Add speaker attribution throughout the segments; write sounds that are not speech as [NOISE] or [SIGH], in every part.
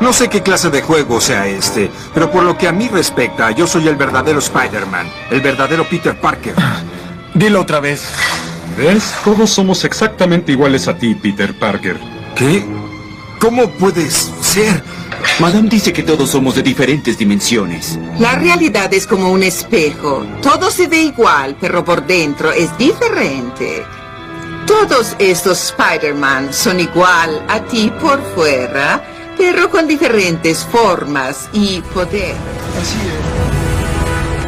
Speaker 1: No sé qué clase de juego sea este, pero por lo que a mí respecta, yo soy el verdadero Spider-Man, el verdadero Peter Parker.
Speaker 2: Dilo otra vez.
Speaker 3: ¿Ves? Todos somos exactamente iguales a ti, Peter Parker.
Speaker 1: ¿Qué? ¿Cómo puedes ser?
Speaker 4: Madame dice que todos somos de diferentes dimensiones.
Speaker 5: La realidad es como un espejo. Todo se ve igual, pero por dentro es diferente. Todos estos Spider-Man son igual a ti por fuera, pero con diferentes formas y poder.
Speaker 2: Así es.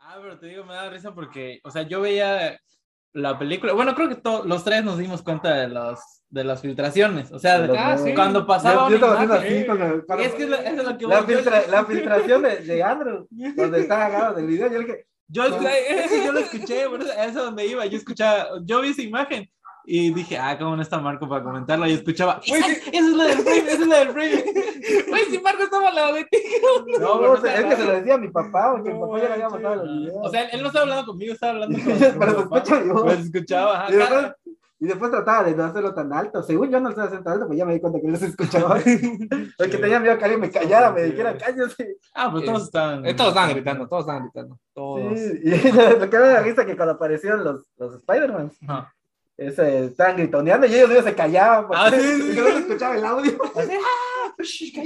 Speaker 6: Ah, pero te digo, me da risa porque, o sea, yo veía la película. Bueno, creo que to- los tres nos dimos cuenta de las de las filtraciones. O sea, de-
Speaker 7: Ah, sí.
Speaker 6: cuando pasaba. una
Speaker 8: Yo, yo estaba haciendo
Speaker 6: imagen-
Speaker 8: así con el- para-
Speaker 6: es que es lo, eso es lo que
Speaker 8: la,
Speaker 6: voy,
Speaker 8: filtra- la filtración de, de Andrew, donde está agarrado del video, yo le dije,
Speaker 6: Yo, yo, [LAUGHS] es que yo lo escuché, por eso, a eso donde iba. Yo escuchaba, yo vi esa imagen y dije, ah, cómo no está Marco para comentarla. Y escuchaba,
Speaker 7: Güey,
Speaker 6: esa, esa es la del frame, esa es la del
Speaker 8: [LAUGHS]
Speaker 6: frame.
Speaker 7: Güey, si Marco estaba al lado de ti.
Speaker 8: no, [LAUGHS]
Speaker 6: pero no
Speaker 8: se-
Speaker 6: está
Speaker 8: es que se
Speaker 6: grabado.
Speaker 8: lo decía a mi papá, porque
Speaker 6: No,
Speaker 8: mi papá ya le había
Speaker 6: manches,
Speaker 8: mandado los
Speaker 6: no.
Speaker 8: videos.
Speaker 6: O sea, él no estaba hablando conmigo, estaba hablando
Speaker 8: [LAUGHS]
Speaker 6: con.
Speaker 8: Pero
Speaker 6: con mi
Speaker 8: se
Speaker 6: papá.
Speaker 8: escucha yo.
Speaker 6: Pero se escuchaba.
Speaker 8: y, después,
Speaker 6: ajá.
Speaker 8: y después trataba de no hacerlo tan alto. Según yo no lo sé hacer tan alto, pues ya me di cuenta que no
Speaker 6: [LAUGHS]
Speaker 8: se escuchaba. Porque tenía miedo que alguien me callara, me dijera, cállese.
Speaker 6: Ah, pues todos estaban.
Speaker 7: Eh, Todos estaban gritando, todos estaban gritando.
Speaker 6: Oh,
Speaker 7: Todos.
Speaker 8: Sí, Y [LAUGHS] lo que me da risa que cuando aparecieron los, los Spider-Man,
Speaker 6: Ajá.
Speaker 8: ese, estaban gritoneando y ellos mismos se callaban. Porque
Speaker 6: Ah, sí,
Speaker 8: [LAUGHS]
Speaker 6: sí, sí.
Speaker 8: no se escuchaba el audio.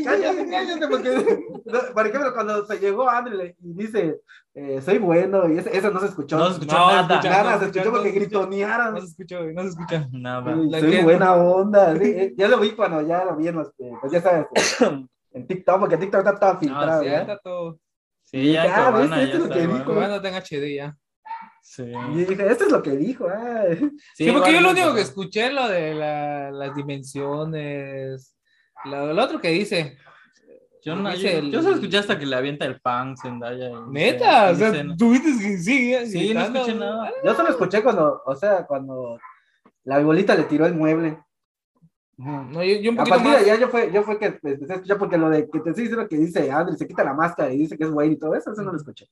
Speaker 8: Cállate, cállate, porque, no, por ejemplo, cuando se llegó Andrew le- y dice, eh, soy bueno, y ese- eso no se escuchó.
Speaker 6: No se escuchó
Speaker 7: No,
Speaker 6: nada.
Speaker 7: escucha-
Speaker 8: Nada,
Speaker 7: no
Speaker 8: se
Speaker 7: se escuchó,
Speaker 8: escuchó porque
Speaker 7: no se escuchó.
Speaker 8: gritonearon.
Speaker 7: No se escucha, güey, no se escucha.
Speaker 6: Nada.
Speaker 8: Uy,
Speaker 7: La
Speaker 8: soy
Speaker 7: que-
Speaker 8: buena onda. sí, eh, ya lo vi cuando ya lo vi en los. eh, pues ya
Speaker 7: [COUGHS]
Speaker 8: sabes, eh, en TikTok, porque en TikTok está todo filtrado.
Speaker 7: Ah, sí,
Speaker 8: ¿ya?
Speaker 7: ya está todo.
Speaker 6: Sí, ya,
Speaker 8: Ah,
Speaker 6: Cuevana,
Speaker 8: ¿ves?
Speaker 6: ya
Speaker 8: Esto es lo que
Speaker 6: está,
Speaker 8: dijo.
Speaker 6: Cuevana.
Speaker 7: Bueno, tenga HD ya.
Speaker 6: Sí.
Speaker 8: Y dije, esto es lo que dijo. ah.
Speaker 7: Sí, porque
Speaker 6: igual
Speaker 7: yo lo
Speaker 6: no
Speaker 7: único que
Speaker 6: sé.
Speaker 7: escuché es lo de la- las dimensiones, lo, lo otro que dice.
Speaker 6: Yo, no, yo,
Speaker 7: Dice el-
Speaker 6: yo solo escuché hasta que le avienta el pan Zendaya. y dice-
Speaker 7: Neta, o
Speaker 6: dice,
Speaker 7: sea,
Speaker 6: no.
Speaker 7: tuviste que sí, eh,
Speaker 6: Sí, no
Speaker 7: gritando.
Speaker 6: escuché nada.
Speaker 8: Yo solo escuché cuando, o sea, cuando la bolita le tiró el mueble.
Speaker 7: No, yo, yo un
Speaker 8: A
Speaker 7: poquito
Speaker 8: partir de
Speaker 7: más.
Speaker 8: allá yo fue, yo fue que pues, empecé a escuchar porque lo de que te estoy diciendo que dice Andrew, se quita la máscara y dice que es güey y todo eso, eso no lo escuché.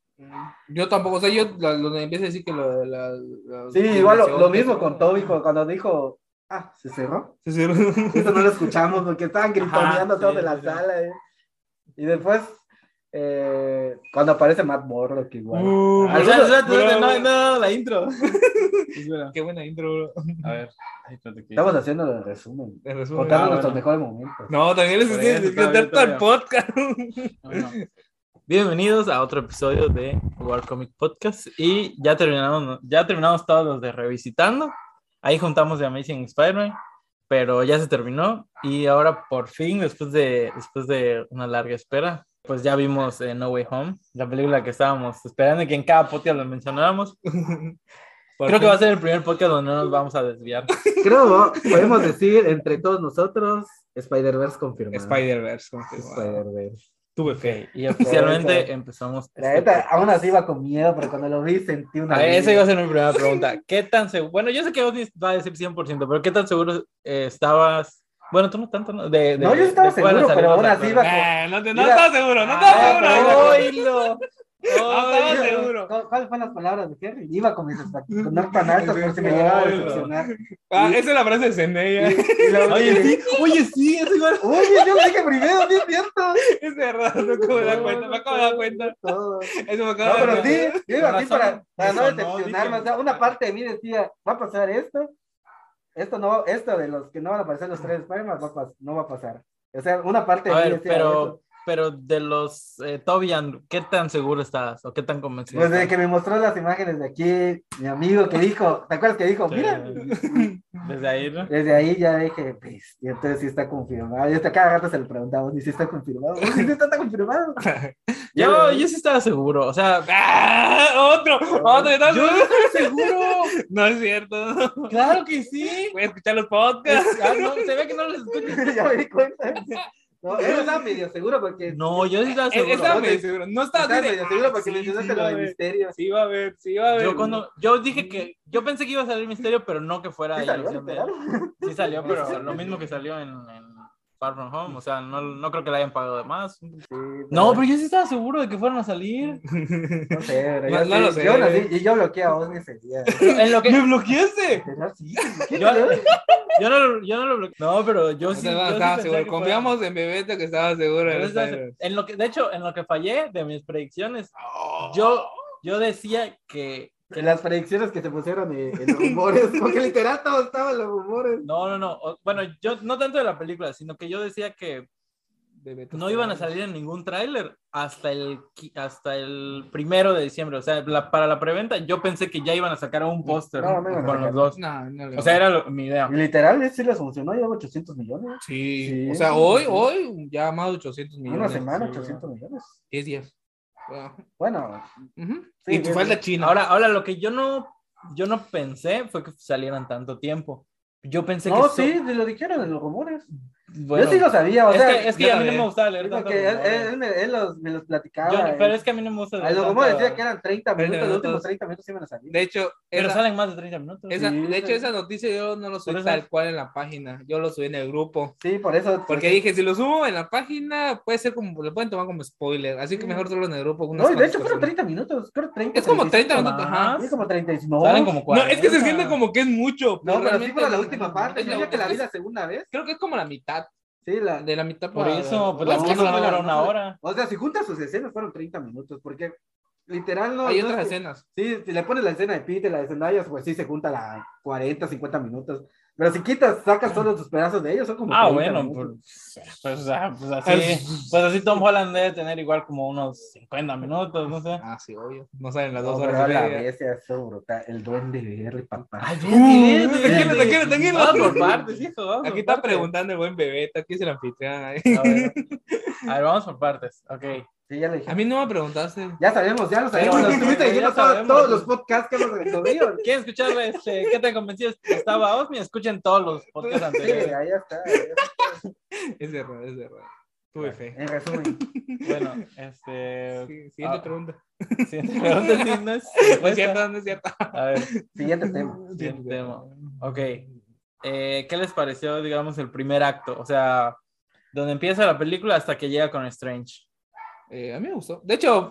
Speaker 7: Yo tampoco, o sea, yo lo, lo empecé a decir que lo de la. la-
Speaker 8: Sí,
Speaker 7: la
Speaker 8: igual lo,
Speaker 7: dimensión,
Speaker 8: lo
Speaker 7: que-
Speaker 8: mismo con Toby cu- cuando dijo, ah, se cerró. [LAUGHS]
Speaker 7: Sí, sí.
Speaker 8: Eso no lo escuchamos porque estaban gritoneando
Speaker 6: Ajá,
Speaker 8: todo
Speaker 6: sí,
Speaker 8: de la
Speaker 6: sí.
Speaker 8: sala. eh. Y después, eh, cuando aparece Matt Morlock, igual.
Speaker 7: Uh,
Speaker 6: Ah, espérate, espérate, espérate,
Speaker 7: Bravo.
Speaker 6: no, no, la intro. Espera.
Speaker 7: Qué buena intro, bro.
Speaker 6: A ver. Ay, espérate que-
Speaker 8: Estamos haciendo el resumen,
Speaker 7: De resumen.
Speaker 8: contando
Speaker 6: ah,
Speaker 8: nuestros
Speaker 6: bueno.
Speaker 8: mejores
Speaker 6: [LAUGHS]
Speaker 8: momentos.
Speaker 7: No, también les
Speaker 6: Por
Speaker 7: estoy
Speaker 6: eso,
Speaker 7: diciendo
Speaker 6: todavía,
Speaker 7: tanto
Speaker 6: todavía.
Speaker 7: al podcast. [LAUGHS]
Speaker 6: Bueno. Bienvenidos a otro episodio de War Comic Podcast y ya terminamos, ya terminamos todos los de revisitando. Ahí juntamos de Amazing Spider-Man, pero ya se terminó y ahora por fin, después de, después de una larga espera, pues ya vimos eh, No Way Home, la película que estábamos esperando y que en cada podcast lo mencionábamos. Creo que va a ser el primer podcast donde no nos vamos a desviar.
Speaker 8: Creo, podemos decir entre todos nosotros, Spider-Verse confirmado.
Speaker 7: Ah. Spider-Verse. como que, wow.
Speaker 8: Spider-Verse.
Speaker 7: Tuve fe.
Speaker 6: [LAUGHS] Y oficialmente empezamos.
Speaker 8: La
Speaker 6: este
Speaker 8: neta, aún así iba con miedo, pero cuando lo vi sentí una...
Speaker 6: A ver, Ah, esa
Speaker 8: alivio.
Speaker 6: iba a ser mi primera
Speaker 8: [LAUGHS]
Speaker 6: pregunta. ¿Qué tan seguro? Bueno, yo sé que vos va a decir 100%, pero ¿qué tan seguro eh, estabas? Bueno, tú no tanto, ¿no? De, de-
Speaker 8: No, yo estaba
Speaker 6: de cuál
Speaker 8: seguro,
Speaker 6: salías
Speaker 8: pero aún
Speaker 6: de
Speaker 8: así
Speaker 6: acuerdo.
Speaker 8: iba-
Speaker 7: Nah, Eh, no, te- no
Speaker 8: Mira.
Speaker 7: estaba seguro, no
Speaker 6: Ah,
Speaker 7: estaba seguro.
Speaker 6: no,
Speaker 8: oílo.
Speaker 7: No estaba
Speaker 8: Oílo.
Speaker 7: seguro.
Speaker 8: ¿Cu- ¿Cuáles fueron las palabras de Henry? Iba con mis expectativas no [LAUGHS] tan altas por si me llegaba a
Speaker 7: Oílo.
Speaker 8: decepcionar.
Speaker 7: Ah, esa es la frase de eh. Zendaya.
Speaker 8: Y la-
Speaker 6: Oye, sí, oye, sí, es igual.
Speaker 8: Oye, yo lo dije primero, bien cierto.
Speaker 7: Es verdad, no acabo de dar cuenta, me acabo de dar cuenta.
Speaker 8: Todo.
Speaker 7: Eso me acabo
Speaker 8: No,
Speaker 7: de
Speaker 8: pero
Speaker 7: dar
Speaker 8: sí,
Speaker 7: cuenta.
Speaker 8: yo iba así
Speaker 6: Con
Speaker 8: para,
Speaker 6: razón,
Speaker 8: para no
Speaker 6: me sonó,
Speaker 8: decepcionarme.
Speaker 6: dije,
Speaker 8: O sea, una parte de mí decía, va a pasar esto, esto no, esto de los que no van a aparecer los tres Spider-Man va a pas- no va a pasar. O sea, una parte de
Speaker 6: A
Speaker 8: mí
Speaker 6: ver,
Speaker 8: decía
Speaker 6: pero,
Speaker 8: eso. Pues,
Speaker 6: pero de los eh, Toby and- ¿qué tan seguro estás? ¿O qué tan convencido?
Speaker 8: Pues desde
Speaker 6: estás?
Speaker 8: que me mostró las imágenes de aquí, mi amigo que dijo, ¿te acuerdas que dijo?
Speaker 6: Sí.
Speaker 8: oh, Mira,
Speaker 6: Desde ahí,
Speaker 8: [LAUGHS]
Speaker 6: ¿no?
Speaker 8: Desde ahí ya dije, pues, y entonces sí está confirmado. Y hasta cada rato se le preguntamos, ¿y si está confirmado? [LAUGHS] ¿Y si está
Speaker 7: [LAUGHS]
Speaker 8: confirmado?
Speaker 6: Yo, yo sí estaba seguro, o sea,
Speaker 7: ¡Ah! Otro, otro, ¿estás
Speaker 6: yo
Speaker 7: seguro?
Speaker 6: estaba seguro.
Speaker 7: [LAUGHS] No es cierto.
Speaker 6: Claro que sí.
Speaker 7: Voy a escuchar los podcasts.
Speaker 6: Ah, no, se ve que no los escucho.
Speaker 8: [LAUGHS] ya me di cuenta. No, él estaba medio seguro porque...
Speaker 6: No, yo sí estaba
Speaker 7: Eh,
Speaker 6: seguro.
Speaker 7: Estaba medio seguro. No estaba
Speaker 8: estaba
Speaker 7: así de,
Speaker 8: medio seguro
Speaker 7: ah,
Speaker 8: porque
Speaker 7: sí,
Speaker 8: mencionaste
Speaker 7: sí
Speaker 8: lo
Speaker 7: va a
Speaker 8: de
Speaker 7: haber,
Speaker 8: misterio.
Speaker 7: Sí, va a haber, sí, va a haber.
Speaker 6: Yo
Speaker 8: [LAUGHS]
Speaker 6: cuando, yo dije que, yo pensé que iba a salir misterio, pero no que fuera
Speaker 8: Sí
Speaker 6: ilusión
Speaker 8: salió,
Speaker 6: de
Speaker 8: literal.
Speaker 6: Sí salió, pero lo mismo que salió en, en- Far From Home, o sea, no, no creo que le hayan pagado de más. No, pero yo sí estaba seguro de que fueron a salir.
Speaker 8: No sé, pero yo,
Speaker 7: No, no lo
Speaker 8: sí,
Speaker 7: sé.
Speaker 8: yo, nací- y yo bloqueé a Osni ese día.
Speaker 6: [LAUGHS] En lo que... [LAUGHS] ¡Me bloqueaste!
Speaker 8: Pero sí,
Speaker 7: [LAUGHS]
Speaker 6: Yo, yo no, lo- yo no lo bloqueé. No, pero yo
Speaker 7: No
Speaker 6: sí.
Speaker 7: sé, no,
Speaker 6: yo sí
Speaker 7: estaba
Speaker 6: pensé
Speaker 7: seguro.
Speaker 6: que fueron.
Speaker 7: Confiamos en Bebeto que estaba
Speaker 6: Yo
Speaker 7: seguro. de
Speaker 6: sí
Speaker 7: los
Speaker 6: estaba
Speaker 7: Cyber.
Speaker 6: seguro. En lo que, de hecho, en lo que fallé de mis predicciones,
Speaker 7: Oh.
Speaker 6: yo, yo decía que
Speaker 8: las predicciones que se pusieron y, y los rumores, [LAUGHS] porque literal todos estaban los rumores.
Speaker 6: No, no, no. O- Bueno, yo no tanto de la película, sino que yo decía que
Speaker 7: Bebeto
Speaker 6: no
Speaker 7: estaba-
Speaker 6: iban a salir en ningún tráiler hasta el, qui- hasta el primero de diciembre. O sea, la- para la preventa yo pensé que ya iban a sacar un póster
Speaker 8: No, no iban a
Speaker 6: con
Speaker 8: sacar.
Speaker 6: los dos.
Speaker 7: No, no lo
Speaker 6: O sea, era lo- mi idea.
Speaker 8: Y literal, sí les funcionó, ya 800 millones.
Speaker 7: Sí,
Speaker 8: Sí.
Speaker 7: o sea, hoy, hoy ya más de 800 millones.
Speaker 8: Una semana,
Speaker 7: Sí,
Speaker 8: 800 millones.
Speaker 7: 10 días. Wow.
Speaker 8: Bueno,
Speaker 7: Ujú.
Speaker 8: Sí,
Speaker 7: y tu
Speaker 8: bien,
Speaker 7: falda
Speaker 8: bien.
Speaker 7: china.
Speaker 6: Ahora, ahora lo que yo no, yo no pensé fue que salieran tanto tiempo. Yo pensé que...
Speaker 8: no,
Speaker 6: so-
Speaker 8: sí, lo dijeron en los rumores.
Speaker 6: bueno,
Speaker 8: yo sí lo sabía, o
Speaker 6: es,
Speaker 8: sea,
Speaker 6: que, es que
Speaker 7: yo
Speaker 6: a mí no
Speaker 7: también.
Speaker 6: me gustaba leer
Speaker 8: digo
Speaker 6: tanto
Speaker 8: que él,
Speaker 6: rumores.
Speaker 8: él- él me, él los, me los platicaba.
Speaker 6: Yo no-
Speaker 8: eh.
Speaker 6: pero es que a mí no me gusta
Speaker 8: A
Speaker 6: leer
Speaker 8: los rumores
Speaker 6: tanto-
Speaker 8: decía que eran 30
Speaker 7: Pero
Speaker 8: minutos, los últimos
Speaker 7: nosotros-
Speaker 8: 30 minutos iban a salir.
Speaker 7: De hecho,
Speaker 6: Pero
Speaker 7: esa-
Speaker 6: salen más de 30 minutos.
Speaker 7: esa-
Speaker 8: Sí,
Speaker 7: de hecho,
Speaker 8: sí.
Speaker 7: esa noticia yo no lo subí
Speaker 6: Por eso-
Speaker 7: tal cual en la página. Yo lo subí en el grupo.
Speaker 8: Sí, por eso.
Speaker 7: Porque dije, si lo subo en la página, puede ser como, lo pueden tomar como spoiler. Así que mejor solo en el grupo. unas
Speaker 8: No, y de
Speaker 7: cuantas
Speaker 8: hecho fueron 30
Speaker 7: personas.
Speaker 8: minutos, creo 30.
Speaker 7: Es como 30
Speaker 8: 35.
Speaker 7: minutos, ajá.
Speaker 8: Sí, como 35.
Speaker 6: Salen como
Speaker 7: No, es que se
Speaker 6: 40.
Speaker 7: siente como que es mucho.
Speaker 8: No, pero sí
Speaker 7: realmente
Speaker 8: para la
Speaker 7: no-
Speaker 8: última parte.
Speaker 7: es
Speaker 8: Yo
Speaker 7: la-
Speaker 8: ya que la vi
Speaker 7: es-
Speaker 8: la segunda vez.
Speaker 7: Creo que es como la mitad.
Speaker 8: Sí, la,
Speaker 7: De la mitad
Speaker 6: Por
Speaker 7: para-
Speaker 6: eso, pues
Speaker 8: No,
Speaker 6: las
Speaker 8: no,
Speaker 6: cosas
Speaker 8: no,
Speaker 6: no
Speaker 8: no,
Speaker 6: duran
Speaker 8: no.
Speaker 6: una hora.
Speaker 8: O sea, si juntas sus escenas fueron 30 minutos, porque literal no.
Speaker 7: Hay
Speaker 8: no
Speaker 7: otras
Speaker 8: es que-
Speaker 7: escenas.
Speaker 8: Sí, si le pones la escena de Peter, la de Zendaya, pues sí se junta la 40, 50 minutos. Pero si quitas, sacas todos tus pedazos de ellos, son como.
Speaker 6: Ah,
Speaker 8: 30
Speaker 6: bueno,
Speaker 8: minutos.
Speaker 6: pues, pues, ah, pues así, pues así Tom Holland debe tener igual como unos 50 minutos, no sé.
Speaker 7: Ah, sí, obvio. No salen las
Speaker 8: No,
Speaker 7: dos
Speaker 8: pero
Speaker 7: horas. y
Speaker 8: la
Speaker 7: media.
Speaker 8: bestia estuvo brutal. El duende verde, papá.
Speaker 7: Uh,
Speaker 6: sí,
Speaker 7: tranquilo,
Speaker 6: sí.
Speaker 7: tranquilo, tranquilo.
Speaker 6: este, Vamos por partes, hijo. vamos
Speaker 7: Aquí
Speaker 6: por
Speaker 7: está
Speaker 6: partes.
Speaker 7: preguntando el buen Bebeto, aquí es el anfitrión. ahí.
Speaker 6: A ver, a ver, vamos por partes. Ok.
Speaker 8: Sí, ya le dije.
Speaker 7: [LAUGHS] A mí no me preguntaste.
Speaker 8: Ya sabemos, ya lo sabemos.
Speaker 6: Ya
Speaker 8: Lo estuviste
Speaker 6: sabemos,
Speaker 8: diciendo
Speaker 6: ya
Speaker 8: todo-
Speaker 6: sabemos.
Speaker 8: todos los podcasts que hemos recorrido.
Speaker 6: ¿Quieren escuchar este, qué tan convencido estaba Osmi? Escuchen todos los podcasts
Speaker 8: Sí,
Speaker 6: anteriores.
Speaker 8: ahí está. ahí está.
Speaker 7: Es error, es error. Tuve fe.
Speaker 8: En resumen.
Speaker 6: Bueno,
Speaker 8: Eh,
Speaker 6: este.
Speaker 7: Sí, siguiente
Speaker 6: ah.
Speaker 7: pregunta.
Speaker 6: Siguiente pregunta, sí, no es.
Speaker 7: No es cierto, no es cierto. [LAUGHS]
Speaker 6: A ver,
Speaker 8: pues Siguiente tema.
Speaker 6: siguiente tema. Ok. Eh, ¿Qué les pareció, digamos, el primer acto? O sea, donde empieza la película hasta que llega con Strange.
Speaker 7: Eh, a mí me gustó. De hecho,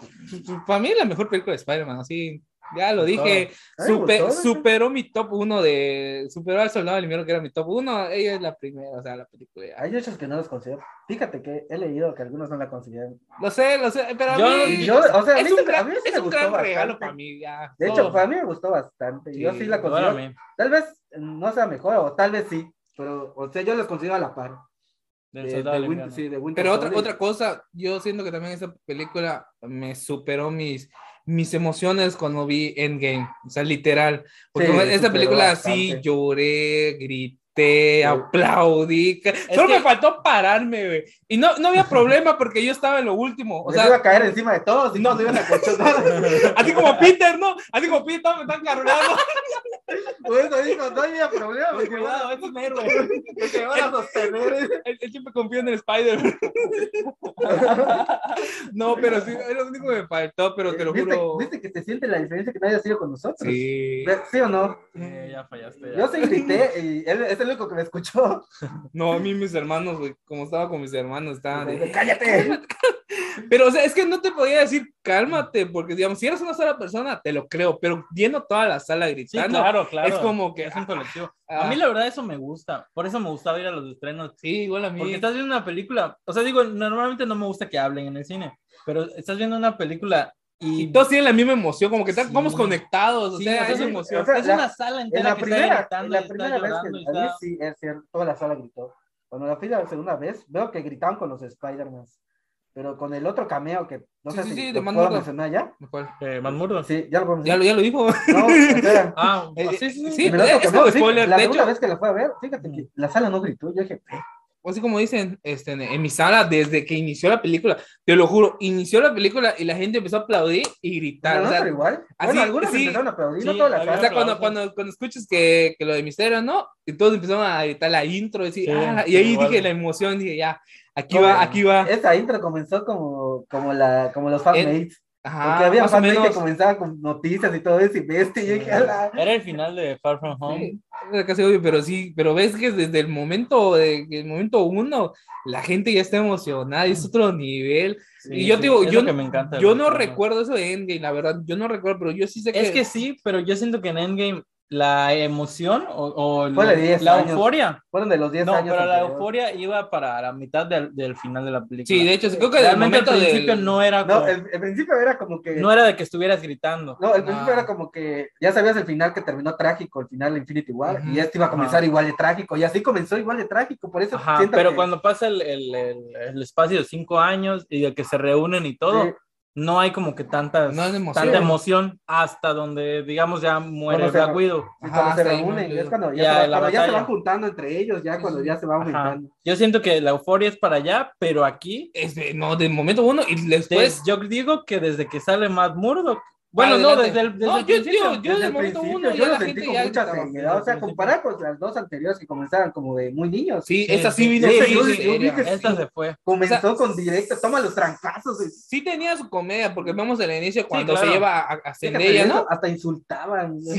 Speaker 7: para mí es la mejor película de Spider-Man, así. Ya lo dije,
Speaker 8: A mí me gustó,
Speaker 7: Supe-
Speaker 8: ¿eh? ¿no?
Speaker 7: superó mi top 1 de... Superó al Soldado del Invierno, que era mi top 1. Ella es la primera, o sea, la película. Ay,
Speaker 8: Hay hechos que no los considero. Fíjate que he leído que algunos no la consideran.
Speaker 7: Lo sé, lo sé, pero a
Speaker 6: Yo-
Speaker 7: mí...
Speaker 8: Y yo, o sea, a mí
Speaker 7: es
Speaker 8: se
Speaker 7: un
Speaker 8: me- a
Speaker 7: gran,
Speaker 8: mí se
Speaker 7: es
Speaker 8: me
Speaker 7: un
Speaker 8: gustó
Speaker 7: gran
Speaker 8: bastante.
Speaker 7: regalo para mí, ya.
Speaker 8: De hecho,
Speaker 7: Todo.
Speaker 8: para mí me gustó bastante. yo sí la considero.
Speaker 6: Órale.
Speaker 8: Tal vez no sea mejor, o tal vez sí. Pero, o sea, yo los considero a la par.
Speaker 6: Del
Speaker 8: De-
Speaker 6: soldado
Speaker 8: Eh, de
Speaker 6: del
Speaker 8: Win-
Speaker 6: invierno.
Speaker 8: sí, de Winter
Speaker 7: Pero otra,
Speaker 8: Soldier.
Speaker 7: otra cosa, yo siento que también esta película me superó mis, mis emociones cuando vi Endgame, o sea, literal. Porque
Speaker 8: Sí,
Speaker 7: en
Speaker 8: superó
Speaker 7: esta película sí
Speaker 8: bastante.
Speaker 7: lloré, grité, aplaudí. ca- Solo
Speaker 6: que-
Speaker 7: me faltó pararme, güey. Y no, no había problema porque yo estaba en lo último. O
Speaker 8: Les iba
Speaker 7: sea,
Speaker 8: a caer encima de todos y no se iban a
Speaker 7: [LAUGHS]
Speaker 8: colchonar.
Speaker 7: así como Peter, ¿no? Así como Peter, todos me están
Speaker 8: [LAUGHS]
Speaker 7: [LAUGHS] cargando.
Speaker 8: Por eso dijo, no había problema.
Speaker 7: Pues
Speaker 8: Porque van a,
Speaker 6: Cuidado, es un héroe.
Speaker 8: porque van a sostener.
Speaker 7: Él, él siempre confía en el Spider. [LAUGHS] no, pero sí, es lo único que me faltó, pero te lo
Speaker 8: ¿Viste,
Speaker 7: juro.
Speaker 8: viste que te siente la diferencia que no haya sido con nosotros?
Speaker 7: Sí.
Speaker 8: Ve- ¿Sí o no?
Speaker 6: Eh, ya fallaste. ya.
Speaker 8: Yo sí grité y él es el único que me escuchó.
Speaker 7: No, a mí mis hermanos, güey, como estaba con mis hermanos, estaban
Speaker 8: Me
Speaker 7: Ah, de...
Speaker 8: dijo, [LAUGHS] ¡Cállate!
Speaker 7: Pero, o sea, es que no te podía decir cálmate, porque, digamos, si eres una sola persona, te lo creo, pero viendo toda la sala
Speaker 6: Sí,
Speaker 7: gritando,
Speaker 6: claro, claro.
Speaker 7: es como que...
Speaker 6: Es un colectivo.
Speaker 7: ah,
Speaker 6: A mí la verdad eso me gusta. Por eso me gustaba ir a los estrenos.
Speaker 7: Sí, igual a mí.
Speaker 6: Porque estás viendo una película. O sea, digo, normalmente no me gusta que hablen en el cine. Pero estás viendo una película y...
Speaker 7: Y todos tienen la misma emoción, como que están-
Speaker 6: Sí.
Speaker 7: vamos conectados, o
Speaker 6: Sí,
Speaker 7: sea,
Speaker 6: sí,
Speaker 7: es
Speaker 6: sí.
Speaker 7: emoción.
Speaker 8: O sea,
Speaker 6: es
Speaker 8: la-
Speaker 6: una sala
Speaker 8: En
Speaker 6: entera
Speaker 8: la
Speaker 6: que está
Speaker 8: primera, en
Speaker 6: gritando
Speaker 8: la
Speaker 6: y
Speaker 8: primera
Speaker 6: está
Speaker 8: vez
Speaker 6: llorando. y
Speaker 8: que a mí
Speaker 6: está-
Speaker 8: sí, es cierto, toda la sala gritó. Cuando la fui la segunda vez, veo que gritaban con los Spider-Man. Pero con el otro cameo que no
Speaker 7: Sí,
Speaker 8: sé
Speaker 7: sí,
Speaker 8: si
Speaker 7: sí, de
Speaker 8: lo
Speaker 7: Man
Speaker 8: puedo
Speaker 7: Mordo.
Speaker 8: mencionar ya.
Speaker 7: ¿Cuál?
Speaker 6: Eh,
Speaker 8: [LAUGHS]
Speaker 6: Manmurdo.
Speaker 8: Sí, ya lo puedo
Speaker 7: Ya, lo,
Speaker 8: mencionar.
Speaker 7: ya lo dijo. [LAUGHS]
Speaker 8: No, espera.
Speaker 6: Ah,
Speaker 7: Eh,
Speaker 6: sí, sí, sí.
Speaker 7: sí.
Speaker 8: En el otro
Speaker 7: es
Speaker 8: cameo,
Speaker 7: un
Speaker 8: sí,
Speaker 7: spoiler,
Speaker 8: la
Speaker 7: de
Speaker 8: segunda
Speaker 7: hecho.
Speaker 8: vez que la fue a ver, fíjate que la sala no gritó. Yo dije, "Pe".
Speaker 7: O así como dicen este, en, en mi sala, desde que inició la película, te lo juro, inició la película y la gente empezó a aplaudir y gritar.
Speaker 8: pero
Speaker 7: o
Speaker 8: no,
Speaker 7: sea,
Speaker 8: pero igual.
Speaker 7: así,
Speaker 8: Bueno, algunos
Speaker 7: sí,
Speaker 8: empezaron a aplaudir, no
Speaker 6: sí,
Speaker 8: toda la
Speaker 6: había-
Speaker 7: O
Speaker 8: sala.
Speaker 7: sea, cuando, cuando, cuando escuchas que, que lo de misterio, ¿no? Y todos empezaron a gritar la intro, decir,
Speaker 6: Sí,
Speaker 7: "Ah",
Speaker 6: sí,
Speaker 7: y ahí
Speaker 6: igual.
Speaker 7: dije la emoción, dije, ya, aquí
Speaker 8: No,
Speaker 7: va,
Speaker 8: bueno.
Speaker 7: aquí va.
Speaker 8: Esa intro comenzó como, como, la, como los
Speaker 7: En-
Speaker 8: fanmates. Porque
Speaker 7: Ajá,
Speaker 8: había
Speaker 7: ah, más o
Speaker 8: fans que
Speaker 7: menos. Eh,
Speaker 8: comenzaba con noticias y todo eso, y bestia, y yo dije, "Ala".
Speaker 6: Era el final de Far From Home.
Speaker 7: Sí, era casi obvio, pero sí, pero ves que desde el momento, de, el momento uno, la gente ya está emocionada,
Speaker 6: Mm.
Speaker 7: es otro nivel. y yo te digo, yo,
Speaker 6: me encanta de
Speaker 7: yo
Speaker 6: los
Speaker 7: no
Speaker 6: juegos.
Speaker 7: recuerdo eso de Endgame, la verdad, yo no recuerdo, pero yo sí sé que...
Speaker 6: Es que sí, pero yo siento que en Endgame la emoción o, o
Speaker 8: Fue de
Speaker 6: lo-
Speaker 8: 10
Speaker 6: la
Speaker 8: años.
Speaker 6: euforia.
Speaker 8: Fueron de los 10
Speaker 6: No,
Speaker 8: años.
Speaker 6: pero la
Speaker 8: anteriores.
Speaker 6: euforia iba para la mitad del, del final de la película.
Speaker 7: sí, de hecho, creo que del
Speaker 6: Realmente al
Speaker 7: momento del-
Speaker 6: principio no era
Speaker 8: No,
Speaker 6: como-
Speaker 8: el, el principio era como que.
Speaker 6: no era de que estuvieras gritando.
Speaker 8: No, el principio
Speaker 7: Ah.
Speaker 8: era como que ya sabías el final que terminó trágico, el final de Infinity War,
Speaker 7: Ujú.
Speaker 8: y este iba a comenzar igual de trágico, y así comenzó igual de trágico, por eso
Speaker 6: Ajá,
Speaker 8: siento
Speaker 6: pero
Speaker 8: que-
Speaker 6: cuando pasa el, el- el- el espacio de cinco años y de que se reúnen y todo,
Speaker 8: Sí.
Speaker 6: no hay como que tantas,
Speaker 7: No hay emoción.
Speaker 6: tanta emoción hasta donde, digamos, ya muere
Speaker 8: Bueno, se-
Speaker 6: Black Widow.
Speaker 8: Y
Speaker 7: Ajá,
Speaker 8: cuando se
Speaker 7: hasta ahí,
Speaker 8: reúnen,
Speaker 7: ¿no?
Speaker 8: es cuando
Speaker 6: Ya,
Speaker 8: ya, se,
Speaker 6: la
Speaker 8: va- cuando ya se
Speaker 6: batalla.
Speaker 8: van juntando entre ellos, ya cuando ya se va
Speaker 6: Ajá.
Speaker 8: aumentando.
Speaker 6: Yo siento que la euforia es para allá, pero aquí,
Speaker 7: es de- este, no, del momento uno y
Speaker 6: pues,
Speaker 7: después...
Speaker 6: yo digo que desde que sale Matt Murdock, bueno, no,
Speaker 7: Adelante.
Speaker 6: desde el, desde
Speaker 7: No,
Speaker 6: el
Speaker 7: yo-
Speaker 6: principio.
Speaker 7: Yo
Speaker 8: Desde
Speaker 7: del
Speaker 8: el
Speaker 7: momento
Speaker 8: principio,
Speaker 7: uno ya
Speaker 8: yo lo
Speaker 7: la
Speaker 8: sentí
Speaker 7: gente
Speaker 8: con
Speaker 7: ya
Speaker 8: mucha
Speaker 7: estaba-
Speaker 8: seriedad, o sea, comparar con las dos anteriores que comenzaron como de muy niños.
Speaker 7: Sí, esa sí
Speaker 6: Sí,
Speaker 7: vino
Speaker 8: sí,
Speaker 7: bien
Speaker 8: sí, sí,
Speaker 7: seria.
Speaker 8: sí, sí.
Speaker 6: Esta se fue.
Speaker 8: Comenzó
Speaker 7: o sea,
Speaker 8: con directo, toma los trancazos. y-
Speaker 7: Sí tenía su comedia, porque vemos el inicio cuando
Speaker 6: claro.
Speaker 7: se lleva a, a
Speaker 8: fíjate,
Speaker 7: Zendaya,
Speaker 8: eso,
Speaker 7: ¿no?
Speaker 8: Hasta insultaban.
Speaker 7: Sí.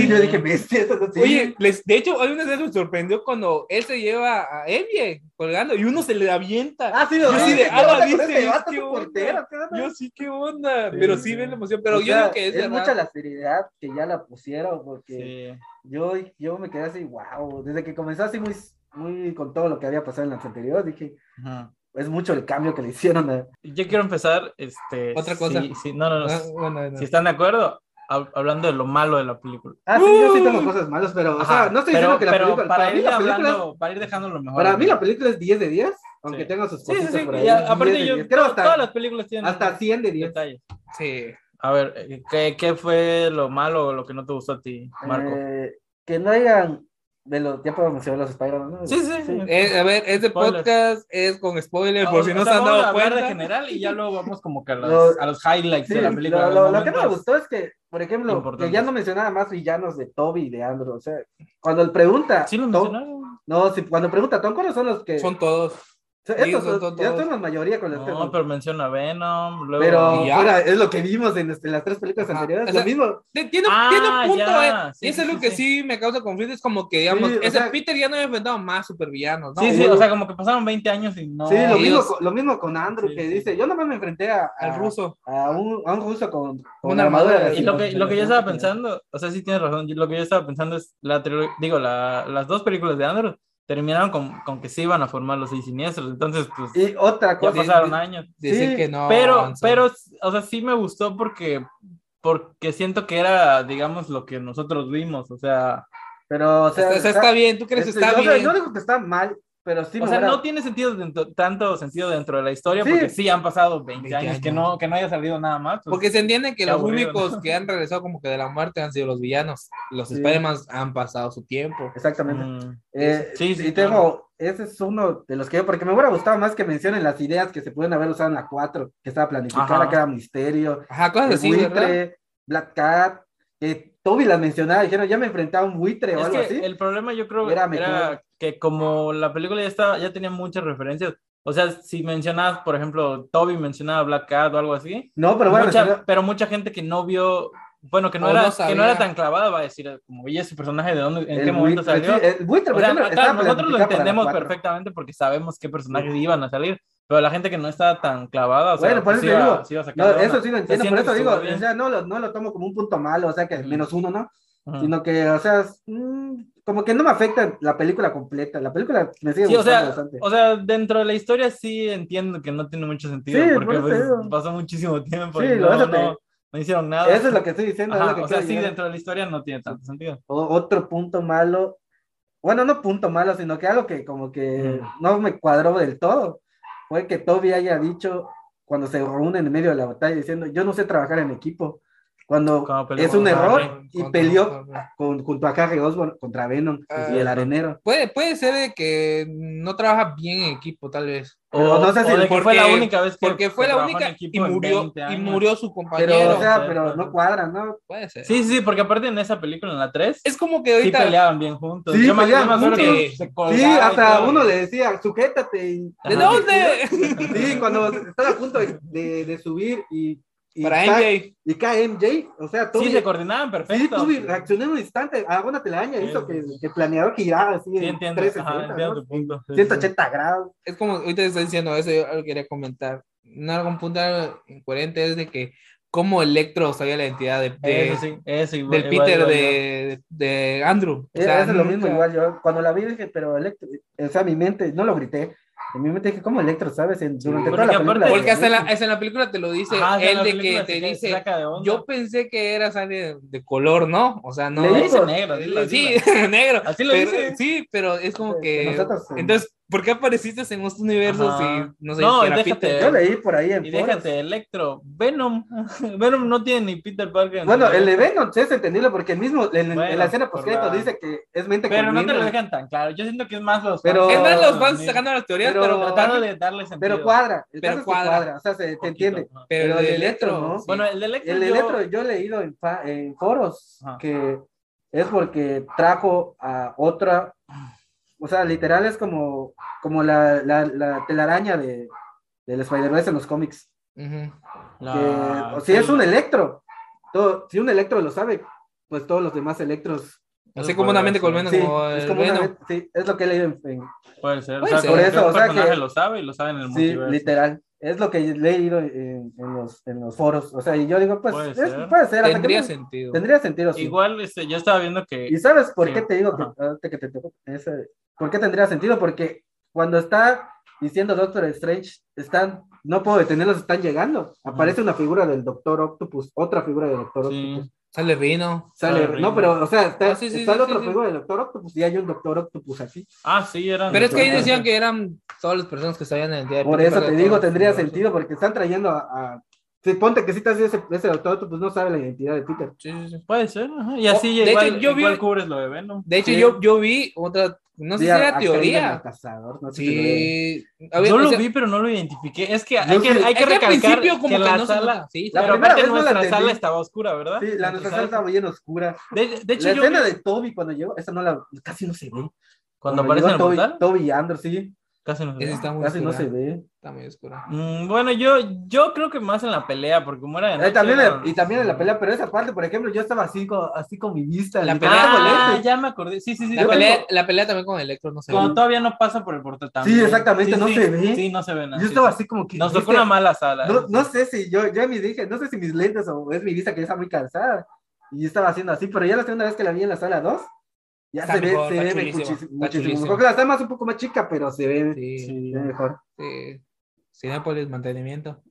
Speaker 8: Sí, yo dije, bestia, eso no- sí.
Speaker 7: Oye, les, de hecho, hay una vez me sorprendió cuando él se lleva a Evie colgando y uno se le avienta.
Speaker 8: Ah, sí,
Speaker 7: yo
Speaker 8: o sea,
Speaker 7: sí de,
Speaker 8: que
Speaker 7: ah,
Speaker 8: ahora
Speaker 7: la
Speaker 8: con
Speaker 7: dice,
Speaker 8: este
Speaker 7: es
Speaker 8: vato
Speaker 7: que
Speaker 8: es
Speaker 7: onda.
Speaker 8: portero, ¿qué onda?
Speaker 7: Yo sí, qué onda.
Speaker 6: Sí,
Speaker 7: pero sí,
Speaker 6: sí.
Speaker 7: ve la emoción. Pero
Speaker 8: O
Speaker 7: yo
Speaker 8: sea,
Speaker 7: creo que es,
Speaker 8: es
Speaker 7: verdad.
Speaker 8: mucha la seriedad que ya la pusieron, porque
Speaker 6: Sí.
Speaker 8: yo, yo me quedé así, wow, desde que comenzó así muy, muy con todo lo que había pasado en las anteriores, dije,
Speaker 6: Ajá.
Speaker 8: es mucho el cambio que le hicieron a...
Speaker 6: Yo quiero empezar, este...
Speaker 7: Otra cosa.
Speaker 6: sí, sí, no, no, no,
Speaker 7: Ah, bueno, no.
Speaker 6: Si están de acuerdo, hab- hablando de lo malo de la película.
Speaker 8: Ah, sí, yo sí tengo cosas malas, pero, o sea,
Speaker 6: Ajá,
Speaker 8: no estoy
Speaker 6: pero-
Speaker 8: diciendo que la
Speaker 6: pero
Speaker 8: película...
Speaker 6: para,
Speaker 8: mí
Speaker 6: ir
Speaker 8: la película
Speaker 6: hablando, para ir dejando lo mejor.
Speaker 8: Para mí la película es 10 de 10, aunque
Speaker 6: Sí.
Speaker 8: tenga sus
Speaker 6: Sí, sí,
Speaker 8: cositas
Speaker 6: sí.
Speaker 8: por
Speaker 6: y
Speaker 8: ahí.
Speaker 6: a-
Speaker 8: 10 de
Speaker 6: aparte, yo,
Speaker 8: 10. Creo
Speaker 6: todas
Speaker 8: hasta,
Speaker 6: las películas tienen
Speaker 8: hasta 100 de 10.
Speaker 6: detalles.
Speaker 7: Sí.
Speaker 6: A ver, eh, ¿qué, qué fue lo malo o lo que no te gustó a ti, Marco?
Speaker 8: Eh, que no hayan... De los, ya puedo mencionar los Spider-Man. ¿no?
Speaker 6: Sí, sí.
Speaker 7: Eh, a ver, este
Speaker 6: Spoiler.
Speaker 7: podcast es con spoiler,
Speaker 6: O-
Speaker 7: Eh, por si
Speaker 6: o
Speaker 7: no se
Speaker 6: sea,
Speaker 7: han
Speaker 6: vamos a
Speaker 7: dado
Speaker 6: hablar
Speaker 7: cuenta.
Speaker 6: de general y ya luego vamos como que
Speaker 8: [LAUGHS]
Speaker 6: a los,
Speaker 8: Los-
Speaker 6: a los highlights
Speaker 8: Sí,
Speaker 6: de la película.
Speaker 8: lo,
Speaker 6: los
Speaker 8: lo- lo que no me
Speaker 6: momentos.
Speaker 8: gustó es que, por ejemplo, que ya
Speaker 6: Importantes.
Speaker 8: no mencionaba más villanos de Toby y de Andrew. O sea, cuando él pregunta.
Speaker 6: Sí, lo
Speaker 8: Tom-
Speaker 6: mencionaron.
Speaker 8: no, sí, cuando pregunta Tom, ¿cuáles son los que.
Speaker 7: Son todos.
Speaker 8: o sea, estos
Speaker 7: ellos son
Speaker 8: son-
Speaker 7: todos-
Speaker 8: ya son la mayoría con los que.
Speaker 6: No, pero menciona a Venom. Luego...
Speaker 8: pero
Speaker 7: ¿Y ya?
Speaker 8: fuera, es lo que vimos en, este- en las tres películas
Speaker 7: Ajá,
Speaker 8: anteriores.
Speaker 7: o sea,
Speaker 8: lo mismo.
Speaker 7: Te- Tiene,
Speaker 6: Ah,
Speaker 7: tiene un punto,
Speaker 6: ya.
Speaker 7: eh.
Speaker 6: Sí,
Speaker 7: y eso
Speaker 6: sí,
Speaker 7: es
Speaker 6: sí,
Speaker 7: lo que
Speaker 6: sí.
Speaker 7: sí. me causa conflicto. Es como que, digamos,
Speaker 8: Sí, o
Speaker 7: ese
Speaker 8: sea-
Speaker 7: Peter ya no había enfrentado más supervillanos, ¿no?
Speaker 6: sí, sí,
Speaker 8: no.
Speaker 6: o sea, como que pasaron 20 años y no.
Speaker 8: sí, lo,
Speaker 7: ellos-
Speaker 8: mismo, con- lo mismo con Andrew,
Speaker 6: Sí,
Speaker 8: que
Speaker 6: sí.
Speaker 8: dice: Yo nomás me enfrenté a,
Speaker 7: Al
Speaker 8: a-
Speaker 7: ruso.
Speaker 8: a un, a un ruso con, con
Speaker 7: Una armadura de-
Speaker 6: Y lo que, lo que yo
Speaker 8: ya
Speaker 6: estaba pensando, o sea, sí tienes razón, yo- lo que yo estaba pensando es, la trilo- digo, la- las dos películas de Andrew terminaron con, con que se iban a formar los seis siniestros, entonces, pues,
Speaker 8: Y otra
Speaker 6: ya
Speaker 8: cosa.
Speaker 6: pasaron años.
Speaker 7: Decir
Speaker 8: Sí,
Speaker 7: que no.
Speaker 6: Pero,
Speaker 7: avanzó.
Speaker 6: pero, o sea, sí me gustó porque, porque siento que era, digamos, lo que nosotros vimos, o sea,
Speaker 8: Pero, o
Speaker 7: O sea,
Speaker 8: sea.
Speaker 7: o sea, está bien, ¿tú crees que
Speaker 8: este,
Speaker 7: está
Speaker 8: yo- o sea,
Speaker 7: bien?
Speaker 8: Yo digo que está mal, pero sí
Speaker 6: o
Speaker 8: me
Speaker 6: sea,
Speaker 8: hubiera-
Speaker 6: no tiene sentido dentro- tanto sentido dentro de la historia
Speaker 8: Sí.
Speaker 6: porque sí han pasado 20,
Speaker 7: 20
Speaker 6: años, Que,
Speaker 7: años.
Speaker 6: no, que no haya salido nada más. pues,
Speaker 7: Porque se entiende que
Speaker 6: Qué
Speaker 7: los
Speaker 6: aburrido,
Speaker 7: únicos que han regresado como que de la muerte han sido los villanos. Los
Speaker 8: Sí.
Speaker 7: Spider-Man han pasado su tiempo.
Speaker 8: Exactamente.
Speaker 6: mm,
Speaker 8: Eh,
Speaker 6: Sí, sí,
Speaker 8: y tengo, ese es uno de los que yo, porque me hubiera gustado más que mencionen las ideas que se pueden haber usado en la 4, que estaba planificada,
Speaker 6: Ajá. Ah,
Speaker 8: que era misterio,
Speaker 7: Ajá, cosas
Speaker 8: el
Speaker 7: así, ¿verdad?
Speaker 8: buitre, Black Cat, que Toby las mencionaba, dijeron, ya me enfrentaba a un buitre o
Speaker 6: Es
Speaker 8: algo
Speaker 6: que
Speaker 8: así.
Speaker 6: el problema yo creo
Speaker 8: Era
Speaker 6: era,
Speaker 8: mejor.
Speaker 6: que como la película ya estaba, ya tenía muchas referencias. O sea, si mencionabas, por ejemplo, Toby mencionaba Black Cat o algo así,
Speaker 8: No, pero bueno,
Speaker 6: mucha-
Speaker 8: mencionó-
Speaker 6: pero mucha gente que no vio, bueno, que no,
Speaker 7: O
Speaker 6: era,
Speaker 7: no
Speaker 6: que no era
Speaker 7: sabía.
Speaker 6: tan clavada va a decir, como, oye, ese personaje de dónde, en
Speaker 8: el
Speaker 6: qué momento
Speaker 8: buitre,
Speaker 6: salió.
Speaker 8: sí, el buitre,
Speaker 6: O
Speaker 8: por
Speaker 6: sea,
Speaker 8: ejemplo,
Speaker 6: acá
Speaker 8: estaba
Speaker 6: nosotros lo
Speaker 8: planificado para la
Speaker 6: entendemos
Speaker 8: 4.
Speaker 6: perfectamente porque sabemos qué personajes iban a salir, pero la gente que no estaba tan clavada, o sea,
Speaker 8: Bueno, por
Speaker 6: pues
Speaker 8: eso
Speaker 6: iba-
Speaker 8: te digo,
Speaker 6: sí iba a sacar
Speaker 8: No,
Speaker 6: de onda.
Speaker 8: eso sí lo entiendo, por
Speaker 6: siento
Speaker 8: eso
Speaker 6: que
Speaker 8: digo,
Speaker 6: estuvo bien. Mm.
Speaker 8: o sea, no lo, no lo tomo como un punto malo, o sea, que
Speaker 6: Ujú.
Speaker 8: menos uno, ¿no?
Speaker 6: Ajá.
Speaker 8: Sino que, o sea, es, mm, como que no me afecta la película completa, la película me sigue
Speaker 6: Sí, o
Speaker 8: gustando
Speaker 6: sea,
Speaker 8: bastante.
Speaker 6: o sea, dentro de la historia sí entiendo que no tiene mucho sentido
Speaker 8: Sí, por
Speaker 6: porque
Speaker 8: eso te
Speaker 6: pues,
Speaker 8: digo.
Speaker 6: pasó muchísimo tiempo
Speaker 8: Sí,
Speaker 6: y
Speaker 8: lo
Speaker 6: no,
Speaker 8: eso te-
Speaker 6: no- no hicieron nada.
Speaker 8: Eso es lo que estoy diciendo. es
Speaker 6: Ajá,
Speaker 8: lo que
Speaker 6: o sea,
Speaker 8: quiero
Speaker 6: sí,
Speaker 8: llegar.
Speaker 6: dentro de la historia no tiene tanto sentido.
Speaker 8: O- otro punto malo. Bueno, no punto malo, sino que algo que como que
Speaker 6: Ujú.
Speaker 8: no me cuadró del todo. Fue que Toby haya dicho cuando se reúnen en medio de la batalla diciendo, yo no sé trabajar en equipo. Cuando
Speaker 6: Cuando peleó
Speaker 8: es un
Speaker 6: con
Speaker 8: error
Speaker 6: Harry.
Speaker 8: y
Speaker 7: Contra-
Speaker 8: peleó
Speaker 7: contra-
Speaker 8: con, junto a Harry Osborn contra Venom
Speaker 7: Ah,
Speaker 8: y el arenero.
Speaker 7: Puede, puede ser de que no trabaja bien en equipo, tal vez.
Speaker 8: Pero no sé
Speaker 6: o
Speaker 8: si-
Speaker 6: de que fue
Speaker 7: porque-
Speaker 6: la única vez que
Speaker 7: Porque fue
Speaker 6: que
Speaker 7: la
Speaker 6: trabajó en
Speaker 7: única y
Speaker 6: equipo en
Speaker 7: murió,
Speaker 6: 20
Speaker 7: y
Speaker 6: años.
Speaker 7: murió su
Speaker 8: Pero,
Speaker 7: compañero.
Speaker 8: o sea,
Speaker 6: sí,
Speaker 8: pero
Speaker 6: sí.
Speaker 8: no cuadra, ¿no?
Speaker 7: puede ser.
Speaker 6: Sí, sí, porque aparte en esa película, en la 3,
Speaker 7: Es como que
Speaker 6: sí
Speaker 7: ahorita.
Speaker 6: peleaban bien juntos.
Speaker 8: Sí,
Speaker 6: yo me- yo me
Speaker 8: peleaban
Speaker 6: acuerdo que
Speaker 7: juntos.
Speaker 6: se
Speaker 8: Sí,
Speaker 6: colgaban y
Speaker 8: hasta
Speaker 6: todo.
Speaker 8: uno le decía,
Speaker 6: [LAUGHS]
Speaker 8: sujétate. y-
Speaker 7: ¿De
Speaker 6: Ajá.
Speaker 8: [LAUGHS]
Speaker 7: dónde?
Speaker 8: Sí, cuando están a punto de, de- de subir y y
Speaker 7: Para
Speaker 8: ca-
Speaker 7: MJ.
Speaker 8: Y cae MJ, o sea, Toby.
Speaker 6: Sí, se coordinaban
Speaker 8: Sí,
Speaker 6: perfecto.
Speaker 8: Toby reaccionó en un instante. A una telaraña
Speaker 6: Sí,
Speaker 8: hizo
Speaker 6: sí,
Speaker 8: que,
Speaker 6: sí.
Speaker 8: que el planeador giraba así
Speaker 6: Sí,
Speaker 8: en
Speaker 6: entiendo.
Speaker 8: 360,
Speaker 6: Ajá, entiendo
Speaker 8: ¿no?
Speaker 6: tu punto. Sí, sí, sí.
Speaker 8: 180 grados.
Speaker 7: Es como, ahorita está diciendo eso, yo lo quería comentar. En algún punto algo incoherente es de que cómo Electro sabía la identidad de, de-
Speaker 6: Eso sí, eso igual-
Speaker 7: del
Speaker 6: igual- Eh,
Speaker 7: Peter
Speaker 6: igual yo.
Speaker 7: de, de Andrew. O
Speaker 8: Era
Speaker 7: sea,
Speaker 8: eso lo mismo,
Speaker 7: nunca-
Speaker 8: igual yo. Cuando la vi dije, pero Electro, o sea, mi mente, no lo grité. En mi mente dije, ¿cómo Electro, sabes? En- durante
Speaker 6: Porque
Speaker 8: toda la
Speaker 6: aparte-
Speaker 8: película.
Speaker 7: Porque hasta en la,
Speaker 8: Electro-
Speaker 7: hasta en la película te lo dice
Speaker 6: Ajá, o sea,
Speaker 7: él
Speaker 6: la
Speaker 7: de que
Speaker 6: película
Speaker 7: te
Speaker 6: se ca- se
Speaker 7: dice,
Speaker 6: saca de onda.
Speaker 7: yo pensé que era sangre de, de color, ¿no? O sea, no.
Speaker 8: Le
Speaker 6: Le
Speaker 8: digo,
Speaker 6: dice
Speaker 7: [LAUGHS]
Speaker 6: negro, así lo
Speaker 7: sí,
Speaker 6: dice.
Speaker 7: [LAUGHS] negro.
Speaker 6: Así lo
Speaker 7: Pero-
Speaker 6: dice.
Speaker 7: Sí, pero es como
Speaker 8: Que-
Speaker 7: que.
Speaker 8: que nosotros, eh,
Speaker 7: Entonces, ¿por qué apareciste en estos universos
Speaker 6: Ajá.
Speaker 7: y no sé
Speaker 6: No,
Speaker 7: si era
Speaker 6: déjate.
Speaker 7: Peter?
Speaker 8: Yo leí por ahí en
Speaker 6: Y
Speaker 8: foros.
Speaker 6: déjate, Electro. Venom. [LAUGHS] Venom no tiene ni Peter Parker. en
Speaker 8: Bueno,
Speaker 6: su
Speaker 8: el de
Speaker 6: cabeza.
Speaker 8: Venom sí es entendible porque el mismo en, en
Speaker 6: Bueno,
Speaker 8: la escena
Speaker 6: por
Speaker 8: poscrédito
Speaker 6: la-
Speaker 8: dice que es mente
Speaker 6: Pero no te lo
Speaker 8: colmena.
Speaker 6: dejan tan claro. Yo siento que es más los
Speaker 8: Pero-
Speaker 7: Es más, los fans
Speaker 6: Unidos.
Speaker 7: sacando las teorías,
Speaker 8: Pero-
Speaker 7: pero.
Speaker 6: Tratando de darle sentido.
Speaker 8: Pero cuadra, el
Speaker 7: Pero
Speaker 8: caso es que
Speaker 7: cuadra.
Speaker 8: cuadra, o sea, se te
Speaker 6: Poquito,
Speaker 8: entiende.
Speaker 6: ajá.
Speaker 7: pero
Speaker 8: pero
Speaker 7: el
Speaker 8: de
Speaker 7: Electro,
Speaker 8: Electro, ¿no?
Speaker 7: sí.
Speaker 6: Bueno, el de Electro.
Speaker 8: El de
Speaker 6: yo- eh
Speaker 8: Electro yo he leído en, fa- en foros
Speaker 6: Ajá.
Speaker 8: que es porque trajo a otra, o sea, literal es como, como la, la, la telaraña de, del Spider-Man en los cómics.
Speaker 7: Ujú.
Speaker 8: Que,
Speaker 6: Ah, La-
Speaker 8: eh, o si es un Electro, todo, si un Electro lo sabe, pues todos los demás Electros.
Speaker 7: Así como una mente colmena,
Speaker 8: Sí,
Speaker 7: como
Speaker 8: es
Speaker 7: el
Speaker 8: como una
Speaker 7: Venom.
Speaker 8: vez- sí, es lo que he leído en- en,
Speaker 6: Puede ser.
Speaker 7: Puede
Speaker 6: o sea,
Speaker 7: ser.
Speaker 6: como
Speaker 7: Por
Speaker 6: que
Speaker 8: eso,
Speaker 6: un
Speaker 8: o sea,
Speaker 6: personaje
Speaker 8: que-
Speaker 6: lo sabe y lo sabe en el
Speaker 8: Sí,
Speaker 6: multiverso.
Speaker 8: literal. Es lo que he leído en, en los, en los foros. O sea, y yo digo, pues,
Speaker 6: Puede
Speaker 8: es- puede
Speaker 6: ser.
Speaker 8: ser. hasta
Speaker 7: Tendría
Speaker 8: que,
Speaker 7: sentido.
Speaker 8: tendría sentido. sí.
Speaker 6: Igual este, yo estaba viendo que.
Speaker 7: Eh,
Speaker 8: ¿Y sabes por
Speaker 6: Sí.
Speaker 8: qué te digo que,
Speaker 6: Ajá.
Speaker 8: ahorita que te- te- ese- por qué tendría sentido? Porque cuando está diciendo Doctor Strange, están, no puedo detenerlos, están llegando. Aparece una figura del Doctor Octopus, otra figura del Doctor
Speaker 6: Sí.
Speaker 8: Octopus.
Speaker 7: Sale Rino.
Speaker 8: Sale,
Speaker 6: Sale
Speaker 8: no, pero, o sea, está,
Speaker 7: Ah, sí, sí,
Speaker 8: está
Speaker 7: sí,
Speaker 8: la
Speaker 7: sí,
Speaker 8: otra
Speaker 7: sí.
Speaker 8: figura del Doctor Octopus y hay un Doctor Octopus aquí.
Speaker 6: Ah, sí, eran.
Speaker 7: Pero es que ahí
Speaker 8: Ajá.
Speaker 7: decían que eran todas las personas que sabían la identidad de
Speaker 8: Por
Speaker 7: Peter
Speaker 8: eso te
Speaker 7: Parker,
Speaker 8: digo,
Speaker 7: todos los
Speaker 8: tendría
Speaker 7: universos.
Speaker 8: sentido, porque están trayendo a. a- si ponte que si te haces ese, ese Doctor Octopus, no sabe la identidad de Peter.
Speaker 7: Sí, sí, sí.
Speaker 6: Puede ser, ajá. Y así
Speaker 7: Oh, de
Speaker 6: igual,
Speaker 7: hecho, yo vi-
Speaker 6: igual cubres lo de Venom.
Speaker 7: De hecho,
Speaker 8: Sí.
Speaker 7: yo, yo vi otra, no sé si
Speaker 8: Día
Speaker 7: era
Speaker 8: Axel
Speaker 7: teoría.
Speaker 8: Ingram, Cazador, no sé si lo vieron.
Speaker 7: Sí. Había-
Speaker 6: Yo
Speaker 7: o
Speaker 6: lo
Speaker 7: sea,
Speaker 6: vi, pero no lo identifiqué. Es que
Speaker 8: Yo
Speaker 6: hay que, hay
Speaker 8: sí.
Speaker 6: que
Speaker 7: es que al
Speaker 6: recalcar
Speaker 7: principio
Speaker 6: que,
Speaker 7: como que,
Speaker 6: la
Speaker 7: no se
Speaker 6: sala.
Speaker 7: nota,
Speaker 8: La
Speaker 7: sí, sí.
Speaker 6: pero
Speaker 8: primera
Speaker 6: aparte
Speaker 8: vez no la
Speaker 6: nuestra
Speaker 8: entendí.
Speaker 6: sala estaba oscura, ¿verdad?
Speaker 8: Sí,
Speaker 7: Ah,
Speaker 8: la
Speaker 6: Nuestra
Speaker 8: nuestra sala estaba bien oscura.
Speaker 6: De, de hecho,
Speaker 8: La
Speaker 6: yo
Speaker 8: escena
Speaker 6: vi-
Speaker 8: de Toby cuando llegó, esa no la. casi no se ve.
Speaker 6: cuando aparece
Speaker 8: aparece
Speaker 6: en el
Speaker 8: Toby,
Speaker 6: portal,
Speaker 8: Toby y Andrew, sí.
Speaker 6: casi no se
Speaker 7: Esa
Speaker 6: ve.
Speaker 7: está muy
Speaker 8: Casi
Speaker 7: oscura.
Speaker 8: no se ve.
Speaker 7: Está muy oscura.
Speaker 6: Mm, Bueno, yo, yo creo que más en la pelea, porque como era de
Speaker 8: Eh,
Speaker 6: noche,
Speaker 8: también
Speaker 6: no-
Speaker 8: en- y también en la pelea, pero esa parte, por ejemplo, yo estaba así con, así con mi vista.
Speaker 7: La
Speaker 8: literal,
Speaker 7: pelea-
Speaker 8: con
Speaker 6: Ah,
Speaker 8: lentes.
Speaker 6: ya me acordé. Sí, sí, sí.
Speaker 7: La
Speaker 6: cuando-
Speaker 7: pelea, la pelea también con Electro no se ve.
Speaker 6: Cuando todavía no pasa por el portal también.
Speaker 8: exactamente, no
Speaker 6: sí,
Speaker 8: se ve.
Speaker 6: Sí, no se ve nada.
Speaker 8: Yo
Speaker 6: Ah, sí,
Speaker 8: estaba
Speaker 6: sí.
Speaker 8: así como que.
Speaker 6: Nos tocó
Speaker 8: ¿viste?
Speaker 6: una mala ¿eh? sala. [LAUGHS]
Speaker 8: No, no sé si yo, yo me dije, no sé si mis lentes o es mi vista que ya está muy cansada. Y yo estaba haciendo así, pero ya la segunda vez que la vi en la sala 2, ya
Speaker 7: Está
Speaker 8: se ve,
Speaker 7: mejor,
Speaker 8: se
Speaker 7: está
Speaker 8: ve
Speaker 7: chulísimo,
Speaker 8: muchis-
Speaker 7: está
Speaker 8: muchísimo.
Speaker 7: chulísimo.
Speaker 8: mejor. Creo que la sala más un poco más chica, pero se ve,
Speaker 7: Sí,
Speaker 8: se ve
Speaker 6: [LAUGHS]
Speaker 8: mejor.
Speaker 7: sí. Cinépolis, mantenimiento.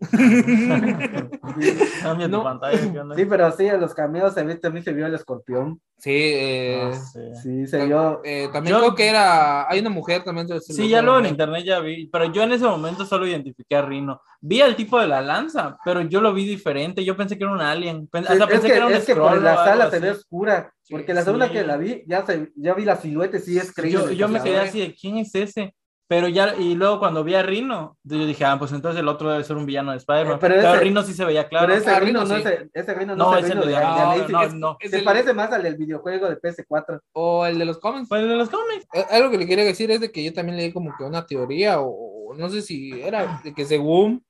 Speaker 8: Sí,
Speaker 6: Cambia tu
Speaker 7: No.
Speaker 6: pantalla. ¿qué onda?
Speaker 8: sí, pero sí, en los cameos se ve, también se vio el escorpión.
Speaker 7: Sí, eh,
Speaker 8: Ah,
Speaker 6: No sé.
Speaker 8: Sí, se vio.
Speaker 7: eh, también
Speaker 6: Yo-
Speaker 7: creo que era. Hay una mujer también. se- se
Speaker 6: Sí,
Speaker 7: lo-
Speaker 6: ya luego en internet ya vi, pero yo en ese momento solo identifiqué a Rino. Vi al tipo de la lanza, pero yo lo vi diferente. Yo pensé que era un alien. Pen-
Speaker 8: es
Speaker 6: hasta pensé
Speaker 8: que,
Speaker 6: que era un
Speaker 8: es que por
Speaker 6: Skrull
Speaker 8: la
Speaker 6: o algo
Speaker 8: sala se
Speaker 6: así.
Speaker 8: ve oscura, porque la
Speaker 6: Sí.
Speaker 8: segunda que la vi, ya, se, ya vi la silueta, y sí es creíble.
Speaker 6: Yo, yo me quedé así de quién es ese. Pero ya, y luego cuando vi a Rino, yo dije, ah, pues entonces el otro debe ser un villano de Spider-Man.
Speaker 8: Eh, pero
Speaker 6: pero
Speaker 8: ese-
Speaker 6: Rino sí se veía claro.
Speaker 8: Pero ese
Speaker 7: Ah,
Speaker 8: reino
Speaker 7: Rino
Speaker 8: no,
Speaker 7: sí.
Speaker 8: es el- ese reino no,
Speaker 6: no,
Speaker 8: es
Speaker 6: ese
Speaker 8: el
Speaker 6: no,
Speaker 8: reino de, de
Speaker 6: no,
Speaker 8: Amazing.
Speaker 6: no,
Speaker 7: Es-
Speaker 6: no.
Speaker 7: es
Speaker 8: se
Speaker 7: el-
Speaker 8: parece más al del videojuego de PS4.
Speaker 7: O el de los cómics.
Speaker 6: Pues de los cómics.
Speaker 7: Eh, Algo que le quería decir es de que yo también leí como que una teoría, o, o no sé si era, de que según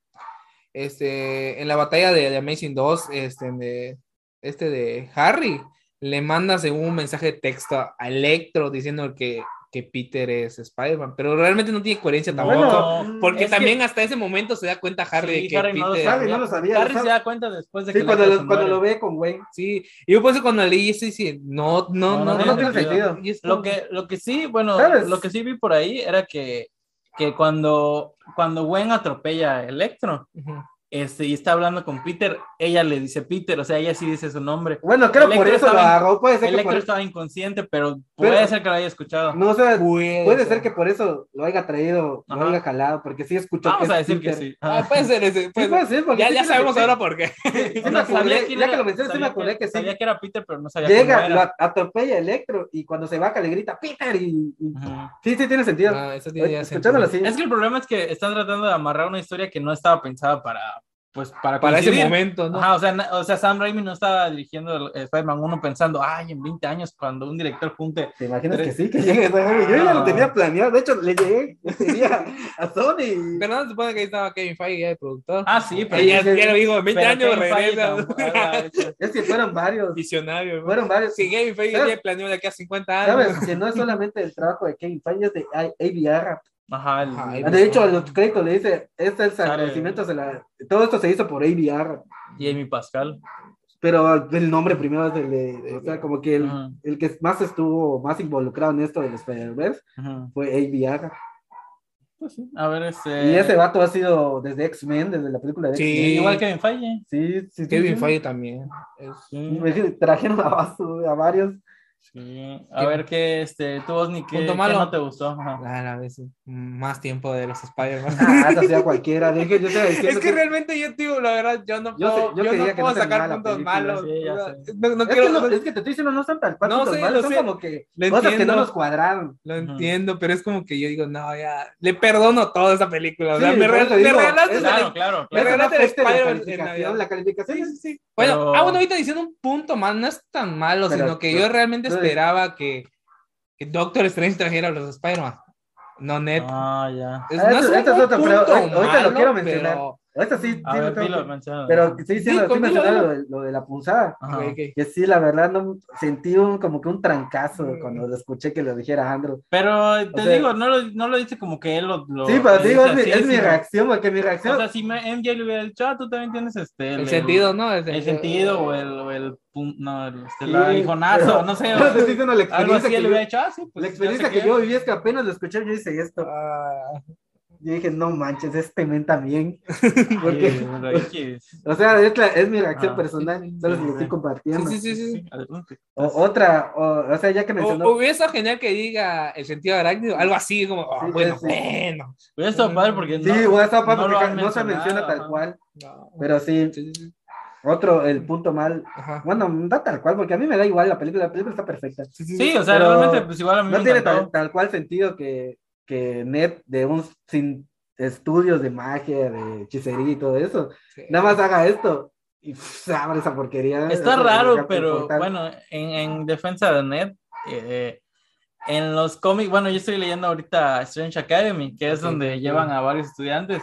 Speaker 7: este, en la batalla de, de Amazing 2, este de, este de Harry, le manda según un mensaje de texto a Electro diciendo que, que Peter es Spider-Man, pero realmente no tiene coherencia
Speaker 6: No,
Speaker 7: tampoco.
Speaker 6: no.
Speaker 7: porque
Speaker 6: es que-
Speaker 7: también hasta ese momento se da cuenta Harry
Speaker 6: Sí,
Speaker 7: de que
Speaker 6: Harry no lo
Speaker 7: Peter.
Speaker 8: Harry no lo sabía.
Speaker 6: Harry se da cuenta después de que
Speaker 8: Sí,
Speaker 6: el
Speaker 8: cuando,
Speaker 6: otro
Speaker 8: lo,
Speaker 6: se
Speaker 8: cuando
Speaker 6: muere.
Speaker 8: lo ve con Wayne.
Speaker 7: Sí, y yo por eso cuando leí eso dije, no, no,
Speaker 6: No,
Speaker 7: no,
Speaker 6: no
Speaker 8: No,
Speaker 7: no,
Speaker 8: tiene sentido.
Speaker 7: y es
Speaker 6: Lo
Speaker 7: como-
Speaker 6: que, lo que sí, bueno,
Speaker 8: ¿Sabes?
Speaker 6: lo que sí vi por ahí era que, que cuando, cuando Gwen atropella a Electro
Speaker 7: Ujú.
Speaker 6: este, y está hablando con Peter, ella le dice Peter, o sea, ella sí dice su nombre.
Speaker 8: Bueno, creo por
Speaker 6: Electro
Speaker 8: eso lo
Speaker 6: estaba-
Speaker 8: agarró. Puede ser que por
Speaker 6: Electro
Speaker 8: eso.
Speaker 6: estaba inconsciente, pero puede
Speaker 8: Pero-
Speaker 6: ser que lo haya escuchado.
Speaker 8: No, o sea,
Speaker 7: Puede
Speaker 8: puede
Speaker 7: ser.
Speaker 8: ser que por eso lo haya traído, lo
Speaker 6: Ajá.
Speaker 8: haya jalado, porque sí escuchó.
Speaker 6: Vamos
Speaker 8: que
Speaker 6: a
Speaker 8: es
Speaker 6: decir que
Speaker 8: Peter.
Speaker 6: sí.
Speaker 7: Ah, puede ser ese,
Speaker 8: Sí,
Speaker 7: puede
Speaker 8: puede
Speaker 7: ser.
Speaker 8: ser, porque
Speaker 7: Ya,
Speaker 8: sí
Speaker 7: ya
Speaker 8: tiene
Speaker 7: sabemos
Speaker 8: sentido.
Speaker 7: ahora por qué.
Speaker 8: Sí
Speaker 6: O
Speaker 8: me
Speaker 6: sea,
Speaker 7: [LAUGHS]
Speaker 8: acordé,
Speaker 6: quién
Speaker 8: ya
Speaker 6: era-
Speaker 8: que lo mencioné, sí me
Speaker 6: sabía
Speaker 8: acordé que sí.
Speaker 6: Sabía que era Peter, pero no sabía
Speaker 8: Llega,
Speaker 6: cómo
Speaker 8: lo
Speaker 6: era.
Speaker 8: a- atropella Electro y cuando se baja le grita Peter y. y-
Speaker 6: Ujú.
Speaker 8: Sí, sí, tiene sentido.
Speaker 7: Ah, eso tiene ya
Speaker 8: Escuchándolo
Speaker 7: sentido.
Speaker 8: así.
Speaker 6: Es que el problema es que están tratando de amarrar una historia que no estaba pensada para, pues para,
Speaker 7: para ese
Speaker 6: coincidir.
Speaker 7: momento, [LAUGHS] ¿no?
Speaker 6: Ajá, o, sea, na- o sea, Sam Raimi no estaba dirigiendo el- el Spider-Man 1 pensando, ay, en 20 años, cuando un director junte
Speaker 8: ¿Te imaginas
Speaker 6: Tres.
Speaker 8: que sí? Que [LAUGHS] llegue esa joven? Yo ya lo
Speaker 6: Ah.
Speaker 8: tenía planeado. De hecho, le llegué ese día a Sony.
Speaker 7: Pero no se supone que ahí estaba Kevin Feige ya de productor.
Speaker 6: Ah, sí, pero.
Speaker 7: Y ya, ya lo dijo, en 20
Speaker 6: pero
Speaker 7: años
Speaker 6: Kevin Feige
Speaker 7: regresa.
Speaker 6: tampoco- ah, hecho.
Speaker 8: Es que fueron varios.
Speaker 7: [LAUGHS] Visionario, hermano.
Speaker 8: Fueron varios.
Speaker 7: Si Kevin Feige
Speaker 8: ¿Sabes?
Speaker 7: ya planeó de aquí a 50 años.
Speaker 8: Sabes que no
Speaker 7: [LAUGHS]
Speaker 8: es solamente el trabajo de Kevin Feige, es de I- ABR.
Speaker 7: [LAUGHS]
Speaker 6: Ajá, el-
Speaker 7: Ajá,
Speaker 8: De hecho, a los créditos le dice, este es el agradecimiento, se la- todo esto se hizo por ABR.
Speaker 6: y Amy Pascal.
Speaker 8: Pero el nombre primero es el de, o sea, como que el,
Speaker 6: Ajá,
Speaker 8: el que más estuvo más involucrado en esto del Spider-Verse
Speaker 6: ajá.
Speaker 8: fue ABR.
Speaker 6: Pues sí, A ver, este.
Speaker 8: Y ese vato ha sido desde X-Men, desde la película de
Speaker 7: Eh. Sí.
Speaker 8: X-Men.
Speaker 6: Igual que en Falle.
Speaker 8: Sí, sí, sí,
Speaker 7: Kevin
Speaker 8: sí.
Speaker 7: Feige también. Es-
Speaker 6: Sí,
Speaker 8: Me Trajeron a, vaso- a varios.
Speaker 6: sí. A ver, ¿qué, este, tú, Osni, qué,
Speaker 7: Punto
Speaker 6: qué
Speaker 7: malo.
Speaker 6: no te gustó? Ajá.
Speaker 7: Ah, la vez, más tiempo de los
Speaker 8: [LAUGHS]
Speaker 7: Spider-Man.
Speaker 8: [LAUGHS] Ah, no sea cualquiera. de que yo te
Speaker 7: Es
Speaker 8: diciendo
Speaker 7: que realmente yo, tío, la verdad, yo no
Speaker 8: Yo sé-
Speaker 7: puedo,
Speaker 8: yo
Speaker 7: yo
Speaker 8: quería
Speaker 7: no
Speaker 8: que no
Speaker 7: puedo
Speaker 8: terminara
Speaker 7: sacar
Speaker 8: la
Speaker 7: puntos
Speaker 8: película.
Speaker 7: malos.
Speaker 6: Sí, ya sé.
Speaker 7: No, no
Speaker 8: Es que,
Speaker 7: quiero,
Speaker 8: no-
Speaker 7: no-
Speaker 8: es que te estoy diciendo, no son tal cual.
Speaker 7: No
Speaker 8: puntos
Speaker 7: sé,
Speaker 8: malos,
Speaker 7: lo
Speaker 8: son
Speaker 7: sé.
Speaker 8: como que
Speaker 7: Lo
Speaker 8: cosas que
Speaker 7: entiendo.
Speaker 8: no nos cuadraron.
Speaker 7: lo
Speaker 6: Ujú.
Speaker 7: entiendo, pero es como que yo digo, no, ya, le perdono toda esa película. O sea,
Speaker 8: Sí,
Speaker 7: me,
Speaker 8: por
Speaker 7: re-
Speaker 8: eso
Speaker 7: me
Speaker 8: digo,
Speaker 7: regalaste
Speaker 8: es-
Speaker 7: la-
Speaker 6: Claro, claro,
Speaker 7: Me
Speaker 6: claro.
Speaker 8: Es una
Speaker 7: regalaste el
Speaker 8: peste este de
Speaker 7: Spider-Man en
Speaker 8: calificación.
Speaker 7: Navidad.
Speaker 8: La calificación
Speaker 7: Sí,
Speaker 8: es
Speaker 7: sí, sí. Bueno,
Speaker 6: Pero-
Speaker 7: ah, bueno, ahorita diciendo un punto más, no es tan malo,
Speaker 8: Pero-
Speaker 7: sino que yo realmente
Speaker 8: pero-
Speaker 7: esperaba que, que Doctor Strange trajera a los Spider-Man. No, net.
Speaker 6: Ah, ya.
Speaker 7: Es,
Speaker 8: Ah,
Speaker 7: no
Speaker 8: eso- eso
Speaker 7: un
Speaker 8: es otro, pero
Speaker 7: punto
Speaker 8: ahorita- ahorita lo
Speaker 7: malo,
Speaker 8: quiero mencionar.
Speaker 7: pero-
Speaker 8: Ahorita sí, sí,
Speaker 6: A
Speaker 8: lo
Speaker 6: ver,
Speaker 8: tengo
Speaker 6: dilo,
Speaker 8: que-
Speaker 6: menciona.
Speaker 8: Pero sí, sí,
Speaker 7: Sí,
Speaker 8: lo, sí
Speaker 7: con Dilo,
Speaker 8: mencionaron
Speaker 7: dilo.
Speaker 8: lo, de- lo de la punzada.
Speaker 6: Ajá.
Speaker 7: Ok, ok.
Speaker 8: Que sí, la verdad, no sentí un, como que un trancazo cuando lo escuché que lo dijera Andrew.
Speaker 6: Pero te
Speaker 8: O sea-
Speaker 6: digo, no lo, no lo dice como que él lo. lo-
Speaker 8: Sí, pero
Speaker 6: lo
Speaker 8: digo, es
Speaker 6: dice
Speaker 8: mi,
Speaker 6: así,
Speaker 8: es mi
Speaker 6: sino-
Speaker 8: reacción, porque mi
Speaker 6: O
Speaker 8: reacción. [LAUGHS]
Speaker 6: sea, si me- MJ le hubiera dicho, ah, tú también tienes este.
Speaker 7: El sentido, ¿no?
Speaker 6: El sentido o el. O el pun- no, el, este, la
Speaker 8: Sí,
Speaker 6: hijonazo,
Speaker 8: pero-
Speaker 6: no sé.
Speaker 8: pero te estoy diciendo la
Speaker 6: Algo así
Speaker 8: experiencia que
Speaker 6: le
Speaker 8: yo,
Speaker 6: hubiera dicho, ah, sí, pues. ya
Speaker 8: la
Speaker 6: sé
Speaker 8: experiencia que yo viví es que apenas lo escuché, yo hice esto.
Speaker 7: Ah,
Speaker 8: Yo dije, no manches, este
Speaker 6: [LAUGHS]
Speaker 8: men también.
Speaker 6: Sí,
Speaker 8: Porque,
Speaker 6: pero ahí que-
Speaker 8: o sea, es, la- es mi reacción
Speaker 6: Ah.
Speaker 8: personal, solo se lo estoy
Speaker 6: Sí,
Speaker 8: compartiendo.
Speaker 7: sí, sí, sí, sí.
Speaker 6: sí, adelante.
Speaker 8: O, otra, o, o sea, ya que mencionó.
Speaker 7: O, hubiera sido genial que diga el sentido arácnido, algo así como, ah,
Speaker 8: Sí,
Speaker 7: bueno,
Speaker 8: sí.
Speaker 7: bueno.
Speaker 6: Hubiera estado padre porque
Speaker 8: Sí,
Speaker 6: no.
Speaker 8: WhatsApp,
Speaker 6: no lo
Speaker 8: porque
Speaker 6: han
Speaker 8: no se menciona
Speaker 6: mencionado,
Speaker 8: tal
Speaker 6: ajá.
Speaker 8: cual,
Speaker 7: No.
Speaker 8: pero sí,
Speaker 7: Sí, sí, sí.
Speaker 8: otro, el punto mal,
Speaker 7: Ajá.
Speaker 8: bueno, no tal cual, porque a mí me da igual la película, la película está perfecta.
Speaker 6: Sí, o sea,
Speaker 8: Pero-
Speaker 6: realmente, pues igual a mí
Speaker 8: No
Speaker 6: me
Speaker 8: tiene
Speaker 6: encantó.
Speaker 8: tal, tal cual sentido que, que Ned de un sin estudios de magia, de hechicería y todo eso,
Speaker 7: Sí.
Speaker 8: nada más haga esto y pff, se abre esa porquería.
Speaker 6: Está
Speaker 8: Eso es
Speaker 6: raro,
Speaker 8: lo que
Speaker 6: pero
Speaker 8: importa.
Speaker 6: bueno, en, en defensa de Ned, eh, en los cómics, bueno, yo estoy leyendo ahorita Strange Academy, que es donde llevan a varios estudiantes.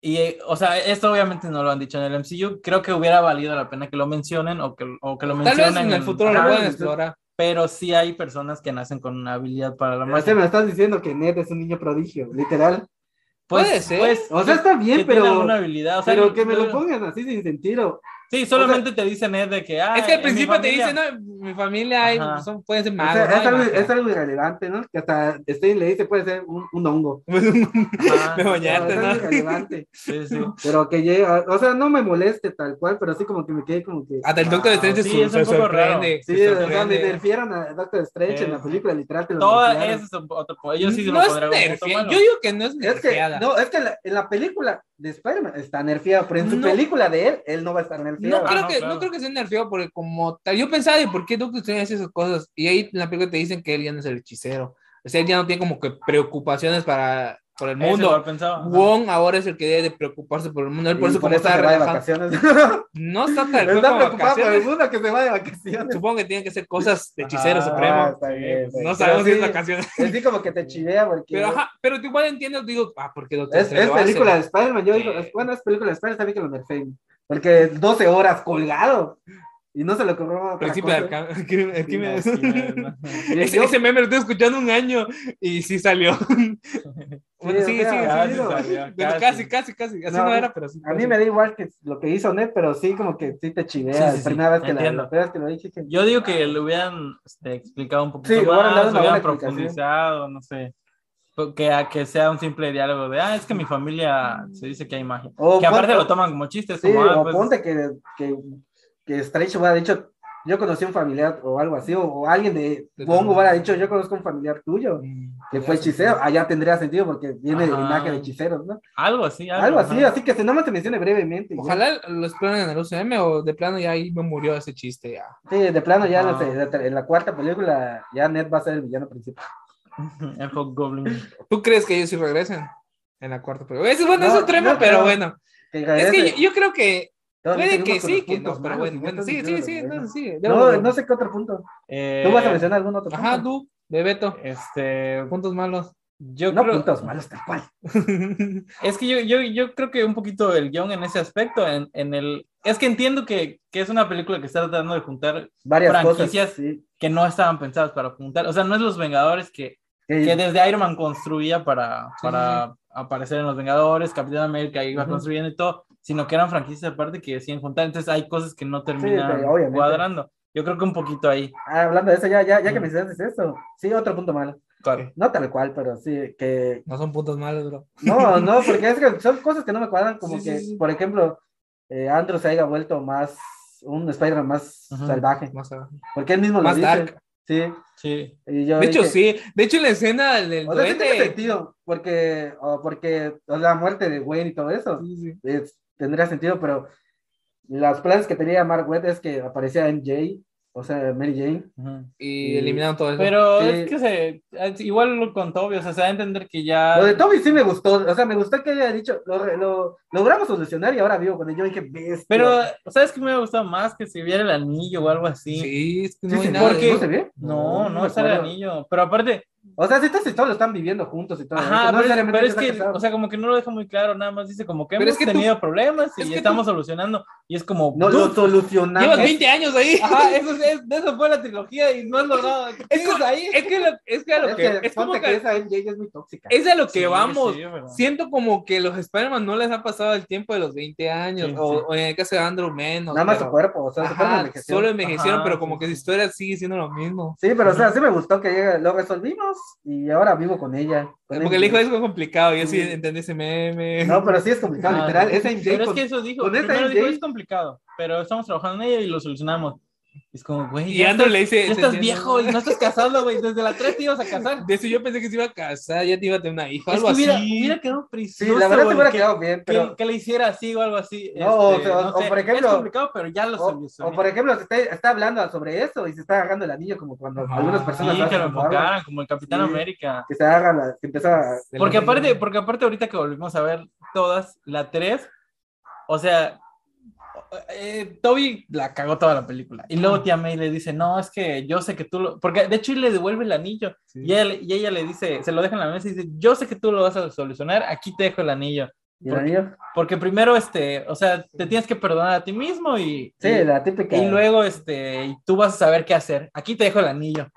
Speaker 6: Y, eh, o sea, esto obviamente no lo han dicho en el MCU. Creo que hubiera valido la pena que lo mencionen o que, o que lo
Speaker 7: Tal
Speaker 6: mencionen.
Speaker 7: vez en el futuro lo
Speaker 6: Ajá,
Speaker 7: puedan explorar.
Speaker 6: Pero sí hay personas que nacen con una habilidad para la
Speaker 8: O sea,
Speaker 6: magia.
Speaker 8: Este me estás diciendo que Ned es un niño prodigio, literal.
Speaker 6: Pues,
Speaker 7: puede ser.
Speaker 6: pues,
Speaker 8: O sea, está
Speaker 6: que
Speaker 8: bien,
Speaker 6: tiene
Speaker 8: pero,
Speaker 6: alguna habilidad. O sea,
Speaker 8: pero
Speaker 6: no-
Speaker 8: que me lo
Speaker 6: no-
Speaker 8: pongan así sin sentido.
Speaker 6: Sí, solamente te dicen Ned de que. ah,
Speaker 7: es que al
Speaker 6: en mi
Speaker 7: principio te
Speaker 6: familia-
Speaker 7: dicen, "Ah, no, mi familia hay,
Speaker 6: Ajá.
Speaker 7: son, pueden ser
Speaker 8: O
Speaker 6: Ah,
Speaker 7: magos.
Speaker 8: sea,
Speaker 7: ¿no?
Speaker 8: es, algo,
Speaker 7: Imagínate.
Speaker 8: es
Speaker 7: [LAUGHS]
Speaker 8: algo irrelevante, ¿no? Que hasta Stein le dice puede ser un, un hongo.
Speaker 6: Ajá,
Speaker 7: Me
Speaker 8: O sea,
Speaker 7: bañaste,
Speaker 8: es
Speaker 7: ¿no?
Speaker 8: algo irrelevante.
Speaker 6: sí,
Speaker 7: [LAUGHS]
Speaker 6: sí.
Speaker 8: Pero que llega, o sea, no me moleste tal cual, pero sí como que me quedé como
Speaker 6: Ah,
Speaker 8: que.
Speaker 7: Hasta el Doctor Strange
Speaker 6: sí,
Speaker 7: se-
Speaker 6: es
Speaker 7: se
Speaker 6: un poco
Speaker 7: sorprende.
Speaker 8: Sí,
Speaker 7: se
Speaker 8: o sea, me
Speaker 7: sorprende.
Speaker 8: nerfieron a Doctor Strange
Speaker 6: Sí.
Speaker 8: en la película, literal. Te lo
Speaker 6: Todo
Speaker 8: nerfearon.
Speaker 6: eso es otro. po- Yo sí se
Speaker 7: no
Speaker 6: lo
Speaker 7: es
Speaker 6: pondría como punto
Speaker 7: nerfea-
Speaker 6: malo.
Speaker 7: Yo digo que no es
Speaker 8: Es que,
Speaker 7: nerfeada.
Speaker 8: no, es que la, en la película de Spider-Man está nerfeado, pero en su
Speaker 7: No.
Speaker 8: película de él, él no va a estar
Speaker 7: No
Speaker 8: nerfeado.
Speaker 7: creo,
Speaker 6: no,
Speaker 7: que,
Speaker 6: claro.
Speaker 7: no creo que sea nerfeado porque como tal, yo pensaba de por qué Doctor Strange hace esas cosas y ahí en la película te dicen que él ya no es el hechicero, o sea, él ya no tiene como que preocupaciones para, por el
Speaker 6: Eso igual
Speaker 7: mundo.
Speaker 6: pensaba. ajá.
Speaker 7: Wong ahora es el que debe de preocuparse por el mundo, él por
Speaker 8: Y
Speaker 7: eso como
Speaker 8: eso
Speaker 7: está
Speaker 8: se va de
Speaker 7: relajado,
Speaker 8: vacaciones.
Speaker 7: [LAUGHS] no está
Speaker 8: [LAUGHS]
Speaker 7: tan
Speaker 8: Está preocupado por el mundo que se va de
Speaker 7: [LAUGHS]
Speaker 8: vacaciones.
Speaker 7: Supongo que tienen que ser cosas de hechicero
Speaker 6: Ah,
Speaker 7: supremo.
Speaker 8: está bien, está bien.
Speaker 7: No sabemos si
Speaker 8: Pero
Speaker 7: es la
Speaker 8: sí,
Speaker 7: canción.
Speaker 8: Es sí como que te chivea porque
Speaker 7: Pero, ajá, pero tú igual entiendo, digo, ah, porque Doctor
Speaker 8: es,
Speaker 7: Strange
Speaker 8: es
Speaker 7: lo hace?
Speaker 8: película de Spider-Man. Yo digo,
Speaker 7: Sí.
Speaker 8: es- bueno, es película de Spider-Man, está bien que lo nerfeen. Porque 12 horas colgado y no se le ocurrió otra
Speaker 7: Príncipe de
Speaker 8: cosa.
Speaker 7: Arca- [LAUGHS] Arquímedes.
Speaker 6: Sí,
Speaker 7: [LAUGHS]
Speaker 6: sí, no, no.
Speaker 8: [LAUGHS] Y
Speaker 7: Ese,
Speaker 8: yo-
Speaker 7: ese meme lo estoy escuchando un año y sí salió. bueno,
Speaker 8: o
Speaker 7: sigue,
Speaker 8: sea, ha
Speaker 7: sigue, sigue.
Speaker 6: Casi
Speaker 8: sido-
Speaker 6: salió,
Speaker 7: Bueno,
Speaker 6: casi.
Speaker 7: casi, casi, casi. Así
Speaker 8: No,
Speaker 7: no,
Speaker 8: a mí-
Speaker 7: era, pero sí.
Speaker 8: A mí me da igual que lo que hizo Ned, pero sí como que sí te chivea.
Speaker 6: Sí, sí,
Speaker 8: la
Speaker 6: sí,
Speaker 8: primera vez que la,
Speaker 6: entiendo.
Speaker 8: la primera vez que lo dije, dije,
Speaker 6: Yo digo que lo hubieran este, explicado un poquito
Speaker 8: Sí, hubieran dado
Speaker 6: más,
Speaker 8: una
Speaker 6: lo hubieran
Speaker 8: buena explicación.
Speaker 6: profundizado, no sé. Pues, Que, a que sea un simple diálogo de, ah, es que mi familia se dice que hay magia.
Speaker 8: O
Speaker 6: que aparte
Speaker 8: pon-
Speaker 6: lo toman como chistes,
Speaker 8: Sí,
Speaker 6: como, ah,
Speaker 8: o
Speaker 6: pues,
Speaker 8: ponte que, que, que Strange hubiera dicho, yo conocí a un familiar o algo así, o, o alguien de
Speaker 7: De tu
Speaker 8: Bongo
Speaker 7: familia.
Speaker 8: hubiera dicho, yo conozco a un familiar tuyo, que fue hechicero, allá tendría sentido porque viene del
Speaker 6: Ajá.
Speaker 8: linaje de hechiceros, ¿no?
Speaker 6: algo así.
Speaker 8: Algo así,
Speaker 6: ajá.
Speaker 8: así que si no me te mencione brevemente. y ya.
Speaker 7: Ojalá lo exploren en el UCM o de plano ya ahí me murió ese chiste ya.
Speaker 8: Sí, de plano ya, no
Speaker 6: Ajá.
Speaker 8: sé, de- en la cuarta película ya Ned va a ser el villano principal.
Speaker 6: [LAUGHS] El Hot Goblin.
Speaker 7: ¿Tú crees que ellos sí regresen? En la cuarta. Pero... Ese, bueno,
Speaker 8: No,
Speaker 7: es otro tema,
Speaker 8: no
Speaker 7: pero
Speaker 8: creo.
Speaker 7: bueno.
Speaker 8: Que
Speaker 7: Es
Speaker 8: Gael
Speaker 7: que
Speaker 8: se-
Speaker 7: yo, yo creo que
Speaker 8: todavía
Speaker 7: puede que
Speaker 8: seguimos con
Speaker 7: sí,
Speaker 8: los
Speaker 7: que
Speaker 8: puntos
Speaker 7: no, pero
Speaker 8: malos,
Speaker 7: bueno,
Speaker 8: ya
Speaker 7: bueno,
Speaker 8: estás
Speaker 7: sí,
Speaker 8: diciendo lo
Speaker 7: sí, sí,
Speaker 8: mismo.
Speaker 7: entonces sí. ya lo
Speaker 8: No,
Speaker 7: veremos.
Speaker 8: no sé qué otro punto.
Speaker 6: Eh,
Speaker 8: [LAUGHS] Tú vas a mencionar algún otro punto.
Speaker 7: Ajá, tú, Bebeto,
Speaker 6: Este,
Speaker 7: puntos malos.
Speaker 6: yo
Speaker 8: No
Speaker 6: creo,
Speaker 8: puntos malos, tal cual.
Speaker 6: es que yo, yo, yo creo que un poquito el guión en ese aspecto, en, en el, es que entiendo que, que es una película que está tratando de juntar
Speaker 8: Varias cosas.
Speaker 6: Franquicias.
Speaker 8: sí.
Speaker 6: que no estaban pensadas para juntar, o sea, no es los Vengadores que,
Speaker 8: Que-
Speaker 6: que desde Iron Man construía para, para aparecer en los Vengadores, Capitán América iba
Speaker 8: Ujú.
Speaker 6: construyendo y todo, sino que eran franquicias aparte que decían juntar, entonces hay cosas que no terminan
Speaker 8: pero obviamente.
Speaker 6: cuadrando. Yo creo que un poquito ahí.
Speaker 8: Ah, hablando de eso, ya, ya, ya que
Speaker 6: Mm.
Speaker 8: mencionaste eso. Sí, otro punto malo.
Speaker 6: claro.
Speaker 8: No tal cual, pero sí, que.
Speaker 7: No son puntos malos, bro.
Speaker 8: No, no, porque es que son cosas que no me cuadran, como
Speaker 7: Sí, sí,
Speaker 8: que,
Speaker 7: sí.
Speaker 8: por ejemplo, eh, Andrew se haya vuelto más. Un Spider-Man más
Speaker 6: Ujú.
Speaker 8: salvaje.
Speaker 7: Más, abajo.
Speaker 8: Porque él mismo lo
Speaker 7: Más
Speaker 8: dice.
Speaker 7: dark.
Speaker 8: Sí.
Speaker 6: Sí.
Speaker 8: y yo
Speaker 7: De hecho,
Speaker 8: dije-
Speaker 7: sí. De hecho, en la escena del, del
Speaker 8: O sea, sí tiene
Speaker 7: duende,
Speaker 8: sentido, porque, o porque o la muerte de Wayne y todo eso es- tendría sentido, pero los planes que tenía Mark Webb es que aparecía MJ, o sea, Mary Jane.
Speaker 6: Ujú.
Speaker 7: y eliminaron todo eso.
Speaker 6: Pero
Speaker 8: Sí.
Speaker 6: es que se, es igual lo con Toby, o sea, se da a entender que ya...
Speaker 8: Lo de Toby sí me gustó, o sea, me gustó que haya dicho, lo, re- lo- logramos solucionar y ahora vivo con él. Yo dije, bestia.
Speaker 6: Pero, ¿sabes qué me gusta más? Que si viera el anillo o algo así.
Speaker 7: Sí, es que
Speaker 8: Sí,
Speaker 7: no hay
Speaker 8: se-
Speaker 7: nada.
Speaker 8: ¿por qué?
Speaker 7: de-
Speaker 8: ¿No se ve?
Speaker 6: No, no,
Speaker 8: me
Speaker 6: está el
Speaker 8: acuerdo.
Speaker 6: anillo. Pero aparte,
Speaker 8: O sea, sí, estas historias lo están viviendo juntos y todo.
Speaker 6: ajá,
Speaker 8: eso, no
Speaker 6: pero, es-
Speaker 8: necesariamente
Speaker 6: pero es
Speaker 8: está
Speaker 6: que,
Speaker 8: casado.
Speaker 6: o sea, como que no lo deja muy claro, nada más dice como que
Speaker 7: Pero
Speaker 6: hemos
Speaker 7: es que tú-
Speaker 6: tenido problemas
Speaker 7: es
Speaker 6: y
Speaker 7: que
Speaker 6: estamos solucionando. Y es como,
Speaker 8: no
Speaker 6: dude,
Speaker 8: lo solucionamos.
Speaker 7: Llevas 20 años ahí.
Speaker 6: Ajá, eso, es- es- de eso fue la trilogía y no has logrado.
Speaker 7: [LAUGHS] Es, como- es que lo- es que a lo
Speaker 8: Es
Speaker 7: que,
Speaker 8: que
Speaker 7: es como
Speaker 8: ponte
Speaker 7: que-
Speaker 8: que esa MJ es muy tóxica.
Speaker 7: es a lo que
Speaker 6: Sí,
Speaker 7: vamos.
Speaker 6: sí, pero-
Speaker 7: Siento como que los Spider-Man no les ha pasado el tiempo de los 20 años,
Speaker 6: Sí,
Speaker 7: o,
Speaker 6: sí.
Speaker 7: o en el caso de Andrew menos.
Speaker 8: Nada más
Speaker 7: pero-
Speaker 8: su cuerpo, o sea, su cuerpo
Speaker 7: Ajá,
Speaker 8: envejeció.
Speaker 7: solo envejecieron,
Speaker 6: Ajá,
Speaker 7: pero como
Speaker 6: sí,
Speaker 7: que su
Speaker 6: sí.
Speaker 7: historia sigue siendo lo mismo.
Speaker 8: Sí, pero o sea, sí me gustó que llega- lo resolvimos y ahora vivo con ella. con
Speaker 7: Porque
Speaker 8: MJ.
Speaker 7: el hijo es como complicado, yo sí
Speaker 8: Sí.
Speaker 7: entendí
Speaker 6: [LAUGHS]
Speaker 7: ese meme.
Speaker 8: No, pero sí es complicado,
Speaker 6: Ah,
Speaker 8: literal. Esa MJ
Speaker 6: Pero es
Speaker 8: con-
Speaker 6: que eso dijo,
Speaker 8: con esa
Speaker 6: primero dijo,
Speaker 8: MJ.
Speaker 6: es complicado, pero estamos trabajando en ello y lo solucionamos. Y es como, güey,
Speaker 7: y
Speaker 6: ya estás,
Speaker 7: Andrew le dice:
Speaker 6: ya
Speaker 7: "Te
Speaker 6: estás
Speaker 7: entiendo".
Speaker 6: viejo y no estás casado, güey, desde la 3 te ibas a
Speaker 8: [LAUGHS]
Speaker 6: casar.
Speaker 7: De eso yo pensé que se iba a casar, ya te iba a tener una hija,
Speaker 6: Es
Speaker 7: algo
Speaker 6: que hubiera,
Speaker 7: así.
Speaker 6: hubiera quedado
Speaker 8: Sí,
Speaker 6: precioso,
Speaker 8: la verdad se
Speaker 6: güey,
Speaker 8: hubiera
Speaker 6: que-
Speaker 8: quedado bien,
Speaker 6: que,
Speaker 8: pero.
Speaker 6: que le hiciera así o algo así.
Speaker 8: No,
Speaker 6: este,
Speaker 8: o sea,
Speaker 6: no
Speaker 8: o- o
Speaker 6: sé,
Speaker 8: por ejemplo-
Speaker 6: Es complicado, pero ya lo
Speaker 8: O, o
Speaker 6: solucioné.
Speaker 8: por ejemplo, se está, está hablando sobre eso y se está agarrando el anillo como cuando
Speaker 7: Ah,
Speaker 8: algunas
Speaker 6: Sí,
Speaker 8: personas
Speaker 6: que
Speaker 8: hacen
Speaker 6: lo
Speaker 8: como ahora,
Speaker 6: enfocaran como el Capitán
Speaker 8: Sí.
Speaker 6: América.
Speaker 8: que se agarra, la- que empieza a-
Speaker 7: De
Speaker 6: Porque
Speaker 7: la-
Speaker 6: aparte, porque aparte ahorita que volvimos a ver todas, la 3, o sea, eh, Toby la cagó toda la película. Y luego tía May le dice, no, es que yo sé que tú lo... Porque de hecho él le devuelve el anillo.
Speaker 7: Sí.
Speaker 6: Y, él- y ella le dice, se lo deja en la mesa y dice, yo sé que tú lo vas a solucionar, aquí te dejo el anillo.
Speaker 8: y el anillo.
Speaker 6: Porque primero, este, o sea, te tienes que perdonar a ti mismo y...
Speaker 8: Sí,
Speaker 6: y-
Speaker 8: la típica.
Speaker 6: y luego, este, y tú vas a saber qué hacer. Aquí te dejo el anillo.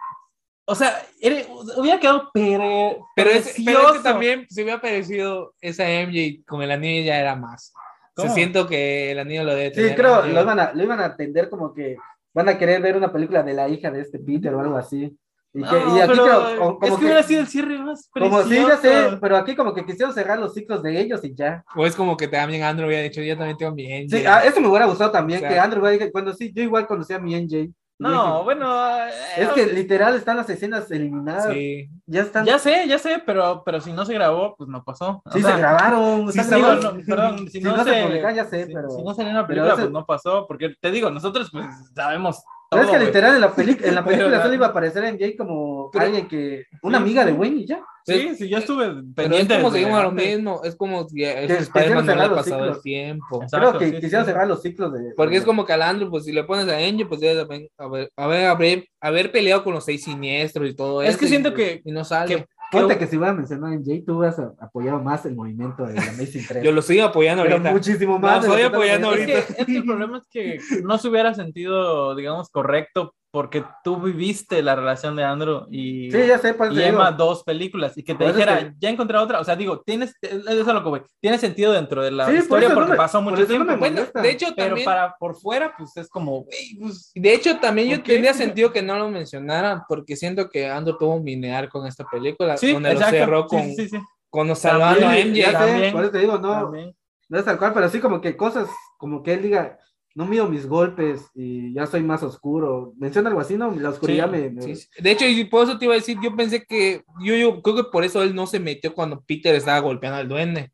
Speaker 6: O sea, eres- hubiera quedado pere,
Speaker 7: Pero es, pero es que
Speaker 6: precioso.
Speaker 7: también, si hubiera aparecido esa MJ con el anillo, ya era más. O sea,
Speaker 6: ¿Cómo?
Speaker 7: siento que el anillo lo debe tener.
Speaker 8: Sí, creo,
Speaker 7: MJ.
Speaker 8: lo iban, a, lo iban a atender como que van a querer ver una película de la hija de este Peter o algo así. Y, que,
Speaker 6: No,
Speaker 8: y aquí
Speaker 6: pero
Speaker 8: creo, o-
Speaker 6: es
Speaker 8: como
Speaker 6: que, hubiera sido el cierre más precioso.
Speaker 8: como sí, ya sé, pero aquí como que quisieron cerrar los ciclos de ellos y ya.
Speaker 7: O es como que también Andrew hubiera dicho, yo también tengo mi MJ.
Speaker 8: Sí, ah, eso me hubiera gustado también,
Speaker 7: O sea-
Speaker 8: que Andrew hubiera dicho, cuando sí, yo igual conocía a mi NJ.
Speaker 6: No, bueno, eh,
Speaker 8: Es que literal están las escenas eliminadas.
Speaker 7: Sí.
Speaker 8: Ya están.
Speaker 6: ya sé, ya sé, pero, pero si no se grabó, pues no pasó. O
Speaker 8: sí,
Speaker 6: sea,
Speaker 8: se grabaron.
Speaker 6: sí,
Speaker 8: están
Speaker 6: digo,
Speaker 8: grabados.
Speaker 6: no, perdón, si,
Speaker 8: [LAUGHS] Si
Speaker 6: no,
Speaker 8: no se
Speaker 6: se,
Speaker 8: publican, ya sé,
Speaker 6: si-
Speaker 8: pero-
Speaker 6: si no salió en la
Speaker 8: pero
Speaker 6: película,
Speaker 8: ese-
Speaker 6: pues no pasó, porque te digo, nosotros pues sabemos todo,
Speaker 8: Pero es que
Speaker 6: güey.
Speaker 8: literal en la, peli- en la
Speaker 6: [LAUGHS] Pero
Speaker 8: película
Speaker 6: la-
Speaker 8: solo iba a aparecer MJ como
Speaker 7: Pero-
Speaker 8: alguien que. Una amiga de Wayne y ya.
Speaker 6: Sí, sí, yo estuve
Speaker 7: Pero es
Speaker 6: pendiente.
Speaker 7: como
Speaker 6: desde
Speaker 7: seguimos a lo
Speaker 6: antes.
Speaker 7: mismo. Es como si a-
Speaker 8: Que
Speaker 7: a Spider-Man no
Speaker 8: quisieron
Speaker 7: le ha
Speaker 8: cerrar los
Speaker 7: pasado el
Speaker 8: ciclos.
Speaker 7: tiempo.
Speaker 6: Exacto,
Speaker 8: Creo que
Speaker 6: sí,
Speaker 8: quisieron
Speaker 6: sí.
Speaker 8: cerrar los ciclos de.
Speaker 7: Porque es como que al Andrew, pues si le pones a Angel, pues debe de haber, haber, haber, haber- haber peleado con los seis siniestros y todo eso.
Speaker 6: Es que
Speaker 7: y-
Speaker 6: siento que-
Speaker 7: Y no sale.
Speaker 6: que-
Speaker 8: Ponte que si voy a mencionar a MJ, tú hubieras apoyado más el movimiento de
Speaker 6: [LAUGHS]
Speaker 8: la Amazing 3.
Speaker 7: Yo lo sigo apoyando
Speaker 8: Pero
Speaker 7: ahorita.
Speaker 8: muchísimo más. de lo
Speaker 7: estoy
Speaker 8: que están
Speaker 7: apoyando
Speaker 8: haciendo.
Speaker 7: ahorita.
Speaker 6: Es que, es
Speaker 8: [LAUGHS]
Speaker 6: que el problema es que no se hubiera sentido, digamos, correcto porque tú viviste la relación de Andrew y,
Speaker 8: Sí, ya sé, pues.
Speaker 6: y
Speaker 8: te digo.
Speaker 6: Emma dos películas y que te
Speaker 8: Por eso
Speaker 6: dijera,
Speaker 8: te-
Speaker 6: ya encontré otra. O sea, digo, tienes, es eso a lo que voy, tiene sentido dentro de la
Speaker 8: Sí, por
Speaker 6: historia
Speaker 8: eso no
Speaker 6: porque
Speaker 8: me-
Speaker 6: pasó
Speaker 8: por
Speaker 6: mucho
Speaker 8: eso no
Speaker 6: tiempo.
Speaker 8: me
Speaker 7: Bueno,
Speaker 8: molesta.
Speaker 7: de hecho,
Speaker 6: pero
Speaker 7: también.
Speaker 6: para por fuera, pues es como, güey, pues,
Speaker 7: De hecho, también yo
Speaker 6: Ok.
Speaker 7: tenía sentido que no lo mencionaran, porque siento que Andrew tuvo un minear con esta película,
Speaker 6: sí,
Speaker 7: donde
Speaker 6: exacto.
Speaker 7: lo cerró
Speaker 6: Sí,
Speaker 7: con,
Speaker 6: sí, sí, sí.
Speaker 7: con los salvando a
Speaker 6: También,
Speaker 7: MJ.
Speaker 8: Ya sé,
Speaker 6: También.
Speaker 8: por eso te digo, no,
Speaker 6: También.
Speaker 8: no es tal cual, pero sí como que cosas como que él diga, no mido mis golpes y ya soy más oscuro. Menciona algo así, ¿no? La oscuridad
Speaker 6: Sí,
Speaker 8: me. me-
Speaker 7: Sí, sí. De hecho, y por eso te iba a decir, yo pensé que, yo, yo creo que por eso él no se metió cuando Peter estaba golpeando al duende.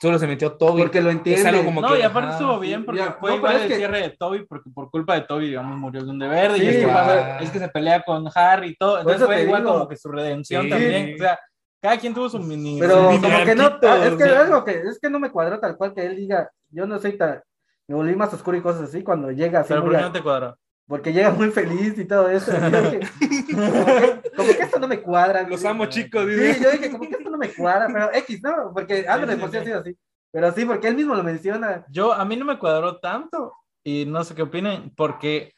Speaker 7: Solo se metió Toby.
Speaker 8: Porque lo
Speaker 7: Es
Speaker 8: entiende.
Speaker 7: algo como
Speaker 6: No,
Speaker 7: que,
Speaker 6: y aparte
Speaker 7: ajá,
Speaker 6: estuvo
Speaker 8: sí,
Speaker 6: bien porque fue
Speaker 8: ya, no, pero
Speaker 6: igual
Speaker 8: es
Speaker 6: el
Speaker 8: que-
Speaker 6: cierre de Toby, porque por culpa de Toby, digamos, murió el Duende Verde y
Speaker 8: Sí,
Speaker 6: es, culpa
Speaker 7: ah.
Speaker 6: de- es que se pelea con Harry y todo.
Speaker 8: Por
Speaker 6: Entonces
Speaker 8: eso
Speaker 6: fue
Speaker 8: te
Speaker 6: igual
Speaker 8: digo.
Speaker 6: como que su redención
Speaker 7: Sí.
Speaker 6: también. O sea, Cada quien tuvo su mini.
Speaker 8: Pero
Speaker 6: su mini
Speaker 8: como que no,
Speaker 6: arquito,
Speaker 8: ah, es
Speaker 6: o
Speaker 8: que
Speaker 6: sea,
Speaker 8: algo que, es que no me cuadró tal cual que él diga, yo no soy tan, me volví más oscuro y cosas así cuando llega así,
Speaker 6: Pero
Speaker 8: muy
Speaker 6: ¿por qué
Speaker 8: a-
Speaker 6: no te cuadró?
Speaker 8: porque llega muy feliz y todo eso.
Speaker 6: [LAUGHS]
Speaker 8: y yo dije, como, que, como que esto no me cuadra.
Speaker 7: Los
Speaker 8: güey.
Speaker 7: amo, chicos. dice.
Speaker 8: Sí, yo dije, como que esto no me cuadra, pero X, no, porque Andrew
Speaker 6: sí,
Speaker 8: de por sí
Speaker 6: sí.
Speaker 8: ha sido así. Pero sí, porque él mismo lo menciona.
Speaker 6: Yo, a mí no me cuadró tanto y no sé qué opinen, porque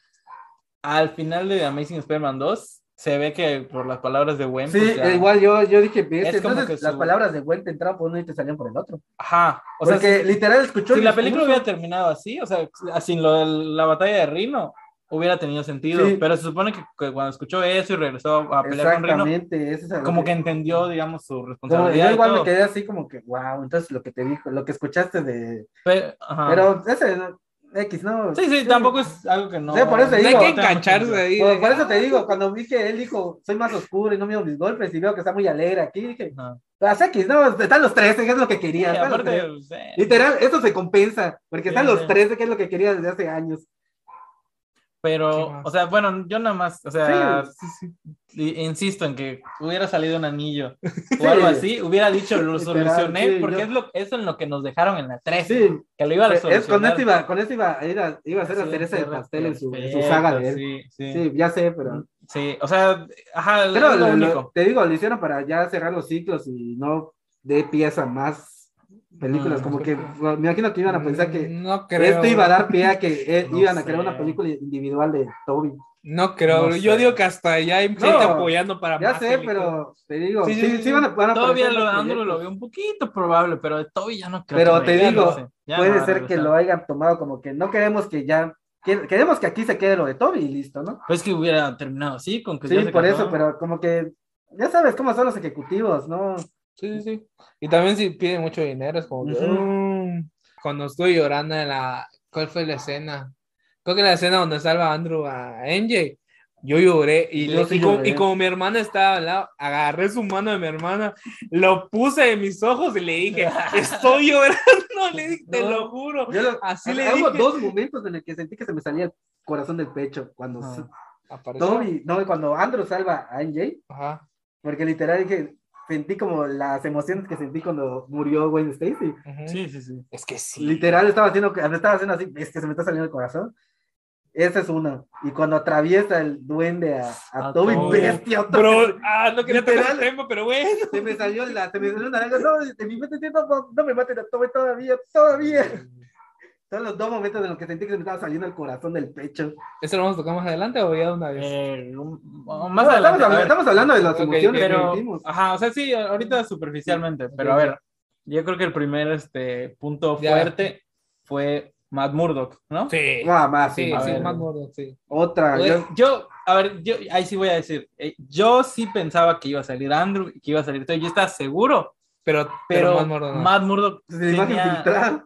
Speaker 6: al final de Amazing Spider-Man 2 se ve que por las palabras de Gwen,
Speaker 8: Sí, eh,
Speaker 6: pues, ya-
Speaker 8: igual yo, yo dije, "Ves",
Speaker 6: Es como
Speaker 8: entonces
Speaker 6: que
Speaker 8: las
Speaker 6: su-
Speaker 8: palabras de Gwen te entraban por uno y te salían por el otro.
Speaker 6: Ajá, o sea,
Speaker 8: porque literal escuchó
Speaker 6: si
Speaker 8: el
Speaker 6: la película hubiera
Speaker 8: discurso.
Speaker 6: terminado así, o sea, sin lo de la batalla de Rino, hubiera tenido sentido,
Speaker 8: Sí.
Speaker 6: pero se supone que, que cuando escuchó eso y regresó a pelear con Rino,
Speaker 8: Exactamente, ese es a lo
Speaker 6: como que entendió, digamos, su
Speaker 8: Como-
Speaker 6: responsabilidad.
Speaker 8: yo
Speaker 6: y
Speaker 8: igual me
Speaker 6: todo.
Speaker 8: quedé así como que, wow, entonces lo que te dijo, lo que escuchaste de...
Speaker 6: Pero, ajá.
Speaker 8: Pero ese, no, X, ¿no?
Speaker 6: Ah. sí, sí, tampoco es Ah, algo que no.
Speaker 8: Sí, por eso te
Speaker 6: no
Speaker 8: digo,
Speaker 7: hay que
Speaker 6: tenga mucho
Speaker 7: engancharse
Speaker 6: sentido.
Speaker 7: ahí.
Speaker 8: Por,
Speaker 7: de-
Speaker 8: por eso te digo, cuando vi que él dijo, soy más oscuro y no miro mis golpes y veo que está muy alegre aquí, dije,
Speaker 6: Ajá.
Speaker 8: "Pues, X, ¿no? Están los tres, que es lo que
Speaker 6: Sí,
Speaker 8: quería. están los
Speaker 6: aparte,
Speaker 8: tres".
Speaker 6: pues, eh,
Speaker 8: Literal, eso se compensa, porque están
Speaker 6: Sí,
Speaker 8: los
Speaker 6: sí.
Speaker 8: tres, que es lo que quería desde hace años.
Speaker 7: ¿Qué
Speaker 6: Pero,
Speaker 7: más?
Speaker 6: o sea, bueno, yo nada más, o sea,
Speaker 8: Sí,
Speaker 6: i- insisto en que hubiera salido un
Speaker 8: [LAUGHS]
Speaker 6: anillo o algo así, hubiera dicho lo
Speaker 8: Literal,
Speaker 6: solucioné,
Speaker 8: sí,
Speaker 6: porque
Speaker 8: yo-
Speaker 6: es lo, eso en lo que nos dejaron en la 3,
Speaker 8: Sí,
Speaker 6: que lo iba a solucionar.
Speaker 8: es, Eh, con esto iba, con esto iba, a ir a- iba a ser la cereza de pastel en su, en su saga de él. Sí.
Speaker 6: Sí, sí,
Speaker 8: ya sé, pero...
Speaker 6: sí, o sea, ajá, es
Speaker 8: Pero
Speaker 6: lo
Speaker 8: lo- lo-
Speaker 6: único.
Speaker 8: te digo, lo hicieron para ya cerrar los ciclos y no de pieza más películas,
Speaker 6: Mm,
Speaker 8: como que me imagino que iban a pensar que
Speaker 7: Mm, No creo.
Speaker 8: Esto iba a dar pie a que eh,
Speaker 6: No
Speaker 8: iban a crear
Speaker 6: sé.
Speaker 8: una película individual de Toby.
Speaker 7: No creo.
Speaker 6: No
Speaker 7: yo
Speaker 6: sé.
Speaker 7: digo que hasta allá hay gente
Speaker 8: No,
Speaker 7: apoyando para
Speaker 8: Ya
Speaker 7: más
Speaker 8: sé,
Speaker 7: películas.
Speaker 8: pero te digo,
Speaker 7: Sí,
Speaker 8: sí,
Speaker 7: sí,
Speaker 8: sí,
Speaker 7: sí, sí.
Speaker 8: van a, van a
Speaker 6: Todavía
Speaker 8: aparecer
Speaker 6: lo de
Speaker 8: más
Speaker 6: Andrew lo
Speaker 8: proyectos.
Speaker 6: veo un poquito probable, pero de Toby ya no creo.
Speaker 8: Pero
Speaker 6: que
Speaker 8: te
Speaker 6: regrese,
Speaker 8: digo,
Speaker 6: no sé, ya no va
Speaker 8: Puede
Speaker 6: a
Speaker 8: ser que
Speaker 6: regresar.
Speaker 8: lo hayan tomado como que no queremos que ya que- queremos que aquí se quede lo de Toby y listo, ¿no?
Speaker 6: Pues que hubiera terminado así, con que
Speaker 8: Sí,
Speaker 6: pues ya se
Speaker 8: por eso,
Speaker 6: acabó.
Speaker 8: pero como que ya sabes cómo son los ejecutivos, ¿no?
Speaker 7: Sí, sí, sí. Y también si piden mucho dinero, es como que,
Speaker 8: Ujú.
Speaker 7: "Mm". Cuando estuve llorando en la. ¿Cuál fue la escena? Creo que la escena donde salva a Andrew a MJ. Yo lloré y,
Speaker 8: Yo
Speaker 7: le-
Speaker 8: sí
Speaker 7: y como,
Speaker 8: lloré.
Speaker 7: y como mi hermana estaba al lado, agarré su mano de mi hermana, lo puse en mis ojos y le
Speaker 8: [LAUGHS]
Speaker 7: dije, estoy llorando, le dije, te
Speaker 8: No.
Speaker 7: lo juro.
Speaker 8: Yo lo-
Speaker 7: Así
Speaker 8: ha-
Speaker 7: le
Speaker 8: hubo
Speaker 7: dije.
Speaker 8: dos momentos en el que sentí que se me salía el corazón del pecho cuando
Speaker 6: Ah.
Speaker 8: s-
Speaker 7: Apareció.
Speaker 8: Toby, no, cuando Andrew salva a NJ,
Speaker 7: Ajá,
Speaker 8: porque literal dije, sentí como las emociones que sentí cuando murió Wayne Stacy.
Speaker 7: ujú.
Speaker 6: Sí, sí, sí.
Speaker 7: Es que sí.
Speaker 8: Literal, estaba haciendo, me estaba haciendo así, es que se me está saliendo el corazón. Esa es una. Y cuando atraviesa el duende a, a
Speaker 6: A
Speaker 8: Toby,
Speaker 6: Toby.
Speaker 8: bestia, otra vez,
Speaker 7: Bro, ah, no quería tocar
Speaker 8: Literal.
Speaker 7: el tema, pero bueno.
Speaker 8: se me salió la, se me salió una naranja, no, de mi mente, no, no, no me maten a Toby todavía, todavía. Son los dos momentos en los que sentí que se me estaba saliendo el corazón del pecho.
Speaker 7: ¿Eso lo vamos a tocar más adelante o ya de una vez?
Speaker 6: Eh, un- más
Speaker 8: No,
Speaker 6: adelante,
Speaker 8: Pues, estamos,
Speaker 6: a
Speaker 8: hablando,
Speaker 6: ver.
Speaker 8: estamos hablando de las
Speaker 7: Ok,
Speaker 8: emociones que
Speaker 6: pero, Ah,
Speaker 8: sentimos.
Speaker 6: ajá, o sea, sí, ahorita superficialmente, pero a ver, yo creo que el primer este, punto
Speaker 7: Ya.
Speaker 6: fuerte fue Matt Murdock, ¿no?
Speaker 7: Sí.
Speaker 8: Ah, más,
Speaker 7: Sí,
Speaker 8: sí, más.
Speaker 7: sí,
Speaker 6: ver.
Speaker 7: más gordo, sí.
Speaker 8: Otra,
Speaker 6: Pues,
Speaker 8: yo-
Speaker 6: yo, a ver, yo ahí sí voy a decir, eh, yo sí pensaba que iba a salir Andrew, y que iba a salir todo, yo estaba seguro,
Speaker 7: Pero,
Speaker 6: pero,
Speaker 7: pero, más gordo no.
Speaker 6: Matt Murdock,
Speaker 8: de la imagen
Speaker 6: tenía-
Speaker 8: filtrada.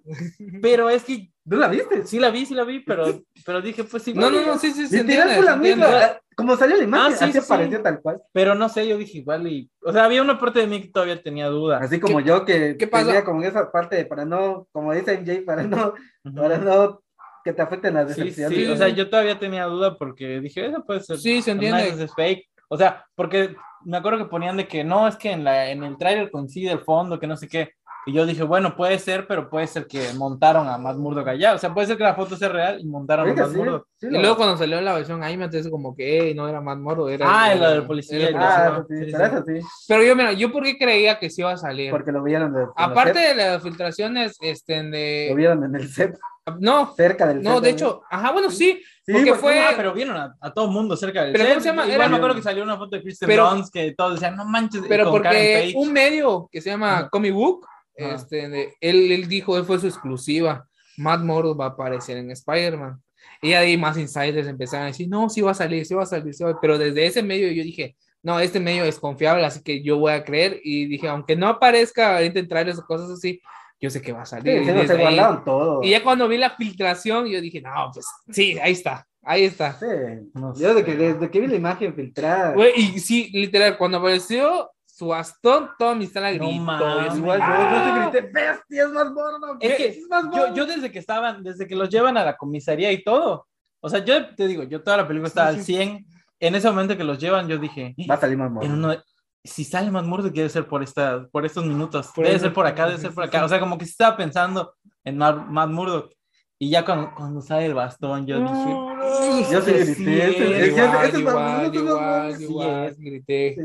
Speaker 6: pero es que
Speaker 8: ¿No la viste?
Speaker 6: sí la vi, sí la vi, pero,
Speaker 7: [LAUGHS]
Speaker 6: pero dije, pues sí,
Speaker 7: No, no, no, sí, sí, sí.
Speaker 8: Literal fue la misma. eh, Como salió la imagen,
Speaker 6: Ah, sí,
Speaker 8: así
Speaker 6: sí, sí.
Speaker 8: apareció tal cual.
Speaker 6: pero no sé, yo dije igual, y, o sea, había una parte de mí que todavía tenía dudas.
Speaker 8: Así como yo que
Speaker 7: qué pasa?
Speaker 8: tenía como esa parte de para no, como dice MJ, para no,
Speaker 6: Ujú.
Speaker 8: para no que te afecten las
Speaker 6: Sí,
Speaker 8: decepciones.
Speaker 6: sí, o sea, yo todavía tenía duda porque dije, eso puede ser.
Speaker 7: Sí, se
Speaker 6: Una de esas
Speaker 7: entiende.
Speaker 6: es fake. O sea, porque me acuerdo que ponían de que no, es que en, la, en el tráiler coincide el fondo, que no sé qué. Y yo dije, bueno, puede ser, pero puede ser que montaron a Matt Murdock allá. O sea, puede ser que la foto sea real y montaron a
Speaker 8: Oiga,
Speaker 6: Matt
Speaker 8: sí,
Speaker 6: Murdock.
Speaker 8: sí
Speaker 7: Y
Speaker 8: lo-
Speaker 7: luego cuando salió la versión ahí me entonces como que "Ey, no era más mordo, era.
Speaker 6: Ah,
Speaker 7: era-
Speaker 6: la del policía,
Speaker 7: era el
Speaker 6: ya.
Speaker 8: Ah,
Speaker 6: Ah,
Speaker 8: eso sí,
Speaker 6: sí,
Speaker 8: pero
Speaker 6: sí.
Speaker 8: eso sí,
Speaker 7: Pero yo, mira, yo porque creía que sí iba a salir.
Speaker 8: porque lo vieron de- en el
Speaker 7: Aparte
Speaker 8: set,
Speaker 7: de las filtraciones, este,
Speaker 8: lo
Speaker 7: de.
Speaker 8: vieron en el set,
Speaker 7: No,
Speaker 8: cerca del
Speaker 7: no,
Speaker 8: set
Speaker 7: de
Speaker 8: ahí.
Speaker 7: hecho, ajá, bueno, sí,
Speaker 8: Sí,
Speaker 7: porque fue-
Speaker 6: Ah, pero vieron a, a todo mundo cerca del
Speaker 7: ¿Pero
Speaker 6: set.
Speaker 7: cómo se llama?
Speaker 6: Igual
Speaker 7: Era-
Speaker 6: me acuerdo que salió una foto de Kristen
Speaker 7: Pero-
Speaker 6: Dunst que todos decían, no manches. y
Speaker 7: pero
Speaker 6: este, con Karen
Speaker 7: porque
Speaker 6: Page.
Speaker 7: un medio que se llama
Speaker 6: Ajá.
Speaker 7: Comic Book,
Speaker 6: Ajá.
Speaker 7: este, de- él, él dijo, él fue su exclusiva. Matt Mordo va a aparecer en Spider-Man. Y ahí más insiders empezaron a decir, no, sí va a salir, sí va a salir, sí va a-". Pero desde ese medio yo dije, no, este medio es confiable, así que yo voy a creer. Y dije, aunque no aparezca ahorita en trailers o cosas así, yo sé que va a
Speaker 8: Sí,
Speaker 7: salir.
Speaker 8: sí,
Speaker 7: y,
Speaker 8: no,
Speaker 7: desde
Speaker 8: se
Speaker 7: ahí-
Speaker 8: guardaron todo.
Speaker 7: y ya cuando vi la filtración, yo dije, no, pues sí, ahí está, ahí está.
Speaker 8: Sí.
Speaker 6: No sé.
Speaker 8: Yo desde que, desde que vi la imagen filtrada,
Speaker 7: Güey, y sí, literal, cuando apareció su bastón, toda mi sala
Speaker 6: No
Speaker 7: gritó.
Speaker 6: mames.
Speaker 8: igual yo, yo sí grité, bestia, es más gordo.
Speaker 6: Es que
Speaker 8: bestia, es más
Speaker 6: Yo,
Speaker 8: gordo".
Speaker 6: yo desde que estaban, desde que los llevan a la comisaría y todo. O sea, yo te digo, yo toda la película estaba al 100. En ese momento que los llevan, yo dije, "Eh,
Speaker 8: Va a salir más
Speaker 6: en
Speaker 8: gordo.
Speaker 6: uno de- si sale más Murdock debe ser por, esta, por estos minutos,
Speaker 7: Por
Speaker 6: debe
Speaker 7: eso.
Speaker 6: ser por acá, debe ser por acá. O sea, como que se estaba pensando en Matt, Matt Murdock. Y ya cuando, cuando sale el bastón, yo dije,
Speaker 8: Yo
Speaker 6: sí,
Speaker 8: sí grité.
Speaker 6: sí,
Speaker 8: ese- ese-
Speaker 7: Igual,
Speaker 8: ese es
Speaker 7: igual,
Speaker 8: famoso, no
Speaker 7: igual,
Speaker 8: mames.
Speaker 7: igual, grité.
Speaker 8: Sí.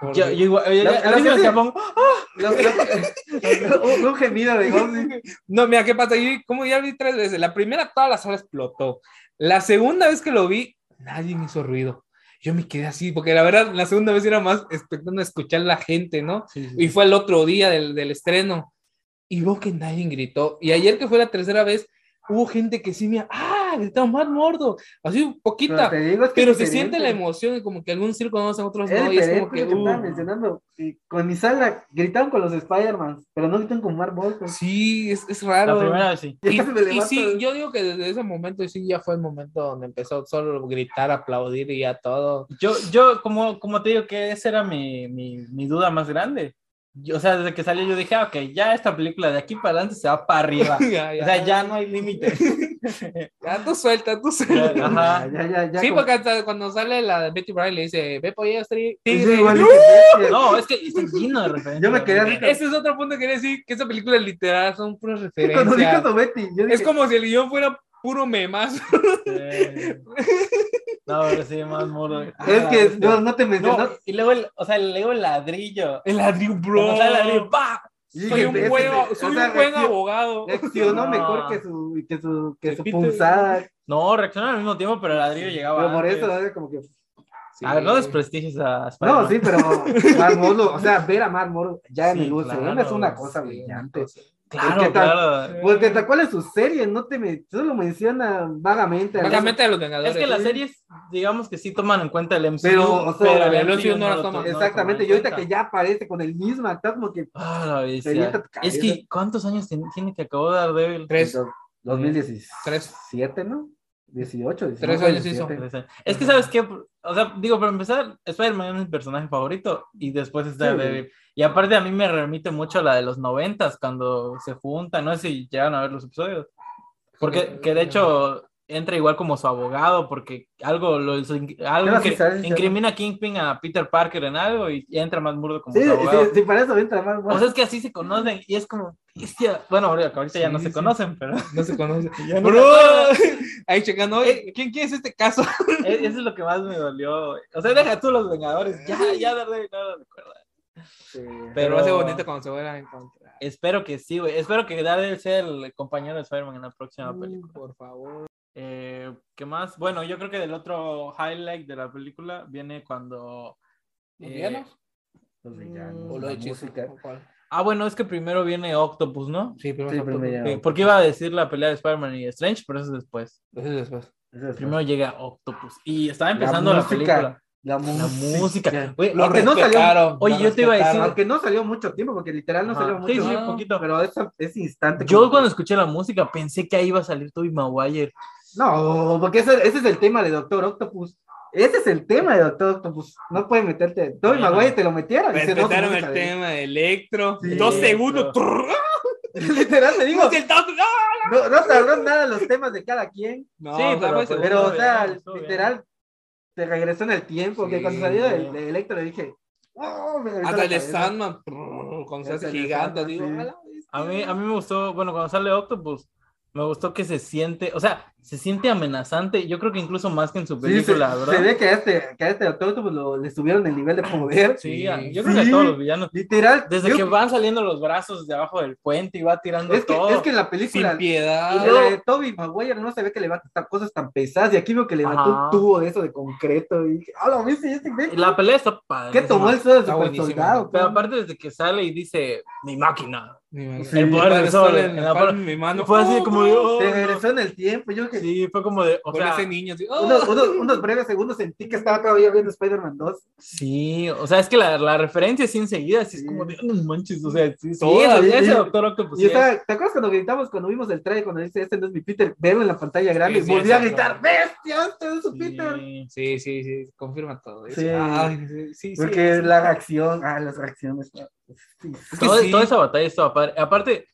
Speaker 7: Por-
Speaker 6: yo, yo
Speaker 7: [LAUGHS]
Speaker 6: igual, yo- yo-
Speaker 8: La-
Speaker 6: a mí
Speaker 8: la-
Speaker 6: me escapó,
Speaker 8: Lo- lo- un- Un gemido de Gosling.
Speaker 7: No, mira, ¿qué pasa? Yo, como ya vi tres veces, la primera toda la sala explotó. La segunda vez que lo vi, nadie me hizo ruido. Yo me quedé así, porque la verdad, la segunda vez era más expectando a escuchar la gente, ¿no? Y fue el otro día del, del estreno. Y veo que nadie gritó. Y ayer que fue la tercera vez, hubo gente que sí me... ¡Ah! Gritaba más mordo. Así,
Speaker 8: Pero
Speaker 7: poquita. Pero,
Speaker 8: te digo, es que es
Speaker 7: se siente la
Speaker 8: diferente.
Speaker 7: emoción, como que algunos sí lo conocen, otros
Speaker 8: Es
Speaker 7: no. Y es como
Speaker 8: diferente
Speaker 7: que...
Speaker 8: lo que estaba
Speaker 7: uh.
Speaker 8: mencionando. Y con mi sala gritaron con los Spider-Man, pero no gritan con Mark Wolfman.
Speaker 7: Sí, es, es
Speaker 6: la
Speaker 7: raro.
Speaker 6: primera vez sí.
Speaker 8: [LAUGHS] Ya
Speaker 7: Y,
Speaker 8: casi me
Speaker 7: y
Speaker 8: levanto.
Speaker 7: sí, yo digo que desde ese momento sí ya fue el momento donde empezó solo a gritar, aplaudir y ya todo. [LAUGHS]
Speaker 6: Yo, yo como, como te digo que esa era mi, mi, mi duda más grande. Yo, o sea, desde que salió yo dije, ah, ok, ya esta película de aquí para adelante se va para
Speaker 8: [LAUGHS]
Speaker 6: arriba.
Speaker 7: ya,
Speaker 6: O sea, ya no hay límite.
Speaker 7: Ya tú suelta, tú suelta.
Speaker 6: Ajá.
Speaker 8: Ya, ya, ya.
Speaker 7: sí,
Speaker 8: como-
Speaker 7: porque hasta cuando sale la de Betty Bryan le dice, ve por ahí, Astrid,
Speaker 8: Sí,
Speaker 7: tigre".
Speaker 8: igual
Speaker 7: ¡Uh!
Speaker 8: dije,
Speaker 6: No, es que está lleno de referencias.
Speaker 8: Yo me quedé así
Speaker 7: Ese es otro punto que quería decir, que esa película literal son puras
Speaker 8: "Bestia". [LAUGHS] Cuando dijo
Speaker 7: referencias.
Speaker 8: eso, Betty, yo
Speaker 7: Es
Speaker 8: dije,
Speaker 7: como si el guión fuera puro memazo.
Speaker 6: Sí. Este, No, pero sí, más moro.
Speaker 8: es
Speaker 6: Ah,
Speaker 8: que
Speaker 6: bestia.
Speaker 8: no, no te mencionó.
Speaker 6: No, y luego el, o sea, luego el ladrillo.
Speaker 7: El ladrillo, bro.
Speaker 6: Cuando sale el ladrillo, ¡pa!
Speaker 8: Y dije,
Speaker 7: Soy un
Speaker 8: "Bestia".
Speaker 7: buen,
Speaker 8: O
Speaker 7: soy
Speaker 8: sea,
Speaker 7: un buen
Speaker 8: reaccion-
Speaker 7: abogado.
Speaker 8: Reaccionó
Speaker 6: No.
Speaker 8: mejor que su, que su, que su
Speaker 7: Repite. Ah,
Speaker 8: punzada.
Speaker 6: No, reaccionan al mismo tiempo, pero el ladrillo llegaba.
Speaker 8: Pero por
Speaker 6: antes.
Speaker 8: eso, ¿sabes? como que.
Speaker 6: A ver, no
Speaker 7: Sí.
Speaker 6: desprestigies a Spider-Man.
Speaker 8: No, sí,
Speaker 7: [LAUGHS]
Speaker 8: pero Mark Wolfman, o sea, ver a Mark Wolfman ya en
Speaker 6: Sí,
Speaker 8: el UCM es
Speaker 6: claro,
Speaker 8: una cosa
Speaker 7: Sí,
Speaker 8: brillante.
Speaker 7: entonces,
Speaker 6: Claro,
Speaker 8: ¿Qué tal?
Speaker 6: claro.
Speaker 8: Porque tal cual es su serie, no te me, solo menciona vagamente. a la-
Speaker 7: Vagamente a los Vengadores.
Speaker 6: Es que las series, digamos que sí toman en cuenta el MCU,
Speaker 8: Pero, o sea,
Speaker 6: pero
Speaker 7: el
Speaker 6: MCU
Speaker 7: MCU no
Speaker 6: lo
Speaker 7: las toma.
Speaker 6: lo
Speaker 8: Exactamente,
Speaker 6: en
Speaker 8: y ahorita
Speaker 6: cuenta.
Speaker 8: que ya aparece con el mismo actor, como que
Speaker 6: Ah, la bestia.
Speaker 8: avienta tu cabeza.
Speaker 6: Es que, ¿cuántos años ten- tiene que acabó de dar débil?
Speaker 7: Tres,
Speaker 8: Entonces, 2017, ¿no? 18, 19,
Speaker 7: Tres años hizo.
Speaker 8: 17.
Speaker 6: Es que, ¿sabes qué? O sea, digo, para empezar, Spider-Man es mi personaje favorito y después es Daredevil. Y aparte a mí me remite mucho a la de los noventas, cuando se juntan, no sé si llegan a ver los episodios. Porque, que de hecho, entra igual como su abogado, porque algo, lo, su- algo
Speaker 8: Pero sí
Speaker 6: incri-
Speaker 8: sabes, sí.
Speaker 6: incrimina a Kingpin a Peter Parker en algo y entra más Murdo como
Speaker 8: Sí,
Speaker 6: su abogado.
Speaker 8: sí, sí, para eso entra más.
Speaker 6: O sea, es que así se conocen y es como, bestia. Bueno, ahorita ahorita ya no
Speaker 7: Sí,
Speaker 6: se
Speaker 7: sí.
Speaker 6: conocen, pero
Speaker 7: [LAUGHS]
Speaker 6: [LAUGHS]
Speaker 7: No se conoce.
Speaker 6: ya no Eh, me
Speaker 7: Bro,
Speaker 6: acuerdo.
Speaker 7: [LAUGHS] ahí checando, oye, ¿quién, quién es este caso?
Speaker 6: E- Eso es lo que más me dolió. güey. O sea, deja tú los Vengadores. Ya, ya Daredevil no lo recuerda.
Speaker 8: Sí.
Speaker 7: [LAUGHS] Pero
Speaker 6: Pero
Speaker 7: va a ser bonito cuando se vuelvan a encontrar.
Speaker 6: Espero que sí, güey. Espero que Daredevil sea el compañero de Spider-Man en la próxima película.
Speaker 7: Uh, Por favor.
Speaker 6: Eh, ¿Qué más? Bueno, yo creo que del otro highlight de la película viene cuando.
Speaker 7: ¿Los
Speaker 6: Eh,
Speaker 7: villanos?
Speaker 8: Los
Speaker 7: pues,
Speaker 8: villanos,
Speaker 7: ¿O lo
Speaker 8: la
Speaker 7: de Chis-
Speaker 8: música.
Speaker 7: o cuál?
Speaker 6: Ah, bueno, es que primero viene Octopus, ¿no?
Speaker 7: Sí, primero.
Speaker 8: Sí,
Speaker 7: es Octopus.
Speaker 8: primero ya.
Speaker 6: Eh, porque iba a decir la pelea de Spider-Man y Strange, pero eso es después.
Speaker 7: Eso es después.
Speaker 8: Eso es-
Speaker 6: Primero llega Octopus. Y estaba empezando la,
Speaker 8: música.
Speaker 6: película.
Speaker 8: La
Speaker 6: La música.
Speaker 8: música.
Speaker 6: Güey,
Speaker 7: Lo
Speaker 6: aunque
Speaker 8: no salió-
Speaker 7: respetaron.
Speaker 6: Oye,
Speaker 7: lo
Speaker 6: yo te iba a decir-
Speaker 7: respetaron.
Speaker 8: Aunque no salió mucho tiempo, porque literal no
Speaker 6: Ajá.
Speaker 8: salió mucho.
Speaker 6: Sí, sí,
Speaker 7: ¿no?
Speaker 6: un poquito.
Speaker 8: Pero es, es instante.
Speaker 6: Yo
Speaker 8: como-
Speaker 6: cuando escuché la música pensé que ahí iba a salir Tobey Maguire.
Speaker 8: No, porque ese, ese es el tema de Doctor Octopus. Ese es el tema de Doctor Octopus. No puedes meterte. Tobey
Speaker 6: Bueno.
Speaker 8: Maguire te lo metieron. y se no,
Speaker 7: Respetaron
Speaker 8: se
Speaker 7: el
Speaker 8: sale.
Speaker 7: tema de Electro.
Speaker 8: Sí.
Speaker 7: Dos
Speaker 6: Electro.
Speaker 7: segundos. trrr, ah,
Speaker 8: Literal, te digo.
Speaker 7: el dato, ah.
Speaker 8: No, no tardó nada los temas de cada quien.
Speaker 7: No,
Speaker 6: Sí,
Speaker 7: o sea,
Speaker 6: pero-
Speaker 7: fue-
Speaker 6: pero-
Speaker 8: Pero, o
Speaker 6: bien,
Speaker 8: sea,
Speaker 6: estuvo bien.
Speaker 8: literal, te regresó en el tiempo.
Speaker 7: Sí,
Speaker 8: que cuando salió
Speaker 6: sí.
Speaker 8: el, de Electro le dije. "Oh, me regresó
Speaker 7: hasta
Speaker 8: la
Speaker 7: el de
Speaker 8: cabeza".
Speaker 7: Sandman. trrr, Con
Speaker 8: Hasta
Speaker 7: esas
Speaker 8: el de
Speaker 7: gigantes.
Speaker 8: Sandman,
Speaker 7: Digo,
Speaker 8: sí.
Speaker 7: a la
Speaker 6: A mí, a mí me gustó, bueno, cuando sale Octopus, me gustó que se siente, o sea, se siente amenazante, yo creo que incluso más que en su
Speaker 8: Sí, se,
Speaker 6: película, ¿verdad?
Speaker 8: se ve que a este, que a este Doctor Octopus lo- le subieron el nivel de
Speaker 6: [LAUGHS]
Speaker 8: poder.
Speaker 6: Sí,
Speaker 7: Sí.
Speaker 6: yo creo que a
Speaker 8: Sí.
Speaker 6: todos los villanos.
Speaker 8: Literal.
Speaker 6: Desde
Speaker 8: yo-
Speaker 6: que van saliendo los brazos de abajo del puente y va tirando
Speaker 8: es, que,
Speaker 6: todo.
Speaker 8: es que en la
Speaker 7: Sin
Speaker 8: película.
Speaker 7: piedad.
Speaker 8: Y la de Toby Maguire no se ve que levanta tan- cosas tan pesadas. Y aquí veo que levantó
Speaker 6: Ajá.
Speaker 8: un tubo de eso de concreto. Y dije, "A la bestia, este güey,
Speaker 6: La pelea está padre.
Speaker 8: ¿Qué tomó el suelo de
Speaker 7: Está
Speaker 8: super
Speaker 7: buenísimo.
Speaker 8: soldado?
Speaker 6: Pero aparte desde que sale y dice, mi máquina.
Speaker 7: Ni me-
Speaker 8: Sí.
Speaker 7: el poder del sol en la palma
Speaker 6: palma.
Speaker 7: de mi mano.
Speaker 6: Fue así como de, oh,
Speaker 8: Te
Speaker 6: no.
Speaker 8: regresó en el tiempo. Yo que
Speaker 6: Sí, fue como de, o
Speaker 7: Por
Speaker 6: sea,
Speaker 7: ese niño. así, oh.
Speaker 8: unos, unos- unos breves segundos sentí que estaba todavía viendo Spider-Man 2.
Speaker 6: sí, o sea, es que la, la referencia sí enseguida, sí, es como de, no manches, o sea, sí,
Speaker 8: Todas,
Speaker 6: ese-
Speaker 8: sí,
Speaker 6: ese
Speaker 8: sí.
Speaker 6: Doctor Octopus. Pues
Speaker 8: Y
Speaker 6: sí
Speaker 8: estaba- ¿Te acuerdas cuando gritamos, cuando vimos el trailer, cuando dice, este no es mi Peter? Verlo en la pantalla grande.
Speaker 7: Sí, sí,
Speaker 8: y volví a
Speaker 7: exacto.
Speaker 8: gritar, bestia, este no es su
Speaker 6: es.
Speaker 8: Peter.
Speaker 6: Sí.
Speaker 7: Sí, sí, sí, confirma todo.
Speaker 8: Sí.
Speaker 7: Sí, Ay, sí, sí. sí,
Speaker 8: Porque
Speaker 7: sí.
Speaker 8: la reacción, ah, las reacciones. ah, sí.
Speaker 7: Es que
Speaker 6: Todo-
Speaker 7: sí.
Speaker 6: Toda esa batalla estaba padre. Aparte,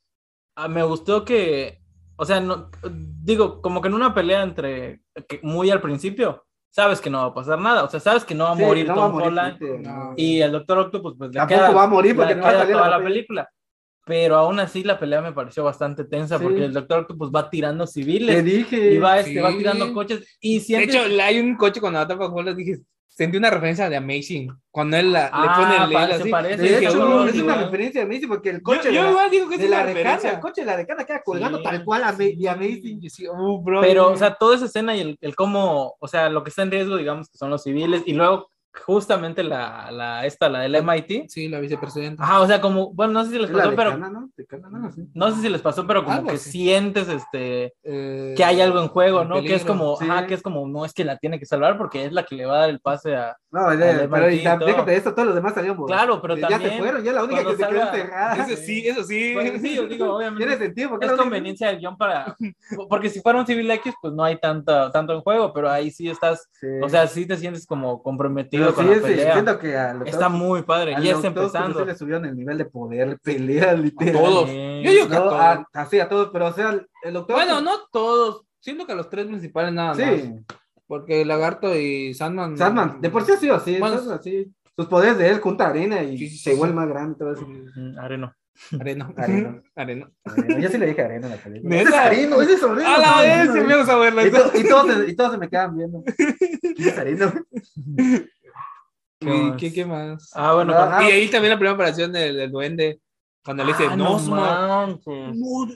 Speaker 6: ah, me gustó que, o sea, no, digo, como que en una pelea entre, que muy al principio, sabes que no va a pasar nada. O sea, sabes que no va a morir
Speaker 8: no va a
Speaker 6: Tom
Speaker 8: morir,
Speaker 6: Holland.
Speaker 8: gente,
Speaker 7: No.
Speaker 6: Y el Doctor Octopus, pues le
Speaker 8: Tampoco
Speaker 6: queda-
Speaker 8: va a morir
Speaker 6: le
Speaker 8: porque no va a
Speaker 6: queda
Speaker 8: salir
Speaker 6: toda
Speaker 8: la
Speaker 6: la
Speaker 8: peli.
Speaker 6: película. Pero aún así la pelea me pareció bastante tensa
Speaker 8: Sí.
Speaker 6: porque el Doctor Octopus va tirando
Speaker 8: Te
Speaker 6: civiles
Speaker 8: dije.
Speaker 6: y va, este, va
Speaker 7: Sí.
Speaker 6: tirando coches y
Speaker 7: De
Speaker 6: siempre...
Speaker 7: hecho, la- hay un coche cuando la tapa Holland, dije, sentí una referencia de Amazing. Cuando él la,
Speaker 6: Ah,
Speaker 7: le pone el
Speaker 6: pa-
Speaker 7: él
Speaker 6: se
Speaker 7: así.
Speaker 6: parece,
Speaker 7: dije,
Speaker 8: De hecho,
Speaker 7: "Oh,
Speaker 6: no,
Speaker 8: es
Speaker 6: no,
Speaker 8: una
Speaker 6: no.
Speaker 8: referencia a Macy porque el
Speaker 7: Yo,
Speaker 8: coche de
Speaker 7: yo
Speaker 8: la-
Speaker 7: igual digo que
Speaker 8: de,
Speaker 7: es una
Speaker 8: la recana,
Speaker 7: referencia.
Speaker 8: el coche de la recana queda colgando
Speaker 6: Sí.
Speaker 8: tal cual a, Ma- de Amazing.
Speaker 7: Amazing. sí, oh, bro.
Speaker 6: Pero, o sea, toda esa escena y el, el cómo, o sea, lo que está en riesgo, digamos, que son los civiles, y luego justamente la, la esta, la del MIT.
Speaker 7: Sí, la vicepresidenta.
Speaker 6: Ajá, o sea, como, bueno, no sé si les
Speaker 8: Es la
Speaker 6: pasó, pero, Mm.
Speaker 8: decana, ¿no? Decana, no, no sé.
Speaker 6: no sé si les pasó, pero como
Speaker 7: Algo
Speaker 6: que
Speaker 7: así.
Speaker 6: sientes, este,
Speaker 7: Eh,
Speaker 6: que hay algo en juego, ¿no? Que es
Speaker 7: peligro.
Speaker 6: como,
Speaker 8: sí.
Speaker 6: ajá, que es como, no, es que la tiene que salvar porque es la que le va a dar el pase a...
Speaker 8: No, de-
Speaker 6: Dale,
Speaker 8: pero y tam-
Speaker 6: Marquito.
Speaker 8: déjate de esto, todos los demás salieron. borrados.
Speaker 6: Claro, pero
Speaker 8: Pues, eh, ya
Speaker 6: también...
Speaker 8: se fueron, ya la única que
Speaker 6: cuando
Speaker 8: se quedó
Speaker 6: salga-
Speaker 8: encerrada.
Speaker 7: Eso sí, eso
Speaker 6: [LAUGHS]
Speaker 7: sí.
Speaker 6: Bueno, sí, yo
Speaker 8: [LAUGHS]
Speaker 6: digo,
Speaker 8: Tiene
Speaker 6: obviamente.
Speaker 8: sentido, porque
Speaker 6: Es
Speaker 8: la única-
Speaker 6: conveniencia del guión para... Porque si fuera un civil X, pues no hay tanto, tanto en juego, pero ahí sí estás...
Speaker 8: Sí.
Speaker 6: O sea, sí te sientes como comprometido
Speaker 8: Pero
Speaker 6: con
Speaker 8: sí,
Speaker 6: la
Speaker 8: sí,
Speaker 6: pelea.
Speaker 8: siento que a los
Speaker 6: Está
Speaker 8: dos-
Speaker 6: muy padre.
Speaker 8: a
Speaker 6: Y
Speaker 8: los
Speaker 6: es
Speaker 8: dos, pues,
Speaker 6: empezando.
Speaker 8: sí le subieron el nivel de poder,
Speaker 6: [LAUGHS]
Speaker 8: pelea, literal.
Speaker 7: Todos.
Speaker 6: Sí.
Speaker 7: Yo digo que a
Speaker 8: No,
Speaker 7: todos.
Speaker 8: a- así a todos, pero o sea, el- el doctor.
Speaker 7: Bueno, no todos. Siento que a los tres principales nada más.
Speaker 8: Sí,
Speaker 7: Porque Lagarto y Sandman.
Speaker 8: Sandman, de por sí ha sido así,
Speaker 7: Bueno,
Speaker 8: Sandman, sí. Sus poderes de él junta arena y
Speaker 7: Sí, sí,
Speaker 8: se
Speaker 7: sí.
Speaker 8: vuelve más grande y todo eso.
Speaker 6: Mm, Areno. [LAUGHS]
Speaker 7: Areno.
Speaker 8: Areno.
Speaker 7: Areno.
Speaker 8: Arena, Yo sí le dije arena a la película. Ese
Speaker 7: ¿Neta?
Speaker 8: es areno, ese es areno.
Speaker 7: A la vez,
Speaker 8: Arena.
Speaker 7: sí, me gusta verlo.
Speaker 8: Y, to- y todos se, y todos se me quedan viendo. ¿Quién es areno?
Speaker 7: ¿Y qué, qué más?
Speaker 6: Ah, bueno.
Speaker 8: No,
Speaker 6: cuando-
Speaker 8: ah,
Speaker 7: y ahí también la primera aparición del, del duende. Cuando le dice,
Speaker 6: Ah,
Speaker 7: no, Osmar.
Speaker 6: manches.
Speaker 7: No,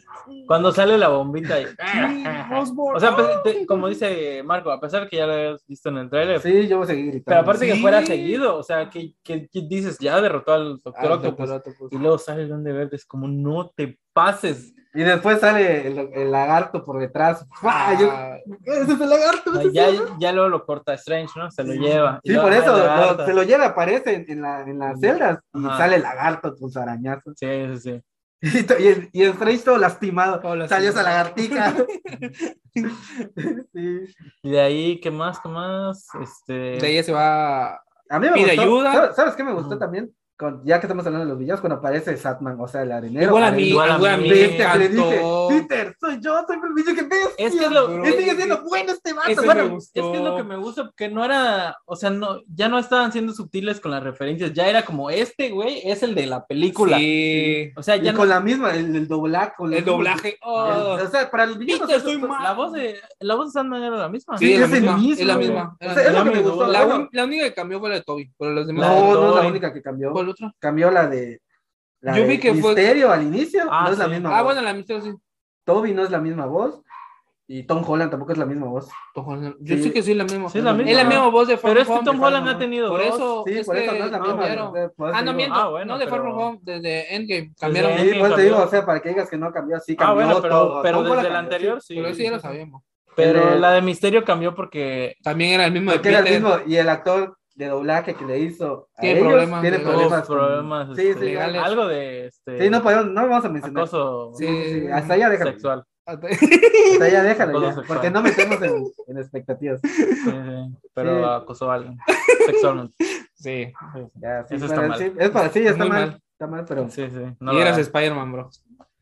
Speaker 6: Cuando sale la bombita. y-
Speaker 7: Osmar.
Speaker 6: O sea, pues, te- como dice Marco, a pesar que ya lo habías visto en el trailer,
Speaker 8: Sí, yo voy a seguir gritando.
Speaker 6: pero aparte que
Speaker 7: Sí.
Speaker 6: fuera seguido, o sea, que, que- que dices, ya derrotó al
Speaker 7: Ah,
Speaker 6: Doctor
Speaker 7: doctor
Speaker 6: Octopus.
Speaker 7: Octopus.
Speaker 6: Y luego sale el Duende Verde, es como, no te pases.
Speaker 8: Y después sale el, el lagarto por detrás. ¡Fua!
Speaker 7: Ah,
Speaker 8: Yo- ¡Ese es el lagarto! ese
Speaker 6: Ay,
Speaker 8: es
Speaker 6: Ya,
Speaker 8: el lagarto!
Speaker 6: ya luego lo corta Strange, ¿no? Se lo lleva. Y
Speaker 8: Sí,
Speaker 6: luego
Speaker 8: por eso
Speaker 6: sale el
Speaker 8: lo-
Speaker 6: lagarto.
Speaker 8: se lo lleva, aparece en, en la, en las celdas y
Speaker 6: Ajá.
Speaker 8: sale el lagarto con su arañazo. [LAUGHS]
Speaker 6: Sí, sí, sí.
Speaker 8: Y, to- y el, y el Strange todo lastimado.
Speaker 7: Todo lastimado.
Speaker 8: Salió esa
Speaker 6: [LAUGHS]
Speaker 8: lagartija. Sí.
Speaker 6: Y de ahí, ¿qué más? ¿Qué más? Este...
Speaker 7: De ahí se va.
Speaker 8: A mí me
Speaker 7: Pide
Speaker 8: gustó.
Speaker 7: ayuda.
Speaker 8: ¿Sabes, sabes qué me gustó
Speaker 6: Ajá.
Speaker 8: también? Con- ya que estamos hablando de los villanos, cuando aparece Satman, o sea, el arenero.
Speaker 7: Igual a mí,
Speaker 8: aparece-
Speaker 6: igual a
Speaker 7: igual a
Speaker 6: mí.
Speaker 7: mí.
Speaker 6: me
Speaker 8: Bestia que le dice,
Speaker 7: encantó.
Speaker 8: Peter, soy yo, soy el villano que ves.
Speaker 6: Es que es lo-
Speaker 8: Él sigue siendo bueno este vato.
Speaker 7: Eso
Speaker 8: Bueno,
Speaker 7: me gustó.
Speaker 6: Ah, pues Es que es lo que me gusta, porque no era, o sea, no, ya no estaban siendo sutiles con las referencias, ya era como este, güey, es el de la película.
Speaker 7: Sí.
Speaker 6: O sea,
Speaker 8: y
Speaker 6: ya no,
Speaker 8: con la misma, el, el doblaje. con
Speaker 7: El
Speaker 8: mismo-
Speaker 7: doblaje. Oh.
Speaker 8: el- o sea, para los villanos.
Speaker 7: Peter, soy
Speaker 8: eso-
Speaker 7: mal.
Speaker 6: la voz de, la voz de Sandman era la misma.
Speaker 8: Sí,
Speaker 7: Sí, es
Speaker 8: es el
Speaker 7: la misma.
Speaker 8: mismo.
Speaker 7: Es la misma.
Speaker 8: O sea, es lo que me
Speaker 6: Llame,
Speaker 8: gustó.
Speaker 7: La,
Speaker 8: Bueno,
Speaker 7: un- la única que cambió fue la de Toby, pero los demás.
Speaker 8: no, no es la
Speaker 6: Dory.
Speaker 8: única que cambió.
Speaker 7: ¿Cuál otra?
Speaker 8: Cambió la de. La
Speaker 7: Yo
Speaker 8: de
Speaker 7: vi que fue-
Speaker 8: Misterio al inicio.
Speaker 6: Ah,
Speaker 8: no es la
Speaker 6: sí.
Speaker 8: misma
Speaker 7: Ah,
Speaker 8: voz.
Speaker 7: bueno, la amistad sí.
Speaker 8: Toby no es la misma voz. Y Tom Holland tampoco es la misma voz.
Speaker 7: Tom- Yo
Speaker 8: Sí.
Speaker 7: sé que sí es la misma.
Speaker 6: Sí, es la misma.
Speaker 7: Es la misma voz de Far
Speaker 6: Pero es
Speaker 7: From
Speaker 6: que
Speaker 7: Home,
Speaker 6: Tom
Speaker 7: de Far
Speaker 6: Holland
Speaker 7: From
Speaker 6: ha
Speaker 7: Home.
Speaker 6: tenido
Speaker 7: Por
Speaker 6: dos.
Speaker 7: eso.
Speaker 8: Sí,
Speaker 7: es
Speaker 8: por eso
Speaker 7: que
Speaker 8: no es la misma.
Speaker 7: cambiaron.
Speaker 8: voz, por eso
Speaker 7: Ah, no
Speaker 8: digo.
Speaker 7: miento.
Speaker 6: Ah, bueno,
Speaker 7: no de Far
Speaker 6: pero-
Speaker 7: From Home, desde Endgame. Cambiaron.
Speaker 6: Endgame.
Speaker 8: Sí, por eso te
Speaker 6: cambió.
Speaker 8: digo, o sea, para que digas que no cambió, sí cambió.
Speaker 6: ah, bueno, pero,
Speaker 8: todo.
Speaker 6: pero
Speaker 8: Tom
Speaker 6: desde
Speaker 8: Holland
Speaker 6: el
Speaker 8: cambió, sí.
Speaker 6: anterior sí.
Speaker 7: Pero eso ya lo sabíamos.
Speaker 6: Pero
Speaker 8: El-
Speaker 6: la de Misterio cambió porque
Speaker 7: También era el mismo de
Speaker 8: Porque era el
Speaker 7: Peter.
Speaker 8: mismo, y el actor de doblaje que le hizo a
Speaker 7: Tiene
Speaker 8: ellos,
Speaker 7: problemas
Speaker 8: tiene
Speaker 7: legales.
Speaker 6: los
Speaker 8: problemas. con-
Speaker 6: problemas
Speaker 8: sí,
Speaker 6: este,
Speaker 8: sí,
Speaker 7: legales.
Speaker 6: algo de este
Speaker 8: Sí, no, podemos- no vamos a mencionar.
Speaker 6: acoso
Speaker 8: Sí, sí, sí,
Speaker 7: [LAUGHS]
Speaker 8: hasta allá déjalo.
Speaker 6: sexual.
Speaker 8: Hasta allá déjalo,
Speaker 6: Acoso
Speaker 8: ya,
Speaker 6: sexual.
Speaker 8: porque no metemos en, en expectativas.
Speaker 6: Sí, sí, pero
Speaker 8: Sí.
Speaker 6: acosó a alguien sexualmente.
Speaker 7: Sí.
Speaker 8: Ya, sí,
Speaker 6: Eso
Speaker 8: bueno,
Speaker 6: está mal.
Speaker 8: sí, es para sí, está
Speaker 7: Muy
Speaker 8: mal,
Speaker 7: mal.
Speaker 8: Está mal, pero
Speaker 6: Sí, sí. no
Speaker 7: Y
Speaker 6: lo
Speaker 7: eras
Speaker 6: hagan.
Speaker 7: Spider-Man, bro.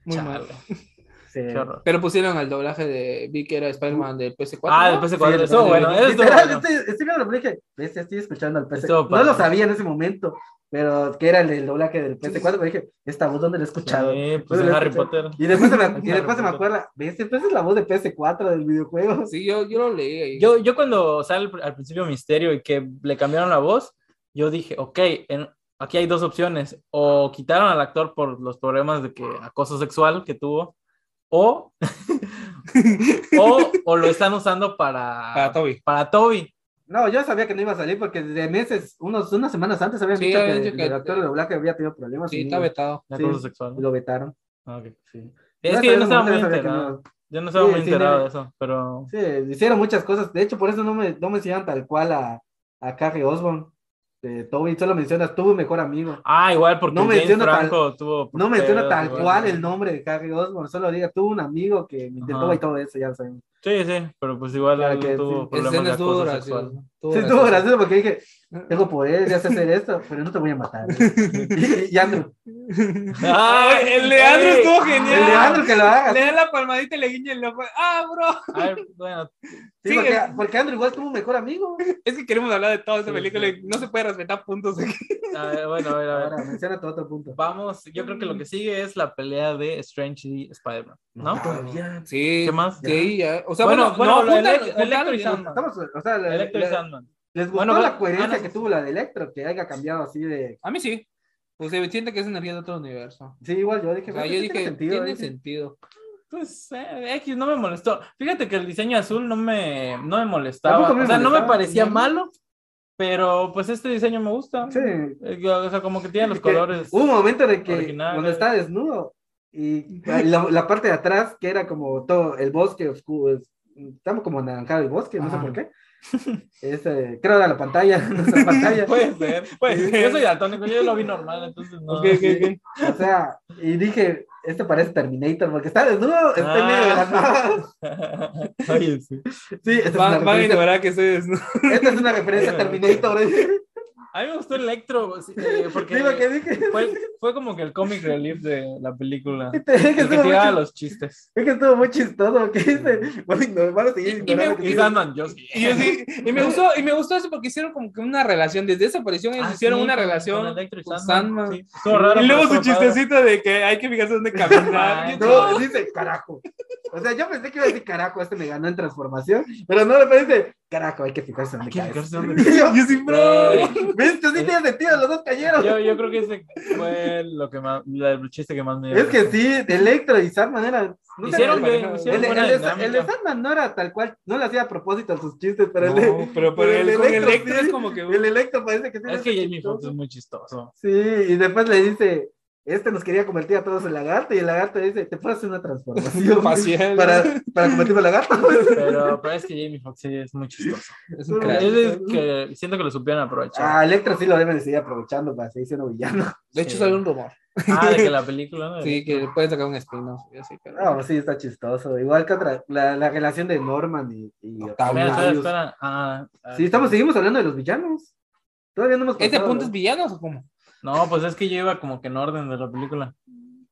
Speaker 7: Muy
Speaker 6: Chale,
Speaker 7: mal.
Speaker 8: sí.
Speaker 6: qué horror.
Speaker 7: Pero pusieron al doblaje de. Vi que era Spider-Man del PS4.
Speaker 6: Ah,
Speaker 7: ¿no?
Speaker 6: el PS4.
Speaker 8: Sí,
Speaker 6: Eso,
Speaker 7: el-
Speaker 6: bueno, eso.
Speaker 8: Literal,
Speaker 6: bueno.
Speaker 8: estoy, estoy viendo la película y dije, "Bestia, estoy escuchando al PC.
Speaker 6: Estuvo
Speaker 8: No
Speaker 6: padre.
Speaker 8: lo sabía en ese momento, pero que era el, del doblaje del PC4, pero dije, esta voz, ¿dónde la he escuchado?
Speaker 6: Sí, pues
Speaker 8: ¿Dónde
Speaker 6: en
Speaker 8: la he
Speaker 6: Harry
Speaker 8: escuchado?
Speaker 6: Potter.
Speaker 8: Y después se me, y
Speaker 6: [LAUGHS] Harry
Speaker 8: después se me
Speaker 6: Potter.
Speaker 8: acuerda, ¿ves? Esta es la voz de PS4 del videojuego.
Speaker 7: Sí, yo, yo lo leí ahí.
Speaker 6: Yo, yo cuando sale al- al principio Misterio y que le cambiaron la voz, yo dije, ok, en- aquí hay dos opciones. O quitaron al actor por los problemas de que acoso sexual que tuvo, o, [LAUGHS] o, o lo están usando para,
Speaker 7: Para Toby.
Speaker 6: para Ah, Toby.
Speaker 8: No, yo sabía que no iba a salir porque desde meses, unos, unas semanas antes habían
Speaker 7: Sí,
Speaker 8: dicho que,
Speaker 7: habían dicho
Speaker 8: el-
Speaker 7: que-
Speaker 8: el actor de doblaje había tenido problemas y
Speaker 7: Sí, está vetado.
Speaker 6: de
Speaker 8: Sí.
Speaker 6: Acoso sexual. ¿no?
Speaker 8: lo vetaron.
Speaker 6: Ah, ok, sí.
Speaker 8: Yo
Speaker 6: Es
Speaker 8: hasta
Speaker 6: que yo no
Speaker 8: ese
Speaker 6: estaba muy
Speaker 8: momento sabía que
Speaker 6: enterado.
Speaker 8: no.
Speaker 6: Yo no estaba
Speaker 8: Sí,
Speaker 6: muy
Speaker 8: sí,
Speaker 6: enterado
Speaker 8: no.
Speaker 6: de eso, pero.
Speaker 8: Sí, hicieron muchas cosas. De hecho, por eso no me, no mencionan tal cual a, a Carrie Osborn. De Toby, solo mencionas tu mejor amigo.
Speaker 6: Ah, igual, porque
Speaker 8: No
Speaker 6: James
Speaker 8: menciona tal-
Speaker 6: Franco tuvo.
Speaker 8: No menciona
Speaker 6: pedos,
Speaker 8: tal
Speaker 6: igual.
Speaker 8: cual el nombre de Carrie Osborn, solo diga, tuvo un amigo que me intentó
Speaker 6: Ajá.
Speaker 8: y todo eso, ya lo sabemos.
Speaker 6: Sí, sí, pero pues igual
Speaker 8: Claro
Speaker 6: él
Speaker 8: que
Speaker 6: tuvo
Speaker 8: sí.
Speaker 6: problemas de
Speaker 7: Escena
Speaker 6: acoso
Speaker 7: estuvo graciosa.
Speaker 6: sexual. [LAUGHS]
Speaker 8: Sí, estuvo gracioso porque dije, tengo poder, ya sé hacer esto, pero no te voy a matar. Y, y Andrew,
Speaker 6: ¡Ay,
Speaker 7: el Leandro
Speaker 6: ay!
Speaker 7: estuvo
Speaker 8: el
Speaker 7: genial.
Speaker 8: de Andrew que lo hagas.
Speaker 7: Le da la palmadita y le guiña el ojo. Ah, bro.
Speaker 6: Ay, bueno,
Speaker 8: Sí,
Speaker 7: Sigue.
Speaker 8: porque, porque Andrew igual tuvo un mejor amigo.
Speaker 7: Es que queremos hablar de toda esta
Speaker 6: Sí,
Speaker 7: película.
Speaker 6: sí.
Speaker 7: y No se puede respetar puntos. aquí.
Speaker 6: a ver, bueno, a ver, a ver.
Speaker 8: Ahora, menciona tu otro punto.
Speaker 6: Vamos, yo creo que lo que sigue es la pelea de Strange y Spider-Man, ¿no?
Speaker 8: Todavía.
Speaker 7: Sí.
Speaker 6: Ah, ¿Qué más?
Speaker 7: Sí, ya. O sea,
Speaker 6: Bueno,
Speaker 7: bueno,
Speaker 6: bueno,
Speaker 7: no,
Speaker 6: lo de
Speaker 7: juntan-
Speaker 6: Elec-
Speaker 7: juntan-
Speaker 6: Electro y Sandman.
Speaker 8: Estamos, o sea, la-
Speaker 6: Electro y
Speaker 8: la-
Speaker 6: Sandman.
Speaker 8: les gustó
Speaker 6: Bueno,
Speaker 8: la
Speaker 6: pero-
Speaker 8: coherencia
Speaker 6: ah, no.
Speaker 8: que tuvo la de Electro, que haya cambiado así de.
Speaker 7: A mí sí. Pues se siente que es energía de otro universo.
Speaker 8: Sí, igual yo dije,
Speaker 7: O sea,
Speaker 8: "Bueno, sí
Speaker 7: yo dije,
Speaker 8: tiene sentido.
Speaker 6: ¿eh?
Speaker 7: tiene
Speaker 8: dije.
Speaker 7: sentido.
Speaker 6: Pues eh, X no me molestó. Fíjate que el diseño azul no me, no me molestaba.
Speaker 8: Tampoco me
Speaker 6: o sea, no me
Speaker 8: molestaba,
Speaker 6: parecía
Speaker 8: ¿no?
Speaker 6: malo, pero pues este diseño me gusta.
Speaker 8: Sí.
Speaker 6: Eh, O sea, como que tiene los
Speaker 8: Que
Speaker 6: colores.
Speaker 8: Hubo un momento de que
Speaker 6: originales.
Speaker 8: cuando está desnudo y la, la parte de atrás, que era como todo el bosque oscuro, es- estamos como anaranjado el bosque, no sé
Speaker 6: Ajá.
Speaker 8: por qué. Ese, creo era la pantalla, [LAUGHS] nuestra pantalla.
Speaker 6: Puede ser, puede ser. Yo soy daltónico, yo lo vi normal, entonces no.
Speaker 7: Ok, ok, ok.
Speaker 8: O sea, y dije, este parece Terminator porque está desnudo, está en medio de la nada.
Speaker 6: [LAUGHS] Oye, sí.
Speaker 8: Sí, esta es,
Speaker 7: Va-
Speaker 8: una
Speaker 7: Van a
Speaker 8: referencia,
Speaker 7: ignorar que soy desnudo.
Speaker 8: esta es una [LAUGHS] referencia a Terminator.
Speaker 6: A mí me gustó Electro, sí, eh, porque
Speaker 8: Sí, lo [LAUGHS] que dije.
Speaker 6: fue, fue como que el comic relief de la película.
Speaker 8: Es [LAUGHS] que
Speaker 6: El que
Speaker 8: estuvo muy
Speaker 6: tiraba
Speaker 8: chis-
Speaker 6: los chistes.
Speaker 8: es que estuvo muy chistoso. ¿Qué dice? Bueno, no, van a seguir
Speaker 7: Y- y me-
Speaker 8: ignorando que
Speaker 6: Y
Speaker 8: sí.
Speaker 6: Sandman, yo sí.
Speaker 7: Y, yo sí-
Speaker 6: [LAUGHS]
Speaker 7: y me gustó, y me gustó eso porque hicieron como que una relación. Desde esa aparición ellos
Speaker 6: Ah,
Speaker 7: hicieron
Speaker 6: sí,
Speaker 7: una
Speaker 6: con-
Speaker 7: relación.
Speaker 6: con Electro y
Speaker 7: con
Speaker 6: Sandman.
Speaker 7: Sandman.
Speaker 6: sí. Estuvo raro,
Speaker 7: y luego
Speaker 6: pero
Speaker 7: su
Speaker 6: estuvo padre.
Speaker 7: chistecito de que hay que fijarse dónde caminar.
Speaker 6: Ay, [LAUGHS]
Speaker 8: [LAUGHS]
Speaker 7: Yo-
Speaker 8: No, dice carajo. O sea, yo pensé que iba a decir carajo, este me ganó en transformación, pero no, me dice carajo, hay que fijarse en
Speaker 6: Hay que fijarse dónde-
Speaker 8: [LAUGHS]
Speaker 7: [LAUGHS] Yo sí, bro.
Speaker 8: ¿Viste? Sí tiene sentido, los dos cayeron.
Speaker 6: Yo, yo creo que ese fue lo que más, la- el chiste que más me
Speaker 8: Es que sí, Electro y Sandman eran. no sé,
Speaker 6: Hicieron,
Speaker 8: el,
Speaker 6: bien,
Speaker 7: El-
Speaker 6: hicieron
Speaker 8: el-
Speaker 6: buena
Speaker 8: el de-
Speaker 6: dinámica.
Speaker 8: el de Sandman no era tal cual, no le hacía a propósito a sus chistes, pero el, de-
Speaker 7: No,
Speaker 8: pero
Speaker 7: pero para
Speaker 8: el
Speaker 7: él, con
Speaker 8: Electro
Speaker 7: Electro
Speaker 8: sí.
Speaker 7: es como que.
Speaker 8: el Electro parece que sí. le
Speaker 6: Es que
Speaker 8: hace
Speaker 6: Jamie Foxx
Speaker 8: chistoso.
Speaker 6: es muy chistoso.
Speaker 8: [LAUGHS] Sí, y después le dice, este nos quería convertir a todos en lagarto, y el lagarto le dice, te puedo hacer una
Speaker 6: [LAUGHS]
Speaker 8: transformación
Speaker 7: Facial.
Speaker 8: para, para convertirme en lagarto.
Speaker 6: Pero, pero es que Jamie Foxx sí es muy chistoso.
Speaker 7: Es un
Speaker 8: Claro.
Speaker 7: crack.
Speaker 6: Es de que siento que lo supieron aprovechar.
Speaker 8: Ah, Electro sí lo deben de seguir aprovechando para seguir siendo villano. [LAUGHS]
Speaker 7: De hecho,
Speaker 6: Sí.
Speaker 7: salió un rumor.
Speaker 6: Ah, de que la película. ¿no?
Speaker 7: Sí, Ah, que le pueden sacar un spin-off. y así, pero-
Speaker 8: No, sí, está chistoso. Igual que otra, la, la relación de Norman y... y
Speaker 6: Mira, espera,
Speaker 8: Octavius.
Speaker 6: espera. Ah, ah,
Speaker 8: Sí, estamos, seguimos hablando de los villanos. Todavía no hemos
Speaker 7: ¿Este
Speaker 8: pasado,
Speaker 7: punto
Speaker 8: ¿no?
Speaker 7: es villanos o cómo?
Speaker 6: No, pues es que yo iba como que en orden de la película.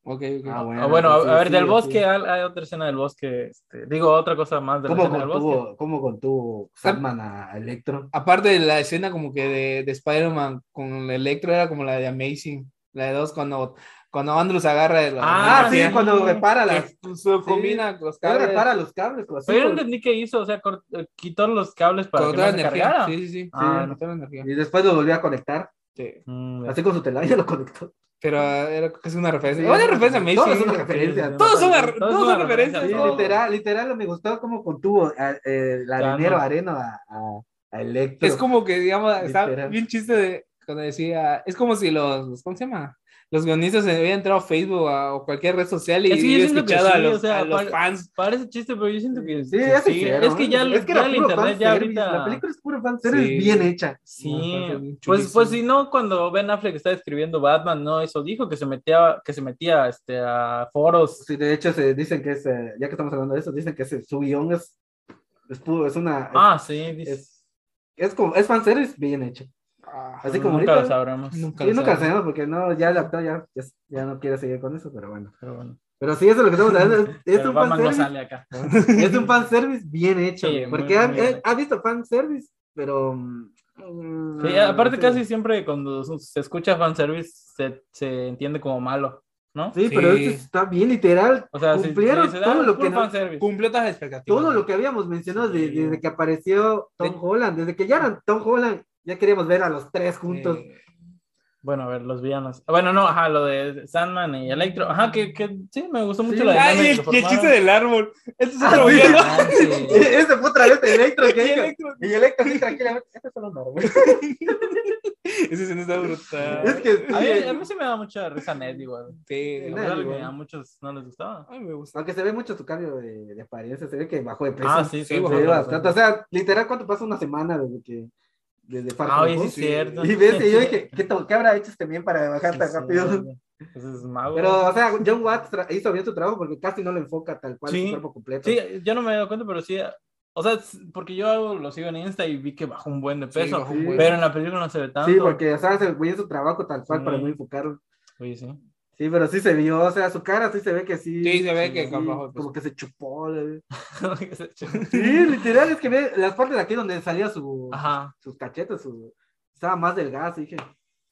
Speaker 7: Ok, ok.
Speaker 8: Ah, bueno,
Speaker 6: Ah, bueno,
Speaker 8: sí,
Speaker 6: a, a ver,
Speaker 8: sí,
Speaker 6: del
Speaker 8: sí.
Speaker 6: bosque al- hay otra escena del bosque. este, digo, otra cosa más de la
Speaker 8: ¿Cómo
Speaker 6: escena del bosque.
Speaker 8: contuvo, ¿Cómo contuvo Sandman a Electro?
Speaker 7: Aparte de la escena como que de, de Spider-Man con Electro era como la de Amazing. La de dos cuando, cuando Andrew se agarra de la...
Speaker 8: Ah,
Speaker 6: Ah,
Speaker 8: sí,
Speaker 6: sí.
Speaker 8: cuando repara las...
Speaker 7: Que se combina
Speaker 8: cuando
Speaker 7: los cables.
Speaker 8: repara los cables. o así,
Speaker 6: Pero yo no
Speaker 8: con-
Speaker 6: entendí qué hizo, o sea, cort- eh, quitó los cables para
Speaker 7: Con
Speaker 6: que no
Speaker 7: toda
Speaker 6: se
Speaker 7: la energía.
Speaker 6: cargara.
Speaker 7: Sí, sí, sí.
Speaker 6: Ah,
Speaker 7: Sí,
Speaker 6: no.
Speaker 7: con toda la energía.
Speaker 8: Y después lo volvió a conectar.
Speaker 7: Sí.
Speaker 6: Mm,
Speaker 8: Así con su telaraña lo conectó.
Speaker 7: Pero ah, era casi una referencia. Era una referencia a Amazing.
Speaker 8: Todos son referencias.
Speaker 7: Todos son
Speaker 6: Todos
Speaker 7: ar-
Speaker 6: son
Speaker 7: todos son
Speaker 6: una
Speaker 7: referencias.
Speaker 8: Sí,
Speaker 6: referencia,
Speaker 7: todos.
Speaker 8: literal, literal, me gustó cómo contuvo a- eh, el arenero,
Speaker 6: no.
Speaker 8: areno a, a, a Electro.
Speaker 7: Es como que, digamos, está
Speaker 8: Literal.
Speaker 7: bien chiste de cuando decía, es como si los, los- ¿cómo se llama? Los guionistas se hubieran entrado a Facebook a- o cualquier red social y
Speaker 6: Es que yo
Speaker 7: hubieran
Speaker 6: siento que
Speaker 7: escuchado a
Speaker 6: sí,
Speaker 7: los,
Speaker 6: o sea,
Speaker 7: a los
Speaker 6: par-
Speaker 7: fans.
Speaker 6: Parece chiste, pero yo siento que
Speaker 8: Sí,
Speaker 6: que
Speaker 8: ya se
Speaker 6: sí.
Speaker 8: hicieron.
Speaker 6: es que ya, el-
Speaker 8: que
Speaker 6: ya
Speaker 8: era
Speaker 6: el
Speaker 8: puro
Speaker 6: internet ya
Speaker 8: fanservice,
Speaker 6: ahorita.
Speaker 8: La película es puro fanservice
Speaker 7: Sí.
Speaker 8: bien hecha.
Speaker 6: Sí,
Speaker 7: Ajá, fue bien
Speaker 6: pues,
Speaker 7: chulísimo.
Speaker 6: pues si no, cuando Ben Affleck estaba escribiendo Batman, no, eso dijo que se metía, que se metía este, a foros.
Speaker 8: Sí, de hecho, se dicen que es, eh, ya que estamos hablando de eso, dicen que ese, su guión es, es, puro- es una... es-
Speaker 6: Ah, sí, dice.
Speaker 8: es, es como, es fanservice bien hecho. Así como
Speaker 6: Pues nunca lo
Speaker 8: ahorita...
Speaker 6: sabremos.
Speaker 7: Nunca
Speaker 8: Sí,
Speaker 7: lo
Speaker 8: nunca
Speaker 7: sabré.
Speaker 8: sabemos porque no, ya el actor ya, ya, ya no quiere seguir con eso, pero bueno.
Speaker 6: Pero bueno,
Speaker 8: Pero sí, eso es lo que estamos hablando. Es, es
Speaker 6: pero
Speaker 8: un
Speaker 6: Batman no
Speaker 8: fanservice
Speaker 6: sale acá.
Speaker 8: es un fanservice bien hecho.
Speaker 6: Sí, muy,
Speaker 8: porque ha,
Speaker 6: muy bien
Speaker 8: ha-
Speaker 6: hecho.
Speaker 8: ha visto fanservice, pero. mm,
Speaker 6: Sí, aparte,
Speaker 8: sí.
Speaker 6: casi siempre cuando se escucha fanservice se, se entiende como malo, ¿no?
Speaker 8: Sí, pero
Speaker 7: Sí.
Speaker 8: esto está bien literal.
Speaker 6: O sea, si-
Speaker 8: Cumplieron
Speaker 6: si se
Speaker 8: todo
Speaker 6: da
Speaker 8: lo que
Speaker 6: full
Speaker 8: no-
Speaker 6: fanservice.
Speaker 7: Cumplió todas las expectativas.
Speaker 8: Todo lo que habíamos mencionado de-
Speaker 6: Sí.
Speaker 8: desde que apareció Tom
Speaker 6: De-
Speaker 8: Holland, desde que ya eran Tom Holland, ya queríamos ver a los tres juntos.
Speaker 7: Eh,
Speaker 6: Bueno, a ver, los villanos. Ah, Bueno, no, ajá, lo de Sandman y Electro. Ajá, que, que sí, me gustó mucho
Speaker 8: Sí.
Speaker 6: la
Speaker 7: ah, y
Speaker 6: dinámica
Speaker 7: el,
Speaker 6: que
Speaker 7: y el chiste
Speaker 6: formaron.
Speaker 7: del árbol. Este es
Speaker 8: Ah,
Speaker 7: otro
Speaker 8: sí.
Speaker 7: villano.
Speaker 6: Ah, sí.
Speaker 8: [LAUGHS]
Speaker 7: [LAUGHS]
Speaker 8: Ese fue otra vez
Speaker 6: [LAUGHS]
Speaker 8: el Electro que
Speaker 7: Y
Speaker 8: dijo-
Speaker 7: Electro.
Speaker 8: Y Electro sí, tranquilamente.
Speaker 6: Este
Speaker 8: "Esto es solo normal".
Speaker 7: Ese escena está brutal.
Speaker 8: Es que sí,
Speaker 6: A mí,
Speaker 8: eh,
Speaker 6: a mí sí me da mucha risa Ned igual.
Speaker 7: Sí,
Speaker 6: A
Speaker 8: Ned.
Speaker 6: pesar de que
Speaker 8: igual.
Speaker 6: a muchos no les gustaba.
Speaker 7: Ay, me gusta.
Speaker 8: aunque se ve mucho su cambio de, de apariencia, se ve que bajó de peso.
Speaker 6: Ah, sí, sí.
Speaker 7: sí, bajó
Speaker 8: Se ve
Speaker 7: Bueno,
Speaker 8: bastante. O sea, literal, ¿cuánto pasa una semana desde que. Desde Far
Speaker 6: Ah,
Speaker 8: From
Speaker 6: oye, sí,
Speaker 8: Home?
Speaker 6: es cierto.
Speaker 8: Y ves, y yo dije, ¿qué, to- qué habrá hecho este bien para bajar
Speaker 6: Sí,
Speaker 8: tan
Speaker 6: sí,
Speaker 8: rápido?
Speaker 6: sí. Pues es mago.
Speaker 8: Pero, o sea, John Watts tra- hizo bien su trabajo porque casi no lo enfoca tal cual
Speaker 6: Sí.
Speaker 8: su cuerpo completo.
Speaker 6: Sí, yo no me he dado cuenta, pero sí. O sea, es- porque yo hago- lo sigo en Insta y vi que bajó un buen de peso.
Speaker 7: bajó un
Speaker 8: buen.
Speaker 6: Pero en la película no se ve tanto.
Speaker 8: Sí, porque, o sea, se veía su trabajo tal cual
Speaker 6: Sí.
Speaker 8: para no enfocarlo.
Speaker 6: Oye, sí.
Speaker 8: Sí, pero sí se vio, o sea, su cara sí se ve que sí.
Speaker 7: Sí, se ve que bajó de peso.
Speaker 8: como que se chupó. le- Sí,
Speaker 6: sí.
Speaker 8: literal, es que ve las partes de aquí donde salía su,
Speaker 6: Ajá.
Speaker 8: sus cachetes, su, estaba más delgada, y dije,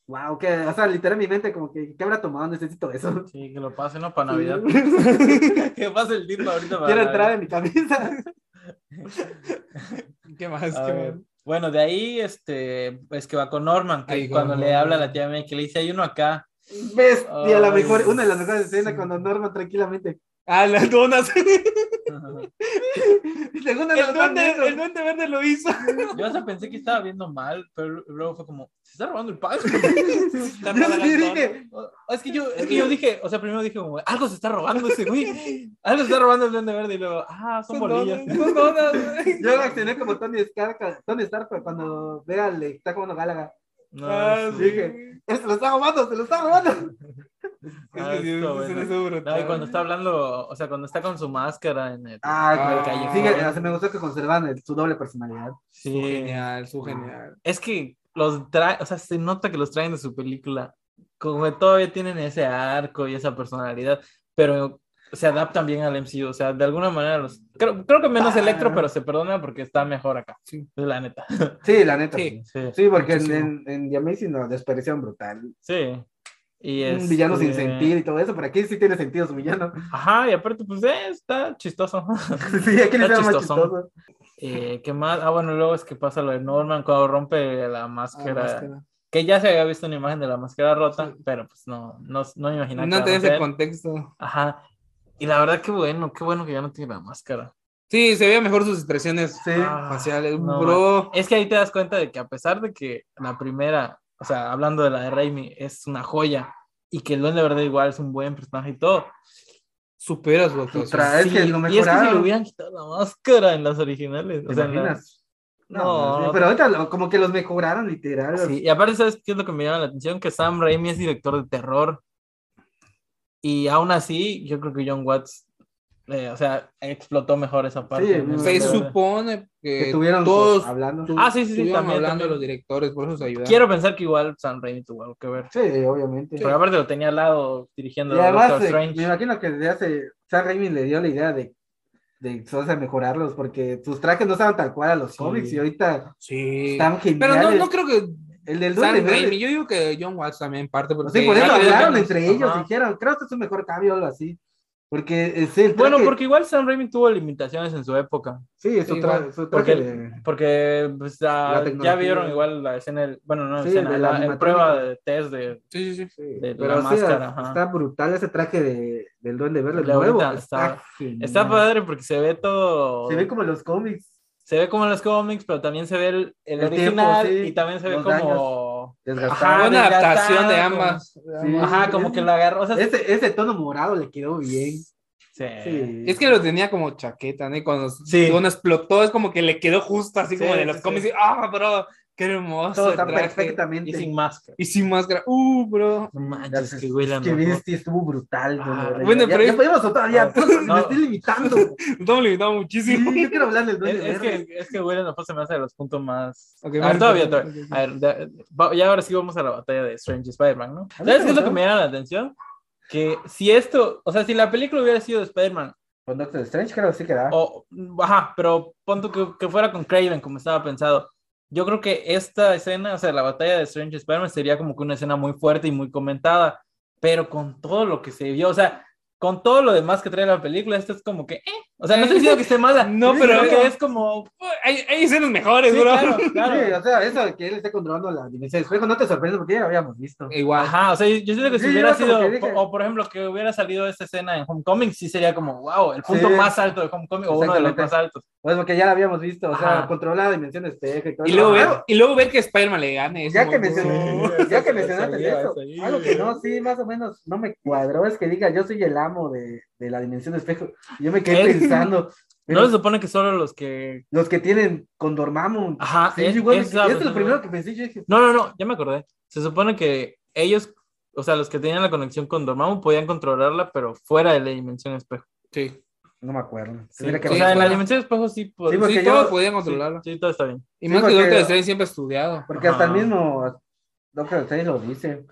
Speaker 8: wow, que, o sea, literal mi mente como que, ¿qué habrá tomado? Necesito eso.
Speaker 6: Sí, que lo pasen, ¿no? Para
Speaker 8: [LAUGHS]
Speaker 6: Navidad. que pase el dildo ahorita para
Speaker 8: Quiero entrar
Speaker 6: Navidad.
Speaker 8: en mi camisa.
Speaker 7: ¿Qué más?
Speaker 6: A
Speaker 7: ¿Qué
Speaker 6: ver.
Speaker 7: más?
Speaker 6: Bueno, de ahí, este, es que va con Norman, que
Speaker 7: Ahí con
Speaker 6: cuando le
Speaker 7: Norman.
Speaker 6: habla a la tía May, que le dice, hay uno acá. [LAUGHS]
Speaker 8: Bestia, la
Speaker 6: Ay,
Speaker 8: mejor, una de las mejores
Speaker 6: sí.
Speaker 8: escenas cuando Norman tranquilamente.
Speaker 7: Ah, las donas. [LAUGHS]
Speaker 8: Y segunda
Speaker 7: el,
Speaker 8: no
Speaker 7: duende,
Speaker 8: negro. [LAUGHS]
Speaker 7: el duende verde lo hizo.
Speaker 6: Yo hasta pensé que estaba viendo mal, pero luego fue como, se está robando el pan.
Speaker 7: Está
Speaker 8: Yo
Speaker 7: para
Speaker 8: sí
Speaker 7: las
Speaker 8: dije,
Speaker 7: donas.
Speaker 6: O- Es que, yo, es que yo dije, o sea, primero dije como, algo se está robando ese güey, algo se está robando el duende verde, y luego, ah, son
Speaker 7: Son
Speaker 6: bolillas.
Speaker 7: donas, son donas.
Speaker 8: Yo reaccioné como Tony Stark, Tony Stark cuando ve al está jugando Gálaga.
Speaker 6: [LAUGHS] No,
Speaker 7: Ah,
Speaker 6: sí.
Speaker 7: sí.
Speaker 8: Dije, "Eh, se lo está robando, se lo está robando.
Speaker 7: Es
Speaker 6: Ah,
Speaker 7: que sí,
Speaker 6: estuvo
Speaker 7: es- es-
Speaker 6: bueno.
Speaker 7: es brutal.
Speaker 6: No, y cuando está hablando, o sea, cuando está con su máscara en el...
Speaker 8: Ah,
Speaker 7: Ah,
Speaker 8: claro. Sí, que- o sea, me gustó que conservan el- su doble personalidad.
Speaker 7: Su
Speaker 6: sí.
Speaker 7: genial, su genial.
Speaker 6: Es que los trae, o sea, se nota que los traen de su película. Como que todavía tienen ese arco y esa personalidad, pero se adaptan bien al MCU. O sea, de alguna manera los. Creo, creo que menos Electro, pero se perdona porque está mejor acá.
Speaker 7: Sí.
Speaker 6: La neta.
Speaker 8: Sí, la neta.
Speaker 7: Sí.
Speaker 8: Sí,
Speaker 6: Sí.
Speaker 8: porque en,
Speaker 7: Muchísimo.
Speaker 8: en, en The Amazing nos desperdiciaron brutal.
Speaker 6: sí. Y este,
Speaker 8: Un
Speaker 6: es.
Speaker 8: villano sin sentido y todo eso, pero aquí sí tiene sentido su villano.
Speaker 6: Ajá, y aparte, pues eh, está chistoso.
Speaker 8: sí, aquí le
Speaker 6: Está
Speaker 8: hicieron más
Speaker 6: chistosón.
Speaker 8: chistoso.
Speaker 6: Eh, ¿Qué más? Ah, bueno, luego es que pasa lo de Norman cuando rompe la
Speaker 7: Ah,
Speaker 6: máscara.
Speaker 7: máscara.
Speaker 6: Que ya se había visto una imagen de la máscara rota, pero pues no, no, no me imaginaba que
Speaker 7: No
Speaker 6: la
Speaker 7: tenés el
Speaker 6: romper.
Speaker 7: contexto.
Speaker 6: Ajá. Y la verdad, qué bueno, qué bueno que ya no tiene la máscara.
Speaker 7: Sí, se veía mejor sus expresiones
Speaker 8: Sí.
Speaker 6: Ah,
Speaker 7: faciales,
Speaker 6: no,
Speaker 7: bro.
Speaker 6: Es que ahí te das cuenta de que a pesar de que la primera, o sea, hablando de la de Raimi, es una joya y que el Duende Verde igual es un buen personaje y todo.
Speaker 7: Supera su
Speaker 8: Su
Speaker 7: actuación.
Speaker 8: traje
Speaker 6: Sí,
Speaker 8: que lo
Speaker 6: y es que si le
Speaker 8: mejoraron.
Speaker 6: hubieran quitado la máscara en las originales.
Speaker 8: ¿Te
Speaker 6: O sea, en la-
Speaker 8: imaginas?
Speaker 6: No,
Speaker 8: sí,
Speaker 6: no.
Speaker 8: pero ahorita lo- como que los mejoraron literal.
Speaker 6: Sí, Y aparte, ¿sabes qué es lo que me llama la atención? Que Sam Raimi es director de terror. Y aún así, yo creo que John Watts, eh, o sea, explotó mejor esa parte.
Speaker 8: Sí,
Speaker 6: del
Speaker 8: no,
Speaker 7: Se
Speaker 6: Duende Verde.
Speaker 7: supone
Speaker 8: que
Speaker 7: que
Speaker 8: estuvieron
Speaker 7: eh, todos
Speaker 8: hablando.
Speaker 6: Ah, sí, sí, sí,
Speaker 7: estuvieron
Speaker 6: también,
Speaker 7: hablando
Speaker 6: también.
Speaker 7: los directores, por eso se ayudaron.
Speaker 6: Quiero pensar que igual Sam Raimi tuvo algo que ver.
Speaker 8: Sí, obviamente.
Speaker 6: Pero aparte lo tenía al lado dirigiendo
Speaker 8: Y además,
Speaker 6: Doctor
Speaker 8: eh,
Speaker 6: Strange.
Speaker 8: me imagino que desde hace. Sam Raimi le dio la idea de, de o sea, mejorarlos, porque sus trajes no estaban tal cual a los
Speaker 6: Sí.
Speaker 8: cómics y ahorita
Speaker 7: Sí.
Speaker 8: están
Speaker 7: Pero
Speaker 8: geniales.
Speaker 7: no, no creo que
Speaker 8: El del Duende
Speaker 7: Sam
Speaker 8: Verde.
Speaker 7: Raimi, yo digo que John Watts también parte porque
Speaker 8: Sí, por eso
Speaker 7: Ah, pero-
Speaker 8: hablaron entre
Speaker 6: Ajá.
Speaker 8: ellos, dijeron, creo que es un mejor cambio o algo así. Porque eh, sí, el
Speaker 6: Bueno,
Speaker 8: traje-
Speaker 6: porque igual Sam Raimi tuvo limitaciones en su época.
Speaker 8: sí, su,
Speaker 7: Sí,
Speaker 8: tra-
Speaker 7: igual,
Speaker 8: su
Speaker 6: porque
Speaker 8: traje
Speaker 6: el-
Speaker 8: de-
Speaker 6: Porque pues,
Speaker 8: La
Speaker 6: ya,
Speaker 8: tecnología.
Speaker 6: ya vieron igual la escena, del- bueno, no la
Speaker 8: Sí,
Speaker 6: escena,
Speaker 8: de la
Speaker 6: la, el
Speaker 8: animatrónica.
Speaker 6: prueba de test de...
Speaker 7: Sí, sí, sí.
Speaker 8: sí,
Speaker 6: de la
Speaker 8: pero sí,
Speaker 6: máscara,
Speaker 8: es-
Speaker 6: ajá.
Speaker 8: está brutal ese traje de, del Duende Verde,
Speaker 6: El
Speaker 8: el
Speaker 6: de
Speaker 8: nuevo.
Speaker 6: ahorita
Speaker 8: está
Speaker 6: está-
Speaker 8: genial.
Speaker 6: Está padre porque se ve todo...
Speaker 8: Se ve como los cómics
Speaker 6: como en los cómics, pero también se ve el, el
Speaker 8: El tiempo,
Speaker 6: original
Speaker 8: sí,
Speaker 6: y también se ve
Speaker 8: los
Speaker 6: como... Ah,
Speaker 8: desgastados.
Speaker 7: Buena
Speaker 6: desgastado,
Speaker 7: adaptación de
Speaker 6: como-
Speaker 7: ambas.
Speaker 8: Sí.
Speaker 6: Ajá, como que lo agarró. O sea,
Speaker 8: Ese, ese tono morado le quedó bien.
Speaker 6: sí.
Speaker 8: Sí.
Speaker 7: Es que lo tenía como chaqueta, ¿no? Y cuando
Speaker 6: Sí.
Speaker 7: cuando explotó, es como que le quedó justo, así
Speaker 6: Sí,
Speaker 7: como de
Speaker 6: sí,
Speaker 7: los
Speaker 6: sí.
Speaker 7: cómics. y, ¡Ah, bro! ¡Qué hermoso!
Speaker 8: todo está
Speaker 7: el traje".
Speaker 6: Y
Speaker 8: perfectamente.
Speaker 6: sin máscara.
Speaker 7: Y sin máscara. ¡Uh, bro!
Speaker 6: No manches,
Speaker 8: Gracias.
Speaker 6: que güey, la
Speaker 8: Es que
Speaker 6: mejor.
Speaker 8: Misty estuvo brutal. güey,
Speaker 6: Ah,
Speaker 8: la verdad.
Speaker 7: bueno,
Speaker 8: ya,
Speaker 7: pero-
Speaker 8: ya podemos soltar, ya,
Speaker 6: [LAUGHS] No.
Speaker 8: [LAUGHS] me
Speaker 6: [LAUGHS]
Speaker 8: estoy limitando.
Speaker 7: Estamos limitados
Speaker 8: Sí,
Speaker 7: muchísimo.
Speaker 8: yo quiero hablar del
Speaker 6: Es,
Speaker 8: Duende
Speaker 6: es
Speaker 8: Verde.
Speaker 6: que, es que Will Dafoe se me hace de los puntos más.
Speaker 7: Ok,
Speaker 6: a
Speaker 7: vale,
Speaker 6: ver, todavía,
Speaker 7: ok,
Speaker 6: todavía.
Speaker 7: ok,
Speaker 6: A ver, de- va- ya ahora sí vamos a la batalla de Strange y Spider-Man, ¿no?
Speaker 8: A mí
Speaker 6: ¿Sabes
Speaker 8: me
Speaker 6: qué es lo que
Speaker 8: gustó.
Speaker 6: me llama la atención? Que si esto, o sea, si la película hubiera sido de Spider-Man,
Speaker 8: Con Doctor Strange creo que sí queda.
Speaker 6: o, ajá, pero pon tú que, que fuera con Craven, como estaba pensado, yo creo que esta escena, o sea, la batalla de Strange y Spider-Man sería como que una escena muy fuerte y muy comentada, pero con todo lo que se vio, o sea, con todo lo demás que trae la película, esto es como que, eh, o sea, no estoy diciendo que esté
Speaker 8: [LAUGHS]
Speaker 6: mala,
Speaker 7: No, pero-
Speaker 6: sino que es como,
Speaker 7: [LAUGHS] Hay, hay escenas mejores,
Speaker 6: sí,
Speaker 7: bro.
Speaker 6: claro, claro.
Speaker 8: [LAUGHS] Sí, o sea, eso de que él esté controlando la dimensión del juego no te sorprende porque ya lo habíamos visto.
Speaker 7: [LAUGHS] Igual.
Speaker 6: Ajá, o sea, yo yo siento que si
Speaker 8: Sí,
Speaker 6: hubiera
Speaker 8: yo como
Speaker 6: sido,
Speaker 8: que dije-
Speaker 6: o por ejemplo, que hubiera salido esta escena en Homecoming, sí sería como, wow, el punto
Speaker 8: Sí.
Speaker 6: más alto de Homecoming, o uno de los
Speaker 8: Exactamente.
Speaker 6: más altos.
Speaker 8: Pues porque ya lo habíamos visto, o sea,
Speaker 6: Ajá.
Speaker 8: controlar la dimensión del espejo y todo
Speaker 7: Y
Speaker 8: eso.
Speaker 7: luego, ver,
Speaker 8: Claro,
Speaker 7: y luego ver que Spider-Man le gane. es
Speaker 8: Ya
Speaker 7: como,
Speaker 8: que, mencionó-
Speaker 7: "Bro".
Speaker 8: ya que
Speaker 6: Sí,
Speaker 8: mencionaste
Speaker 6: sabía,
Speaker 8: eso,
Speaker 6: sabía.
Speaker 8: algo que no, sí, más o menos no me cuadró, es que diga, yo soy el amo de, de la dimensión del espejo. Yo me quedé
Speaker 6: ¿Qué?
Speaker 8: pensando,
Speaker 6: Eh. [LAUGHS] No
Speaker 8: pero
Speaker 6: se supone que solo los que.
Speaker 8: los que tienen Condormamon,
Speaker 6: Ajá,
Speaker 8: Sí,
Speaker 6: es-
Speaker 8: igual,
Speaker 6: esa
Speaker 8: esto es
Speaker 6: persona-
Speaker 8: lo primero que pensé, yo dije,
Speaker 6: No, no, no, ya me acordé. Se supone que ellos o sea, los que tenían la conexión con Dormammu podían controlarla, pero fuera de la dimensión espejo.
Speaker 7: Sí.
Speaker 8: No me acuerdo.
Speaker 6: Sí,
Speaker 8: Tendría que
Speaker 6: o sea, en la
Speaker 7: fuera.
Speaker 6: dimensión espejo sí, pod-
Speaker 8: Sí, porque
Speaker 7: Sí,
Speaker 8: yo-
Speaker 7: todos podían
Speaker 6: sí,
Speaker 7: controlarla.
Speaker 6: sí, todo está bien.
Speaker 7: Y
Speaker 8: Sí,
Speaker 7: más que
Speaker 8: porque-
Speaker 7: Doctor Strange siempre ha estudiado.
Speaker 8: Porque hasta el mismo Doctor Strange lo dice.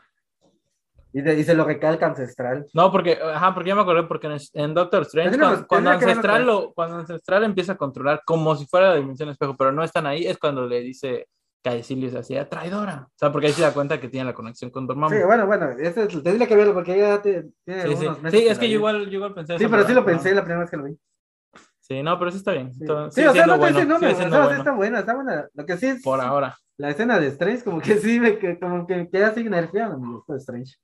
Speaker 8: Y, de- y se lo recalca ancestral.
Speaker 6: No, porque, ajá, porque ya me acordé, porque en, en Doctor Strange,
Speaker 8: Tendría-
Speaker 6: cuando, cuando
Speaker 8: tendría que
Speaker 6: Ancestral
Speaker 8: verlo
Speaker 6: lo- cuando Ancestral empieza a controlar como si fuera la dimensión espejo, pero no están ahí, es cuando le dice que Aecilius hacía traidora. O sea, porque ahí se da cuenta que tiene la conexión con Dormammu.
Speaker 8: Sí, bueno, bueno, ese es- tendría que verlo porque ya te- tiene
Speaker 6: Sí, sí.
Speaker 8: unos meses.
Speaker 6: Sí, es
Speaker 8: la
Speaker 6: que
Speaker 8: vi.
Speaker 6: yo igual, yo igual pensé
Speaker 8: Sí,
Speaker 6: eso,
Speaker 8: pero sí lo
Speaker 6: ajá.
Speaker 8: pensé la primera vez que lo vi.
Speaker 6: Sí, no, pero sí está bien.
Speaker 8: Sí,
Speaker 6: Todo-
Speaker 8: Sí,
Speaker 6: sigue
Speaker 8: o sea,
Speaker 6: siendo
Speaker 8: no pensé,
Speaker 6: bueno,
Speaker 8: no,
Speaker 6: sigue
Speaker 8: me
Speaker 6: siendo
Speaker 8: gustaba,
Speaker 6: bueno,
Speaker 8: sí está buena, está buena. Lo que sí es
Speaker 6: por ahora.
Speaker 8: la escena de Strange, como que sí, me, que, como que queda sin energía mi Doctor Strange.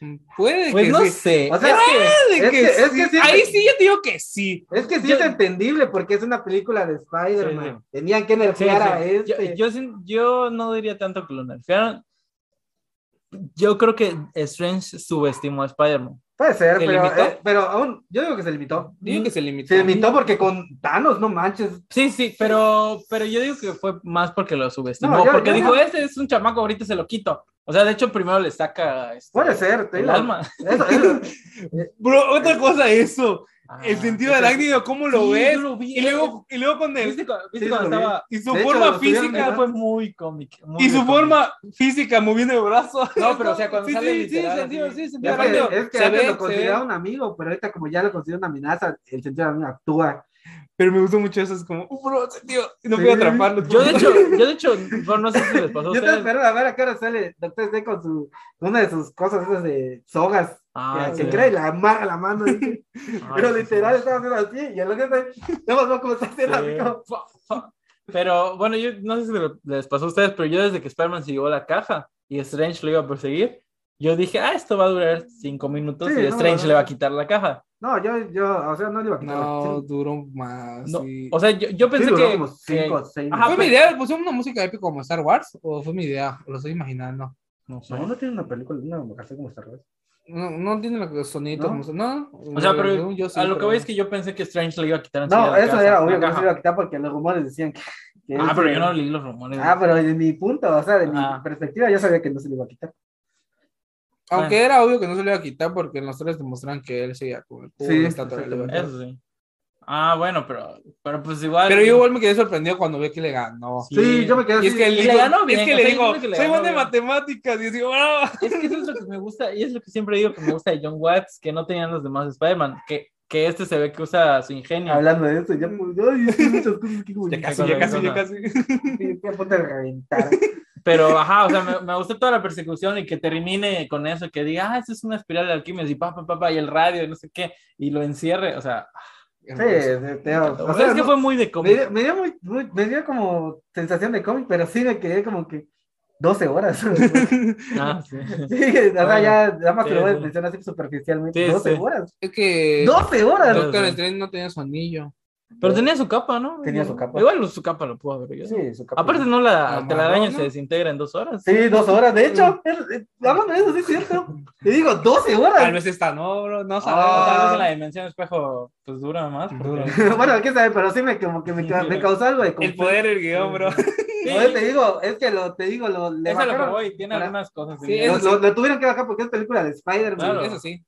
Speaker 6: [LAUGHS]
Speaker 7: Puede
Speaker 6: Pues
Speaker 7: que
Speaker 6: no
Speaker 7: sí.
Speaker 6: sé.
Speaker 8: O sea,
Speaker 6: Eh,
Speaker 7: Puede
Speaker 8: es
Speaker 7: que
Speaker 8: que, es que
Speaker 7: sí.
Speaker 8: sí-
Speaker 7: Ahí sí yo te digo que sí.
Speaker 8: Es que sí
Speaker 6: Yo-
Speaker 8: es entendible porque es una película de Spider-Man.
Speaker 6: Sí, sí.
Speaker 8: Tenían que
Speaker 6: Sí,
Speaker 8: nerfear a
Speaker 6: sí. Yo-
Speaker 8: este.
Speaker 6: Yo, sin- yo no diría tanto que lo nerfearon. Yo creo que Strange subestimó a Spider-Man.
Speaker 8: Puede ser,
Speaker 6: ¿Se
Speaker 8: pero,
Speaker 6: limitó?
Speaker 8: eh, pero aún, yo digo que se limitó.
Speaker 7: Digo que se limitó.
Speaker 8: Se limitó porque con Thanos, no manches.
Speaker 6: Sí, sí, pero, pero yo digo que fue más porque lo subestimó.
Speaker 8: No, yo-
Speaker 6: porque
Speaker 8: yo-
Speaker 6: dijo, este es un chamaco, ahorita se lo quito. O sea, de hecho, primero le saca este,
Speaker 8: Puede ser, te
Speaker 6: el
Speaker 8: digo.
Speaker 6: alma. [LAUGHS]
Speaker 8: Eso, eso.
Speaker 7: Bro, otra cosa eso. [LAUGHS] El
Speaker 6: Ah,
Speaker 7: sentido arácnido, ¿cómo
Speaker 6: sí,
Speaker 7: lo ves?
Speaker 6: yo lo vi.
Speaker 7: Y luego, y luego con el,
Speaker 6: ¿Viste, cu- viste
Speaker 8: Sí,
Speaker 6: cuando
Speaker 8: lo vi.
Speaker 6: estaba...?
Speaker 7: y su
Speaker 8: De hecho,
Speaker 7: forma
Speaker 8: lo tuvieron
Speaker 6: Eso
Speaker 7: física
Speaker 6: fue muy cómico. muy
Speaker 7: y su
Speaker 6: cómico.
Speaker 7: forma física moviendo el brazo.
Speaker 6: No, pero, o sea, cuando
Speaker 7: [LAUGHS] Sí,
Speaker 6: sale
Speaker 7: sí,
Speaker 6: literal,
Speaker 7: sí, sentido,
Speaker 6: así.
Speaker 7: sí, sentido
Speaker 8: Es que,
Speaker 7: arácnido.
Speaker 8: es que
Speaker 7: Se
Speaker 8: antes
Speaker 7: ve,
Speaker 8: lo
Speaker 7: se ve.
Speaker 8: consideraba un amigo, pero ahorita como ya lo considera una amenaza, el sentido de la amenaza actúa.
Speaker 7: Pero me gustó mucho eso, es como, uh, bro, sentido, y no
Speaker 8: Sí.
Speaker 7: pude atraparlo.
Speaker 6: Yo, de hecho, yo de hecho, bueno, no sé si les pasó a
Speaker 8: Yo
Speaker 6: ustedes.
Speaker 8: estaba esperando a ver a qué hora sale Doctor Strange con su, una de sus cosas esas de sogas,
Speaker 6: Ah,
Speaker 8: que,
Speaker 6: sí.
Speaker 8: que crea y la amarra
Speaker 6: [LAUGHS]
Speaker 8: la mano. ¿sí?
Speaker 6: Ay,
Speaker 8: pero
Speaker 6: sí, sí.
Speaker 8: literal estaba haciendo así, y el otro nada más veo cómo está haciendo así como-
Speaker 6: Fu- fu- [LAUGHS] Pero bueno, yo no sé si lo- les pasó a ustedes, pero yo desde que Spider-Man se llevó la caja y Strange lo iba a perseguir, yo dije, ah, esto va a durar cinco minutos
Speaker 8: Sí,
Speaker 6: y
Speaker 8: no,
Speaker 6: Strange
Speaker 8: no, no.
Speaker 6: le va a quitar la caja.
Speaker 8: No, yo, yo, o sea, no le iba a quitar.
Speaker 7: [LAUGHS] No,
Speaker 8: Sí,
Speaker 7: duró más.
Speaker 6: No,
Speaker 7: sí.
Speaker 6: O sea, yo, yo pensé
Speaker 8: duró
Speaker 6: que...
Speaker 8: como cinco
Speaker 6: que-
Speaker 8: o seis.
Speaker 6: Ajá,
Speaker 7: ¿Fue mi
Speaker 6: pero-
Speaker 7: idea? ¿Pusieron una música épica como Star Wars? ¿O fue mi idea? Lo estoy imaginando.
Speaker 6: No sé.
Speaker 8: No, no tiene una película, una canción como Star Wars.
Speaker 7: No, no tiene los sonidos.
Speaker 8: ¿No?
Speaker 7: como son- No,
Speaker 6: O sea, pero
Speaker 7: según yo sí,
Speaker 6: a lo que
Speaker 7: pero-
Speaker 6: voy es que yo pensé que Strange le iba a quitar enseguida
Speaker 8: No,
Speaker 6: la
Speaker 8: eso
Speaker 6: caja,
Speaker 8: era
Speaker 6: la
Speaker 8: obvio que no
Speaker 6: caja.
Speaker 8: se iba a quitar porque los rumores decían que. que
Speaker 6: Ah,
Speaker 8: él
Speaker 6: pero
Speaker 8: se-
Speaker 6: yo no leí los rumores.
Speaker 8: Ah, pero de mi punto, o sea, de mi
Speaker 6: Ah.
Speaker 8: perspectiva, yo sabía que no se le iba a quitar.
Speaker 7: Aunque
Speaker 6: Bueno.
Speaker 7: era obvio que no se le iba a quitar porque en los tres demuestran que él seguía con el cubo
Speaker 8: Sí,
Speaker 7: de estatua de
Speaker 8: exactamente.
Speaker 7: Libertad.
Speaker 6: Eso sí. Ah, bueno, pero, pero pues igual...
Speaker 7: Pero yo igual me quedé sorprendido cuando vi que le ganó.
Speaker 6: Sí.
Speaker 8: Sí, yo me quedé
Speaker 7: Y
Speaker 8: así.
Speaker 7: es que, él
Speaker 6: le
Speaker 7: dijo-
Speaker 6: ganó bien,
Speaker 7: es que
Speaker 6: o
Speaker 7: le
Speaker 6: sea, yo
Speaker 7: digo,
Speaker 6: creo que le
Speaker 7: soy
Speaker 6: ganó
Speaker 7: bueno de
Speaker 6: bien".
Speaker 7: matemáticas. Y digo, "Ah".
Speaker 6: Es que eso es lo que me gusta, y es lo que siempre digo que me gusta de John Watts, que no tenían los demás Spider-Man, que, que este se ve que usa su ingenio.
Speaker 8: Hablando de eso, yo, yo, yo hice muchas cosas [LAUGHS] que como
Speaker 7: Ya
Speaker 8: que
Speaker 7: casi, ya casi, ya casi.
Speaker 8: estoy a punto de reventar.
Speaker 6: Pero, ajá, o sea, me, me gusta toda la persecución y que termine con eso, que diga, ah, eso es una espiral de alquimia, y papá, papá, y el radio, y no sé qué, y lo encierre, o sea,
Speaker 8: Sí, te- te- o sea,
Speaker 6: es que
Speaker 8: no-
Speaker 6: fue muy de
Speaker 8: me,
Speaker 6: cómic.
Speaker 8: dio- me dio muy, muy- me dio como sensación de cómic, pero sí me quedé como que 12 horas. [LAUGHS] sí, [LAUGHS]
Speaker 6: Ah, sí.
Speaker 8: o sea, ya nada más
Speaker 6: Sí,
Speaker 8: que lo voy a
Speaker 6: sí.
Speaker 8: mencionar así superficialmente.
Speaker 6: Sí,
Speaker 8: 12
Speaker 6: sí.
Speaker 8: horas.
Speaker 7: Es que
Speaker 8: 12 horas.
Speaker 6: No.
Speaker 7: Doctor Strange no tenía su anillo.
Speaker 6: Pero tenía su capa, ¿no?
Speaker 8: Tenía su capa.
Speaker 6: Igual su capa lo pudo haber yo.
Speaker 8: Sí, su capítulo.
Speaker 6: Aparte, no la
Speaker 7: La
Speaker 6: telaraña
Speaker 7: Madonna.
Speaker 6: se desintegra en dos horas.
Speaker 8: Sí, 2 horas. De
Speaker 6: Mm.
Speaker 8: hecho, el- el- hablando de eso, sí es cierto. Te digo, 12
Speaker 7: Tal
Speaker 8: horas.
Speaker 7: vez está, no, bro, no
Speaker 6: O
Speaker 7: sabemos.
Speaker 6: sea,
Speaker 8: Ah.
Speaker 6: tal vez en la dimensión espejo, pues dura más. [LAUGHS] porque-
Speaker 8: [LAUGHS] bueno, quién sabe, pero sí me, como que me, ca- me causó algo de
Speaker 7: El
Speaker 8: conflicto.
Speaker 7: poder del guión, bro.
Speaker 6: Sí,
Speaker 8: Oye, te digo, es que lo, te digo, lo, le
Speaker 6: eso es lo que
Speaker 8: bajaron-
Speaker 6: voy, tiene
Speaker 8: Ahora-
Speaker 6: algunas cosas.
Speaker 7: Sí,
Speaker 6: sí,
Speaker 7: eso
Speaker 8: lo, lo- lo tuvieron que bajar porque es película de Spider-Man.
Speaker 6: Claro.
Speaker 7: Eso sí.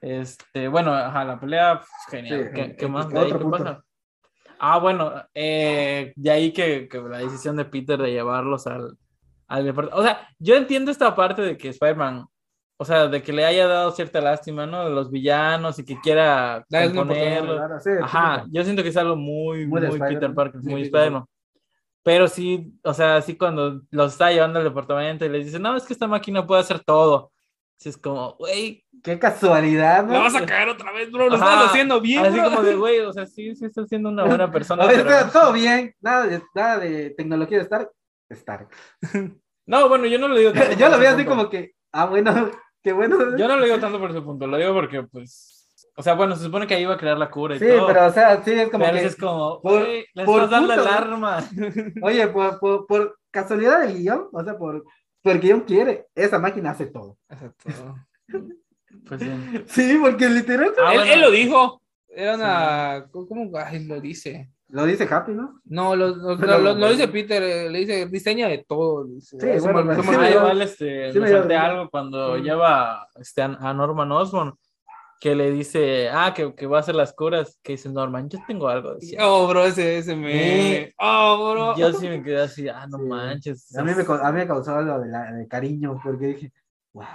Speaker 6: Este, bueno, ajá, la pelea, pues, genial.
Speaker 8: Sí,
Speaker 6: ¿Qué,
Speaker 8: eh,
Speaker 6: qué
Speaker 8: eh,
Speaker 6: más?
Speaker 8: otro
Speaker 6: ¿De ahí qué
Speaker 8: punto.
Speaker 6: pasa? Ah, bueno, eh, de ahí que, que la decisión de Peter de llevarlos al, al departamento. O sea, yo entiendo esta parte de que Spider-Man, o sea, de que le haya dado cierta lástima, ¿no? De los villanos y que quiera
Speaker 7: Darles una
Speaker 6: componerlo.
Speaker 8: Claro, sí,
Speaker 6: Ajá,
Speaker 8: sí.
Speaker 6: yo siento que es algo muy, muy,
Speaker 8: Muy de
Speaker 6: Peter
Speaker 8: Spider-Man.
Speaker 6: Parker,
Speaker 7: Sí,
Speaker 6: muy
Speaker 7: Peter
Speaker 6: Spider-Man. Pero sí, o sea, sí cuando los está llevando al departamento y les dice, no, es que esta máquina puede hacer todo. Así es como, güey,
Speaker 8: Qué casualidad,
Speaker 7: La
Speaker 8: ¿no?
Speaker 7: vas a cagar otra vez, bro. Lo
Speaker 6: Ajá.
Speaker 7: estás haciendo bien,
Speaker 6: Así
Speaker 7: bro.
Speaker 6: como de, güey, o sea, sí, sí estás siendo una
Speaker 7: [LAUGHS]
Speaker 6: buena persona.
Speaker 8: A ver,
Speaker 6: pero-
Speaker 8: espera, todo bien, nada de, nada de tecnología de Stark. Stark.
Speaker 6: No, bueno, yo no lo digo tanto
Speaker 8: [LAUGHS] Yo
Speaker 6: por
Speaker 8: lo
Speaker 6: ese
Speaker 8: veo así
Speaker 6: punto.
Speaker 8: como que, ah, bueno, [LAUGHS] qué bueno.
Speaker 6: Yo no lo digo tanto por su punto, lo digo porque, pues... O sea, bueno, se supone que ahí iba a crear la cura y
Speaker 8: sí,
Speaker 6: todo.
Speaker 8: pero o sea, sí, es como
Speaker 6: pero
Speaker 8: que,
Speaker 6: es como,
Speaker 8: por-
Speaker 6: güey, le
Speaker 8: por
Speaker 6: estás dando
Speaker 8: puto, ¿no?
Speaker 6: alarma.
Speaker 8: [LAUGHS] oye, por, por, por casualidad del guión, o sea, por, por el guión quiere, esa máquina hace todo. [LAUGHS]
Speaker 7: Exacto.
Speaker 6: Pues sí.
Speaker 8: Sí, porque literal,
Speaker 6: Ah,
Speaker 7: él,
Speaker 6: bueno.
Speaker 7: él lo dijo. Era una. ¿Cómo ay, lo dice?
Speaker 8: Lo dice Happy, ¿no?
Speaker 7: No, lo, lo-
Speaker 8: Pero-
Speaker 7: lo- lo dice Peter, eh, le dice, diseña de todo. le dice.
Speaker 8: Sí,
Speaker 7: "Ah,
Speaker 8: bueno,
Speaker 7: somos-
Speaker 8: sí,
Speaker 7: somos-
Speaker 8: me
Speaker 6: Ah,
Speaker 8: dio-
Speaker 6: igual este,
Speaker 8: sí
Speaker 6: me
Speaker 8: me dio
Speaker 6: salté
Speaker 8: risa.
Speaker 6: algo cuando
Speaker 8: Mm.
Speaker 6: lleva este, a, a Norman Osborn, que le dice, ah, que, que va a hacer las curas, que dice Norman, yo tengo algo. decía.
Speaker 7: [LAUGHS] Oh, bro, ese, ese me.
Speaker 6: Sí.
Speaker 7: Oh, bro.
Speaker 6: Yo sí me quedé así, ah, no
Speaker 8: Sí.
Speaker 6: manches.
Speaker 8: A mí me, cau- a mí me causó algo de, la- de cariño, porque dije, wow.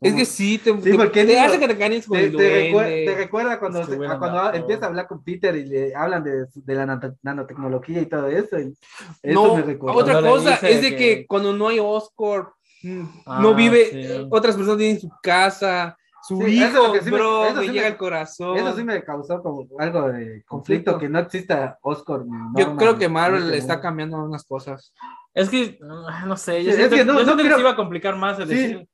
Speaker 7: Es que sí, te, te-
Speaker 8: porque
Speaker 7: te
Speaker 8: no-
Speaker 7: hace que te cariñes con
Speaker 8: Te, te
Speaker 7: el duende.
Speaker 8: recuer- te recuerda cuando,
Speaker 6: Es que
Speaker 8: se-
Speaker 6: buena
Speaker 8: a cuando
Speaker 6: onda,
Speaker 8: ha-
Speaker 6: por
Speaker 8: empieza a
Speaker 6: favor.
Speaker 8: hablar con Peter y le hablan de, su- de la nat- nanotecnología y todo eso. y eso
Speaker 7: No,
Speaker 8: me recordó.
Speaker 7: otra
Speaker 6: Cuando le
Speaker 7: cosa
Speaker 6: dice
Speaker 7: es de que...
Speaker 6: que-
Speaker 7: cuando no hay Oscar, mm,
Speaker 6: Ah,
Speaker 7: no vive,
Speaker 6: sí.
Speaker 7: eh, otras personas tienen su casa, su
Speaker 8: Sí, eso es
Speaker 7: hijo,
Speaker 8: lo que sí me-
Speaker 7: bro,
Speaker 8: eso
Speaker 7: me
Speaker 8: sí me-
Speaker 7: llega al corazón.
Speaker 8: Eso sí me causó como algo de conflicto,
Speaker 7: Conflicto.
Speaker 8: que no exista Oscar. ni
Speaker 7: Yo
Speaker 8: Norman
Speaker 7: creo que
Speaker 8: en
Speaker 7: Marvel
Speaker 8: este
Speaker 7: está
Speaker 8: mundo.
Speaker 7: cambiando unas cosas.
Speaker 6: Es que, ah, no sé, yo
Speaker 8: Sí, es
Speaker 6: siento,
Speaker 8: que no-
Speaker 6: yo
Speaker 8: no
Speaker 6: siento que
Speaker 8: creo-
Speaker 6: se iba a complicar más el
Speaker 8: Sí.
Speaker 6: decir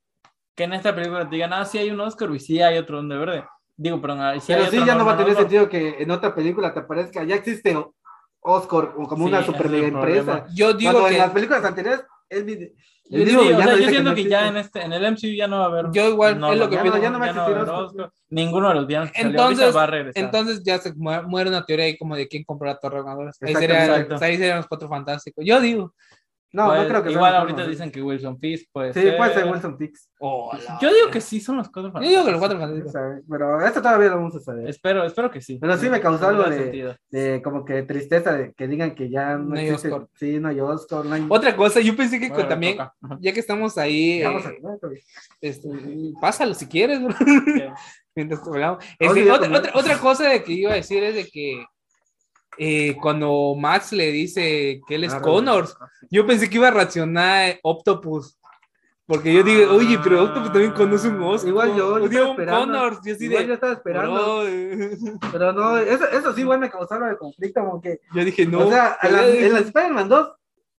Speaker 6: que en esta película te digan, ah, sí hay un Oscar y sí hay otro Duende Verde. Digo, perdón, ah, sí
Speaker 8: Pero
Speaker 6: hay
Speaker 8: sí,
Speaker 6: otro
Speaker 8: ya no va a
Speaker 6: Norman
Speaker 8: tener
Speaker 6: Osborn.
Speaker 8: sentido que en otra película te aparezca. Ya existe o- Oscar o como
Speaker 6: Sí,
Speaker 8: una
Speaker 6: ese
Speaker 8: super
Speaker 6: es el
Speaker 8: mega empresa.
Speaker 6: problema.
Speaker 7: Yo digo
Speaker 8: Cuando
Speaker 7: que
Speaker 8: en las películas anteriores, él mi- el
Speaker 6: Yo,
Speaker 8: mismo
Speaker 6: digo, o
Speaker 8: villano
Speaker 6: sea, yo
Speaker 8: dice
Speaker 6: siento que, ya
Speaker 8: existe.
Speaker 6: en, este, en el MCU ya no va a haber.
Speaker 7: Yo igual, es lo que
Speaker 6: ya
Speaker 7: opino.
Speaker 6: no-
Speaker 8: Ya no va a
Speaker 6: ya no va
Speaker 8: existir
Speaker 6: a haber
Speaker 8: Oscar.
Speaker 6: Oscar. Ninguno de los villanos que salió ahorita
Speaker 7: Entonces-
Speaker 6: va a regresar.
Speaker 7: Entonces ya se mu- muere una teoría ahí como de quién compró la torre ganadora. Ahí,
Speaker 8: Exacto,
Speaker 7: sería-
Speaker 6: exacto.
Speaker 7: ahí serían los cuatro fantásticos. Yo digo.
Speaker 8: No,
Speaker 6: Pues,
Speaker 8: no creo que sea
Speaker 6: Igual
Speaker 8: Norman,
Speaker 6: ahorita
Speaker 8: ¿no?
Speaker 6: dicen que Wilson Fisk puede
Speaker 8: Sí,
Speaker 6: ser.
Speaker 8: puede ser Wilson Tix.
Speaker 7: oh, la-
Speaker 6: Yo digo que sí, son los cuatro
Speaker 7: Yo digo que los cuatro fantásticos.
Speaker 8: Pero esto todavía lo vamos a saber.
Speaker 6: Espero, espero que sí.
Speaker 8: Pero sí me causó algo
Speaker 6: da
Speaker 8: de-
Speaker 6: sentido.
Speaker 8: De como que tristeza de que digan que ya no,
Speaker 7: No hay
Speaker 8: existe.
Speaker 7: Oscar.
Speaker 8: Sí, no hay Oscar, no hay.
Speaker 7: Otra cosa, yo pensé que
Speaker 6: Bueno,
Speaker 7: también,
Speaker 6: toca. Ajá.
Speaker 7: ya que estamos ahí, eh,
Speaker 8: Vamos a- bueno,
Speaker 7: este, pásalo si quieres, bro. [LAUGHS] Mientras hablamos. Este,
Speaker 8: Oye, ya
Speaker 7: otra,
Speaker 8: como-
Speaker 7: otra, otra cosa de que iba a decir es de que eh, cuando Max le dice que él es
Speaker 8: Ah,
Speaker 7: Connors, yo pensé que iba a reaccionar Octopus. Porque yo digo, oye, pero Octopus también conoce un Oscar.
Speaker 8: Ah. Igual yo, yo
Speaker 7: digo
Speaker 8: estaba
Speaker 7: un
Speaker 8: esperando.
Speaker 7: Connors. Yo sí
Speaker 8: Igual yo
Speaker 7: de.
Speaker 8: estaba esperando.
Speaker 7: bro, [LAUGHS]
Speaker 8: Pero no, eso, eso sí, igual me causó algo de conflicto, como que
Speaker 7: yo dije, no.
Speaker 8: o sea, a la-
Speaker 7: yo dije,
Speaker 8: en la Spider-Man 2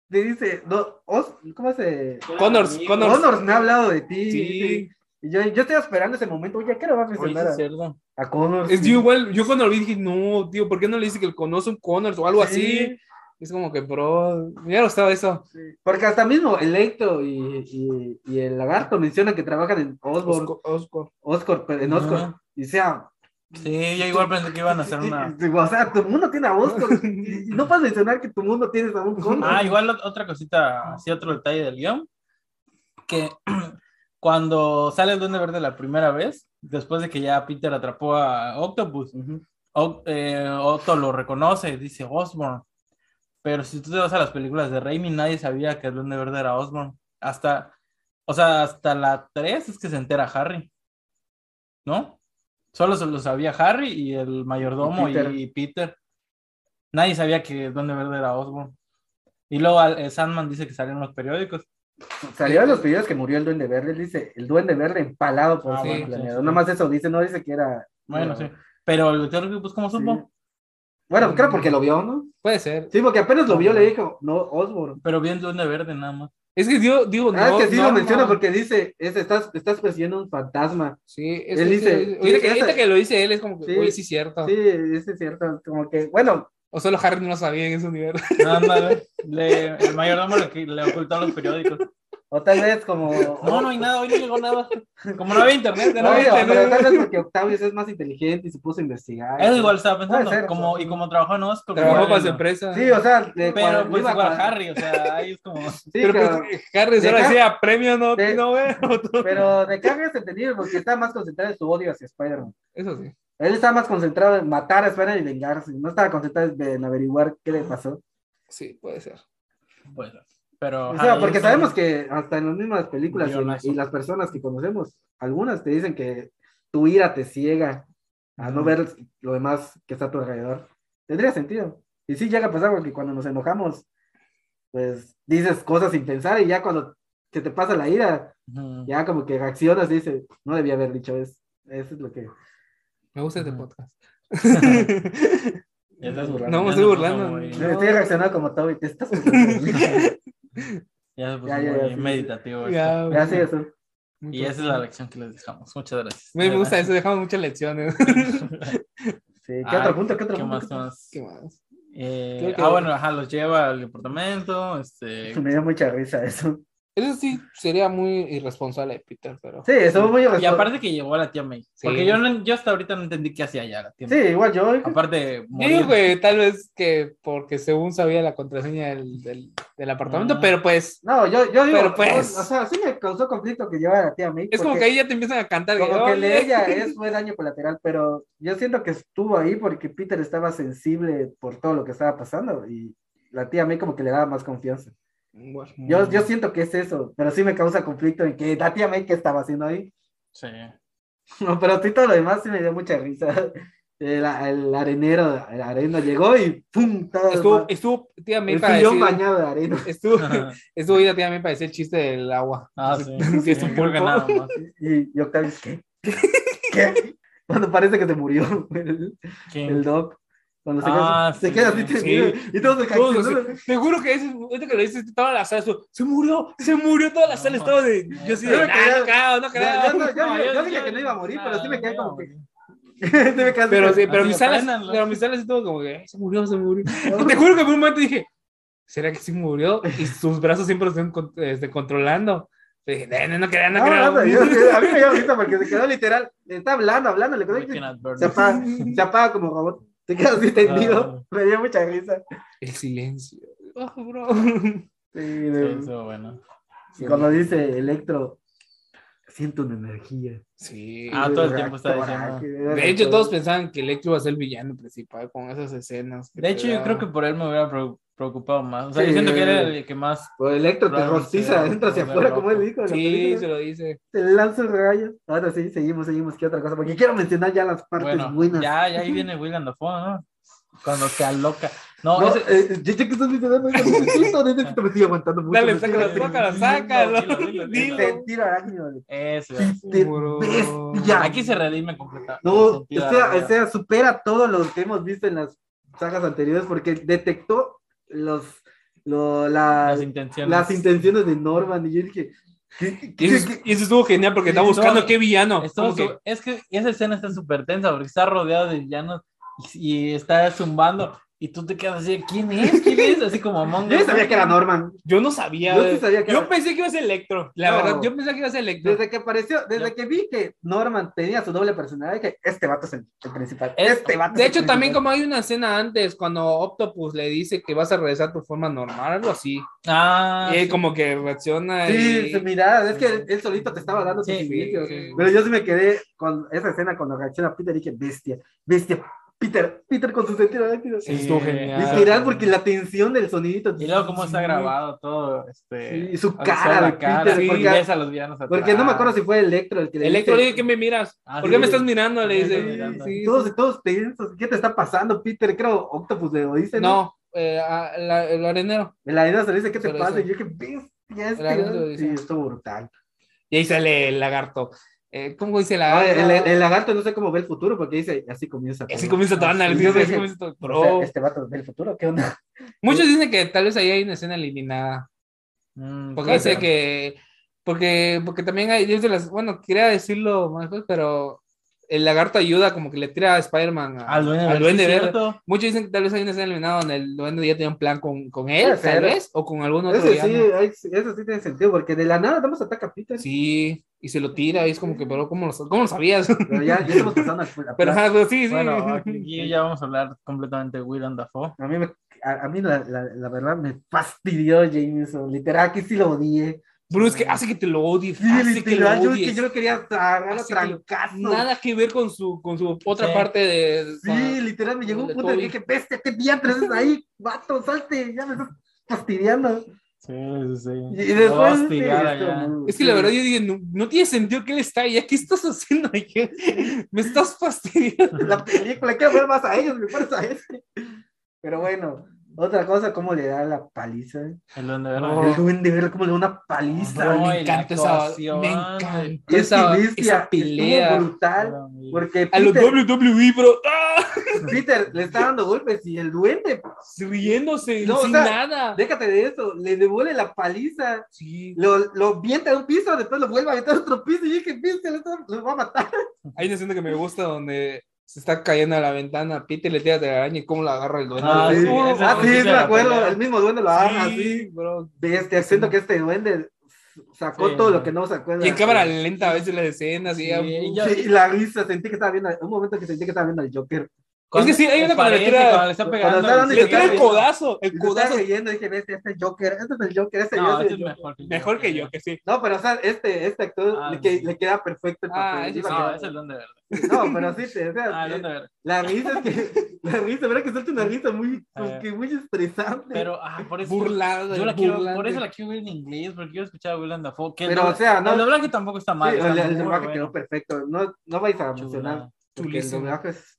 Speaker 8: te dice, no, Os- ¿cómo se...?
Speaker 7: Connors, Connors.
Speaker 8: Honors, me ha hablado de ti.
Speaker 7: Sí.
Speaker 8: Y yo, yo estoy esperando ese momento, oye, ¿a ¿qué lo va a
Speaker 6: Oye,
Speaker 8: mencionar
Speaker 6: sí es
Speaker 8: a,
Speaker 6: cierto.
Speaker 8: a Connors?
Speaker 7: Es,
Speaker 8: Sí.
Speaker 7: yo igual, yo cuando lo vi dije, no, tío, ¿por qué no le dice que él conoce un Connors o algo así?
Speaker 8: Sí.
Speaker 7: Es como que, bro, me hubiera gustado eso.
Speaker 8: Sí. Porque hasta mismo Electro y, y, y el Lagarto mencionan que trabajan en Osborn,
Speaker 7: Osco- Osco.
Speaker 8: Oscorp, en Oscorp,
Speaker 6: Ajá.
Speaker 8: y sea...
Speaker 6: Sí, yo igual pensé que iban a hacer
Speaker 8: [LAUGHS]
Speaker 6: una.
Speaker 8: y- y- o sea, tu mundo tiene a
Speaker 6: [LAUGHS]
Speaker 8: Oscorp, y- y no puedes mencionar que tu mundo tiene a un Connors.
Speaker 6: Ah, igual ot- otra cosita, así otro detalle del guión. Que [CLEARS THROAT] cuando sale el Duende Verde la primera vez, después de que ya Peter atrapó a Octopus, Oc- eh, Otto lo reconoce, dice Osborn. Pero si tú te vas a las películas de Raimi, nadie sabía que el Duende Verde era Osborn. Hasta, o sea, hasta la 3 es que se entera Harry. ¿No? Solo se lo sabía Harry y el mayordomo
Speaker 8: Y
Speaker 6: y
Speaker 8: Peter.
Speaker 6: Peter. Nadie sabía que el Duende Verde era Osborn. Y luego al- eh, Sandman dice que salió en los periódicos.
Speaker 8: Salió de los videos que murió el Duende Verde, él dice, el Duende Verde empalado por
Speaker 6: Ah,
Speaker 8: su
Speaker 7: bueno,
Speaker 8: planeador.
Speaker 6: sí, sí.
Speaker 8: Nada más eso dice, no dice que era...
Speaker 6: Bueno,
Speaker 8: era-
Speaker 6: sí. Pero el Doctor Who, pues, ¿cómo
Speaker 8: sí.
Speaker 6: supo?
Speaker 8: Bueno, creo porque lo vio, ¿no?
Speaker 7: Puede ser.
Speaker 8: Sí, porque apenas lo vio le dijo, no, Osborn.
Speaker 6: Pero bien Duende Verde nada más.
Speaker 7: Es que digo, digo
Speaker 8: Ah,
Speaker 7: no,
Speaker 8: es que sí
Speaker 7: no,
Speaker 8: lo menciona
Speaker 7: no.
Speaker 8: porque dice, es, estás, estás persiguiendo un fantasma.
Speaker 7: Sí, es
Speaker 8: Él
Speaker 7: que-
Speaker 8: dice-
Speaker 7: ahorita
Speaker 8: sí,
Speaker 7: que, ahorita
Speaker 8: esa-
Speaker 7: que lo dice él es como que,
Speaker 8: Sí.
Speaker 7: uy, sí,
Speaker 6: Ah.
Speaker 7: cierto.
Speaker 8: Sí, eso es cierto, como que, bueno,
Speaker 7: O solo Harry no lo sabía en ese
Speaker 8: [LAUGHS]
Speaker 7: universo.
Speaker 6: Ándale. [LAUGHS] Le- el mayordomo le, le ocultó los periódicos.
Speaker 8: o tal vez como...
Speaker 6: No, no
Speaker 8: [LAUGHS]
Speaker 6: hay nada, hoy no llegó nada. Como no había internet,
Speaker 8: Oye,
Speaker 6: no había internet.
Speaker 8: pero tal vez porque Octavius es más inteligente y se puso a investigar.
Speaker 6: Eso igual estaba pensando.
Speaker 8: Puede ser,
Speaker 6: como,
Speaker 8: sí.
Speaker 6: y como trabajó en Oscar.
Speaker 7: Trabajó
Speaker 6: igual
Speaker 7: para
Speaker 6: en-
Speaker 7: su empresa.
Speaker 8: Sí, o sea, de
Speaker 6: Pero
Speaker 8: cuando
Speaker 6: pues
Speaker 8: iba
Speaker 6: igual
Speaker 8: cuando-
Speaker 6: Harry, o sea, ahí es como.
Speaker 8: sí,
Speaker 7: pero pues,
Speaker 8: pero,
Speaker 7: Harry solo
Speaker 8: Deja-
Speaker 7: decía premio, no,
Speaker 8: de-
Speaker 7: no [LAUGHS] veo.
Speaker 8: pero de Harry es entendible porque está más concentrado en su odio hacia Spider-Man.
Speaker 7: Eso sí.
Speaker 8: Él estaba más concentrado en matar a Spider-Man y vengarse. No estaba concentrado en averiguar qué le pasó.
Speaker 7: Sí, puede ser.
Speaker 6: Pues, pero.
Speaker 8: O sea,
Speaker 6: Harry
Speaker 8: porque
Speaker 6: es-
Speaker 8: sabemos que hasta en las mismas películas y-
Speaker 6: Guionazo.
Speaker 8: y, las personas que conocemos, algunas te dicen que tu ira te ciega a no ver lo demás que está a tu alrededor. Tendría sentido. Y sí llega a pasar porque cuando nos enojamos, pues dices cosas sin pensar y ya cuando se te pasa la ira,
Speaker 6: Ujú.
Speaker 8: ya como que reaccionas y dices, no debía haber dicho eso. Eso es lo que...
Speaker 7: Me gusta este
Speaker 6: Ajá.
Speaker 7: podcast. [LAUGHS]
Speaker 6: Ya estás burlando,
Speaker 7: No,
Speaker 6: ya
Speaker 7: me estoy
Speaker 6: se puso
Speaker 7: burlando.
Speaker 6: muy-
Speaker 7: No.
Speaker 8: Estoy
Speaker 7: [LAUGHS]
Speaker 8: reaccionando como Toby, te estás... ya
Speaker 6: Ya se puso
Speaker 8: Ya, ya,
Speaker 6: muy
Speaker 8: ya, sí.
Speaker 6: meditativo. esto.
Speaker 7: Ya,
Speaker 8: sí,
Speaker 7: güey.
Speaker 8: eso.
Speaker 7: Muy
Speaker 6: Y esa es
Speaker 7: cool.
Speaker 6: la lección que les dejamos. Muchas gracias.
Speaker 7: Güey, me gusta eso, dejamos muchas lecciones. [LAUGHS]
Speaker 8: Sí, ¿Qué
Speaker 6: Ah,
Speaker 8: otro punto? ¿Qué otro
Speaker 6: ¿Qué
Speaker 8: punto?
Speaker 6: más? qué más?
Speaker 7: ¿Qué más?
Speaker 6: Eh,
Speaker 7: Creo
Speaker 8: [LAUGHS]
Speaker 7: que-
Speaker 6: Ah, bueno, ajá, los lleva al departamento. Este,
Speaker 8: Me dio mucha risa eso.
Speaker 7: Eso sí sería muy irresponsable de Peter, pero.
Speaker 8: Sí, eso es muy
Speaker 6: Y aparte que llegó a la tía May.
Speaker 7: Sí.
Speaker 6: Porque yo, no- yo hasta ahorita no entendí qué hacía allá la tía
Speaker 8: Sí,
Speaker 6: May.
Speaker 8: igual yo.
Speaker 6: Aparte,
Speaker 7: Yo
Speaker 6: morir.
Speaker 7: digo
Speaker 6: [LAUGHS]
Speaker 7: que tal vez que porque según sabía la contraseña del, del- del apartamento,
Speaker 6: Ah.
Speaker 7: pero pues
Speaker 8: No, yo, yo digo.
Speaker 7: Pero pues.
Speaker 8: O sea, sí me causó conflicto que llevara a tía May.
Speaker 7: es como
Speaker 8: porque-
Speaker 7: que ahí ya te empiezan a cantar.
Speaker 8: Como que
Speaker 7: "Oye".
Speaker 8: el de
Speaker 7: [LAUGHS]
Speaker 8: ella es, fue daño colateral, pero yo siento que estuvo ahí porque Peter estaba sensible por todo lo que estaba pasando y la tía May como que le daba más confianza.
Speaker 7: Bueno,
Speaker 8: Yo, yo siento que es eso, pero sí me causa conflicto en que la tía May que estaba haciendo ahí. [LAUGHS]
Speaker 6: Sí.
Speaker 8: No, pero sí todo lo demás sí me dio mucha risa. [LAUGHS] El, el arenero, el areno llegó y ¡pum! Todo
Speaker 7: estuvo,
Speaker 8: el-
Speaker 7: estuvo tía May
Speaker 8: el
Speaker 7: para
Speaker 8: sillón
Speaker 7: decir.
Speaker 8: bañado de arena.
Speaker 7: Estuvo, [LAUGHS] estuvo ahí la tía May para decir el chiste del agua.
Speaker 8: [LAUGHS]
Speaker 6: Ah, sí.
Speaker 7: Sí,
Speaker 6: [LAUGHS] sí,
Speaker 7: es un
Speaker 6: creo que
Speaker 7: pulpo.
Speaker 6: nada más.
Speaker 8: Y, y Octavio, ¿qué? [LAUGHS] ¿Qué? Cuando parece que se murió.
Speaker 6: ¿Quién?
Speaker 8: el doc. Cuando se,
Speaker 6: Ah,
Speaker 8: queda, se
Speaker 6: sí,
Speaker 8: queda así
Speaker 6: sí.
Speaker 8: tendido, y todos se caen.
Speaker 7: Todos, así, te juro que ese momento que lo dices, toda la sala, su- se murió, se murió toda la sala,
Speaker 6: No,
Speaker 7: estaba de, yo sí, de,
Speaker 8: Yo me quedé-
Speaker 7: "Ah, no creo, no creo".
Speaker 8: Ya, ya no-
Speaker 6: No,
Speaker 8: yo- yo dije que no iba a morir, pero sí me
Speaker 6: no
Speaker 8: quedé
Speaker 6: iba a
Speaker 8: como que-
Speaker 6: morir.
Speaker 8: [LAUGHS] Sí me quedé así.
Speaker 7: Pero sí, pero
Speaker 6: Así,
Speaker 7: mis salas,
Speaker 6: apréndanlo.
Speaker 7: pero mis salas y todo como que, "Ay, se murió, se murió.
Speaker 8: [LAUGHS]
Speaker 7: Te juro que por un momento dije, ¿será que sí murió? Y sus brazos siempre lo están con- este, controlando. Y dije, "Eh, no, no creo, no,
Speaker 8: No,
Speaker 7: creo".
Speaker 8: no, no, yo- yo- a mí me dio risa porque se quedó literal. Le está hablando, hablando, le
Speaker 6: We
Speaker 8: quedó
Speaker 6: cannot burn
Speaker 8: se
Speaker 6: this.
Speaker 8: apaga, se apaga como robot. Se queda así
Speaker 6: Ah.
Speaker 8: tendido. Me dio mucha risa.
Speaker 7: El silencio. Oh, [LAUGHS] bro.
Speaker 8: Sí,
Speaker 6: Sí,
Speaker 8: de-
Speaker 6: estuvo bueno.
Speaker 8: y cuando dice Electro, siento una energía.
Speaker 7: Sí.
Speaker 6: Ah, todo el tiempo está ah".
Speaker 8: Coraje,
Speaker 7: de hecho, todos pensaban que Electro iba a ser el villano principal con esas escenas. que
Speaker 6: De
Speaker 7: te
Speaker 6: hecho, yo
Speaker 7: daban.
Speaker 6: creo que por él me hubiera pre- preocupado más. O sea, yo
Speaker 8: Sí.
Speaker 6: siento que era el que más.
Speaker 8: Pues Electro te
Speaker 6: Probablemente
Speaker 8: rostiza,
Speaker 6: sea-
Speaker 8: entra hacia
Speaker 6: sea
Speaker 8: afuera,
Speaker 6: loco.
Speaker 8: como él dijo. en la
Speaker 7: Sí,
Speaker 8: película.
Speaker 7: se lo dice.
Speaker 8: Te lanzo rayos. Ahora sí, seguimos, seguimos. ¿Qué otra cosa? Porque quiero mencionar ya las partes
Speaker 6: Bueno,
Speaker 8: buenas.
Speaker 6: ya, ya ahí viene William Dafoe, ¿no? Cuando se aloca. No,
Speaker 8: No,
Speaker 6: ese-
Speaker 8: eh, yo sé que estás mencionando eso, pero justo desde que te me estoy aguantando mucho.
Speaker 7: Dale,
Speaker 8: me estoy
Speaker 7: sácalo,
Speaker 8: aguantando.
Speaker 7: sácalo, sácalo.
Speaker 6: Dilo, dilo, dilo.
Speaker 7: Dilo.
Speaker 8: Sentir arácnido.
Speaker 6: Eso.
Speaker 8: Sentir
Speaker 7: Bro.
Speaker 8: bestia.
Speaker 6: Aquí se redime completamente.
Speaker 8: No, este o
Speaker 6: Sentido
Speaker 8: sea,
Speaker 6: arácnido.
Speaker 8: o sea, supera todo lo que hemos visto en las sagas anteriores porque detectó los, lo- la-
Speaker 6: las intenciones.
Speaker 8: las intenciones de Norman y yo dije,
Speaker 7: Y eso, y eso estuvo genial porque está
Speaker 6: Sí,
Speaker 7: buscando
Speaker 6: no,
Speaker 7: qué villano.
Speaker 6: Estuvo
Speaker 7: Como que-
Speaker 6: su- Es que esa escena está súper tensa porque está rodeado de villanos y, y está zumbando y tú te quedas así, ¿quién es? ¿Quién es? Así como Among
Speaker 8: yo ya sabía que era Norman.
Speaker 7: Yo no sabía.
Speaker 8: Yo
Speaker 7: eh.
Speaker 8: sí sabía que
Speaker 7: Yo
Speaker 8: era-
Speaker 7: pensé que iba a ser Electro. La
Speaker 8: No.
Speaker 7: verdad, yo pensé que iba a ser Electro.
Speaker 8: Desde que apareció, desde que vi que Norman tenía su doble personalidad, dije, este vato es el, el principal.
Speaker 6: Es-
Speaker 8: Este vato
Speaker 7: De
Speaker 8: es el
Speaker 7: hecho, también
Speaker 8: principal".
Speaker 7: como hay una escena antes cuando Octopus le dice que vas a regresar a tu forma normal, algo así.
Speaker 6: Ah,
Speaker 7: y él como que reacciona
Speaker 8: Sí,
Speaker 7: y...
Speaker 8: su mirada, es que él, él solito te estaba dando
Speaker 6: Sí,
Speaker 8: sus indicios.
Speaker 7: sí.
Speaker 8: Pero yo sí me quedé con esa escena cuando reacciona Peter y dije, bestia, bestia, Peter, Peter con su sentido arácnido.
Speaker 7: Sí, estuvo genial.
Speaker 8: Literal, porque la tensión del sonidito.
Speaker 6: Y luego cómo está grabado todo, este...
Speaker 8: Y su
Speaker 6: o sea,
Speaker 8: cara
Speaker 6: la
Speaker 8: de
Speaker 6: cara,
Speaker 8: Peter,
Speaker 6: sí,
Speaker 8: porque-
Speaker 6: y ves a los villanos atrás.
Speaker 8: Porque no me acuerdo si fue Electro el que le
Speaker 7: Electro le
Speaker 8: dice-
Speaker 7: dice, ¿qué me miras?
Speaker 6: Ah,
Speaker 7: ¿Por
Speaker 6: sí,
Speaker 7: qué me
Speaker 6: sí.
Speaker 7: estás mirando? Le
Speaker 6: Sí,
Speaker 7: dice.
Speaker 6: mirando.
Speaker 7: Sí, sí.
Speaker 8: Todos, todos tensos, ¿qué te está pasando, Peter? Creo Octopus le lo dice.
Speaker 7: No, eh, a- la- el arenero.
Speaker 8: En la arena se le dice, ¿qué te
Speaker 7: Pero
Speaker 8: pasa?
Speaker 7: eso-
Speaker 8: Y yo que bestia, este.
Speaker 7: Pero eso lo
Speaker 8: ¿no?
Speaker 7: dice.
Speaker 8: Sí, estuvo brutal.
Speaker 7: Y ahí sale el lagarto. Eh, ¿Cómo dice el
Speaker 8: Ah,
Speaker 7: lagarto?
Speaker 8: el, el lagarto no sé cómo ve el futuro, porque dice, así comienza.
Speaker 7: Así
Speaker 8: todo".
Speaker 7: comienza todo,
Speaker 8: Ah,
Speaker 7: ándale,
Speaker 8: sí,
Speaker 7: sí,
Speaker 8: sí,
Speaker 7: así
Speaker 8: sí.
Speaker 7: comienza todo.
Speaker 8: O sea,
Speaker 7: Bro.
Speaker 8: este vato ve el futuro, ¿qué onda?
Speaker 7: Muchos dicen que tal vez ahí hay una escena eliminada.
Speaker 6: Mm,
Speaker 7: Porque
Speaker 6: puede
Speaker 7: dice
Speaker 6: ser.
Speaker 7: que. Porque, porque también hay. dice las- bueno, quería decirlo más después, pero el lagarto ayuda, como que le tira a Spider-Man a-
Speaker 6: Al duende,
Speaker 7: al
Speaker 6: verde,
Speaker 7: duende
Speaker 6: sí,
Speaker 7: verde.
Speaker 6: cierto.
Speaker 7: Muchos dicen que tal vez hay una escena eliminada donde el duende ya tenía un plan con, con él,
Speaker 8: Puede
Speaker 7: tal
Speaker 8: ser.
Speaker 7: vez, o con algún otro.
Speaker 8: Eso sí,
Speaker 7: villano.
Speaker 8: ahí sí- eso sí tiene sentido, porque de la nada vamos a atacar a Peter.
Speaker 7: Sí, y se lo tira, y es como que, pero ¿cómo lo, cómo lo sabías?
Speaker 8: Pero ya, ya estamos pasando a,
Speaker 7: [LAUGHS] pero, ajá, pero sí, sí.
Speaker 6: Bueno,
Speaker 7: [LAUGHS]
Speaker 6: aquí ya vamos a hablar completamente de Will and Dafoe.
Speaker 8: a mí, me- a, a mí la, la, la verdad me fastidió Jameson. Literal, que sí lo odié.
Speaker 7: Bro, es que hace que te lo odies.
Speaker 8: Sí,
Speaker 7: hace que lo
Speaker 8: literal, yo, es que
Speaker 7: odies.
Speaker 8: yo lo quería agarrar a
Speaker 7: Hace que lo-
Speaker 8: trancazo.
Speaker 7: Nada que ver con su, con su otra
Speaker 6: Sí.
Speaker 7: parte de.
Speaker 8: Sí, literal, me llegó un
Speaker 7: Con
Speaker 8: punto en que
Speaker 7: Toby.
Speaker 8: dije, bestia, qué diantres es ahí, vato, salte, ya me estás fastidiando.
Speaker 6: Sí, sí, sí.
Speaker 8: Y, y después... sí,
Speaker 6: Hostigar
Speaker 8: estuvo
Speaker 6: allá.
Speaker 8: muy-
Speaker 7: Es que la verdad yo dije, no, no tiene sentido que él está allá, ¿qué estás haciendo allá? Me estás fastidiando.
Speaker 8: [LAUGHS] la película, quiero ver más a ellos, me parece a ese. Pero bueno, otra cosa, cómo le da la paliza.
Speaker 6: El duende verde.
Speaker 7: Oh.
Speaker 8: El duende verde, cómo le da una paliza.
Speaker 6: No,
Speaker 7: me
Speaker 6: y la
Speaker 7: encanta esa,
Speaker 6: actuación.
Speaker 7: me encanta
Speaker 8: es
Speaker 7: esa,
Speaker 8: que bestia,
Speaker 7: esa pelea.
Speaker 8: estuvo brutal. Porque
Speaker 7: A los
Speaker 8: Peter,
Speaker 7: WWE, bro. ¡Ah!
Speaker 8: Peter le está dando golpes y el duende,
Speaker 7: Riéndose,
Speaker 8: No, o
Speaker 7: sin
Speaker 8: sea,
Speaker 7: nada.
Speaker 8: déjate de eso, le devuelve la paliza.
Speaker 7: Sí.
Speaker 8: Lo, lo vienta de un piso, después lo vuelve a aventar a otro piso y dije, bestia, lo, está- lo va a matar.
Speaker 7: Hay una escena que me gusta donde se está cayendo a la ventana, Peter le tira de araña y cómo la agarra el duende.
Speaker 6: Ah,
Speaker 8: sí,
Speaker 6: sí,
Speaker 8: ah,
Speaker 6: esa
Speaker 8: sí,
Speaker 6: es
Speaker 8: me
Speaker 6: la
Speaker 8: acuerdo,
Speaker 6: pelea.
Speaker 8: el mismo duende lo agarra así.
Speaker 7: bro.
Speaker 8: Bestia, siento que este duende sacó
Speaker 6: Sí.
Speaker 8: todo lo que no sacó.
Speaker 7: Y en cámara lenta a veces las escenas. y
Speaker 6: Sí,
Speaker 7: ya-
Speaker 6: y ya-
Speaker 8: Sí, la risa, sentí que estaba viendo, un momento que sentí que estaba viendo al Joker.
Speaker 7: Es que sí, hay una cuando
Speaker 6: parece,
Speaker 7: le tira-
Speaker 6: cuando le está
Speaker 8: cuando
Speaker 6: pegando.
Speaker 8: está dando y
Speaker 6: sí,
Speaker 7: Le tira el
Speaker 8: Sí.
Speaker 7: codazo, el
Speaker 8: Y se estaba
Speaker 7: codazo.
Speaker 8: leyendo, dije, bestia, este es Joker, este es el Joker, este
Speaker 6: No,
Speaker 8: yo soy
Speaker 6: ese
Speaker 8: el
Speaker 6: es
Speaker 8: Joker".
Speaker 6: mejor.
Speaker 7: Mejor que yo, que sí.
Speaker 8: No, pero o sea, este, este actor
Speaker 6: Ah,
Speaker 8: le, que-
Speaker 6: sí.
Speaker 8: le queda perfecto el
Speaker 7: Ah,
Speaker 8: papel.
Speaker 7: ese
Speaker 8: Iba
Speaker 7: sí.
Speaker 8: a
Speaker 6: No,
Speaker 8: quedar-
Speaker 6: ese es Duende Verde.
Speaker 8: No, pero sí, te- o sea,
Speaker 6: [LAUGHS] Ah, el
Speaker 8: eh,
Speaker 6: Duende Verde.
Speaker 8: la risa es que, [LAUGHS] la risa, verdad que suelta una risa muy, como
Speaker 6: Ah.
Speaker 8: que muy estresante.
Speaker 6: Pero, ah, por eso.
Speaker 7: Burlado.
Speaker 6: Yo la quiero,
Speaker 7: burlante.
Speaker 6: por eso la quiero ver en inglés, porque quiero escuchar a Will and Dafoe. Que el
Speaker 8: Pero, o
Speaker 6: dobla-
Speaker 8: sea, no-
Speaker 6: El doblaje tampoco está mal.
Speaker 8: Sí,
Speaker 6: está
Speaker 8: el, el
Speaker 6: muy
Speaker 8: lenguaje
Speaker 6: bueno.
Speaker 8: quedó perfecto. No, no vais a mencionar.
Speaker 6: Chulada.
Speaker 8: porque El
Speaker 7: Chulísimo.
Speaker 8: doblaje es-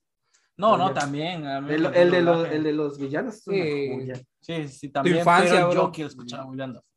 Speaker 6: No, no, también. a mí me
Speaker 8: el-
Speaker 6: encantó
Speaker 8: el de los,
Speaker 6: doblaje.
Speaker 8: el de los villanos es una
Speaker 7: Sí.
Speaker 8: joya.
Speaker 6: Sí, sí, también.
Speaker 7: infancia,
Speaker 6: pero
Speaker 7: bro.
Speaker 6: yo quiero escuchar a Will and Dafoe.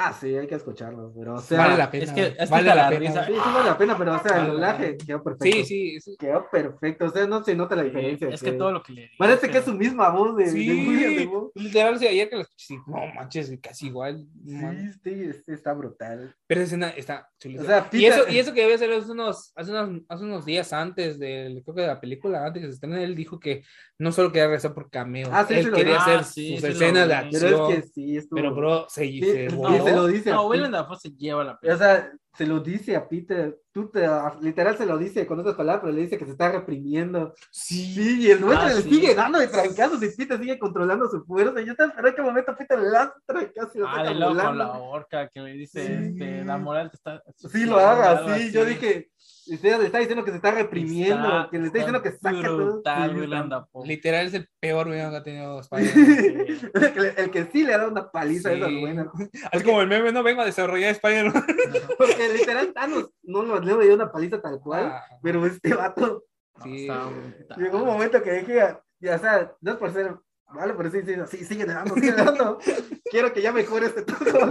Speaker 8: Ah, sí, hay que escucharlo. Pero, o sea,
Speaker 7: Vale la pena.
Speaker 6: Es que-
Speaker 7: güey.
Speaker 6: es que te
Speaker 7: vale la
Speaker 6: la
Speaker 7: pena.
Speaker 6: risa.
Speaker 7: güey.
Speaker 8: sí, sí vale la pena, pero, o sea,
Speaker 6: Vale
Speaker 8: el
Speaker 6: la
Speaker 8: doblaje
Speaker 6: pena.
Speaker 8: quedó perfecto.
Speaker 7: Sí, sí. sí.
Speaker 8: Quedó perfecto. O sea, no se nota la diferencia.
Speaker 6: Es que todo lo que le digo.
Speaker 8: Parece que es su misma voz de, de William
Speaker 7: Sí,
Speaker 8: Dafoe.
Speaker 7: literal, o sea, ayer que la escuché, sí, no manches, casi igual. no manches.
Speaker 8: Sí, sí, es- está brutal.
Speaker 7: Pero esa escena está chulísima.
Speaker 8: O sea,
Speaker 7: y,
Speaker 8: Peter-
Speaker 7: eso, y eso que debe ser hace unos, hace, unos, hace unos días antes del, creo que de la película, antes que se estrene, él dijo que no solo quería regresar por cameo,
Speaker 8: Ah, sí,
Speaker 7: él
Speaker 8: sí lo
Speaker 7: quería
Speaker 6: vi.
Speaker 7: hacer
Speaker 6: Ah, sí,
Speaker 7: sus
Speaker 6: sí lo
Speaker 7: escenas de
Speaker 6: vi.
Speaker 7: acción.
Speaker 8: Pero
Speaker 7: Pero,
Speaker 8: es que sí, estuvo-
Speaker 7: bro, se,
Speaker 8: Sí,
Speaker 7: se
Speaker 8: sí,
Speaker 7: voló.
Speaker 8: se lo dice. a
Speaker 6: No, Will
Speaker 8: Peter.
Speaker 6: and Dafoe se lleva la
Speaker 8: O sea, se lo dice a Peter, tú te, literal se lo dice con otras palabras, pero le dice que se está reprimiendo. Sí, y el duende
Speaker 6: Ah,
Speaker 8: le
Speaker 6: sí.
Speaker 8: sigue dando de trancazos y Peter sigue controlando su fuerza. Y yo estaba esperando que momento Peter le da trancazos y lo
Speaker 6: Ah,
Speaker 8: saca
Speaker 6: de loco con la
Speaker 8: volando.
Speaker 6: horca que le dice,
Speaker 8: Sí.
Speaker 6: este, la moral te está.
Speaker 8: Sí, lo haga,
Speaker 6: algo
Speaker 8: sí.
Speaker 6: así.
Speaker 8: Yo dije, usted le está diciendo que se está reprimiendo,
Speaker 6: Está-
Speaker 8: que le está diciendo que saca todo.
Speaker 6: brutal,
Speaker 8: Sí,
Speaker 6: Will
Speaker 8: [LAUGHS]
Speaker 6: and
Speaker 8: está-
Speaker 6: Dafoe.
Speaker 7: Literal es el peor video que ha tenido Spider-Man.
Speaker 8: [LAUGHS]
Speaker 6: Dafoe.
Speaker 8: el, que, le- el que sí le da una paliza
Speaker 7: Sí.
Speaker 8: es el bueno.
Speaker 7: es como el meme, no vengo a desarrollar Spider-Man.
Speaker 8: [LAUGHS] Porque literal Thanos no lo le dio una paliza tal cual,
Speaker 7: Ah,
Speaker 8: pero este vato
Speaker 7: Sí.
Speaker 6: No, está brutal.
Speaker 8: Llegó un momento que dije, ya, o sea, no es por ser malo, pero sí, sí, sí, sigue dando, sigue dando. Quiero que ya mejore este todo.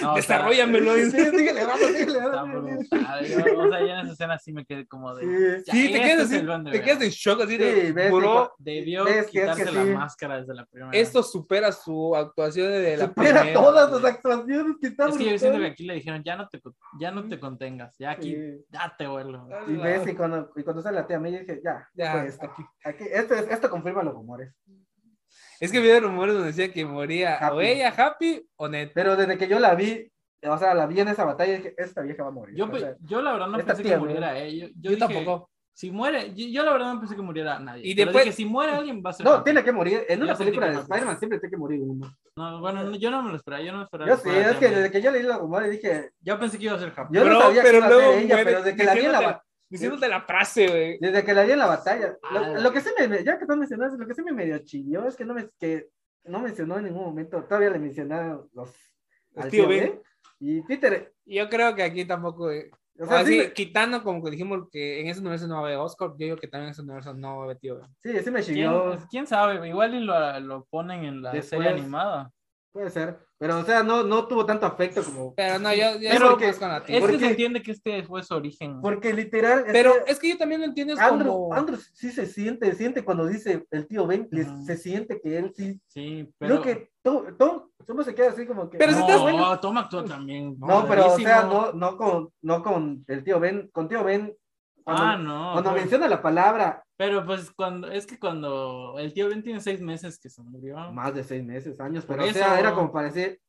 Speaker 6: No, o sea,
Speaker 7: Desarrollamelo.
Speaker 8: Sí,
Speaker 7: [LAUGHS]
Speaker 8: sigue dando, sigue
Speaker 6: Está
Speaker 8: dando.
Speaker 6: brutal. Yo, o sea, yo en esa escena sí me quedé como de.
Speaker 8: Sí,
Speaker 6: ya,
Speaker 7: Sí, te
Speaker 6: este
Speaker 7: quedas
Speaker 6: es
Speaker 7: así,
Speaker 6: el Duende
Speaker 7: te
Speaker 6: Verde.
Speaker 7: quedas en shock así
Speaker 8: Sí,
Speaker 7: de,
Speaker 8: ves,
Speaker 7: bro,
Speaker 6: Debió
Speaker 8: ves que es
Speaker 6: quitarse
Speaker 8: que
Speaker 6: la
Speaker 8: sí.
Speaker 6: máscara desde la primera.
Speaker 7: esto supera su actuación de la
Speaker 8: supera
Speaker 7: primera.
Speaker 8: todas las actuaciones que están.
Speaker 6: es que yo siento que aquí le dijeron, ya no te, co- ya no te contengas, ya aquí, date vuelo.
Speaker 8: Y ves, y cuando, y cuando sale la tía May, dije, ya,
Speaker 7: Ya,
Speaker 8: ya, esto. pues, Aquí, esto, es- esto confirma los rumores.
Speaker 7: Es que había rumores donde decía que moría o
Speaker 8: Happy.
Speaker 7: ella, Happy, o Ned.
Speaker 8: Pero desde que yo la vi, o sea, la vi en esa batalla, dije, esta vieja va a morir.
Speaker 6: Yo,
Speaker 8: O
Speaker 6: pe-
Speaker 8: sea,
Speaker 6: yo la verdad no
Speaker 8: esta
Speaker 6: pensé
Speaker 8: tía,
Speaker 6: que
Speaker 8: güey.
Speaker 6: muriera ella. Yo,
Speaker 7: Yo,
Speaker 6: dije,
Speaker 7: tampoco.
Speaker 6: Si muere, yo, yo la verdad no pensé que muriera nadie.
Speaker 7: Y
Speaker 6: Pero
Speaker 7: después-
Speaker 6: dije, si muere alguien va a ser.
Speaker 8: no,
Speaker 6: Happy.
Speaker 8: tiene que morir. En
Speaker 6: Yo
Speaker 8: una
Speaker 6: sentí
Speaker 8: película
Speaker 6: que
Speaker 8: de
Speaker 6: no.
Speaker 8: Spider-Man siempre tiene que morir uno.
Speaker 6: No, bueno, no, yo no me lo esperaba, yo no me esperaba.
Speaker 8: Yo
Speaker 6: que
Speaker 8: sí,
Speaker 6: fuera
Speaker 8: es que
Speaker 6: Jamie.
Speaker 8: desde que yo leí los rumores, dije,
Speaker 6: Yo pensé que iba a ser Happy.
Speaker 8: Yo no
Speaker 7: Bro,
Speaker 8: sabía que
Speaker 7: pero
Speaker 8: iba a ser
Speaker 7: luego
Speaker 8: ella,
Speaker 7: muere
Speaker 8: pero desde que la vi en la,
Speaker 7: diciéndote-
Speaker 8: ba-
Speaker 7: Diciéndote la frase, güey.
Speaker 8: desde que la vi en la batalla,
Speaker 6: Ah,
Speaker 8: lo, lo que sí me, ya que estás mencionando, lo que sí me medio chilló es que no me, que no mencionó en ningún momento, todavía le mencionaron los
Speaker 7: El tío Ben.
Speaker 8: Ben, y Peter,
Speaker 7: Yo creo que aquí tampoco. güey.
Speaker 8: o sea,
Speaker 7: Así,
Speaker 8: sí, me-
Speaker 7: quitando como que dijimos que en ese universo no va a haber Oscar, yo digo que también en ese universo no va a haber tío. güey.
Speaker 8: sí, sí me
Speaker 6: ¿Quién,
Speaker 8: chilló,
Speaker 6: quién sabe? Igual y lo, lo ponen en la
Speaker 8: Después-
Speaker 6: serie animada.
Speaker 8: puede ser, pero o sea, no, no tuvo tanto afecto como,
Speaker 7: Pero no, yo, yo
Speaker 8: Es
Speaker 7: soy
Speaker 8: porque-
Speaker 7: más con la tía.
Speaker 6: Es que
Speaker 8: ¿Por qué?
Speaker 6: se entiende que este fue su origen.
Speaker 8: porque literal, es
Speaker 7: Pero
Speaker 8: que
Speaker 7: es que yo también lo entiendo es
Speaker 8: Andrew,
Speaker 7: como.
Speaker 8: Andrew sí se siente, siente cuando dice el tío Ben, le-
Speaker 6: Ajá.
Speaker 8: se siente que él sí,
Speaker 6: Sí, pero.
Speaker 8: creo que Tom, Tom, Tom se queda así como que,
Speaker 7: Pero si
Speaker 6: no,
Speaker 7: estás-
Speaker 6: Tom actúa también.
Speaker 8: No, pero o sea,
Speaker 6: buenísimo.
Speaker 8: no, no con, no con el tío Ben, con tío Ben, cuando,
Speaker 6: Ah, no.
Speaker 8: cuando
Speaker 6: pero-
Speaker 8: menciona la palabra,
Speaker 6: Pero pues cuando, es que cuando el tío Ben tiene seis meses que se murió.
Speaker 8: más de seis meses, años,
Speaker 6: Por
Speaker 8: pero o sea,
Speaker 6: eso.
Speaker 8: era como para decir,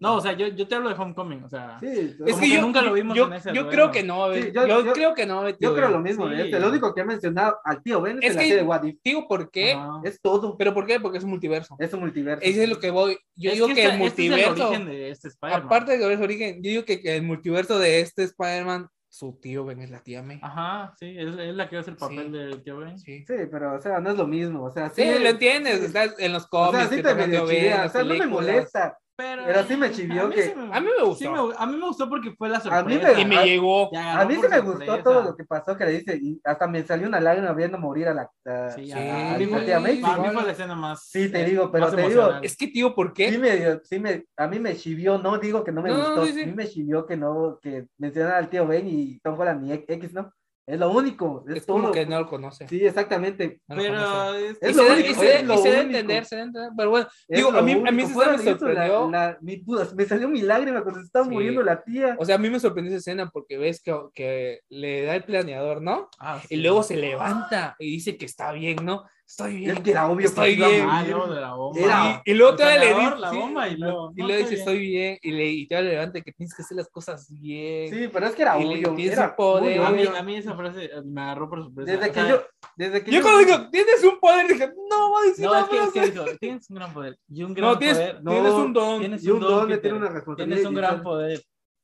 Speaker 6: No, o sea, yo, yo te hablo de Homecoming, o sea.
Speaker 8: sí,
Speaker 7: Ah. Es
Speaker 8: como
Speaker 7: que,
Speaker 6: que
Speaker 7: yo,
Speaker 6: nunca lo vimos
Speaker 7: yo,
Speaker 6: en ese
Speaker 7: yo
Speaker 6: duelo.
Speaker 7: creo que no, güey.
Speaker 8: Sí,
Speaker 7: yo,
Speaker 8: yo- yo-
Speaker 7: creo que no, güey, tío,
Speaker 8: yo creo
Speaker 7: güey.
Speaker 8: lo mismo,
Speaker 6: Sí.
Speaker 8: de este, lo único que ha mencionado al tío Ben es,
Speaker 7: Es
Speaker 8: en la
Speaker 7: que-
Speaker 8: serie de What If,
Speaker 7: Digo, ¿por qué?
Speaker 6: Ajá.
Speaker 8: es todo,
Speaker 7: ¿Pero por qué? Porque es un multiverso.
Speaker 8: es un multiverso.
Speaker 7: Ese es lo que voy. Yo
Speaker 6: Es
Speaker 7: digo que,
Speaker 6: esta-
Speaker 7: el
Speaker 6: este es
Speaker 7: multiverso.
Speaker 6: origen de este Spider-Man.
Speaker 7: aparte de que es origen, yo digo que, que el multiverso de este Spider-Man, su tío Ben es la tía May.
Speaker 6: Ajá, sí, es, es la que hace el papel
Speaker 7: Sí.
Speaker 6: del tío Ben.
Speaker 7: Sí.
Speaker 8: Sí, pero o sea, no es lo mismo, o sea,
Speaker 7: Sí,
Speaker 8: sí,
Speaker 7: lo entiendes,
Speaker 8: sí.
Speaker 7: está en los
Speaker 8: O
Speaker 7: cómics.
Speaker 8: sea, sí
Speaker 7: que
Speaker 8: te
Speaker 7: también
Speaker 8: medio
Speaker 7: lo ven,
Speaker 8: chidea,
Speaker 7: las
Speaker 8: o sea, no me
Speaker 7: películas.
Speaker 8: molesta,
Speaker 6: Pero,
Speaker 8: Pero sí me chivió
Speaker 6: a mí
Speaker 8: que-
Speaker 6: sí
Speaker 7: A mí me gustó.
Speaker 6: sí me- a mí me gustó porque fue la sorpresa.
Speaker 8: A mí me-
Speaker 7: Y me
Speaker 8: Ah,
Speaker 7: llegó.
Speaker 6: Te agarró
Speaker 8: a mí sí
Speaker 6: por
Speaker 8: me
Speaker 6: sorpresa.
Speaker 8: gustó todo lo que pasó, que le dice, y hasta me salió una lágrima viendo morir a la, a-
Speaker 6: Sí,
Speaker 7: Sí,
Speaker 6: a- a
Speaker 8: a
Speaker 6: mí
Speaker 8: la
Speaker 6: fue-
Speaker 8: tía May,
Speaker 6: para mí
Speaker 8: igual.
Speaker 6: fue la escena más.
Speaker 8: Sí, te digo, pero
Speaker 6: más
Speaker 8: te digo,
Speaker 6: emocional.
Speaker 7: Es que, tío, ¿por qué?
Speaker 8: Sí me, dio- sí me, a mí me chivió, no digo que no me
Speaker 7: No,
Speaker 8: gustó,
Speaker 7: sí, sí.
Speaker 8: sí. me chivió que no, que mencionan al tío Ben y Tom Holland y X, ¿no? Es lo único, es,
Speaker 7: Es
Speaker 8: todo.
Speaker 7: como que no lo conoce.
Speaker 8: Sí, exactamente.
Speaker 7: no lo conoce.
Speaker 6: Pero es
Speaker 7: Y
Speaker 8: es
Speaker 7: se
Speaker 8: lo
Speaker 7: da-
Speaker 8: único,
Speaker 7: y se da-
Speaker 8: es lo
Speaker 7: y se da a
Speaker 8: único.
Speaker 7: entender, se da a entender. Pero bueno,
Speaker 8: Es
Speaker 7: digo,
Speaker 8: lo
Speaker 7: a mí, a mí
Speaker 8: único.
Speaker 7: sí
Speaker 8: Fuera
Speaker 7: me
Speaker 8: de eso, la-
Speaker 7: sorprendió.
Speaker 8: la- mi- me salió mi lágrima cuando se estaba
Speaker 7: Sí.
Speaker 8: muriendo la tía.
Speaker 7: O sea, a mí me sorprendió esa escena porque ves que, que le da el planeador, ¿no?
Speaker 6: Ah, sí.
Speaker 7: Y luego se levanta y dice que está bien, ¿no? estoy bien.
Speaker 8: Es que era obvio
Speaker 7: Estoy
Speaker 8: que iba
Speaker 7: bien.
Speaker 8: a
Speaker 6: Ah,
Speaker 8: morir.
Speaker 6: no, de la bomba.
Speaker 8: Era-
Speaker 7: Y, y luego
Speaker 6: El
Speaker 7: te le
Speaker 6: cargador,
Speaker 7: di-
Speaker 6: la
Speaker 7: sí,
Speaker 6: bomba y luego,
Speaker 7: y
Speaker 6: no,
Speaker 7: le
Speaker 6: estoy
Speaker 7: dice,
Speaker 6: bien.
Speaker 7: estoy bien. Y, le, y te habla levante que tienes que hacer las cosas bien.
Speaker 8: Sí, pero es que era
Speaker 7: Y le
Speaker 8: obvio.
Speaker 7: empieza
Speaker 8: Era
Speaker 7: a poder.
Speaker 8: muy
Speaker 6: A mí,
Speaker 8: obvio.
Speaker 6: a mí esa frase eh, me agarró por sorpresa.
Speaker 8: Desde
Speaker 6: O
Speaker 8: que
Speaker 6: sea,
Speaker 8: yo. Desde que
Speaker 7: Yo cuando digo, tienes un poder, dije, no, va a decir
Speaker 6: No,
Speaker 7: la
Speaker 6: es que, es que
Speaker 7: frase".
Speaker 6: dijo, tienes un gran poder. Y un gran
Speaker 7: No, tienes,
Speaker 6: poder.
Speaker 8: no,
Speaker 7: tienes un don.
Speaker 6: Tienes
Speaker 8: Y un don le
Speaker 6: Peter.
Speaker 8: tiene una responsabilidad.
Speaker 6: Tienes un gran
Speaker 8: inicial.
Speaker 6: poder.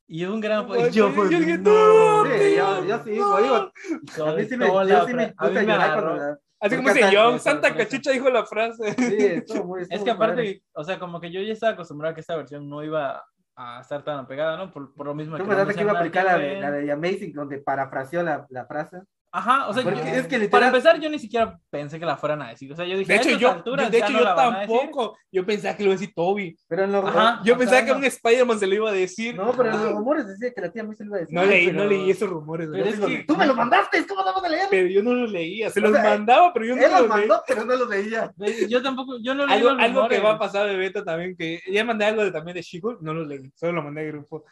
Speaker 6: Y un gran
Speaker 7: No,
Speaker 6: poder.
Speaker 7: pues,
Speaker 6: Yo,
Speaker 7: yo
Speaker 6: pues,
Speaker 7: dije,
Speaker 6: no.
Speaker 7: no,
Speaker 8: Sí, yo, yo sí,
Speaker 7: No.
Speaker 8: pues, digo,
Speaker 6: Y
Speaker 8: a mí
Speaker 6: sobre
Speaker 8: sí me,
Speaker 6: todo
Speaker 8: yo
Speaker 6: la
Speaker 8: sí me
Speaker 6: fra- a mí
Speaker 8: puse a
Speaker 6: me
Speaker 8: llorar
Speaker 6: agarró.
Speaker 8: cuando la-
Speaker 7: Así como
Speaker 8: Porque
Speaker 7: dice
Speaker 8: hasta-
Speaker 7: John,
Speaker 6: hasta la
Speaker 7: Santa
Speaker 6: frase.
Speaker 7: Cachucha dijo la frase.
Speaker 8: Sí, estuvo
Speaker 6: [LAUGHS]
Speaker 8: muy-
Speaker 6: Es
Speaker 8: estuvo
Speaker 6: que
Speaker 8: muy padre.
Speaker 6: aparte, o sea, como que yo ya estaba acostumbrado a que esta versión no iba a estar tan apegada, ¿no? Por, por lo mismo
Speaker 8: Yo
Speaker 6: no
Speaker 8: pensaste
Speaker 6: me
Speaker 8: que iba a
Speaker 6: hacían
Speaker 8: aplicar
Speaker 6: nada
Speaker 8: la
Speaker 6: que
Speaker 8: de, la
Speaker 6: ver.
Speaker 8: de Amazing, donde parafraseó la, la frase.
Speaker 6: Ajá, o sea,
Speaker 8: Porque
Speaker 6: yo-
Speaker 8: es que
Speaker 6: para
Speaker 8: literal-
Speaker 6: empezar yo ni siquiera pensé que la fueran a decir. O sea, yo dije,
Speaker 7: De
Speaker 6: a
Speaker 7: hecho,
Speaker 6: estas
Speaker 7: yo,
Speaker 6: alturas
Speaker 7: yo- de
Speaker 6: ya
Speaker 7: hecho,
Speaker 6: no
Speaker 7: yo
Speaker 6: la van a decir.
Speaker 7: tampoco. Yo pensaba que lo iba a decir Toby.
Speaker 8: Pero en los,
Speaker 6: Ajá.
Speaker 7: Yo
Speaker 6: o
Speaker 7: pensaba
Speaker 6: sea,
Speaker 7: que a
Speaker 6: no.
Speaker 7: un Spider-Man se lo iba a decir.
Speaker 8: No, pero en los rumores decía que la tía May se lo iba a decir.
Speaker 7: No leí,
Speaker 6: pero-
Speaker 7: no leí esos rumores.
Speaker 6: pero
Speaker 7: ¿no?
Speaker 6: es
Speaker 8: Digo,
Speaker 6: que-
Speaker 8: Tú me lo mandaste, ¿cómo lo vamos a leer?
Speaker 7: Pero yo no los leía. Se
Speaker 8: O
Speaker 7: los
Speaker 8: sea, eh,
Speaker 7: mandaba, pero yo no
Speaker 8: Él
Speaker 7: los
Speaker 8: los
Speaker 7: leía.
Speaker 8: mandó, pero no lo leía.
Speaker 6: Güey, Yo tampoco, yo no leí
Speaker 7: Algo,
Speaker 6: los
Speaker 7: algo que
Speaker 6: rumores.
Speaker 7: va a pasar de beta también, que ya mandé algo de, también de She-Hulk, no lo leí, solo lo mandé al grupo.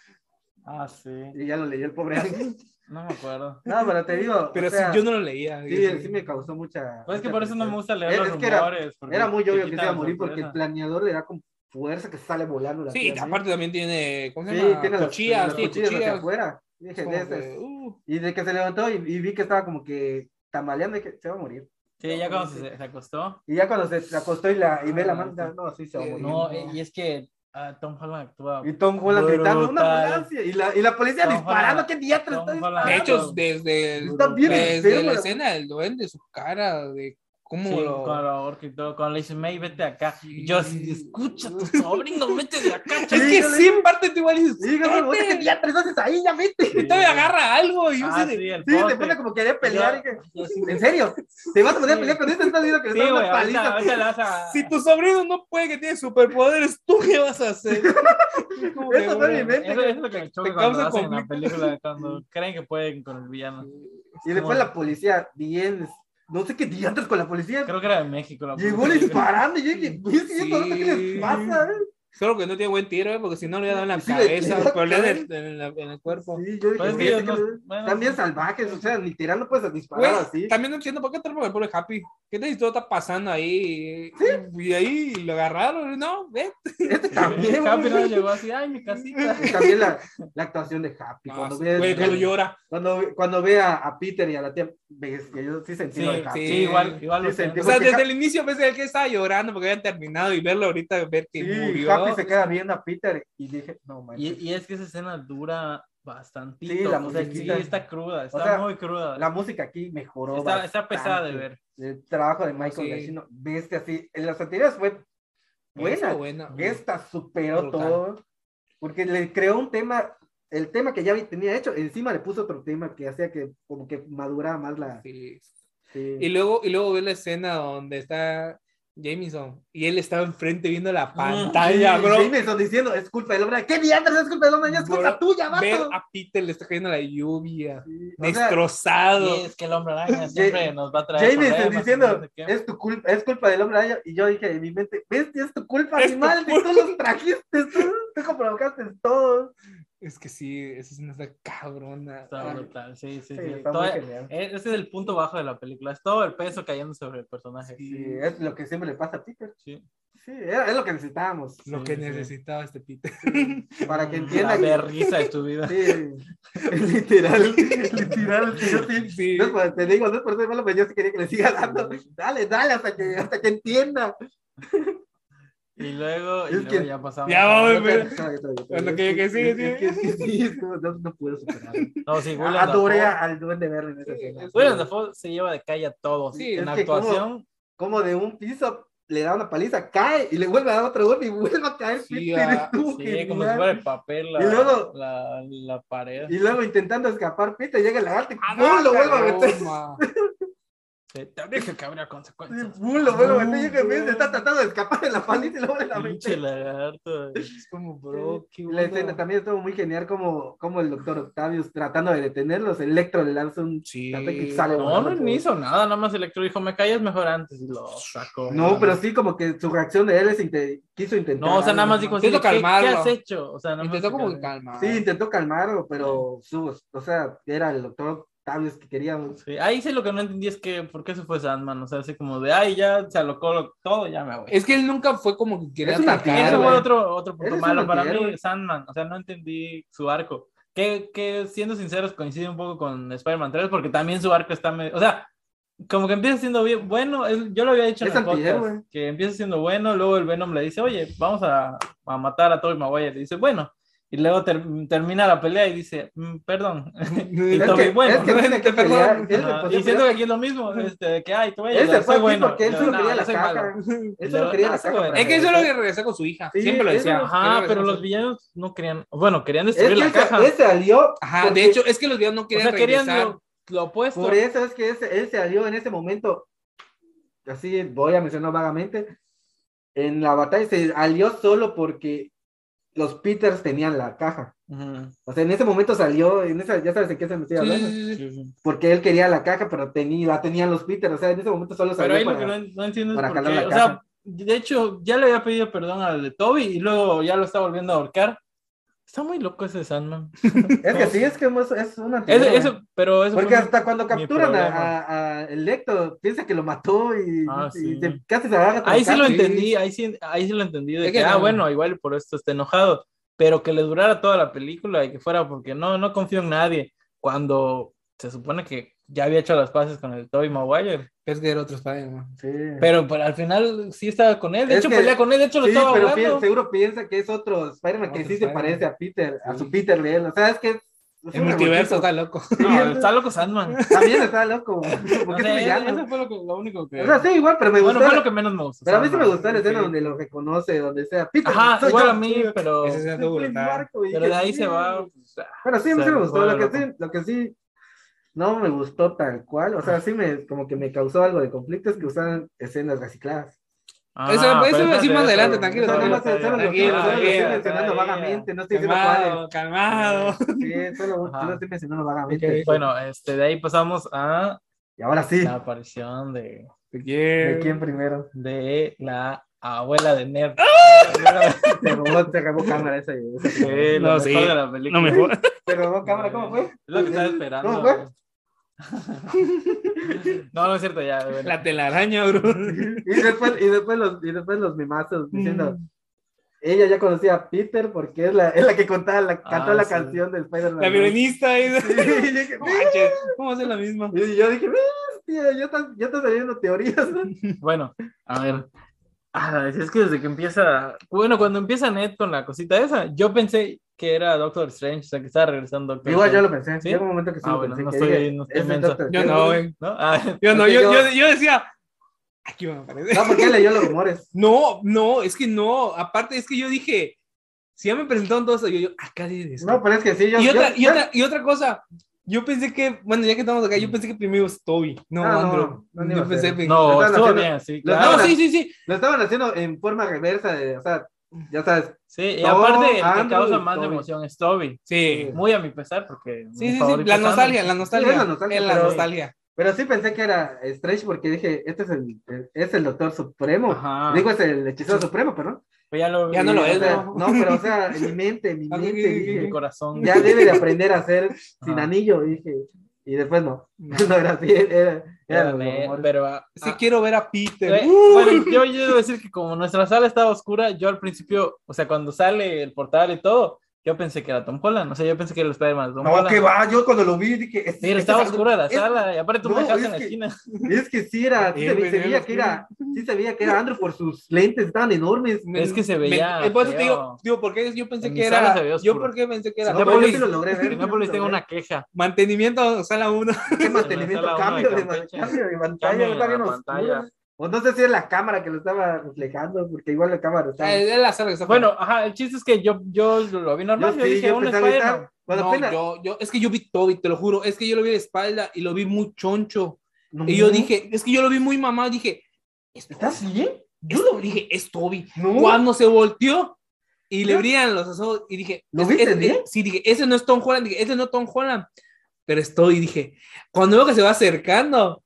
Speaker 6: Ah, sí.
Speaker 8: Y ya lo leyó el pobre Ángel.
Speaker 6: No me acuerdo.
Speaker 8: [LAUGHS] No, pero te digo.
Speaker 7: Pero
Speaker 8: o sea,
Speaker 7: sí, yo no lo leía.
Speaker 8: sí, sí me causó mucha.
Speaker 6: Pues es que
Speaker 8: mucha
Speaker 6: por eso no me gusta
Speaker 8: tristeza.
Speaker 6: leer
Speaker 8: Es-
Speaker 6: los
Speaker 8: es que era-
Speaker 6: rumores. porque
Speaker 8: Era muy
Speaker 6: te
Speaker 8: obvio que
Speaker 6: quita
Speaker 8: se iba a
Speaker 6: la
Speaker 8: morir porque el
Speaker 6: sorpresa.
Speaker 8: planeador le da con fuerza que sale volando. La
Speaker 7: Sí,
Speaker 8: tía May.
Speaker 7: aparte también tiene, ¿cómo se
Speaker 8: Sí,
Speaker 7: llama?
Speaker 8: tiene las
Speaker 7: cuchillas,
Speaker 8: las
Speaker 7: tiene
Speaker 8: cuchillas hacia
Speaker 7: cuchillas.
Speaker 8: afuera. Dije,
Speaker 7: Como
Speaker 8: de esas.
Speaker 7: que, uh.
Speaker 8: Y de que se levantó y, y vi que estaba como que tambaleando y que se va a morir.
Speaker 6: Sí, ya cuando se, se acostó.
Speaker 8: Y ya cuando se se acostó y, la, y ve la mano,
Speaker 6: Ah,
Speaker 8: ya, no, sí se va a morir.
Speaker 6: No, eh, y es que ah, Tom Holland actúa.
Speaker 8: Y Tom Holland gritando, una
Speaker 6: Brutal.
Speaker 8: ambulancia. Y la, y la policía
Speaker 6: Tom
Speaker 8: disparando,
Speaker 6: Holland.
Speaker 8: qué diatra
Speaker 6: Tom
Speaker 8: está
Speaker 6: Holland.
Speaker 7: De
Speaker 8: disparando.
Speaker 7: hecho, desde, el-
Speaker 8: Está bien
Speaker 7: desde
Speaker 8: enfermo,
Speaker 7: Pues, la
Speaker 8: la-
Speaker 7: escena del duende, su cara, de cómo
Speaker 6: Sí,
Speaker 7: lo...
Speaker 6: con la orca y todo. Cuando le dice, May, vete acá.
Speaker 7: Sí.
Speaker 6: Y yo así, escucha,
Speaker 8: [LAUGHS]
Speaker 6: tu sobrino, vete de acá.
Speaker 7: Es
Speaker 8: Sí,
Speaker 7: que
Speaker 8: yo le
Speaker 7: sí, en parte tú igual dices,
Speaker 8: Y digo, "Oye, qué
Speaker 7: "Vete".
Speaker 8: diatra entonces ahí,
Speaker 6: [LAUGHS]
Speaker 8: ya vete.
Speaker 7: Y todavía agarra algo y yo
Speaker 6: Ah,
Speaker 7: así de-
Speaker 6: sí, el
Speaker 8: Sí,
Speaker 6: pote.
Speaker 8: se pone como quería
Speaker 6: [LAUGHS]
Speaker 8: pelear. y que,
Speaker 6: Yo pues, sí,
Speaker 8: ¿En serio? ¿Te vas a poner a
Speaker 6: Sí.
Speaker 8: pelear con este? Estás viendo que le
Speaker 6: Sí,
Speaker 8: está dando
Speaker 6: güey,
Speaker 8: una
Speaker 6: ahorita,
Speaker 8: paliza.
Speaker 6: ahorita le vas a...
Speaker 8: [LAUGHS]
Speaker 7: Si tu sobrino no puede que tiene superpoderes, ¿tú qué vas
Speaker 8: [LAUGHS]
Speaker 7: a hacer? Como que,
Speaker 8: Eso ¿eh? fue
Speaker 7: bueno,
Speaker 8: mi mente.
Speaker 6: Eso, eso es lo que me choca
Speaker 7: Te
Speaker 6: cuando
Speaker 7: causa
Speaker 6: hacen en la
Speaker 7: conflicto.
Speaker 6: película,
Speaker 8: [LAUGHS]
Speaker 6: cuando creen que pueden con el villano.
Speaker 8: Y después la policía, bien, no sé qué diatras con la policía.
Speaker 6: Creo que era de México la
Speaker 8: Llegó
Speaker 6: policía.
Speaker 8: disparando y yo dije, "Güey, si esto no sé qué
Speaker 7: Sí.
Speaker 8: les pasa. eh".
Speaker 7: Solo que no tiene buen tiro, ¿eh? porque si no le dan en la
Speaker 8: Sí, le-
Speaker 7: cabeza,
Speaker 8: le da
Speaker 7: pero le dan en, el- en la- en el cuerpo.
Speaker 8: Sí, yo dije,
Speaker 6: Pero Pues es que
Speaker 8: "Güey,
Speaker 6: ellos
Speaker 8: sí que
Speaker 6: no-
Speaker 8: me-
Speaker 6: bueno,
Speaker 8: Están bien
Speaker 6: sí.
Speaker 8: salvajes, o sea, literal no puedes
Speaker 7: Güey,
Speaker 8: disparar así.
Speaker 7: también no entiendo por qué atrapan al pobre Happy. ¿Qué te historia está pasando ahí? Y ahí lo agarraron, ¿no? ¿Ves?
Speaker 8: Este
Speaker 6: [LAUGHS]
Speaker 8: también,
Speaker 6: Happy
Speaker 8: güey.
Speaker 6: no llegó así, ay, mi
Speaker 8: [LAUGHS]
Speaker 6: casita.
Speaker 8: Y también la, la actuación de Happy.
Speaker 7: No,
Speaker 8: cuando, ve,
Speaker 7: Güey, cuando llora.
Speaker 8: cuando, ve- cuando ve a, a Peter y a la tía, ves que yo sí sentí
Speaker 6: Sí,
Speaker 8: lo de Happy.
Speaker 6: sí, igual, igual lo
Speaker 8: Sí, sentí-
Speaker 7: O
Speaker 6: siento.
Speaker 7: sea,
Speaker 8: Porque
Speaker 7: desde
Speaker 8: Ha-
Speaker 7: el inicio ves que estaba llorando porque habían terminado y verlo ahorita, ver que
Speaker 8: Sí,
Speaker 7: murió.
Speaker 8: Happy se queda viendo a Peter y dije, no manches.
Speaker 6: Y, y es que esa escena dura bastante.
Speaker 8: Sí, la
Speaker 6: o sea, sí,
Speaker 8: musiquita.
Speaker 6: está cruda, está
Speaker 8: sea,
Speaker 6: muy cruda.
Speaker 8: La música aquí mejoró.
Speaker 6: está, está
Speaker 8: bastante.
Speaker 6: pesada de ver.
Speaker 8: El trabajo de Michael
Speaker 7: Sí.
Speaker 8: Giacchino, bestia así. En las anteriores fue buena.
Speaker 7: Eso, buena.
Speaker 8: Esta superó
Speaker 7: Brutal.
Speaker 8: todo. Porque le creó un tema, el tema que ya tenía hecho, encima le puso otro tema que hacía que como que madurara más la.
Speaker 7: Sí.
Speaker 8: sí.
Speaker 7: Y luego, y luego ves la escena donde está Jameson y él estaba enfrente viendo la pantalla,
Speaker 8: Ah, Sí,
Speaker 7: bro.
Speaker 8: Jameson diciendo, es culpa del hombre. ¿Qué diantres es culpa del hombre? Ya es culpa
Speaker 7: Bro,
Speaker 8: tuya,
Speaker 7: Ver
Speaker 8: vato.
Speaker 7: a Peter le está cayendo la lluvia,
Speaker 8: Sí, o sea,
Speaker 7: destrozado.
Speaker 6: Y es que el hombre
Speaker 8: [LAUGHS]
Speaker 6: araña siempre
Speaker 8: Ja-
Speaker 6: nos va a traer.
Speaker 8: Jameson
Speaker 6: problemas,
Speaker 8: diciendo,
Speaker 6: no sé qué.
Speaker 8: es tu culpa, es culpa del hombre araña", Y yo dije en mi mente, bestia, es tu culpa,
Speaker 7: Es tu
Speaker 8: animal. si tú los trajiste, tú, tú provocaste todo.
Speaker 7: Es que sí, esa escena está cabrona.
Speaker 6: Está brutal, sí, sí,
Speaker 8: Sí,
Speaker 6: sí.
Speaker 8: está
Speaker 6: Todo-
Speaker 8: muy genial.
Speaker 6: eh, ese es el punto bajo de la película, es todo el peso cayendo sobre el personaje. Sí.
Speaker 8: Sí, es lo que siempre le pasa a Peter. Sí, era- es lo que necesitábamos.
Speaker 7: Lo
Speaker 6: Sí,
Speaker 7: que
Speaker 6: sí.
Speaker 7: necesitaba este Peter. [LAUGHS]
Speaker 6: [LAUGHS]
Speaker 8: Para que
Speaker 6: La
Speaker 8: entienda que- [LAUGHS]
Speaker 6: berriza de tu vida.
Speaker 8: Sí, [LAUGHS]
Speaker 7: [LAUGHS]
Speaker 8: literal, literal. sí, yo sí-
Speaker 7: Sí.
Speaker 8: no es por- te digo, no es por ser malo, pero yo sí quería que le siga dando. Dale, dale, hasta que, hasta que entienda.
Speaker 6: Y luego, y
Speaker 8: Es
Speaker 6: luego
Speaker 8: que-
Speaker 6: ya pasamos.
Speaker 7: Ya
Speaker 6: a-
Speaker 7: vamos.
Speaker 8: No,
Speaker 7: pero-
Speaker 8: espera, espera, espera,
Speaker 7: Bueno,
Speaker 8: es
Speaker 7: que- que sigue,
Speaker 8: es
Speaker 7: sigue.
Speaker 8: que- es que sí, es como, no, no
Speaker 6: [LAUGHS]
Speaker 8: puedo superar.
Speaker 6: No, sí, Willem
Speaker 8: Adoré
Speaker 6: Dafoe.
Speaker 8: al duende verde en esa
Speaker 7: Sí,
Speaker 8: escena.
Speaker 7: es-
Speaker 6: Willem Dafoe se lleva de calle a todos.
Speaker 7: Sí,
Speaker 6: en
Speaker 8: es que como-
Speaker 6: actuación,
Speaker 8: Como de un piso le da una paliza, cae y le vuelve a dar otro golpe y vuelve a caer. Peter,
Speaker 7: Sí,
Speaker 8: [LAUGHS]
Speaker 7: ah,
Speaker 8: estuvo
Speaker 6: sí,
Speaker 8: genial.
Speaker 6: como si fuera de papel la,
Speaker 8: Y luego-
Speaker 6: la, la pared.
Speaker 8: Y luego intentando escapar, Peter llega el lagarto y
Speaker 7: Ah,
Speaker 8: ¡pum! lo vuelve a meter. [LAUGHS]
Speaker 7: Toma.
Speaker 6: Te, te dije que habría
Speaker 8: Sí,
Speaker 6: consecuencias.
Speaker 8: ¡pum! lo vuelve a
Speaker 7: No,
Speaker 8: meter. Llega en vez de
Speaker 7: no.
Speaker 8: estar tratando de escapar de la paliza y lo vuelve a
Speaker 6: Pinche
Speaker 8: meter.
Speaker 6: lagarto.
Speaker 7: Es como, bro, qué
Speaker 8: La
Speaker 7: onda.
Speaker 8: escena también estuvo muy genial como, como el doctor Octavius tratando de detenerlos, Electro le lanza un
Speaker 7: Sí.
Speaker 8: tapete que sale
Speaker 6: No,
Speaker 8: volando
Speaker 6: no
Speaker 8: todo.
Speaker 6: ni hizo nada, nada más Electro dijo, me callas mejor antes y lo sacó.
Speaker 8: No, pero sí como que su reacción de él es inte- quiso intentar.
Speaker 6: No, o sea, nada más dijo
Speaker 8: algo.
Speaker 6: así,
Speaker 7: Intento
Speaker 6: ¿qué, qué
Speaker 7: calmarlo.
Speaker 6: has hecho? O sea, nada más
Speaker 7: Intentó como que
Speaker 6: calmar.
Speaker 7: calmar.
Speaker 8: Sí, intentó calmarlo, pero su, o sea, era el doctor cambios que queríamos.
Speaker 6: Sí, ahí sí lo que no entendí es que por qué se fue Sandman, o sea, así como de, ay, ya se alocó lo- todo, ya me voy.
Speaker 7: Es que él nunca fue como que quería
Speaker 8: Es una
Speaker 7: atacar,
Speaker 6: Eso
Speaker 7: [LAUGHS]
Speaker 8: güey.
Speaker 6: fue otro, otro punto
Speaker 8: Eres
Speaker 6: malo
Speaker 8: un
Speaker 6: para mí,
Speaker 8: antihéroe.
Speaker 6: Sandman, o sea, no entendí su arco. Que, que siendo sinceros coincide un poco con Spider-Man 3 porque también su arco está medio, o sea, como que empieza siendo bien, bueno, es- yo lo había dicho en
Speaker 8: Es
Speaker 6: el podcast,
Speaker 8: antihéroe.
Speaker 6: que empieza siendo bueno, luego el Venom le dice, oye, vamos a, a matar a Tobey Maguire, le dice, bueno, y luego ter- termina la pelea y dice, "Mm, perdón, [LAUGHS] y
Speaker 8: Es
Speaker 6: Tobey,
Speaker 8: que,
Speaker 6: bueno,
Speaker 7: [LAUGHS]
Speaker 8: es que tiene que pelear. Él, se
Speaker 6: Ajá,
Speaker 8: podía
Speaker 6: y siento que
Speaker 8: pelear.
Speaker 6: aquí es lo mismo, este, de que, ay, tú
Speaker 8: Él se fue
Speaker 6: soy
Speaker 8: aquí
Speaker 6: bueno.
Speaker 8: porque él
Speaker 6: Yo,
Speaker 8: solo
Speaker 6: "No,
Speaker 8: quería
Speaker 6: yo
Speaker 8: la
Speaker 6: soy
Speaker 8: caja.
Speaker 6: malo".
Speaker 8: [LAUGHS]
Speaker 6: Yo,
Speaker 8: Él solo quería
Speaker 6: "No,
Speaker 8: la
Speaker 6: güey".
Speaker 8: caja. para
Speaker 7: Es que eso
Speaker 8: regresar.
Speaker 7: lo que regresa con su hija.
Speaker 8: Sí,
Speaker 7: Siempre lo
Speaker 8: eso-
Speaker 7: decía.
Speaker 6: Ajá,
Speaker 7: Siempre
Speaker 6: pero
Speaker 7: regresó.
Speaker 6: los villanos no querían, bueno, querían
Speaker 8: Es que
Speaker 6: destruir la
Speaker 8: él se-
Speaker 6: caja.
Speaker 8: él se alió.
Speaker 7: Ajá,
Speaker 8: porque-
Speaker 7: de hecho, es que los villanos no
Speaker 6: o
Speaker 7: querían
Speaker 6: sea, querían
Speaker 7: regresar.
Speaker 6: lo, lo opuesto.
Speaker 8: Por e- eso es que ese- él se alió en ese momento. Así voy a mencionar vagamente. En la batalla se alió solo porque los Peters tenían la caja.
Speaker 6: Ujú.
Speaker 8: O sea, en ese momento salió, en esa, ya sabes de qué se me estoy
Speaker 7: Sí,
Speaker 8: hablando.
Speaker 7: sí, sí, sí.
Speaker 8: Porque él quería la caja, pero tenía, la tenían los Peters. O sea, en ese momento solo
Speaker 6: Pero ahí
Speaker 8: salió.
Speaker 6: lo que no,
Speaker 8: Para...
Speaker 6: en- no entiendo es
Speaker 8: para
Speaker 6: por
Speaker 8: jalar
Speaker 6: qué,
Speaker 8: la
Speaker 6: o sea,
Speaker 8: caja.
Speaker 6: de hecho, ya le había pedido perdón al de Toby y luego ya lo está volviendo a ahorcar. Está muy loco ese Sandman.
Speaker 8: Es que sí, es que es, es una.
Speaker 6: Ese- ese- pero eso
Speaker 8: Porque
Speaker 6: fue-
Speaker 8: hasta cuando capturan a,
Speaker 6: problema.
Speaker 8: a- a Electo, piensa que lo mató y,
Speaker 6: Ah,
Speaker 8: y
Speaker 6: sí.
Speaker 8: se- casi se agarra.
Speaker 6: Ahí sí lo
Speaker 8: trancazos.
Speaker 6: entendí, ahí sí, ahí sí lo entendí. De
Speaker 7: Es
Speaker 6: que,
Speaker 7: que
Speaker 6: ah,
Speaker 7: no.
Speaker 6: bueno, igual por esto está enojado. Pero que le durara toda la película y que fuera porque no, no confío en nadie. Cuando se supone que ya había hecho las paces con el Toby Maguire.
Speaker 7: Es que era otro Spider-Man.
Speaker 8: Sí.
Speaker 6: Pero, pero al final sí estaba con él. De
Speaker 8: Es
Speaker 6: hecho,
Speaker 8: que-
Speaker 6: pelea con él. De hecho, lo
Speaker 8: Sí,
Speaker 6: estaba
Speaker 8: pero
Speaker 6: ahogando.
Speaker 8: pi- seguro piensa que es otro Spider-Man que
Speaker 7: Otro
Speaker 8: sí se
Speaker 7: Spider-Man.
Speaker 8: parece a Peter, a
Speaker 7: Sí.
Speaker 8: su Peter de él. O sea, es que. es un
Speaker 7: El multiverso
Speaker 8: [LAUGHS] revoltijo.
Speaker 7: está loco.
Speaker 6: No, está loco Sandman.
Speaker 8: También está loco.
Speaker 6: [LAUGHS]
Speaker 8: Porque
Speaker 6: No
Speaker 8: es
Speaker 6: sé,
Speaker 8: villano.
Speaker 6: eso fue lo, que- lo único que.
Speaker 8: O sea, sí, igual, pero me
Speaker 6: bueno,
Speaker 8: gustó.
Speaker 6: fue lo que menos me gustó.
Speaker 8: Pero a mí sí me
Speaker 6: Sandman.
Speaker 8: gustó la escena
Speaker 6: Sí.
Speaker 8: donde lo reconoce, donde sea Peter.
Speaker 6: Ajá,
Speaker 8: soy
Speaker 6: igual
Speaker 8: yo.
Speaker 6: a mí, pero.
Speaker 7: Esa escena estuvo
Speaker 8: Soy Clint
Speaker 7: brutal.
Speaker 8: Barco, y
Speaker 6: Pero
Speaker 8: dije,
Speaker 6: de ahí
Speaker 8: sí.
Speaker 6: se va. pues, ah,
Speaker 8: Pero sí, a mí
Speaker 6: se
Speaker 8: sí me gustó.
Speaker 6: vuelve
Speaker 8: Lo que,
Speaker 6: loco.
Speaker 8: sí, lo que sí no me gustó tal cual. O sea, sí me, como que me causó algo de conflicto es que usaban escenas recicladas.
Speaker 6: Ah,
Speaker 7: Eso- eso
Speaker 6: pero
Speaker 7: lo decimos
Speaker 6: espérate,
Speaker 7: adelante,
Speaker 6: espérate,
Speaker 7: tranquilo,
Speaker 8: O sea, nada
Speaker 6: espérate,
Speaker 8: más- solo lo- solo lo
Speaker 6: espérate,
Speaker 8: estoy
Speaker 7: tranquilo, tranquilo,
Speaker 8: mencionando
Speaker 6: tranquilo.
Speaker 8: vagamente, no estoy diciendo cuál
Speaker 7: Calmado,
Speaker 8: Eh,
Speaker 7: calmado.
Speaker 8: Sí, solo,
Speaker 6: Ajá.
Speaker 8: solo estoy mencionando vagamente.
Speaker 7: Ok.
Speaker 6: Bueno, este, de ahí pasamos a
Speaker 8: Y ahora sí,
Speaker 6: la aparición de,
Speaker 7: Te
Speaker 8: ¿de
Speaker 7: quiero.
Speaker 8: quién [LAUGHS] primero?
Speaker 6: de la abuela de Nerd.
Speaker 7: Ah.
Speaker 8: Te robó, te robó cámara esa. esa.
Speaker 6: Sí, lo
Speaker 7: No,
Speaker 6: mejor
Speaker 7: sí.
Speaker 6: de la película.
Speaker 8: [LAUGHS]
Speaker 7: No me jodas.
Speaker 8: Te robó cámara, ¿cómo fue?
Speaker 6: Es lo que estaba esperando.
Speaker 8: ¿Cómo fue?
Speaker 6: güey. [LAUGHS] no, no es cierto, ya. bueno.
Speaker 7: La telaraña, bro.
Speaker 8: Y después, y después los, y después los mimazos diciendo. Mm. Ella ya conocía a Peter porque es la, es la que contaba, la, cantó
Speaker 6: Ah,
Speaker 8: la
Speaker 6: sí.
Speaker 8: canción del Spider-Man.
Speaker 7: La violinista. y-
Speaker 8: Sí, yo dije,
Speaker 7: No manches, ¿Cómo hace la misma?
Speaker 8: Y yo dije, [LAUGHS] "Bestia, ya están, ya están saliendo teorías. ¿no?
Speaker 6: Bueno, a ver. Ah, es que desde que empieza. Bueno, cuando empieza Ned con la cosita esa, yo pensé que era Doctor Strange, o sea, que estaba regresando Doctor
Speaker 8: Igual yo
Speaker 6: Strange.
Speaker 8: lo pensé.
Speaker 6: ¿Sí?
Speaker 8: Llegó un momento que sí
Speaker 6: Ah,
Speaker 8: lo
Speaker 6: bueno,
Speaker 8: pensé,
Speaker 6: no
Speaker 8: que
Speaker 6: estoy-
Speaker 8: dije,
Speaker 6: no estoy
Speaker 8: "Ese es
Speaker 6: menso".
Speaker 8: Doctor
Speaker 7: Yo
Speaker 8: Strange".
Speaker 7: no, güey.
Speaker 6: ¿No? Ah,
Speaker 7: Yo no,
Speaker 8: Es que yo-
Speaker 7: yo, yo, yo decía. Aquí van a aparecer.
Speaker 8: No, porque él leyó los rumores.
Speaker 7: No, no, es que no. Aparte, es que yo dije. Si ya me presentaron todo eso, yo, yo acá de eso.
Speaker 8: No, pues, pero es que sí, yo.
Speaker 7: y,
Speaker 8: yo-
Speaker 7: otra, y,
Speaker 8: yo-
Speaker 7: otra, y otra cosa, yo pensé que, bueno, ya que estamos acá, yo pensé que primero es Toby, no,
Speaker 8: Ah, no,
Speaker 7: Andrew.
Speaker 8: no,
Speaker 7: No,
Speaker 8: ni iba a
Speaker 7: pensé
Speaker 8: ser.
Speaker 7: que-
Speaker 6: Mm. No,
Speaker 8: Lo estaban
Speaker 6: estuvo
Speaker 8: haciendo-
Speaker 6: bien, sí,
Speaker 8: lo
Speaker 6: claro.
Speaker 7: No,
Speaker 8: estaban-
Speaker 7: sí, sí, sí.
Speaker 8: Lo estaban haciendo en forma reversa, de, o sea, ya sabes.
Speaker 6: Sí, y
Speaker 8: No,
Speaker 6: aparte, el que
Speaker 8: Andrew
Speaker 6: causa
Speaker 8: y
Speaker 6: más
Speaker 8: Toby.
Speaker 6: emoción es Toby.
Speaker 7: Sí,
Speaker 6: Muy a mi pesar, porque. Mm, mi
Speaker 7: sí, sí, sí,
Speaker 6: favorito
Speaker 7: La
Speaker 6: es Andrew.
Speaker 7: nostalgia, la nostalgia.
Speaker 8: Sí, es la nostalgia,
Speaker 7: es la
Speaker 8: pero-
Speaker 7: nostalgia.
Speaker 8: Pero sí pensé que era Strange porque dije, este es el, es el Doctor Supremo.
Speaker 6: Ajá.
Speaker 8: Digo, es el hechicero supremo, perdón.
Speaker 6: Pues ya lo
Speaker 7: Ya no
Speaker 8: Y,
Speaker 7: lo
Speaker 8: o
Speaker 7: es,
Speaker 8: sea,
Speaker 7: ¿no?
Speaker 8: No, pero o sea, en mi mente, en mi
Speaker 7: [LAUGHS] Ah, sí,
Speaker 8: mente,
Speaker 7: sí, sí,
Speaker 6: Mi
Speaker 8: dije,
Speaker 6: corazón.
Speaker 8: ya debe de aprender a ser sin
Speaker 6: Ajá.
Speaker 8: anillo, dije. Y después no. [LAUGHS] No era así, era, era
Speaker 6: Era
Speaker 8: los
Speaker 6: Ned,
Speaker 8: rumores.
Speaker 6: pero. ah,
Speaker 7: Sí, quiero ver a Peter.
Speaker 6: Eh,
Speaker 7: Uh,
Speaker 6: Bueno, yo, yo debo decir que como nuestra sala estaba oscura, yo al principio, o sea, cuando sale el portal y todo, yo pensé que era Tom Holland, o sea, yo pensé que era el Spider-Man de Tom
Speaker 8: No,
Speaker 6: Holland.
Speaker 8: que va, yo cuando lo vi dije. es-
Speaker 6: Pero
Speaker 8: es-
Speaker 6: estaba
Speaker 8: es-
Speaker 6: oscura la
Speaker 8: es-
Speaker 6: sala, y aparte tú
Speaker 8: No,
Speaker 6: me dejaste
Speaker 8: es
Speaker 6: en la
Speaker 8: que-
Speaker 6: esquina.
Speaker 8: Es que sí era, sí
Speaker 7: Eh,
Speaker 8: se,
Speaker 7: güey,
Speaker 8: se
Speaker 7: era
Speaker 8: veía que era, sí se veía que era Andrew por sus lentes, estaban enormes.
Speaker 7: me-
Speaker 6: es que se
Speaker 7: me-
Speaker 6: veía
Speaker 7: eh, por eso te
Speaker 6: feo.
Speaker 7: digo, digo, porque yo pensé
Speaker 6: En
Speaker 7: que
Speaker 6: mi sala
Speaker 7: era.
Speaker 6: se veía
Speaker 7: Yo
Speaker 6: oscuro.
Speaker 7: porque pensé que
Speaker 8: No,
Speaker 7: era.
Speaker 6: Ya
Speaker 8: pero yo
Speaker 6: Polis-
Speaker 8: sí lo logré ver. ¿eh? yo sí lo
Speaker 6: Nápoles tengo
Speaker 8: logré.
Speaker 6: una queja.
Speaker 7: Mantenimiento, sala 1.
Speaker 8: ¿Qué
Speaker 6: [LAUGHS] En la
Speaker 8: mantenimiento?
Speaker 6: sala
Speaker 8: Cambio
Speaker 6: uno de
Speaker 8: de, man-
Speaker 6: Campeche.
Speaker 8: cambio de
Speaker 6: Cambio
Speaker 8: pantalla,
Speaker 6: de
Speaker 8: está bien
Speaker 6: la
Speaker 8: oscuro.
Speaker 6: pantalla.
Speaker 8: O no sé si es la cámara que lo estaba reflejando, porque igual la cámara estaba.
Speaker 6: Eh,
Speaker 7: [LAUGHS] Es la sala que está.
Speaker 6: Bueno, ajá, el chiste es que yo, yo lo vi normal, yo,
Speaker 8: sí,
Speaker 6: dije, un
Speaker 8: pensaba que estaba-
Speaker 6: Spider-Man.
Speaker 8: cuando
Speaker 7: No,
Speaker 8: apenas-
Speaker 7: yo, yo, es que yo vi Toby, te lo juro. Es que yo lo vi de espalda y lo vi muy choncho.
Speaker 8: No.
Speaker 7: Y yo dije, es que yo lo vi muy mamado. Dije, ¿es Toby?
Speaker 8: ¿estás bien?
Speaker 7: Yo lo dije, es Toby.
Speaker 8: No.
Speaker 7: Cuando se volteó y le
Speaker 8: ¿Ya?
Speaker 7: brillan los ojos y dije,
Speaker 8: ¿Lo
Speaker 7: es-
Speaker 8: viste
Speaker 7: es-
Speaker 8: bien?
Speaker 7: es- sí, dije, ese no es Tom Holland, dije, ese no es Tom Holland. Pero es Toby, dije, cuando veo que se va acercando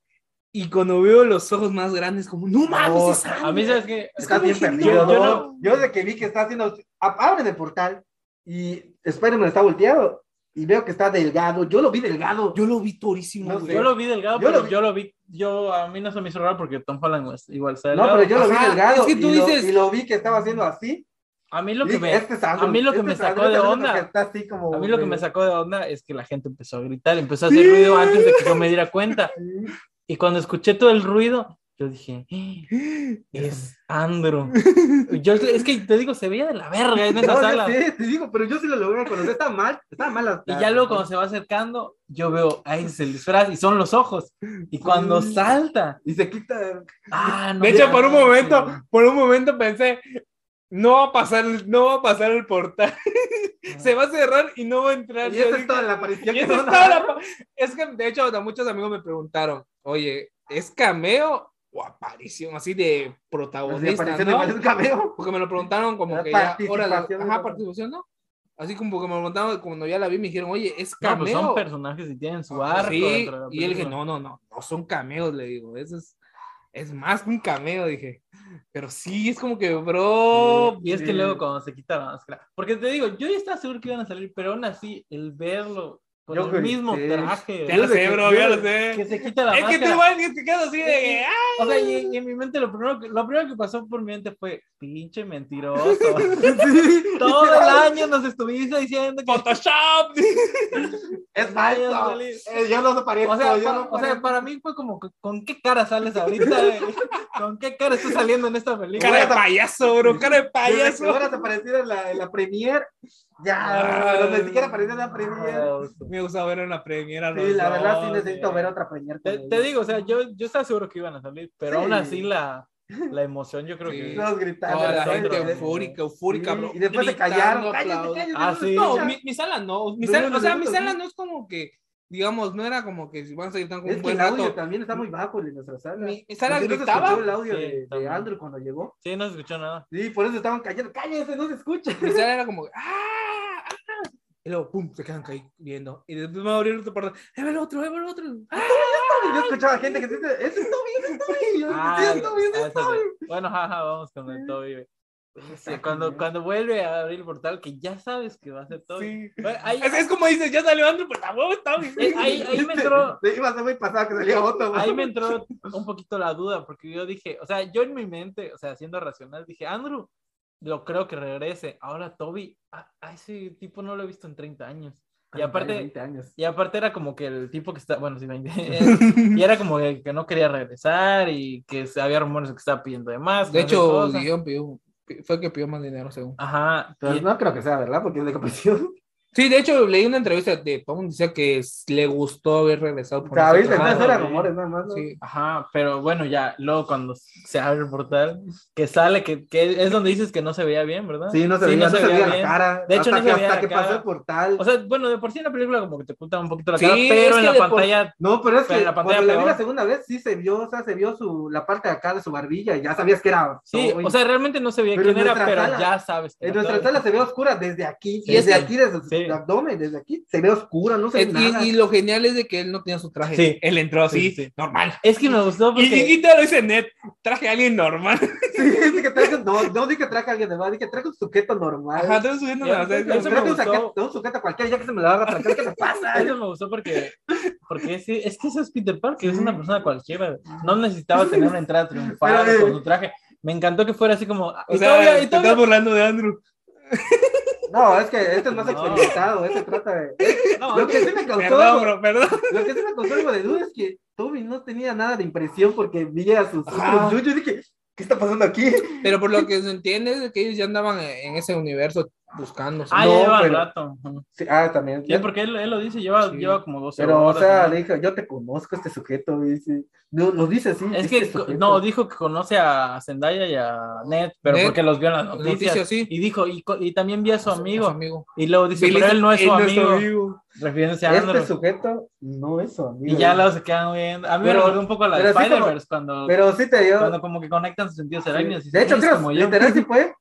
Speaker 7: y cuando veo los ojos más grandes, como, no mames,
Speaker 8: No,
Speaker 7: es
Speaker 6: A mí,
Speaker 7: Andrew".
Speaker 6: ¿sabes que
Speaker 7: Es
Speaker 8: Estás
Speaker 7: como
Speaker 8: bien
Speaker 7: dije,
Speaker 8: perdido.
Speaker 6: no, yo
Speaker 8: ¿no?
Speaker 7: no.
Speaker 8: Yo desde que vi que está haciendo. ab- Abren el portal y Spider-Man está volteado. y veo que está delgado. Yo lo vi delgado.
Speaker 7: Yo lo vi durísimo.
Speaker 8: No
Speaker 7: güey.
Speaker 8: sé.
Speaker 6: Yo lo vi delgado,
Speaker 8: Yo lo
Speaker 6: pero
Speaker 8: vi-
Speaker 6: yo lo vi. Yo, a mí no se me hizo raro porque Tom Holland es igual está
Speaker 8: No,
Speaker 6: delgado.
Speaker 8: pero yo lo vi
Speaker 7: Ajá,
Speaker 8: delgado.
Speaker 7: es que tú
Speaker 8: y, lo,
Speaker 7: dices-
Speaker 8: y lo vi que estaba haciendo así.
Speaker 6: A mí lo
Speaker 8: Y
Speaker 6: que
Speaker 8: dije,
Speaker 6: me.
Speaker 8: "Este es Andrew,
Speaker 6: a mí lo que
Speaker 8: este
Speaker 6: me
Speaker 8: es
Speaker 6: sacó
Speaker 8: Andrew,
Speaker 6: de
Speaker 8: este es
Speaker 6: onda-
Speaker 8: porque está así como-
Speaker 6: A mí lo que me sacó de onda es que la gente empezó a gritar, empezó a hacer ruido antes de que yo me diera cuenta. Y cuando escuché todo el ruido, yo dije, "Eh, es Andro. Yo, es que te digo, se veía de la verga en esa
Speaker 8: No,
Speaker 6: sala.
Speaker 8: yo sé, te digo, pero yo sí lo logré conocer. Está mal, está mal. hasta-
Speaker 6: Y ya luego cuando se va acercando, yo veo, ahí es el disfraz y son los ojos. Y cuando salta,
Speaker 8: Y se quita.
Speaker 6: ah, no
Speaker 7: De hecho, por un
Speaker 6: manches.
Speaker 7: momento, por un momento pensé, no va a pasar, el- no va a pasar el portal. [LAUGHS] Se va a cerrar y no va a entrar.
Speaker 8: Y
Speaker 7: Yo
Speaker 8: esa
Speaker 7: dije,
Speaker 8: es toda la aparición.
Speaker 7: "Y
Speaker 8: que
Speaker 7: esa es
Speaker 8: van a
Speaker 7: toda
Speaker 8: dar. [LAUGHS]
Speaker 7: la pa-". Es que, de hecho, hasta muchos amigos me preguntaron, oye, ¿es cameo o aparición así de
Speaker 8: Así
Speaker 7: protagonista?
Speaker 8: apareciendo
Speaker 7: ¿no?
Speaker 8: igual un cameo. [LAUGHS]
Speaker 7: Porque me lo preguntaron como
Speaker 8: La
Speaker 7: que ya, hora
Speaker 8: participación,
Speaker 7: ajá,
Speaker 8: ¿no?
Speaker 7: participación, ¿no? Así como que me lo preguntaron cuando ya la vi, me dijeron, oye, ¿es
Speaker 6: No,
Speaker 7: cameo?
Speaker 6: pues son personajes y tienen su arco.
Speaker 7: Sí,
Speaker 6: dentro de la
Speaker 7: y él dije,
Speaker 6: película.
Speaker 7: no, no, no, no son cameos, le digo, eso es, es más que un cameo, dije. Pero sí, es como que, bro,
Speaker 6: Oh, Y es que
Speaker 8: Sí.
Speaker 6: luego cuando se quita la máscara. Porque te digo, yo ya estaba seguro que iban a salir, pero aún así, el verlo con
Speaker 8: Yo
Speaker 6: el
Speaker 8: grité.
Speaker 6: mismo traje.
Speaker 7: ya lo
Speaker 8: yo
Speaker 7: sé,
Speaker 8: de-
Speaker 7: bro,
Speaker 8: yo
Speaker 7: ya lo
Speaker 8: de-
Speaker 6: Que
Speaker 7: sé.
Speaker 6: se quita la
Speaker 7: Es
Speaker 6: máscara.
Speaker 7: que tú igual que te quedas así de que, ah,
Speaker 6: O sea, y, y en mi mente lo primero, que, lo primero que pasó por mi mente fue, pinche
Speaker 8: [LAUGHS]
Speaker 6: mentiroso. Todo el año nos estuviste diciendo que...
Speaker 7: Photoshop.
Speaker 8: Es falso.
Speaker 6: salir.
Speaker 8: Eh, Yo no aparezco.
Speaker 6: O sea,
Speaker 8: yo
Speaker 6: para,
Speaker 8: no
Speaker 6: o sea,
Speaker 8: aparezco.
Speaker 6: para mí fue como, ¿con qué cara sales ahorita?
Speaker 8: [LAUGHS]
Speaker 6: güey? ¿Con qué cara estás saliendo en esta película?
Speaker 7: Cara de payaso, bro, cara
Speaker 8: Desde
Speaker 7: de
Speaker 8: que
Speaker 7: payaso.
Speaker 8: hubieras aparecido en la, en la premier,
Speaker 7: Ah.
Speaker 8: ya, pero ni siquiera apareció en la premier.
Speaker 7: Me gusta ver una premiera.
Speaker 8: Sí, la verdad sí
Speaker 6: ah, no,
Speaker 8: necesito
Speaker 6: sí.
Speaker 8: ver otra premier. con
Speaker 6: Te,
Speaker 8: ella.
Speaker 6: te digo, o sea, yo, yo estaba seguro que iban a salir, pero
Speaker 8: Sí.
Speaker 6: aún así la, la emoción yo creo
Speaker 7: Sí.
Speaker 6: que...
Speaker 8: Todos gritando.
Speaker 7: la
Speaker 8: todos
Speaker 7: gente
Speaker 8: gritando.
Speaker 7: eufórica, eufórica,
Speaker 8: Sí,
Speaker 7: bro.
Speaker 8: Y después se
Speaker 7: Gritando,
Speaker 8: callaron.
Speaker 7: aplausos.
Speaker 8: Cállate, cállate.
Speaker 6: Ah,
Speaker 8: no
Speaker 6: sí.
Speaker 8: escuchas.
Speaker 7: No, mi, mi sala no. Mi
Speaker 8: No,
Speaker 7: sala,
Speaker 8: no,
Speaker 7: o sea,
Speaker 8: no,
Speaker 7: mi
Speaker 8: no.
Speaker 7: sala no es como que, digamos, no era como que si van a seguir tan con
Speaker 8: Es
Speaker 7: un
Speaker 8: que
Speaker 7: buen
Speaker 8: el
Speaker 7: rato.
Speaker 8: audio también está muy bajo en nuestra sala.
Speaker 7: Mi, mi sala
Speaker 8: Porque no se
Speaker 7: gritaba.
Speaker 8: escuchó el audio
Speaker 6: Sí,
Speaker 8: de- de,
Speaker 6: también.
Speaker 8: Andrew cuando llegó.
Speaker 6: Sí, no se escuchó nada.
Speaker 8: Sí, por eso estaban callando. Cállese, no se escucha.
Speaker 7: Mi sala era como, ¡ah! ah", Y luego, pum, se quedan ahí viendo. Y después me va a abrir otro portal. ¡Eh, ve el otro, eh, ve el otro! ¡Ah!
Speaker 8: Y Yo escuchaba gente que dice, eso está bien, está bien. Y yo,
Speaker 6: Ah,
Speaker 8: [LAUGHS] sí, está bien,
Speaker 6: ah,
Speaker 8: está
Speaker 6: esa
Speaker 8: bien. Pues
Speaker 6: de- Bueno, jaja, vamos con el Toby. güey. Sí,
Speaker 8: Está
Speaker 6: cuando,
Speaker 8: genial.
Speaker 6: cuando vuelve a abrir el portal, que ya sabes que va a ser Toby.
Speaker 7: Sí.
Speaker 6: Bueno, ahí-
Speaker 7: Es, es como dices, ya salió Andrew, pues la huevo está bien.
Speaker 6: eh, ahí- ahí me
Speaker 8: Este,
Speaker 6: entró...
Speaker 8: Sí, iba a ser muy pasado que salía otro. ¿no? [LAUGHS]
Speaker 6: Ahí me entró un poquito la duda, porque yo dije, o sea, yo en mi mente, o sea, siendo racional, dije, Andrew, lo creo que regrese. Ahora Toby, a, a ese tipo no lo he visto en 30 años. Y aparte,
Speaker 8: 20 años.
Speaker 6: Y aparte era como que el tipo que está, bueno,
Speaker 8: [LAUGHS]
Speaker 6: sí, 20. [LAUGHS] y era como que, que no quería regresar y que se- había rumores de que estaba pidiendo de más. que
Speaker 7: De
Speaker 6: no sé
Speaker 7: hecho,
Speaker 6: cosa.
Speaker 7: Guión pidió, fue el que pidió más dinero, según.
Speaker 6: Ajá.
Speaker 8: Pero
Speaker 6: y-
Speaker 8: no creo que sea verdad, porque es de competición.
Speaker 6: [LAUGHS]
Speaker 7: Sí, de hecho, leí una entrevista de Pamón, decía que s- le gustó haber regresado por ese
Speaker 8: ¿Sabes?
Speaker 7: trabajo.
Speaker 8: Entonces eran
Speaker 6: güey.
Speaker 8: rumores nada más. ¿no?
Speaker 7: Sí.
Speaker 6: Ajá, pero bueno, ya, luego cuando se abre el portal, que sale, que, que es donde dices que no se veía bien, ¿verdad?
Speaker 8: Sí, no se veía, no se veía la cara.
Speaker 6: De hecho,
Speaker 8: hasta
Speaker 6: no
Speaker 8: que,
Speaker 6: se veía
Speaker 8: hasta
Speaker 6: la
Speaker 8: que
Speaker 6: cara.
Speaker 8: pasó el portal.
Speaker 6: O sea, bueno, de por sí en la película como que te oculta un poquito la
Speaker 7: Sí,
Speaker 6: cara,
Speaker 7: es
Speaker 6: pero
Speaker 7: que
Speaker 6: en la
Speaker 7: de por-
Speaker 6: pantalla,
Speaker 8: no, pero es
Speaker 6: pero
Speaker 8: que
Speaker 6: la
Speaker 8: cuando
Speaker 6: pantalla
Speaker 8: la vi
Speaker 6: peor.
Speaker 8: la segunda vez sí se vio, o sea, se vio su, la parte de acá de su barbilla y ya sabías que era.
Speaker 6: sí,
Speaker 8: Toby.
Speaker 6: o sea, realmente no se veía
Speaker 8: Pero en
Speaker 6: quién era,
Speaker 8: nuestra
Speaker 6: pero
Speaker 8: sala-
Speaker 6: ya sabes. que
Speaker 8: en
Speaker 6: era
Speaker 8: nuestra
Speaker 6: Toby.
Speaker 8: sala se ve oscura desde aquí,
Speaker 7: Y
Speaker 8: desde
Speaker 7: es que-
Speaker 8: aquí, desde su
Speaker 6: sí.
Speaker 8: abdomen, desde aquí. Se ve oscura, no se
Speaker 7: Es-
Speaker 8: ve
Speaker 7: Eh, y-
Speaker 8: nada.
Speaker 7: y, lo genial es de que él no tenía su traje.
Speaker 6: Sí.
Speaker 7: Él entró así,
Speaker 6: Sí, sí.
Speaker 7: normal.
Speaker 6: Es que me gustó
Speaker 7: Y,
Speaker 6: porque...
Speaker 7: y te lo dice Ned, traje a alguien normal.
Speaker 8: [LAUGHS] Sí, dije que traje, no, no dije que traje a alguien de más, dije que traje un sujeto normal.
Speaker 7: Ajá, entonces subiendo
Speaker 6: Ya,
Speaker 7: las-
Speaker 6: entonces,
Speaker 7: las-
Speaker 6: me
Speaker 8: traje un,
Speaker 6: gustó.
Speaker 8: saque- un sujeto cualquiera, ya que se me lo haga traer, ¿qué te [LAUGHS] pasa?
Speaker 6: Eso me gustó porque, porque es, es que eso es Peter Parker, es una persona cualquiera. No necesitaba tener una entrada triunfal
Speaker 8: Pero, eh,
Speaker 6: con su traje. Me encantó que fuera así como. "Ah,
Speaker 7: O
Speaker 6: y
Speaker 7: sea,
Speaker 6: todavía- y
Speaker 7: te estás
Speaker 6: todavía-
Speaker 7: burlando de Andrew.
Speaker 8: No, es que este es más
Speaker 6: No.
Speaker 8: experimentado, este trata de...
Speaker 6: no,
Speaker 8: Lo que sí me
Speaker 6: Pues
Speaker 8: causó...
Speaker 7: Perdón, bro, perdón.
Speaker 8: Lo que sí me causó algo de duda es que Toby no tenía nada de impresión porque vi a sus
Speaker 7: Ajá.
Speaker 8: otros yuyos y dije, ¿qué está pasando aquí?
Speaker 7: Pero por lo que se entiende es de que ellos ya andaban en ese universo buscándose.
Speaker 6: ah,
Speaker 8: No,
Speaker 6: ya lleva
Speaker 8: pero-
Speaker 6: rato.
Speaker 8: Sí, ah, también.
Speaker 6: Sí, porque él, él lo dice, lleva,
Speaker 7: Sí.
Speaker 6: lleva como 12
Speaker 8: Pero, o
Speaker 6: horas.
Speaker 8: sea,
Speaker 6: ¿no?
Speaker 8: le dije, yo te conozco este sujeto, y sí. No, lo dice así.
Speaker 6: Es
Speaker 8: este
Speaker 6: que
Speaker 8: sujeto.
Speaker 6: no, dijo que conoce a Zendaya y a Ned, pero
Speaker 7: Ned,
Speaker 6: porque los vio en las
Speaker 7: las
Speaker 6: noticias.
Speaker 7: noticias, sí.
Speaker 6: Y dijo, y, co- y también vi a su
Speaker 7: Su
Speaker 6: amigo.
Speaker 7: amigo.
Speaker 6: Y luego dice,
Speaker 7: Y le
Speaker 6: pero
Speaker 7: dice,
Speaker 6: él no es su amigo. Refiriéndose a Andrew.
Speaker 8: Este sujeto no es su amigo.
Speaker 6: Y ya luego se quedan viendo. A mí me
Speaker 8: Pero-
Speaker 6: recordó un poco a la de
Speaker 8: pero sí como-
Speaker 6: Spider-Verse cuando
Speaker 8: Pero sí te dio...
Speaker 6: Cuando como que conectan sus sentidos arácneos.
Speaker 8: Sí.
Speaker 6: y
Speaker 8: De hecho,
Speaker 6: "Eres
Speaker 8: creo,
Speaker 6: como yo". [LAUGHS]
Speaker 8: literal sí fue.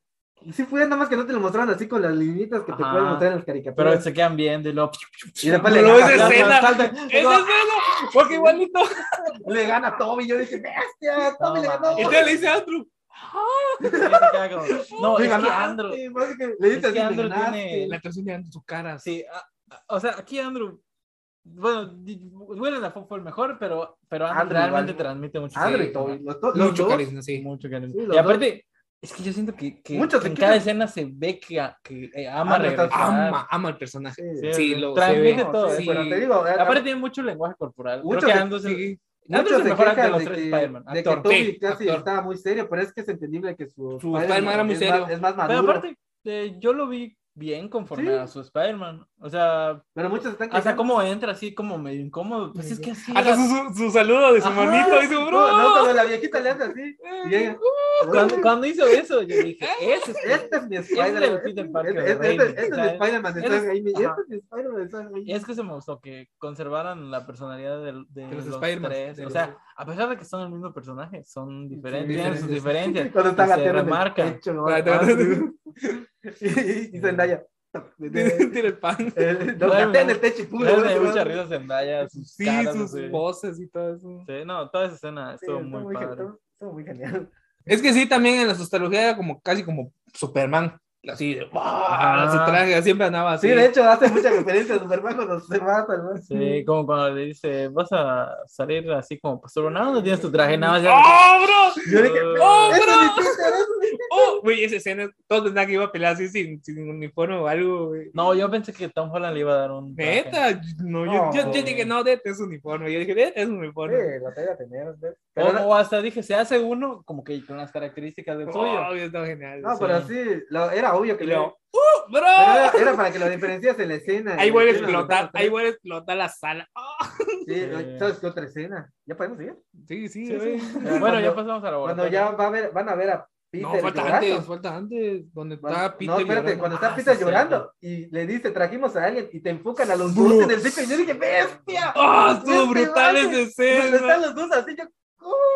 Speaker 8: Sí fue, nada más que no te lo mostraron así con las linitas que te
Speaker 6: Ajá.
Speaker 8: pueden mostrar en las caricaturas.
Speaker 6: Pero se quedan viendo y luego... [LAUGHS]
Speaker 8: Y después le "Ah,
Speaker 7: Pero
Speaker 8: gana,
Speaker 7: esa
Speaker 8: le gana-
Speaker 7: escena-
Speaker 6: salta.
Speaker 7: Eso es bueno,
Speaker 6: [LAUGHS]
Speaker 7: porque igualito.
Speaker 8: le gana a Toby. Yo dije, bestia, Toby
Speaker 6: No,
Speaker 8: le ganó.
Speaker 6: mames.
Speaker 7: Y entonces le dice a Andrew.
Speaker 6: Sí, se queda como, No, es
Speaker 8: Le
Speaker 6: que
Speaker 8: ganaste,
Speaker 6: Andrew...
Speaker 8: parece que le dices
Speaker 6: es que
Speaker 8: así,
Speaker 6: Andrew
Speaker 8: "Me ganaste".
Speaker 6: tiene-
Speaker 7: La canción de Andrew, su cara.
Speaker 6: Sí, ah, o sea, aquí Andrew, bueno, di- Willem Dafoe fue el mejor, pero, pero Andrew,
Speaker 8: Andrew
Speaker 6: realmente
Speaker 8: igual.
Speaker 6: transmite mucho
Speaker 8: Andrew y
Speaker 6: Sí,
Speaker 8: Toby, los to- los
Speaker 7: Mucho
Speaker 8: dos,
Speaker 7: carisma, sí.
Speaker 6: mucho cariño.
Speaker 8: Sí, los
Speaker 6: y aparte, es que yo siento que, que-
Speaker 8: Mucho
Speaker 6: que
Speaker 8: te
Speaker 6: en
Speaker 8: quiero.
Speaker 6: cada escena se ve que, que, eh, ama
Speaker 8: Andrew está-
Speaker 6: regresar.
Speaker 7: Ama, ama el personaje.
Speaker 8: sí.
Speaker 6: Sí,
Speaker 7: Sí, lo-
Speaker 6: transmite
Speaker 7: se
Speaker 8: No,
Speaker 6: todo.
Speaker 8: sí,
Speaker 6: sí.
Speaker 8: pero te digo, eh,
Speaker 6: Aparte tiene mucho lenguaje corporal. Creo
Speaker 8: Mucho
Speaker 6: que
Speaker 8: de-
Speaker 6: Andrew es el-
Speaker 8: sí.
Speaker 6: Andrew
Speaker 8: Muchos
Speaker 6: es el mejor
Speaker 8: quejan
Speaker 6: actor de los
Speaker 8: de
Speaker 6: tres
Speaker 8: que-
Speaker 6: Spider-Man,
Speaker 8: de que
Speaker 6: actor.
Speaker 8: Toby
Speaker 7: Sí,
Speaker 8: casi
Speaker 7: actor.
Speaker 8: estaba muy serio, pero es que es entendible que su,
Speaker 7: Su Spider-Man era muy
Speaker 8: es
Speaker 7: serio.
Speaker 8: más- es más
Speaker 6: Pero
Speaker 8: maduro.
Speaker 6: aparte, eh, yo lo vi bien conforme
Speaker 8: Sí.
Speaker 6: a su Spider-Man. O sea,
Speaker 8: pero muchos están
Speaker 6: hasta
Speaker 8: quejando.
Speaker 6: cómo entra así como medio incómodo. Pues es que así.
Speaker 7: Hasta
Speaker 6: era.
Speaker 7: su, su- su saludo de su
Speaker 6: Ajá,
Speaker 7: manito y su
Speaker 6: no,
Speaker 7: bro.
Speaker 8: [LAUGHS] No, no, cuando la viejita le hace así. y ella,
Speaker 6: [LAUGHS]
Speaker 8: [LAUGHS]
Speaker 6: Cuando, cuando hizo eso, yo dije, ese es.
Speaker 8: Este es mi
Speaker 6: el
Speaker 8: Spider-Man.
Speaker 6: Peter
Speaker 8: Este es-
Speaker 6: Parker
Speaker 8: este-
Speaker 6: de
Speaker 8: este-
Speaker 6: Raimi,
Speaker 8: este es mi
Speaker 6: ¿sabes?
Speaker 8: Spider-Man de
Speaker 6: Ese
Speaker 8: Sam
Speaker 6: es-
Speaker 8: Raimi,
Speaker 6: ajá.
Speaker 8: este es mi Spider-Man de Sam Raimi.
Speaker 6: Y es que se me gustó que conservaran la personalidad del- de,
Speaker 7: De los
Speaker 6: Eh, los,
Speaker 7: Spider-Man,
Speaker 6: tres.
Speaker 7: de
Speaker 6: o
Speaker 7: los-
Speaker 6: sea, a pesar de que son el mismo personaje, son diferentes, tienen
Speaker 7: diferentes.
Speaker 6: sus
Speaker 8: [LAUGHS]
Speaker 6: diferencias.
Speaker 8: Cuando está
Speaker 6: y se
Speaker 8: gateando en el
Speaker 6: remarcan.
Speaker 8: pecho, ¿no?
Speaker 7: Ah, no, no,
Speaker 8: Y y Zendaya.
Speaker 7: [LAUGHS] Tiene tiene el
Speaker 6: [LAUGHS]
Speaker 7: pan.
Speaker 8: Eh, Lo gatea en el techo y pum,
Speaker 6: Claro,
Speaker 8: le
Speaker 6: me dio
Speaker 8: va-
Speaker 6: mucha risa Zendaya, sus
Speaker 7: Sí,
Speaker 6: caras, no
Speaker 7: sus
Speaker 6: sé.
Speaker 7: voces y todo eso.
Speaker 6: Sí, no, toda esa escena
Speaker 8: Sí,
Speaker 6: estuvo
Speaker 8: está
Speaker 6: muy,
Speaker 8: gen-
Speaker 6: padre.
Speaker 8: está- está muy genial.
Speaker 7: Es que sí, también en la sociología era como casi como Superman. Así de ¡buah!
Speaker 6: Ajá.
Speaker 7: su traje, siempre andaba así.
Speaker 8: Sí, de hecho hace mucha referencia a Superman cuando se mata, ¿no?
Speaker 6: Sí, como cuando le dice, vas a salir así como pastor Bonado, no tienes tu traje, nada más ya-
Speaker 7: ¡Oh, [LAUGHS] bro!
Speaker 6: [LAUGHS]
Speaker 8: Yo dije,
Speaker 7: ¡Oh,
Speaker 8: ¡Ese es mi
Speaker 7: bro!
Speaker 8: Peter! ese es mi
Speaker 7: ¡Oh! Güey, esa escena, todos pensaban que iba a pelear así sin, sin uniforme o algo, güey.
Speaker 6: No, yo pensé que Tom Holland le iba a dar un traje.
Speaker 7: Neta, no, yo,
Speaker 8: No,
Speaker 7: yo, yo
Speaker 6: güey.
Speaker 7: dije, no, Dete es uniforme. Yo dije, Dete es uniforme.
Speaker 8: Sí, la pega tenía, ¿no?
Speaker 6: O,
Speaker 8: Pero era-
Speaker 6: o hasta dije, se hace uno como que con las características del suyo.
Speaker 7: Oh, está genial.
Speaker 8: No,
Speaker 7: sí.
Speaker 8: pero sí, lo- era obvio que
Speaker 7: Y
Speaker 8: lo.
Speaker 7: luego, ¡Uh,
Speaker 8: pero
Speaker 7: bro!
Speaker 8: Era, era para que lo diferencias en la escena. en
Speaker 7: Ahí
Speaker 8: la
Speaker 7: vuelve a
Speaker 8: escena,
Speaker 7: explotar,
Speaker 8: los tres.
Speaker 7: ahí vuelve a explotar la sala. Ah,
Speaker 8: Sí, lo- ¿sabes qué otra escena? ¿Ya podemos seguir?
Speaker 7: Sí, sí,
Speaker 8: Sí,
Speaker 7: güey.
Speaker 6: Bueno,
Speaker 8: Cuando-
Speaker 6: ya pasamos a la
Speaker 8: Cuando
Speaker 6: laboratorio.
Speaker 8: ya va a ver, van a ver a Peter
Speaker 7: No, falta
Speaker 8: llorando.
Speaker 7: antes, falta antes. Donde
Speaker 8: Cuando-
Speaker 7: está Peter.
Speaker 8: no, espérate,
Speaker 7: llorando.
Speaker 8: cuando está
Speaker 7: Ah,
Speaker 8: Peter
Speaker 7: sí,
Speaker 8: llorando y le dice, trajimos a alguien y te enfocan a los
Speaker 7: Bro.
Speaker 8: dos en el techo y yo dije, ¡bestia!
Speaker 7: ¡Ah, estuvo
Speaker 8: Este
Speaker 7: brutal
Speaker 8: vato.
Speaker 7: esa
Speaker 8: Cuando
Speaker 7: escena!
Speaker 8: están los dos así, yo,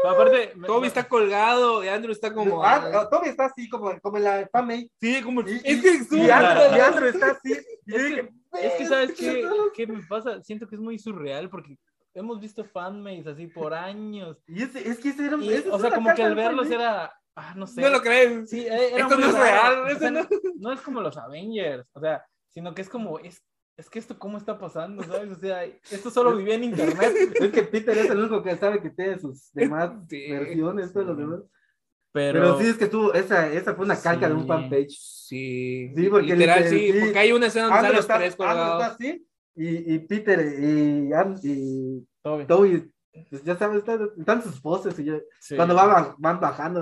Speaker 6: Pero aparte, me-
Speaker 7: Toby está colgado y Andrew está como.
Speaker 8: Ah, no, Toby está así como, como en la de Fan May.
Speaker 7: sí, como.
Speaker 8: Y-
Speaker 7: es que estuvo.
Speaker 8: Y Andrew, y Andrew está así. Y yo
Speaker 6: Es que-
Speaker 8: dije,
Speaker 6: es que sabes qué,
Speaker 8: [LAUGHS] "Bestia".
Speaker 6: qué me pasa, siento que es muy surreal porque hemos visto fanmates así por años.
Speaker 8: Y ese- es que ese era un-
Speaker 6: Y,
Speaker 8: esa es
Speaker 6: o sea,
Speaker 8: una
Speaker 6: como que
Speaker 8: carta
Speaker 6: al
Speaker 8: de
Speaker 6: verlos
Speaker 8: Fan May.
Speaker 6: era, ah, no sé.
Speaker 7: No lo crees.
Speaker 6: Sí, eh, era
Speaker 7: Esto
Speaker 6: muy
Speaker 7: no es
Speaker 6: raro,
Speaker 7: real,
Speaker 6: o
Speaker 7: eso
Speaker 6: sea,
Speaker 7: no-
Speaker 6: no, no es como los Avengers, o sea, sino que es como, es, es que esto cómo está pasando, ¿sabes? O sea, esto
Speaker 8: [LAUGHS]
Speaker 6: solo vivía en internet,
Speaker 8: Es que Peter es el único que sabe que tiene sus demás
Speaker 7: Sí.
Speaker 8: versiones, todos los demás. Pero,
Speaker 6: pero...
Speaker 8: sí, es que tú, esa, esa fue una calca de un
Speaker 6: Sí.
Speaker 8: fanpage.
Speaker 7: Sí.
Speaker 8: Sí, porque
Speaker 7: Literal,
Speaker 8: dice,
Speaker 7: sí,
Speaker 8: sí.
Speaker 7: Porque hay una escena donde
Speaker 8: Andrew
Speaker 7: están los
Speaker 8: está,
Speaker 7: tres
Speaker 8: Andrew
Speaker 7: colgados.
Speaker 8: está así y, y Peter y, Am- y
Speaker 6: Toby,
Speaker 8: Toby, pues ya sabes, están, están sus poses y yo-
Speaker 6: sí.
Speaker 8: cuando van, baj- van bajando.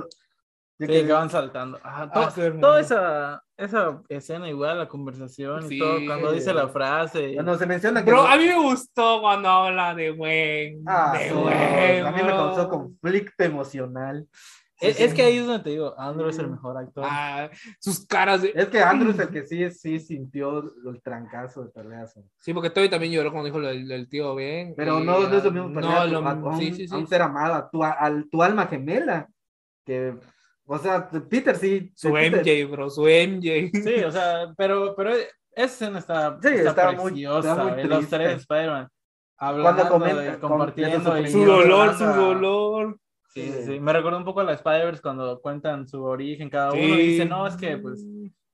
Speaker 6: Sí,
Speaker 8: yo quedé-
Speaker 6: que van saltando. Ajá, to-
Speaker 7: Ah, sí, hermano.
Speaker 6: toda esa, esa escena igual, la conversación y
Speaker 7: Sí.
Speaker 6: todo, cuando dice la frase.
Speaker 8: Cuando se menciona que...
Speaker 7: Bro, a mí me gustó cuando habla de Gwen.
Speaker 8: Ah,
Speaker 7: de
Speaker 8: sí,
Speaker 7: Gwen.
Speaker 8: a mí me
Speaker 7: bro.
Speaker 8: causó conflicto emocional.
Speaker 6: es, e-, es que ahí es donde te digo, Andrew es el mejor actor.
Speaker 7: Ah, sus caras. de-
Speaker 8: Es que Andrew es el que sí, sí sintió el trancazo de peleazo.
Speaker 7: Sí, porque Toby también lloró cuando dijo lo del, del tío Ben.
Speaker 8: Pero
Speaker 7: y,
Speaker 8: no, no es lo
Speaker 7: ah,
Speaker 8: mismo perder
Speaker 7: No,
Speaker 8: a, tu, a- a
Speaker 7: lo
Speaker 8: un,
Speaker 7: Sí, sí,
Speaker 8: a
Speaker 7: sí.
Speaker 8: un ser amado, a tu, al- tu alma gemela. Que, o sea, Peter sí.
Speaker 7: Su
Speaker 8: Peter-
Speaker 7: MJ, bro, su MJ.
Speaker 8: [LAUGHS]
Speaker 6: Sí, o sea, pero, pero e-, esa escena está,
Speaker 8: Sí,
Speaker 6: está
Speaker 8: está muy-
Speaker 6: preciosa.
Speaker 8: está muy
Speaker 6: ¿ves? los
Speaker 8: triste.
Speaker 6: tres Spider-Man hablando,
Speaker 8: comenta-
Speaker 6: de-
Speaker 8: com-
Speaker 6: compartiendo.
Speaker 8: de
Speaker 6: y-
Speaker 8: su
Speaker 7: Su
Speaker 8: Señor,
Speaker 7: dolor, su
Speaker 8: nada.
Speaker 7: dolor.
Speaker 6: Sí, sí, sí. Me recordó un poco a la Spiders cuando cuentan su origen cada uno y
Speaker 7: Sí.
Speaker 6: dicen, no, es que pues.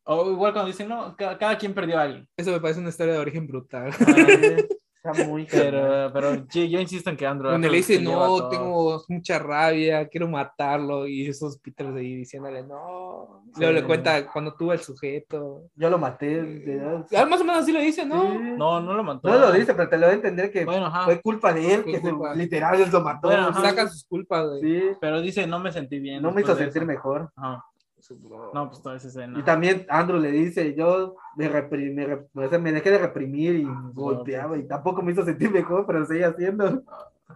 Speaker 6: O igual cuando dicen, no, ca- cada quien perdió a alguien.
Speaker 7: Eso me parece una historia de
Speaker 6: [LAUGHS]
Speaker 7: origen brutal.
Speaker 8: Está muy genial.
Speaker 6: Pero, pero sí, yo insisto en que Andrew.
Speaker 7: Cuando
Speaker 6: Andrew
Speaker 7: le dice,
Speaker 6: se lleva
Speaker 7: no,
Speaker 6: todo".
Speaker 7: tengo mucha rabia, quiero matarlo. Y esos Peters ahí diciéndole, no.
Speaker 6: Sí.
Speaker 7: Luego le cuenta cuando tuvo al sujeto.
Speaker 8: Yo lo maté. de-
Speaker 7: Ah, más o menos así lo dice, ¿no?
Speaker 8: Sí.
Speaker 6: No, no lo mató.
Speaker 8: No lo dice, pero te lo voy a entender que
Speaker 6: Bueno, ajá.
Speaker 8: fue culpa de él,
Speaker 7: Fue
Speaker 8: que se-
Speaker 7: culpa.
Speaker 8: literal él lo mató.
Speaker 6: Bueno, ajá.
Speaker 7: Saca sus culpas, güey.
Speaker 8: Sí,
Speaker 6: Pero dice, no me sentí bien.
Speaker 8: no me hizo
Speaker 6: después de
Speaker 8: sentir
Speaker 6: pues, eso".
Speaker 8: mejor.
Speaker 6: Ajá. No, pues toda esa escena.
Speaker 8: Y también Andrew le dice, yo me, reprimí, me, rep- o sea, me dejé de reprimir
Speaker 6: Ah,
Speaker 8: y golpeaba y tampoco me hizo sentir mejor, pero lo seguía haciendo.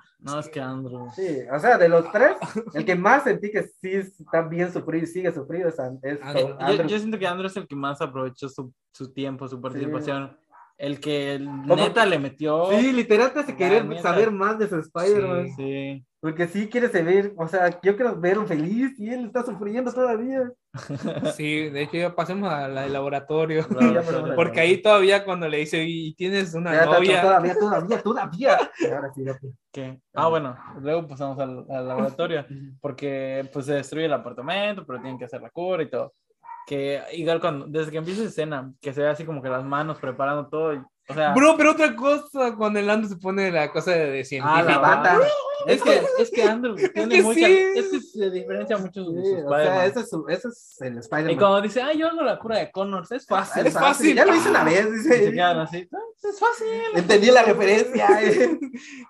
Speaker 6: [LAUGHS] No, es que Andrew.
Speaker 8: Sí, o sea, de
Speaker 6: [LAUGHS]
Speaker 8: los tres, el que más sentí que sí está bien sufrido y sigue sufrido es, An- es
Speaker 7: Andrew.
Speaker 6: Yo-
Speaker 8: Andrew.
Speaker 6: Yo, siento que Andrew es el que más aprovechó su, su tiempo, su participación. El que
Speaker 8: Como-
Speaker 6: neta le metió.
Speaker 8: Sí, literal te hace
Speaker 6: La
Speaker 8: querer
Speaker 6: neta.
Speaker 8: saber más de su Spider-Man.
Speaker 6: Sí.
Speaker 8: [LAUGHS] Porque sí quiere saber, o sea, yo quiero verlo feliz y él está sufriendo todavía.
Speaker 7: Sí, de hecho ya pasemos a la del laboratorio.
Speaker 6: [LAUGHS]
Speaker 8: Sí, ya pasamos a la-
Speaker 7: Porque ahí todavía cuando le dice, y tienes una
Speaker 8: Ya, tacho,
Speaker 7: novia.
Speaker 8: Todavía, todavía, todavía.
Speaker 6: [LAUGHS]
Speaker 8: Y Ahora sí, ya, pues.
Speaker 6: ¿Qué? Ah, bueno, luego pasamos
Speaker 8: [LAUGHS]
Speaker 6: al, al laboratorio, porque pues se destruye el apartamento, pero tienen que hacer la cura y todo. que igual cuando, desde que empieza la escena, que se ve así como que las manos preparando todo, y- o sea,
Speaker 7: Bro, pero otra cosa, cuando el Ando se pone la cosa de, de científico.
Speaker 6: Ah, la
Speaker 8: bata.
Speaker 6: es que, [LAUGHS] es que Andrew tiene
Speaker 7: que
Speaker 6: mucha,
Speaker 7: sí.
Speaker 6: es que se diferencia mucho de sus
Speaker 8: Sí, o
Speaker 6: Spider-Man.
Speaker 8: sea, ese es, su- ese es el
Speaker 6: Y
Speaker 8: Spider-Man.
Speaker 6: cuando dice, ah, yo hago la cura de Connors, es
Speaker 8: Ah,
Speaker 6: fácil.
Speaker 8: Es fácil. Ya lo hice una vez,
Speaker 6: Y se
Speaker 8: dice.
Speaker 6: quedan así, "Ah, es fácil.
Speaker 8: Entendí la referencia.
Speaker 6: [LAUGHS]
Speaker 8: eh.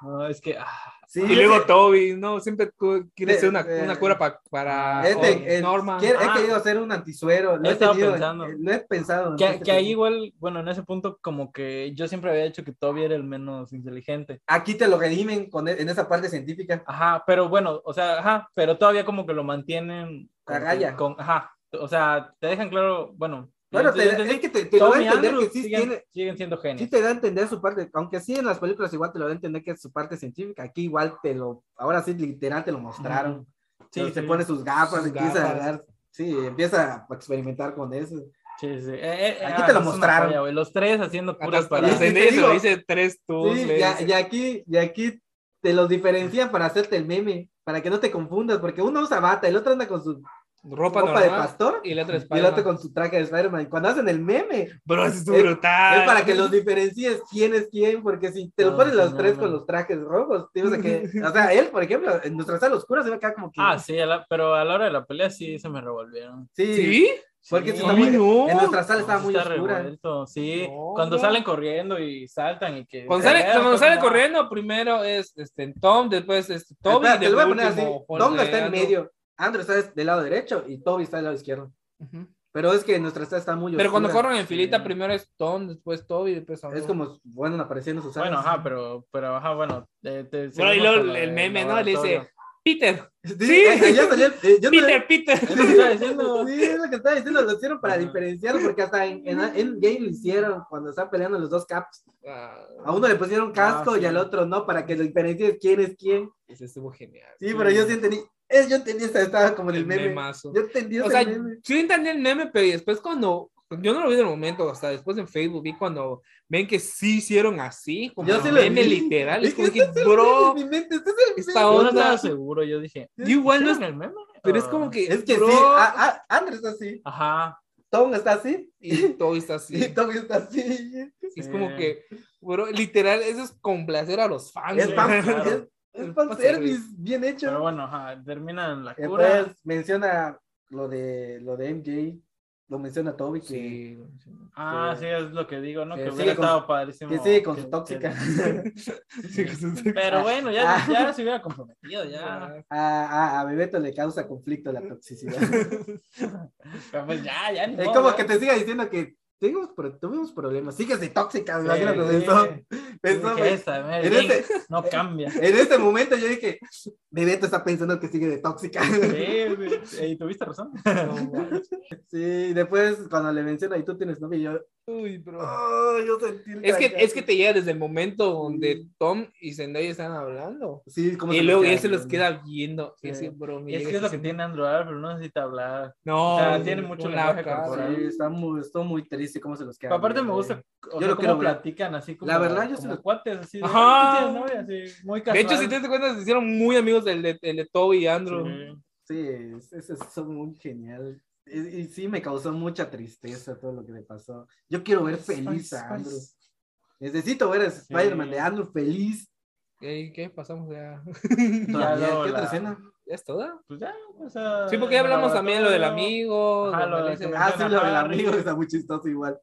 Speaker 6: No, es que, ah,
Speaker 8: Sí,
Speaker 7: Y luego Toby, ¿no? Siempre cu- quiere
Speaker 8: Eh,
Speaker 7: hacer una,
Speaker 8: eh,
Speaker 7: una cura pa- para
Speaker 8: Este,
Speaker 7: oh,
Speaker 8: el-
Speaker 7: Norman.
Speaker 8: quiero-
Speaker 6: Ah.
Speaker 8: He querido hacer un antisuero. Lo
Speaker 6: He
Speaker 8: he,
Speaker 6: estado
Speaker 8: tenido-
Speaker 6: pensando.
Speaker 8: eh, lo he pensado.
Speaker 6: que,
Speaker 8: Este
Speaker 6: que ahí
Speaker 8: tema.
Speaker 6: igual, bueno, en ese punto como que yo siempre había dicho que Toby era el menos inteligente.
Speaker 8: Aquí te lo redimen con, e- en esa parte científica.
Speaker 6: Ajá, pero bueno, o sea, ajá, pero todavía como que lo mantienen
Speaker 8: A
Speaker 6: con-
Speaker 8: raya.
Speaker 6: Con, ajá, o sea, te dejan claro, bueno.
Speaker 8: Bueno,
Speaker 6: yo
Speaker 8: te-
Speaker 6: entendí
Speaker 8: es que te, te lo da a
Speaker 6: Toby y
Speaker 8: entender
Speaker 6: Andrew
Speaker 8: que sí,
Speaker 6: siguen,
Speaker 8: tiene-
Speaker 6: siguen siendo genios.
Speaker 8: sí te da a entender su parte. Aunque sí en las películas igual te lo da a entender que es su parte científica. Aquí igual te lo. Ahora sí, literal, te lo mostraron.
Speaker 6: Sí,
Speaker 8: Pero se
Speaker 6: sí.
Speaker 8: pone sus gafas,
Speaker 7: Sus
Speaker 8: empieza
Speaker 7: gafas.
Speaker 8: a dar. Sí, empieza a experimentar con eso.
Speaker 6: Sí, sí. Eh, eh,
Speaker 8: Aquí
Speaker 6: ah,
Speaker 8: te lo
Speaker 6: es una
Speaker 8: mostraron.
Speaker 6: joya, güey. los tres haciendo curas
Speaker 7: Hasta
Speaker 6: para...
Speaker 7: para
Speaker 8: Sí, sí, te
Speaker 7: se lo
Speaker 8: digo.
Speaker 7: dice tres tú.
Speaker 8: Sí,
Speaker 7: le
Speaker 8: ya-
Speaker 7: dice.
Speaker 8: y aquí, y aquí te los diferencian para hacerte el meme, para que no te confundas, porque uno usa bata, el otro anda con su
Speaker 7: Ropa,
Speaker 8: ropa de
Speaker 7: normal,
Speaker 8: pastor
Speaker 7: Y el otro
Speaker 8: y el otro
Speaker 7: Spider-Man.
Speaker 8: con su traje de Spider-Man. Y Cuando hacen el meme, es
Speaker 7: Bro, eso es
Speaker 8: [LAUGHS] es
Speaker 7: brutal.
Speaker 8: para que los diferencies quién es quién, porque si te lo
Speaker 6: No,
Speaker 8: pones
Speaker 6: sí,
Speaker 8: los
Speaker 6: no,
Speaker 8: tres
Speaker 6: no.
Speaker 8: con los trajes rojos, te vas a que, o
Speaker 6: [LAUGHS]
Speaker 8: sea, él, por ejemplo, en nuestra sala oscura se ve acá como que...
Speaker 6: Ah, sí, a la- pero a la hora de la pelea sí se me revolvieron.
Speaker 8: sí,
Speaker 7: ¿Sí?
Speaker 8: porque
Speaker 6: Sí.
Speaker 8: se está
Speaker 7: Ay,
Speaker 8: muy-
Speaker 7: no.
Speaker 8: en nuestra sala
Speaker 6: No,
Speaker 8: estaba
Speaker 6: sí
Speaker 8: muy
Speaker 6: está
Speaker 8: oscura.
Speaker 6: revuelto, Sí,
Speaker 7: No,
Speaker 6: cuando
Speaker 7: bro.
Speaker 6: salen corriendo y saltan y que... pues,
Speaker 7: Cuando sale,
Speaker 6: pelean,
Speaker 7: cuando sale
Speaker 6: no.
Speaker 7: corriendo, primero es este, Tom, después este, Toby.
Speaker 8: Espera,
Speaker 7: y
Speaker 8: te lo
Speaker 7: de
Speaker 8: voy a poner así.
Speaker 7: último, Jorge
Speaker 8: Tom está en
Speaker 7: Aldo.
Speaker 8: medio, Andrew está del lado derecho y Toby está del lado izquierdo.
Speaker 7: Ujú.
Speaker 8: Pero es que nuestra sala está muy oscura.
Speaker 7: Pero cuando corren en filita,
Speaker 6: Sí.
Speaker 7: primero es Tom, después Toby, después Aldo.
Speaker 8: Es como, bueno, apareciendo sus alas.
Speaker 6: Bueno, ajá, pero, pero ajá, bueno. eh, te-
Speaker 7: Bro, y
Speaker 6: seguimos
Speaker 7: luego
Speaker 6: con la
Speaker 7: el
Speaker 6: de
Speaker 7: meme, ¿no? Le dice,
Speaker 6: laboratorio.
Speaker 7: Peter,
Speaker 8: Sí,
Speaker 7: Sí.
Speaker 8: eh, [LAUGHS] ya salió, eh,
Speaker 7: [LAUGHS]
Speaker 8: yo
Speaker 7: Peter, Peter.
Speaker 6: Es lo que estaba diciendo.
Speaker 8: Sí, es lo que estaba diciendo, lo hicieron para
Speaker 6: Ajá.
Speaker 8: diferenciarlo, porque hasta en, en, en Game lo hicieron, cuando están peleando los dos caps.
Speaker 7: Ah,
Speaker 8: A uno le pusieron casco
Speaker 6: Ah, sí.
Speaker 8: y al otro no, para que lo diferencies quién es quién.
Speaker 7: [LAUGHS] ese estuvo genial.
Speaker 8: Sí, pero yo sí entendí, es, yo entendí, esta- estaba como en el
Speaker 7: El
Speaker 8: meme.
Speaker 7: memazo.
Speaker 8: Yo entendí
Speaker 7: O
Speaker 8: ese
Speaker 7: sea,
Speaker 8: meme.
Speaker 7: sí entendí el meme, pero después cuando. Yo no lo vi en el momento, hasta después en Facebook vi cuando ven que sí hicieron así, como
Speaker 8: Yo
Speaker 7: el
Speaker 8: sí lo
Speaker 7: meme
Speaker 8: vi.
Speaker 7: literal. Es
Speaker 8: Es que
Speaker 7: como que,
Speaker 8: este es el
Speaker 7: bro,
Speaker 8: meme, mi mente, este es el
Speaker 7: esta
Speaker 8: meme.
Speaker 6: Yo no
Speaker 7: onda.
Speaker 6: estaba seguro, yo dije...
Speaker 7: [LAUGHS] Yo igual no es.
Speaker 6: ¿hicieron el meme?
Speaker 7: Pero es
Speaker 6: Ah,
Speaker 7: como que.
Speaker 8: Es que
Speaker 7: bro,
Speaker 8: sí, ah. a- a- Andrés está así,
Speaker 6: Ajá.
Speaker 8: Tom está así,
Speaker 7: Y todo está así.
Speaker 8: [LAUGHS] y Toby está así.
Speaker 7: Es
Speaker 6: Sí.
Speaker 7: como que, bro, literal, eso es complacer a los
Speaker 8: [LAUGHS]
Speaker 7: fans.
Speaker 8: Es
Speaker 7: güey.
Speaker 8: fan,
Speaker 6: claro.
Speaker 8: es, es fanservice, bien hecho.
Speaker 6: Pero bueno, ajá, terminan la
Speaker 8: Eh,
Speaker 6: cura.
Speaker 8: Después menciona lo de lo de MJ, lo menciona Toby que,
Speaker 7: [LAUGHS] Sí.
Speaker 6: Ah,
Speaker 8: Sí.
Speaker 6: sí, es lo que digo, ¿no?
Speaker 8: Que
Speaker 6: Que
Speaker 8: sigue
Speaker 6: hubiera
Speaker 8: con-
Speaker 6: estado padrísimo.
Speaker 8: que sigue con su
Speaker 6: que-
Speaker 8: tóxica.
Speaker 6: que- Pero bueno, ya,
Speaker 8: [LAUGHS] Ah.
Speaker 6: ya se hubiera comprometido,
Speaker 7: [LAUGHS]
Speaker 6: ya.
Speaker 8: [LAUGHS] a, a, a Bebeto le causa conflicto la
Speaker 6: [LAUGHS]
Speaker 8: toxicidad.
Speaker 6: Pues ya, ya. ni
Speaker 8: es
Speaker 6: modo,
Speaker 8: como
Speaker 6: ya.
Speaker 8: que te siga diciendo que tuvimos, pro- tuvimos problemas, sigues de tóxica, me
Speaker 6: Sí,
Speaker 8: imagino que
Speaker 6: sí.
Speaker 8: pensó-
Speaker 6: Dije,
Speaker 8: pensó,
Speaker 6: "Esta, Mary
Speaker 8: eh, en
Speaker 6: Jane,
Speaker 8: este-
Speaker 6: No cambia.
Speaker 8: En este momento yo dije, Bebeto está pensando que sigue de tóxica.
Speaker 6: Sí, güey. Ey, tuviste razón.
Speaker 8: [LAUGHS] Sí, después cuando le menciona y tú tienes novio, yo,
Speaker 7: Uy, bro.
Speaker 8: "Oh, yo sentí el
Speaker 7: Es que,
Speaker 8: trancazo".
Speaker 7: es que te llega desde el momento donde Tom y Zendaya están hablando.
Speaker 8: sí, como
Speaker 7: Y
Speaker 8: se
Speaker 7: luego
Speaker 8: los
Speaker 7: él se los
Speaker 8: viendo.
Speaker 7: queda viendo. Y
Speaker 6: Sí.
Speaker 7: así, bro, me
Speaker 6: Y es
Speaker 7: llega
Speaker 6: que es lo que
Speaker 7: ese-
Speaker 6: tiene Andrew Pero no necesita hablar.
Speaker 7: No,
Speaker 6: o sea, tiene mucho
Speaker 7: con
Speaker 6: lenguaje
Speaker 7: cara.
Speaker 6: corporal.
Speaker 8: Sí, está muy, está muy triste cómo se los queda.
Speaker 6: Pero aparte me
Speaker 8: viendo,
Speaker 6: gusta
Speaker 8: eh.
Speaker 6: o
Speaker 8: Yo
Speaker 6: sea,
Speaker 8: lo quiero
Speaker 6: cómo
Speaker 8: ver.
Speaker 6: platican así como,
Speaker 8: La verdad, yo sí
Speaker 6: como
Speaker 8: lo-
Speaker 6: cuates, así de,
Speaker 7: Ajá.
Speaker 6: "Ah, ¿tú tienes novia?", así, muy
Speaker 7: De
Speaker 6: casual.
Speaker 7: hecho, si te das cuenta, se hicieron muy amigos del de, el de Toby y Andrew.
Speaker 6: Sí.
Speaker 8: Sí, es- es- es- son muy genial. Y, y sí, me causó mucha tristeza todo lo que le pasó. Yo quiero ver
Speaker 6: Pues,
Speaker 8: feliz a Andrew. Necesito ver a Spider-Man de Andrew
Speaker 6: [LAUGHS]
Speaker 8: feliz.
Speaker 7: Ey, ¿Qué? Pasamos ya.
Speaker 8: Todavía,
Speaker 6: luego
Speaker 8: ¿Qué otra
Speaker 6: la-
Speaker 8: escena?
Speaker 7: ¿Ya es todo?
Speaker 6: Pues ya, o sea,
Speaker 7: Sí, porque ya hablamos
Speaker 6: el
Speaker 7: también de lo del
Speaker 6: laboratorio.
Speaker 7: amigo.
Speaker 6: Ajá,
Speaker 7: de
Speaker 6: lo de
Speaker 7: Valencia.
Speaker 6: que-
Speaker 8: Ah, sí, lo del
Speaker 6: Harry.
Speaker 8: amigo está muy chistoso igual.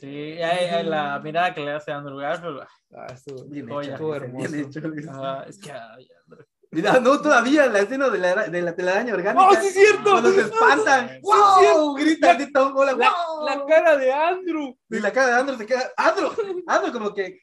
Speaker 6: Sí, y ahí- ahí la mirada que le hace a Andrew Garfield. ah,
Speaker 7: Ah, estuvo-
Speaker 8: Bien
Speaker 6: Oye,
Speaker 8: hecho,
Speaker 7: estuvo
Speaker 8: bien
Speaker 7: hermoso.
Speaker 8: hecho.
Speaker 6: ah, es que ay, Andrew.
Speaker 8: Mira, no, todavía la escena de la, de la telaraña orgánica.
Speaker 7: ¡Oh, sí, es cierto!
Speaker 8: Cuando se espantan.
Speaker 6: Sí,
Speaker 8: ¡Wow! Grita así Tom Holland,
Speaker 7: La,
Speaker 8: ¡Wow!
Speaker 7: la cara de Andrew.
Speaker 8: Y la cara de Andrew se queda. ¡Andrew! Andrew como que.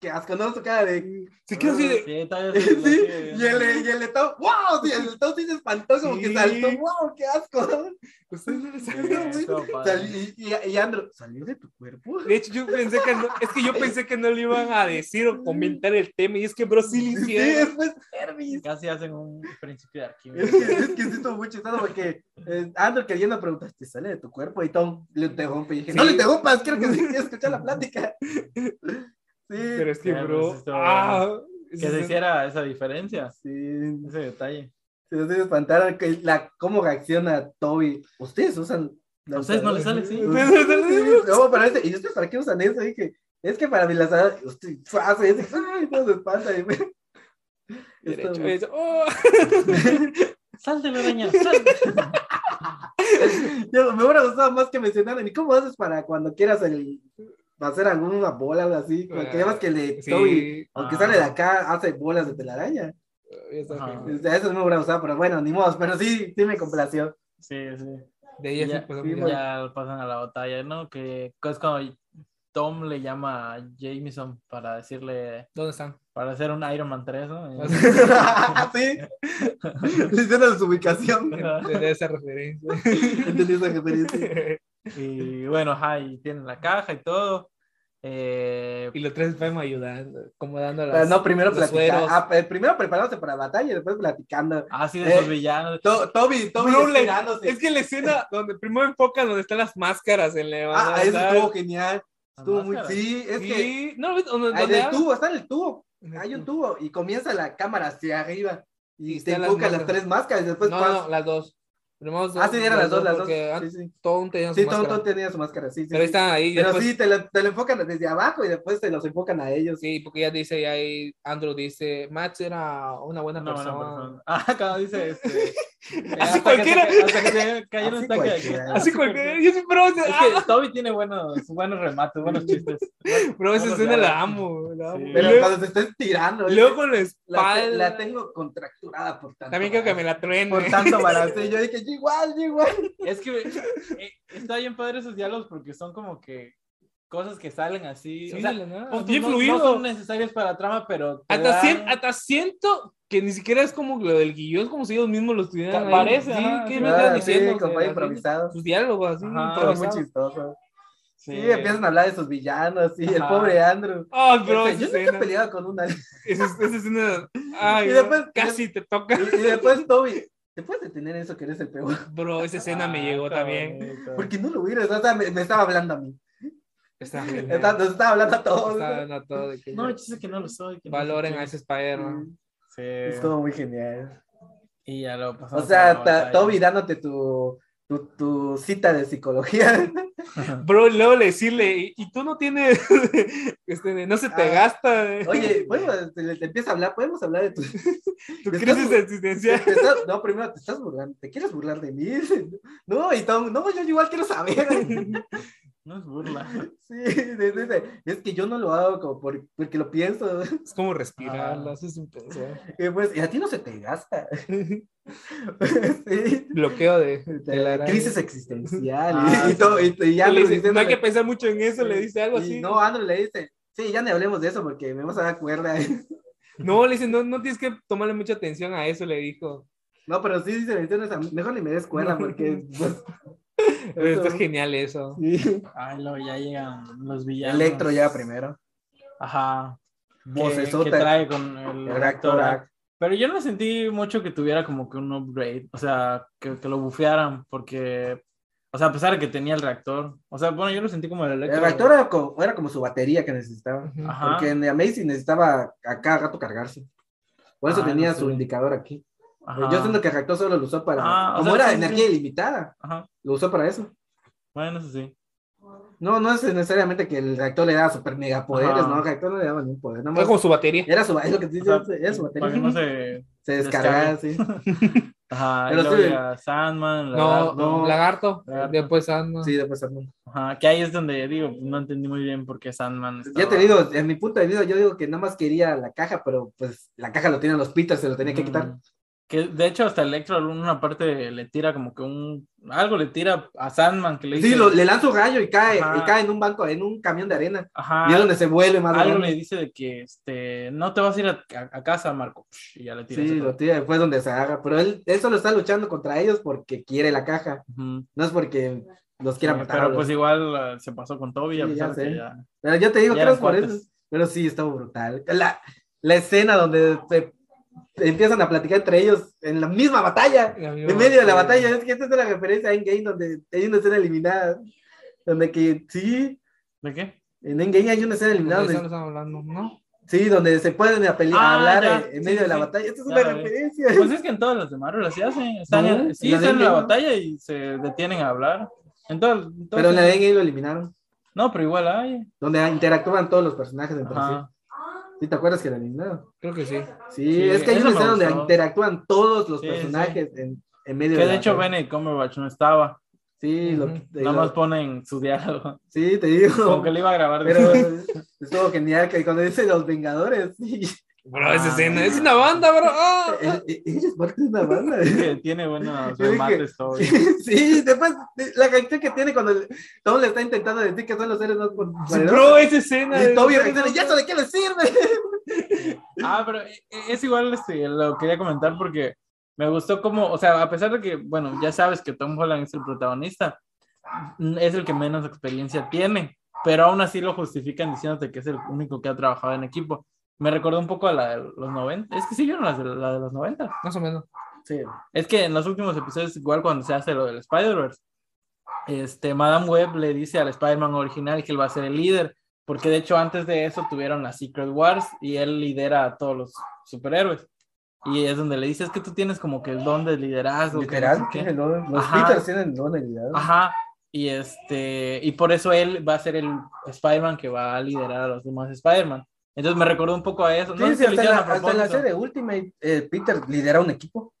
Speaker 8: Que asco, ¿no? Su cara de.
Speaker 7: Se quedó así de.
Speaker 6: Sí, todavía se- la
Speaker 8: [LAUGHS] Sí,
Speaker 6: sigue
Speaker 8: y el, y el de Tom, ¡Wow! Sí, el de Tom sí se espantó, como
Speaker 7: Sí.
Speaker 8: que saltó. ¡Wow! ¡Qué asco!
Speaker 6: [LAUGHS] viendo. Sí, estuvo padre.
Speaker 8: Sal- y, y- y Andrew, ¿salió de tu cuerpo?
Speaker 7: [LAUGHS] De hecho, yo pensé que no, es que yo pensé que no le iban a decir o comentar el tema. Y es que, bro, sí le
Speaker 8: Sí,
Speaker 7: hicieron.
Speaker 8: es pues Hermes.
Speaker 6: Casi hacen un principio de alquimia.
Speaker 8: Es que, es que [LAUGHS] sí estuvo muy chistoso porque eh, Andrew queriendo preguntar, ¿te sale de tu cuerpo? Y Tom le interrumpe y dije,
Speaker 7: Sí.
Speaker 8: ¡No le interrumpas! Quiero que quiero escuchar la plática.
Speaker 7: [LAUGHS] Pero
Speaker 8: Sí.
Speaker 7: es que,
Speaker 6: Claro,
Speaker 7: bro.
Speaker 6: sí pues, estuvo
Speaker 7: ah,
Speaker 6: Que se hiciera esa diferencia,
Speaker 8: Sí.
Speaker 6: ese detalle.
Speaker 8: Se nos hizo espantar que la, cómo reacciona Toby. Ustedes usan
Speaker 6: A ustedes no les sale,
Speaker 8: [LAUGHS]
Speaker 6: sí.
Speaker 8: No, pero este, ¿y ustedes para qué usan eso? Dije, es que para mi lazada, usted hace ese, ay, no se espanta. y me- [LAUGHS]
Speaker 7: Derecho,
Speaker 8: Esto-
Speaker 6: eh.
Speaker 7: derecho. ¡Oh!
Speaker 6: Sal de la araña, sal.
Speaker 8: [LAUGHS] Yo, me hubiera gustado más que mencionaran, ¿y cómo haces para cuando quieras el, hacer alguna bola o así? Porque
Speaker 7: Ah,
Speaker 8: además que le
Speaker 7: Sí.
Speaker 8: Toby, aunque
Speaker 6: Ah.
Speaker 8: sale de acá, hace bolas de telaraña.
Speaker 6: Ajá.
Speaker 8: O sea, eso me hubiera gustado, pero bueno, ni modo, pero sí, sí me complació.
Speaker 6: Sí, sí.
Speaker 7: De
Speaker 6: Y
Speaker 7: ahí
Speaker 6: ya,
Speaker 7: ya, pues,
Speaker 8: sí,
Speaker 7: ya.
Speaker 6: ya pasan a la batalla, ¿no? Que es cuando Tom le llama a Jameson para decirle,
Speaker 7: ¿Dónde están?
Speaker 6: para hacer un Iron Man 3, ¿no? Y-
Speaker 8: [LAUGHS] sí, le hicieron su ubicación.
Speaker 7: De esa referencia.
Speaker 8: [LAUGHS] Entendí esa referencia.
Speaker 6: Y bueno, ajá, y tienen la caja y todo. Eh,
Speaker 7: Y los tres vamos ayudando, como dando
Speaker 8: Pero
Speaker 7: las,
Speaker 8: Ah, no, primero
Speaker 7: los
Speaker 8: platicar.
Speaker 7: sueros.
Speaker 8: Ah, eh, primero preparándose para la batalla y después platicando.
Speaker 6: así de
Speaker 8: Eh,
Speaker 6: sus villanos.
Speaker 8: To- Toby, Toby
Speaker 7: Blue Lake.
Speaker 8: esperándose.
Speaker 7: Es que la escena donde primero enfocan donde están las máscaras en la
Speaker 8: Ah, eso
Speaker 7: ¿verdad?
Speaker 8: estuvo genial. Estuvo muy.
Speaker 6: Máscaras.
Speaker 8: Sí, es
Speaker 7: Sí,
Speaker 8: que.
Speaker 7: no, ¿ves? Donde-
Speaker 8: Ahí
Speaker 7: donde
Speaker 8: del
Speaker 7: habla-
Speaker 8: tubo, está en el tubo.
Speaker 7: en el
Speaker 8: Hay un
Speaker 7: tubo.
Speaker 8: tubo y comienza la cámara hacia arriba y,
Speaker 7: Y
Speaker 8: te
Speaker 7: están las
Speaker 8: enfoca las
Speaker 7: máscaras.
Speaker 8: tres máscaras. Después
Speaker 7: no,
Speaker 8: pasa-
Speaker 7: no, las dos. Primero
Speaker 8: ah, sí, eran las dos, las dos.
Speaker 7: porque
Speaker 8: Sí,
Speaker 7: antes
Speaker 8: sí,
Speaker 7: todo un tenía su
Speaker 8: sí todo,
Speaker 7: máscara.
Speaker 8: todo tenía su máscara. Sí, sí.
Speaker 7: Pero ahí
Speaker 8: sí.
Speaker 7: están ahí.
Speaker 8: Pero
Speaker 7: después-
Speaker 8: sí, te lo, te lo enfocan desde abajo y después te los enfocan a ellos.
Speaker 7: Sí, porque ella dice, y ahí Andrew dice, Max era una buena
Speaker 6: Una buena
Speaker 7: persona.
Speaker 6: persona. Ah, acá dice este.
Speaker 7: Así
Speaker 8: [LAUGHS]
Speaker 6: hasta que
Speaker 7: cualquiera.
Speaker 6: se- hasta que se cayó un
Speaker 8: Así
Speaker 6: ataque de-
Speaker 8: cualquiera.
Speaker 7: Así cualquiera, yo siempre voy a decir,
Speaker 6: Es que Toby tiene buenos, buenos remates, buenos chistes.
Speaker 7: "Ah, bro, esa
Speaker 6: no,
Speaker 7: escena
Speaker 6: ya.
Speaker 7: la amo, la amo.
Speaker 6: Sí.
Speaker 7: Y
Speaker 8: Pero
Speaker 7: luego-
Speaker 8: cuando se estén tirando,
Speaker 7: y
Speaker 8: la,
Speaker 7: luego con la
Speaker 8: la,
Speaker 7: espalda,
Speaker 8: la tengo contracturada por tanto.
Speaker 7: también creo que me la
Speaker 8: [LAUGHS] Por
Speaker 7: truene.
Speaker 8: tanto balanceo. Yo dije, yo igual, yo igual.
Speaker 6: Es que eh, está bien padre esos diálogos porque son como que cosas que salen así. o sea,
Speaker 7: ¿no?
Speaker 6: pon tú,
Speaker 7: Bien
Speaker 6: no,
Speaker 7: fluido.
Speaker 6: no son necesarias para la trama, pero. te
Speaker 7: hasta,
Speaker 6: dan-
Speaker 7: cien- hasta siento que ni siquiera es como lo del guión, es como si ellos mismos lo estuvieran.
Speaker 6: Pa-
Speaker 7: ahí.
Speaker 6: parece,
Speaker 7: Sí,
Speaker 6: ajá,
Speaker 7: ¿qué
Speaker 6: sí,
Speaker 7: me
Speaker 8: Ah,
Speaker 7: están
Speaker 8: sí,
Speaker 7: diciendo?
Speaker 8: con
Speaker 7: O sea,
Speaker 8: varios
Speaker 7: así,
Speaker 8: improvisados.
Speaker 7: Sus diálogos así.
Speaker 6: Ajá.
Speaker 8: Todo
Speaker 7: improvisados.
Speaker 8: muy chistoso.
Speaker 6: Sí.
Speaker 8: Sí, empiezan a hablar de sus villanos. Sí, el
Speaker 6: Ajá.
Speaker 8: pobre Andrew.
Speaker 7: Ay, bro,
Speaker 8: Este,
Speaker 7: esa
Speaker 8: yo nunca he
Speaker 7: escena.
Speaker 8: peleado con un alien.
Speaker 7: Esa, esa escena. Ay,
Speaker 8: Y
Speaker 7: bro,
Speaker 8: después-
Speaker 7: casi te toca.
Speaker 8: Y, y después Toby, ¿te puedes detener eso que eres el peor?
Speaker 7: Bro, esa escena me
Speaker 6: Ah,
Speaker 7: llegó
Speaker 6: está
Speaker 7: también.
Speaker 6: bonito.
Speaker 8: Porque no lo hubieras, o sea, me, me estaba hablando a mí.
Speaker 7: Está bien. eh.
Speaker 8: Está- nos estaba hablando a todos.
Speaker 7: Está en todo de que
Speaker 6: No, yo sé que no lo soy. que no
Speaker 7: valoren
Speaker 6: sé
Speaker 7: a
Speaker 6: qué.
Speaker 7: ese Spider-Man.
Speaker 6: Sí.
Speaker 8: Estuvo muy genial.
Speaker 6: Y ya lo pasamos
Speaker 8: O
Speaker 6: a
Speaker 8: sea,
Speaker 6: la
Speaker 8: ta-
Speaker 6: batalla.
Speaker 8: Toby dándote tu, tu, tu cita de psicología.
Speaker 7: Bro, luego le decirle, y, y tú no tienes, [LAUGHS] este, no se te
Speaker 8: Ah.
Speaker 7: gasta eh, [LAUGHS]
Speaker 8: Oye, podemos- te, te empieza a hablar, podemos hablar de tu...
Speaker 7: tu
Speaker 8: estás
Speaker 7: crisis
Speaker 8: bu-
Speaker 7: existencial.
Speaker 8: [LAUGHS] te estás- no, primero, ¿te estás burlando? ¿Te quieres burlar de mí? No, y Tom, no, yo igual quiero
Speaker 7: [LAUGHS]
Speaker 8: saber.
Speaker 6: [LAUGHS] No es burla.
Speaker 8: Sí, dice, es que yo no lo hago como por- porque lo pienso.
Speaker 7: Es como respirarla,
Speaker 6: Ah.
Speaker 7: eso es
Speaker 8: [LAUGHS]
Speaker 7: un pensar.
Speaker 8: Y pues, y a ti no se te gasta. [LAUGHS] Sí.
Speaker 7: Bloqueo de,
Speaker 8: De
Speaker 7: de la araña.
Speaker 8: crisis existencial.
Speaker 6: Ah,
Speaker 8: y, y todo, y, y
Speaker 7: Y
Speaker 8: Andrew
Speaker 7: le dice,
Speaker 8: diciéndole-
Speaker 7: no hay que pensar mucho en eso, le dice algo
Speaker 8: y
Speaker 7: así. No,
Speaker 8: No, Andrew le dice, sí, ya ni hablemos de eso porque me vas a dar cuerda. [LAUGHS]
Speaker 7: le dice, no, no tienes que tomarle mucha atención a eso, le dijo.
Speaker 8: No, pero sí, sí, se menciona esa- mejor ni me des cuerda
Speaker 7: [LAUGHS]
Speaker 8: porque... pues,
Speaker 7: Pero está
Speaker 8: eso-
Speaker 7: genial eso.
Speaker 8: sí.
Speaker 6: Ay, luego ya llegan los villanos.
Speaker 8: Electro ya primero.
Speaker 6: Ajá. Que,
Speaker 8: Vocesota.
Speaker 6: que trae con el,
Speaker 8: El
Speaker 6: actor.
Speaker 8: actor act.
Speaker 6: Pero yo no sentí mucho que tuviera como que un upgrade, o sea, que, que lo bufearan, porque, o sea, a pesar de que tenía el reactor, o sea, bueno, yo lo sentí como el electro. Ah.
Speaker 8: El actor era como, era como su batería que necesitaba.
Speaker 6: Ajá.
Speaker 8: Porque en The Amazing necesitaba a cada rato cargarse. Por eso
Speaker 6: Ah,
Speaker 8: tenía
Speaker 6: no
Speaker 8: su
Speaker 6: sé.
Speaker 8: indicador aquí.
Speaker 6: Ajá,
Speaker 8: Yo siento que el actor solo lo usó para...
Speaker 6: Ah, o
Speaker 8: como
Speaker 6: sea,
Speaker 8: era
Speaker 6: sí, sí.
Speaker 8: energía ilimitada,
Speaker 6: ajá.
Speaker 8: lo usó para eso.
Speaker 6: Bueno, eso sí.
Speaker 8: No, no es necesariamente que el reactor le daba super mega poderes,
Speaker 6: Ajá.
Speaker 8: no, el reactor no le daba ningún poder, nada
Speaker 7: Fue
Speaker 8: más.
Speaker 7: como su batería.
Speaker 8: Era su, es lo que te dice,
Speaker 6: O sea,
Speaker 8: era su
Speaker 6: Para que
Speaker 8: batería.
Speaker 6: no se...
Speaker 8: Se descargaba, sí.
Speaker 6: Ajá, y
Speaker 8: Pero
Speaker 6: luego
Speaker 8: sí.
Speaker 6: llega Sandman,
Speaker 7: No,
Speaker 6: Lagarto,
Speaker 7: no, lagarto.
Speaker 6: Lagarto.
Speaker 7: Después
Speaker 6: [LAUGHS]
Speaker 7: ah, ando.
Speaker 8: Sí, después también.
Speaker 6: Ajá, que ahí es donde digo, pues, no entendí muy bien por qué Sandman estaba...
Speaker 8: Ya te digo, en mi punto de vista, yo digo que nada más quería la caja, pero pues la caja lo tienen los Peters, se lo tenía que quitar.
Speaker 6: Mm. Que de hecho hasta Electro en una parte le tira como que un... Algo le tira a Sandman que le dice...
Speaker 8: Sí, lo- le lanza un rayo y cae,
Speaker 6: Ajá.
Speaker 8: y cae en un banco, en un camión de arena.
Speaker 6: Ajá,
Speaker 8: Y es donde se vuelve más
Speaker 6: algo
Speaker 8: grande.
Speaker 6: le dice de que este, no te vas a ir a, a- a casa, Marco. Psh, Y ya le tira.
Speaker 8: Sí,
Speaker 6: ese
Speaker 8: lo
Speaker 6: pedo.
Speaker 8: tira, después donde se agarra. Pero él, él solo está luchando contra ellos porque quiere la caja.
Speaker 6: Ujú.
Speaker 8: No es porque los quiera
Speaker 6: Sí,
Speaker 8: matar. o
Speaker 6: pero
Speaker 8: los-
Speaker 6: pues igual eh, se pasó con Toby, a
Speaker 8: Sí,
Speaker 6: pesar
Speaker 8: ya
Speaker 6: de
Speaker 8: sé.
Speaker 6: que ya...
Speaker 8: Pero yo te digo,
Speaker 6: Ya
Speaker 8: creo
Speaker 6: eran
Speaker 8: por
Speaker 6: cuates.
Speaker 8: eso. Pero sí, estuvo brutal. La, la escena donde se- empiezan a platicar entre ellos en la misma batalla, en medio de la batalla. Es que esta es la referencia a Endgame, donde hay una escena eliminada. Donde que, sí,
Speaker 6: ¿De qué?
Speaker 8: en Endgame hay una escena eliminada.
Speaker 7: Eso no
Speaker 8: donde-
Speaker 7: están hablando, ¿no?
Speaker 8: sí, donde se pueden a pelear,
Speaker 6: Ah,
Speaker 8: hablar
Speaker 6: ya,
Speaker 8: en- en
Speaker 6: sí,
Speaker 8: medio
Speaker 6: sí,
Speaker 8: de la
Speaker 6: sí.
Speaker 8: batalla. Esta es
Speaker 6: Ya Pues,
Speaker 8: una
Speaker 6: la vi.
Speaker 8: referencia.
Speaker 6: Pues es que en todas las de Marvel así hacen. Están,
Speaker 8: No,
Speaker 6: sí,
Speaker 8: en la de
Speaker 6: están en la
Speaker 8: Endgame, ¿no?
Speaker 6: batalla y se detienen a hablar. Entonces, entonces-
Speaker 8: [LAUGHS] Pero en la de Endgame lo eliminaron.
Speaker 6: No, pero igual hay.
Speaker 8: Donde interactúan todos los personajes entre
Speaker 6: Ajá.
Speaker 8: sí. ¿Sí te acuerdas que lo eliminaron?
Speaker 7: Creo que sí.
Speaker 8: Sí,
Speaker 6: Sí,
Speaker 8: es que hay
Speaker 6: eso me
Speaker 8: una escena donde
Speaker 6: gustó.
Speaker 8: interactúan todos los
Speaker 6: Sí,
Speaker 8: personajes En, en medio
Speaker 6: Que
Speaker 8: de
Speaker 6: de
Speaker 8: la
Speaker 6: hecho
Speaker 8: pelea.
Speaker 6: Benedict Cumberbatch no estaba.
Speaker 8: Sí, lo-
Speaker 7: Ujú.
Speaker 8: te
Speaker 6: Nada
Speaker 8: digo-
Speaker 6: más ponen su
Speaker 8: [LAUGHS]
Speaker 6: diálogo.
Speaker 8: sí, te digo.
Speaker 6: [LAUGHS] Como que le iba a grabar.
Speaker 8: Pero eh, estuvo genial que cuando dice los Vengadores, [LAUGHS] sí,
Speaker 7: Bro,
Speaker 8: Ah,
Speaker 7: esa escena es una banda, bro. ¡Ah!
Speaker 8: e- e- eres parte de una
Speaker 6: [LAUGHS]
Speaker 8: banda.
Speaker 6: que tiene buenos
Speaker 8: Yo dije-
Speaker 6: remates todo.
Speaker 8: [LAUGHS] Sí, después la reacción que tiene cuando el- Tom le está intentando decir que son los seres más por-
Speaker 7: Bro, esa escena.
Speaker 8: Y
Speaker 7: es-
Speaker 8: Toby reacciona, ¿y eso de qué le sirve?
Speaker 6: Ah, pero e- e- es igual, este, lo quería comentar porque me gustó como, o sea, a pesar de que, bueno, ya sabes que Tom Holland es el protagonista, mm, es el que menos experiencia tiene, pero aún así lo justifican diciéndote que es el único que ha trabajado en equipo. Me recordó un poco a la de los 90. Es que sí vieron las de- la de los 90.
Speaker 7: Más o menos.
Speaker 8: Sí,
Speaker 6: Es que en los últimos episodios, igual cuando se hace lo del Spider-Verse, este, Madame Web le dice al Spider-Man original que él va a ser el líder, porque de hecho antes de eso tuvieron las Secret Wars y él lidera a todos los superhéroes. Y es donde le dice, es que tú tienes como que el don del liderazgo. que no sé
Speaker 8: literal.
Speaker 6: qué".
Speaker 8: tiene don- Los
Speaker 6: Ajá.
Speaker 8: Peters tienen don habilidad.
Speaker 6: Ajá. Y este, y por eso él va a ser el Spider-Man que va a liderar a los demás Spider-Man. Entonces me recordó un poco a eso.
Speaker 8: Sí,
Speaker 6: No sé si
Speaker 8: sí,
Speaker 6: lo
Speaker 8: hasta, en
Speaker 6: hicieron
Speaker 8: la,
Speaker 6: a
Speaker 8: hasta en la
Speaker 6: propósito.
Speaker 8: serie Ultimate, eh, Peter lidera un equipo.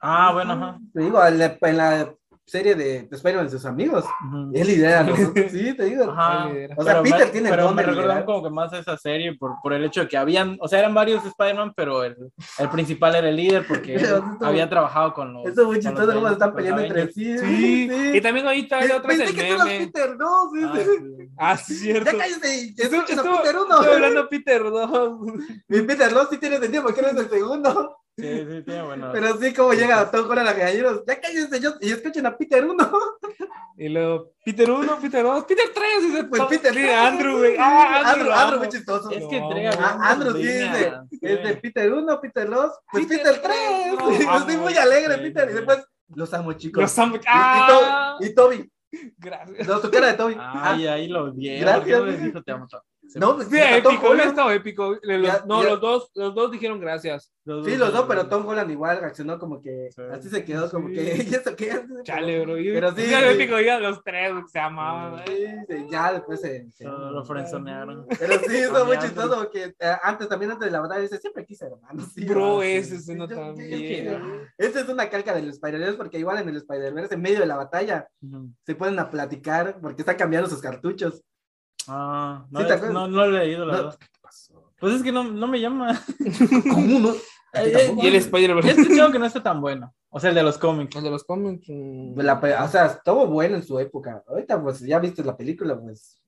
Speaker 6: Ah, bueno, ajá.
Speaker 8: Te digo, en la, en la serie de Spider-Man y sus amigos,
Speaker 6: Ujú.
Speaker 8: él
Speaker 6: [LAUGHS]
Speaker 8: lidera. a los otros. Sí, te digo.
Speaker 6: Ajá.
Speaker 7: Él lidera.
Speaker 8: O sea,
Speaker 6: Pero me-
Speaker 8: Peter tiene el
Speaker 6: pero
Speaker 8: don
Speaker 6: me
Speaker 8: de
Speaker 6: recordaron
Speaker 8: liderar.
Speaker 6: como que más a esa serie por, por el hecho de que habían, o sea, eran varios Spider-Man, pero el, el principal era el líder porque
Speaker 8: [LAUGHS] Pero
Speaker 6: él
Speaker 8: esto-
Speaker 6: había trabajado con los.
Speaker 8: Eso es
Speaker 6: con
Speaker 8: muy
Speaker 6: los
Speaker 8: chistoso cómo se están
Speaker 6: Avengers,
Speaker 8: peleando
Speaker 6: los
Speaker 8: entre
Speaker 6: Avengers.
Speaker 8: sí.
Speaker 7: Sí.
Speaker 8: sí. Eh,
Speaker 7: Y también ahorita hay otra
Speaker 8: Pensé
Speaker 7: el
Speaker 8: que tú eras
Speaker 7: meme.
Speaker 8: Peter, no, sí,
Speaker 6: Ah,
Speaker 8: sí.
Speaker 6: sí.
Speaker 7: Ah, sí, cierto.
Speaker 8: Ya cállate,
Speaker 7: Estuvo-
Speaker 8: escuchen a
Speaker 7: estuvo-
Speaker 8: Peter [LAUGHS]
Speaker 7: estoy
Speaker 8: 1.
Speaker 7: hablando Peter 2.
Speaker 8: Mi Peter 2 sí tiene sentido porque eres el segundo.
Speaker 6: Ah, Sí, sí, tiene bueno.
Speaker 8: Pero sí, como llega a Tom Holland a galleros. Ya cállense yo, y escuchen a Peter
Speaker 7: [LAUGHS]
Speaker 8: 1.
Speaker 7: Y luego, Peter 1, Peter 2, Peter 3. Dice,
Speaker 8: Pues Peter.
Speaker 7: Sí, Andrew, güey. Ah, Andrew.
Speaker 8: Andrew,
Speaker 7: lo
Speaker 8: Andrew,
Speaker 7: amo.
Speaker 8: muy chistoso.
Speaker 6: es que
Speaker 7: No,
Speaker 6: entrega.
Speaker 7: ah,
Speaker 6: bien
Speaker 8: Andrew sí
Speaker 6: disciplina, sí.
Speaker 8: Es de Peter 1, Peter 2, pues
Speaker 7: Peter
Speaker 8: Peter, 3. [LAUGHS]
Speaker 7: tres, no,
Speaker 8: Estoy
Speaker 7: vamos,
Speaker 8: muy alegre,
Speaker 6: sí,
Speaker 8: Peter.
Speaker 6: sí.
Speaker 8: Y después, los amo, chicos.
Speaker 7: Los amo.
Speaker 8: Y-
Speaker 7: Ah,
Speaker 8: Y, Toby, y Toby.
Speaker 7: gracias.
Speaker 8: No, tu cara de Toby. Ah,
Speaker 6: Ay, ahí lo vi. ¿Por qué
Speaker 8: Gracias.
Speaker 6: no les dijo te amo tanto"? Se
Speaker 8: No,
Speaker 6: me-
Speaker 8: pues
Speaker 7: Sí,
Speaker 8: hasta Tom
Speaker 7: épico, hubiera
Speaker 8: Holland-
Speaker 7: estado épico. Le- los-
Speaker 8: Ya-
Speaker 7: no,
Speaker 8: ya-
Speaker 7: los dos, los dos dijeron gracias.
Speaker 8: Sí, los dos, pero Tom Holland igual reaccionó como que
Speaker 6: Sí.
Speaker 8: así se quedó, como
Speaker 7: Sí.
Speaker 8: que [LAUGHS] ¿y eso qué?
Speaker 7: Chale, bro. Yo,
Speaker 8: Pero sí,
Speaker 7: yo
Speaker 8: sí.
Speaker 7: épico, yo los tres güey, se amaban. güey.
Speaker 8: Sí, sí, ya después se. se-
Speaker 6: Todo Lo
Speaker 8: [LAUGHS]
Speaker 6: frenzonearon.
Speaker 8: Pero sí, eso
Speaker 6: Cambiando.
Speaker 8: es muy chistoso porque eh, antes, también antes de la batalla, dice siempre quise hermanos. Sí,
Speaker 7: Bro,
Speaker 8: sí.
Speaker 7: ese es uno
Speaker 8: Yo- yo- yo
Speaker 7: también.
Speaker 8: quiero. Esa es una calca del Spider-Verse porque igual en el Spider-Verse, en medio de la batalla,
Speaker 6: Ujú.
Speaker 8: se pueden a platicar porque están cambiando sus cartuchos.
Speaker 6: Ah, no,
Speaker 8: ¿Sí te
Speaker 6: es-
Speaker 8: acuerdas?
Speaker 6: no, no lo he leído, la
Speaker 8: No.
Speaker 6: verdad. Pues es que no, no me
Speaker 8: [LAUGHS]
Speaker 6: llama.
Speaker 8: ¿Cómo no?
Speaker 6: Eh, eh,
Speaker 7: Y el Spider-Man.
Speaker 6: He escuchado que no está tan bueno. O sea, el de los cómics.
Speaker 7: El de los cómics. mm,
Speaker 8: La pe- ah, o sea, estuvo bueno en su época. Ahorita, pues, ya viste la película, pues.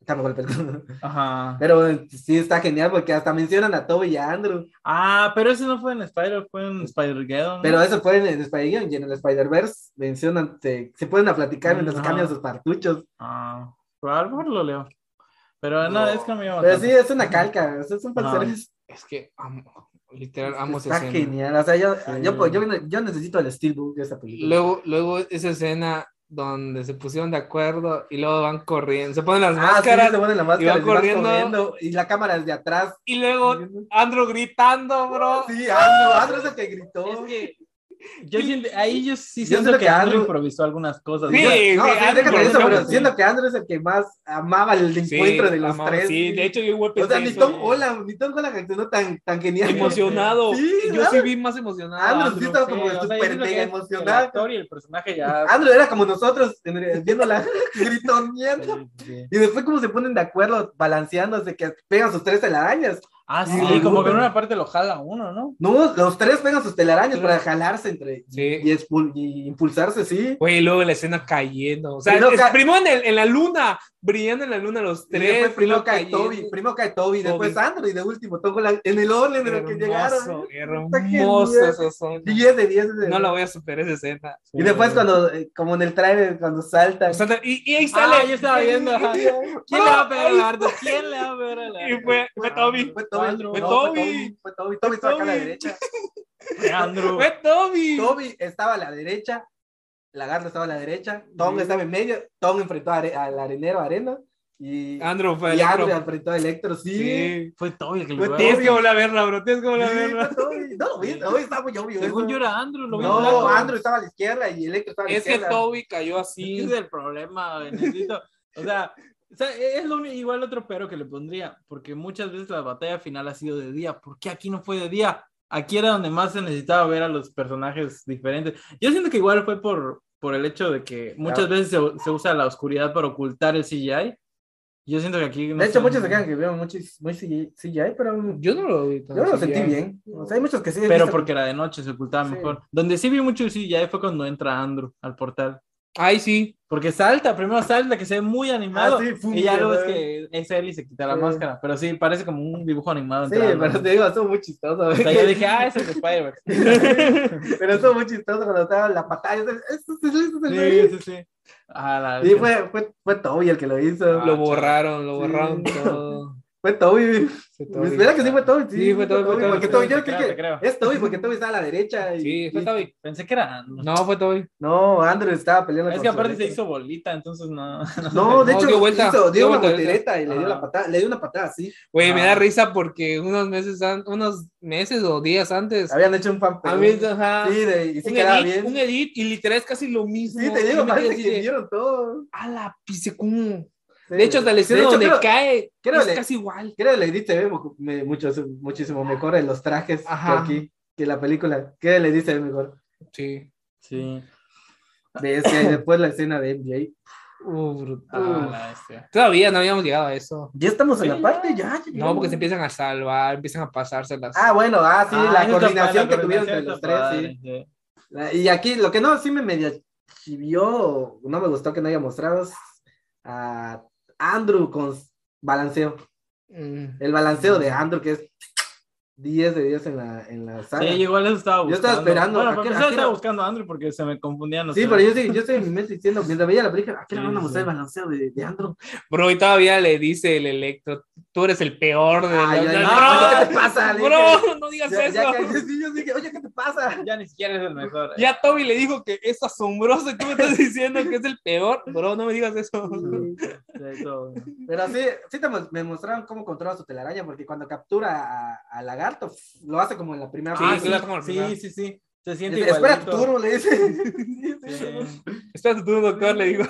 Speaker 8: Está mejor la película. [LAUGHS]
Speaker 6: Ajá.
Speaker 8: Pero eh, sí está genial porque hasta mencionan a Toby y a Andrew.
Speaker 6: Ah, pero ese no fue en Spider, fue en Spider-Geddon. ¿no?
Speaker 8: Pero eso fue en el Spider-Man y en el Spider-Verse mencionan, se, se pueden a platicar mientras
Speaker 6: Ajá.
Speaker 8: cambian sus cartuchos.
Speaker 6: Ah, pero a lo mejor lo leo. Pero no, es que me llama
Speaker 8: Pero
Speaker 6: tanto.
Speaker 8: sí, es una calca, o sea, es un
Speaker 6: Ajá.
Speaker 8: fanservice.
Speaker 7: Es que amo, literal, amo esa
Speaker 8: Está
Speaker 7: escena.
Speaker 8: genial, o sea, yo,
Speaker 6: Sí.
Speaker 8: yo, yo, yo necesito el Steelbook de esta película.
Speaker 7: Luego, luego esa escena donde se pusieron de acuerdo y luego van corriendo, se ponen las
Speaker 8: Ah, sí,
Speaker 7: máscaras
Speaker 8: se ponen la máscara y van
Speaker 7: corriendo.
Speaker 8: corriendo. y la cámara desde atrás.
Speaker 7: y luego Andrew gritando, bro.
Speaker 8: Sí, Andrew, Andrew es el que gritó.
Speaker 6: Es que yo siento- ahí yo sí
Speaker 8: Yo
Speaker 6: siento
Speaker 8: siento
Speaker 6: que
Speaker 8: que
Speaker 6: Andrew
Speaker 8: Andrew-
Speaker 6: improvisó algunas cosas.
Speaker 7: Sí,
Speaker 6: ¿no?
Speaker 7: güey,
Speaker 8: no, sí,
Speaker 7: Andrew
Speaker 8: déjate
Speaker 7: por
Speaker 8: eso,
Speaker 7: ejemplo,
Speaker 8: pero
Speaker 7: sí.
Speaker 8: siento que Andrew es el que más amaba el
Speaker 7: Sí,
Speaker 8: encuentro de los
Speaker 7: amaba,
Speaker 8: tres.
Speaker 7: Sí, de hecho yo igual
Speaker 8: o sea,
Speaker 7: pensé
Speaker 8: ni
Speaker 7: eso,
Speaker 8: Tom
Speaker 7: güey.
Speaker 8: Holland, ni Tom Holland reaccionó tan, tan genial.
Speaker 7: Emocionado.
Speaker 8: Sí,
Speaker 7: yo sí
Speaker 8: ¿sabes?
Speaker 7: vi más emocionado. a
Speaker 8: Andrew sí
Speaker 7: Andrew.
Speaker 8: estaba
Speaker 6: Sí,
Speaker 8: como
Speaker 6: o sea, yo
Speaker 8: súper Ah,
Speaker 6: siento que
Speaker 8: mega
Speaker 6: El
Speaker 8: emocionado.
Speaker 6: actor y el personaje ya.
Speaker 8: [LAUGHS] Andrew era como nosotros, en el- viéndola, [LAUGHS] gritoneando.
Speaker 6: Sí, sí.
Speaker 8: Y después como se ponen de acuerdo, balanceándose, que pegan sus tres telarañas.
Speaker 6: Ah, sí,
Speaker 8: Ah,
Speaker 6: como que en
Speaker 8: bueno.
Speaker 6: una parte lo jala uno, ¿no?
Speaker 8: No, los tres pegan sus telarañas para jalarse entre
Speaker 7: Sí.
Speaker 8: y, expu- y impulsarse, sí.
Speaker 7: Güey, y luego la escena cayendo. O sea,
Speaker 8: Primero
Speaker 7: es-
Speaker 8: ca-
Speaker 7: primero en, el- en la luna, brillando en la luna los
Speaker 8: Y
Speaker 7: tres.
Speaker 8: después primero
Speaker 7: luego
Speaker 8: cae
Speaker 7: cayendo.
Speaker 8: Toby, primero cae Toby, después
Speaker 7: pues Toby.
Speaker 8: Andrew y de último Tom Holland, en el orden en el que llegaron. ¿eh?
Speaker 7: Hermoso,
Speaker 8: Está
Speaker 7: hermoso
Speaker 8: genial.
Speaker 7: esa escena.
Speaker 8: 10 de 10 de-
Speaker 7: No la voy a superar esa escena.
Speaker 8: Y después cuando, eh, como en el trailer, cuando salta.
Speaker 7: O sea, y, y ahí Pues, sale.
Speaker 6: Ah, yo estaba viendo. ajá. ¿Quién le va a pegar a Eduardo? ¿Quién le va a pegar a
Speaker 7: Y
Speaker 6: Eduardo?
Speaker 7: fue, fue Toby.
Speaker 8: Ah, Fue Toby.
Speaker 6: Andrew.
Speaker 8: no, fue
Speaker 7: Toby.
Speaker 8: Fue Toby. Toby
Speaker 7: Fue
Speaker 8: estaba acá a la
Speaker 7: Toby.
Speaker 8: derecha.
Speaker 6: Andrew.
Speaker 7: Fue Toby.
Speaker 8: Toby estaba a la derecha. Lagarto estaba a la derecha. Tom estaba en medio. Tom enfrentó a, Are- al arenero Arena. Y,
Speaker 7: Andrew fue
Speaker 8: y
Speaker 7: el
Speaker 8: Andrew
Speaker 7: otro.
Speaker 8: enfrentó a Electro, sí.
Speaker 7: Sí.
Speaker 6: Fue Toby el que lo
Speaker 7: Fue-
Speaker 6: llevó.
Speaker 7: Tienes que volver a verla, bro. Tienes que
Speaker 8: Sí,
Speaker 7: volver a verla.
Speaker 8: Toby. No, hoy, hoy está muy obvio.
Speaker 6: Según
Speaker 8: eso.
Speaker 6: yo era Andrew, lo vi
Speaker 8: no,
Speaker 6: blanco.
Speaker 8: Andrew estaba a la izquierda y Electro estaba a la
Speaker 7: Es que
Speaker 8: izquierda.
Speaker 7: Toby
Speaker 6: Ese
Speaker 7: cayó así.
Speaker 6: es el problema, güey, necesito. O sea, o sea, e-, es lo único, igual otro pero que le pondría, porque muchas veces la batalla final ha sido de día. ¿Por qué aquí no fue de día? Aquí era donde más se necesitaba ver a los personajes diferentes. Yo siento que igual fue por, por el hecho de que muchas veces se, se usa la oscuridad para ocultar el CGI. Yo siento que aquí. no
Speaker 8: De hecho,
Speaker 6: sé,
Speaker 8: muchos se quedan que vieron mucho, muy CGI, CGI, pero yo,
Speaker 7: Yo no lo vi tan
Speaker 8: lo
Speaker 7: siquiera.
Speaker 8: sentí bien. O sea, hay muchos que sí.
Speaker 6: Pero
Speaker 8: dicen-
Speaker 6: porque era de noche, se ocultaba
Speaker 8: Sí.
Speaker 6: mejor. Donde sí vi mucho CGI fue cuando entra Andrew al portal.
Speaker 7: Ay, sí.
Speaker 6: Porque salta, primero salta, que se ve muy animado.
Speaker 8: Ah, sí, fum,
Speaker 6: y ya
Speaker 8: ya
Speaker 6: luego es
Speaker 8: ves.
Speaker 6: que es él y se quita la
Speaker 8: Sí.
Speaker 6: máscara. Pero sí, parece como un dibujo animado.
Speaker 8: Sí,
Speaker 6: entrando.
Speaker 8: pero te digo, estuvo muy chistoso.
Speaker 6: O sea,
Speaker 8: [LAUGHS]
Speaker 6: yo dije, ah, es el de Spider-Man.
Speaker 8: pero estuvo muy chistoso cuando estaba en la batalla. Eso, eso, eso, eso,
Speaker 6: Sí, sí, sí. Ah, la-
Speaker 8: Y fue, fue, fue Toby el que lo hizo.
Speaker 6: Ah,
Speaker 7: lo
Speaker 6: chaval.
Speaker 7: borraron, lo borraron
Speaker 8: Sí. [LAUGHS]
Speaker 7: todo.
Speaker 8: Fue Toby.
Speaker 7: Se todo
Speaker 8: ¿Verdad que sí fue Toby?
Speaker 7: Sí, fue Toby, fue Toby.
Speaker 8: Porque Toby, yo
Speaker 6: Te creo,
Speaker 8: creo
Speaker 6: te creo.
Speaker 8: que es Toby, porque Toby está a la derecha. y-
Speaker 7: Sí, fue
Speaker 8: y-
Speaker 7: Toby.
Speaker 6: Pensé que era Andrew.
Speaker 7: No, fue Toby.
Speaker 8: No, Andrew estaba peleando
Speaker 6: es
Speaker 8: con
Speaker 6: que
Speaker 8: su
Speaker 6: aparte se
Speaker 8: derecha.
Speaker 6: hizo bolita, entonces no. [LAUGHS]
Speaker 8: No, de
Speaker 7: No,
Speaker 8: hecho,
Speaker 7: dio vuelta,
Speaker 8: hizo-
Speaker 7: dio
Speaker 8: dio una
Speaker 7: vuelta,
Speaker 8: voltereta y le dio,
Speaker 6: Ajá.
Speaker 8: la patada, le dio una patada así.
Speaker 7: Güey, me
Speaker 6: Ah.
Speaker 7: da risa porque unos meses, an- unos meses o días antes.
Speaker 8: Habían hecho un fan
Speaker 7: A mí,
Speaker 8: sí,
Speaker 7: ajá.
Speaker 8: de, y sí
Speaker 7: un,
Speaker 8: quedaba
Speaker 7: edit,
Speaker 8: bien.
Speaker 7: un edit y literal es casi lo mismo.
Speaker 8: Sí, te
Speaker 7: Yo
Speaker 8: digo,
Speaker 7: me quedé
Speaker 8: parece
Speaker 7: así
Speaker 8: que
Speaker 7: de,
Speaker 8: vieron todo.
Speaker 7: A la pise, ¿cómo?
Speaker 8: Sí.
Speaker 7: De hecho, hasta la
Speaker 8: De
Speaker 7: escena
Speaker 8: hecho,
Speaker 7: donde
Speaker 8: creo-
Speaker 7: cae
Speaker 8: creo
Speaker 7: es
Speaker 8: le-
Speaker 7: casi igual.
Speaker 8: Creo que la edit se ve mu- me- mucho, muchísimo mejor en los trajes que
Speaker 7: Ajá.
Speaker 8: aquí, que la película. Creo que la edit se ve mejor.
Speaker 7: Sí.
Speaker 6: Sí.
Speaker 8: Ves que después la escena de MJ.
Speaker 7: Uh, brutal.
Speaker 6: Ah, la bestia.
Speaker 7: Todavía no habíamos llegado a eso.
Speaker 8: Ya estamos en la
Speaker 6: Sí,
Speaker 8: parte, ya. ya
Speaker 7: No, porque se
Speaker 8: llegamos.
Speaker 7: empiezan a salvar, empiezan a pasárselas.
Speaker 8: Ah, bueno, ah, sí,
Speaker 6: Ah,
Speaker 8: la
Speaker 6: eso está
Speaker 8: coordinación
Speaker 6: padre,
Speaker 8: que
Speaker 6: la
Speaker 8: tuvieron entre los tres,
Speaker 6: coordinación
Speaker 8: sí.
Speaker 6: está padre,
Speaker 8: La- Ah, Y aquí, lo que no, sí me medio chivió, no me gustó que no haya mostrado es a Andrew con balanceo.
Speaker 7: Mm.
Speaker 8: El balanceo de Andrew, que es 10 de 10 en la, en la
Speaker 6: sí.
Speaker 8: saga.
Speaker 6: Sí, igual eso estaba
Speaker 8: Yo
Speaker 6: buscando.
Speaker 8: estaba esperando,
Speaker 6: Bueno,
Speaker 8: ¿a
Speaker 6: para
Speaker 8: qué- a
Speaker 6: empezar
Speaker 8: qué
Speaker 6: estaba
Speaker 8: hora?
Speaker 6: buscando a Andrew porque se me confundían los
Speaker 8: Sí,
Speaker 6: temas.
Speaker 8: pero yo, sí, yo estoy en mi mente diciendo, mientras veía la película, ¿a qué le
Speaker 6: Sí,
Speaker 8: van a mostrar
Speaker 6: sí.
Speaker 8: el balanceo de, de Andrew?
Speaker 7: Bro, y todavía le dice el electro, tú eres el peor de
Speaker 8: Ay,
Speaker 7: los-
Speaker 8: ay,
Speaker 7: no,
Speaker 8: ay, [LAUGHS]
Speaker 7: no,
Speaker 8: ¿qué te pasa? Le dije,
Speaker 7: Bro, no digas
Speaker 8: ya-
Speaker 7: eso.
Speaker 8: ya que- sí, yo dije, oye, ¿qué te pasa?
Speaker 6: Ya ni siquiera es el mejor.
Speaker 7: Ya Toby le dijo que es asombroso y tú me estás diciendo que es el peor. Bro, no me
Speaker 8: [LAUGHS]
Speaker 7: digas eso.
Speaker 6: Sí, todo.
Speaker 8: Pero sí, sí te mos- me mostraron cómo controla su telaraña, porque cuando captura a, a Lagarto, f- lo hace como en la primera
Speaker 7: Sí,
Speaker 6: Ah,
Speaker 7: sí,
Speaker 6: sí,
Speaker 7: la como al final.
Speaker 6: sí, sí, sí. Se siente
Speaker 8: Dice, Espera tu
Speaker 6: igualito.
Speaker 8: turno,
Speaker 6: [LAUGHS]
Speaker 8: le dice.
Speaker 6: Sí.
Speaker 7: Espera tu turno, doctor, le digo.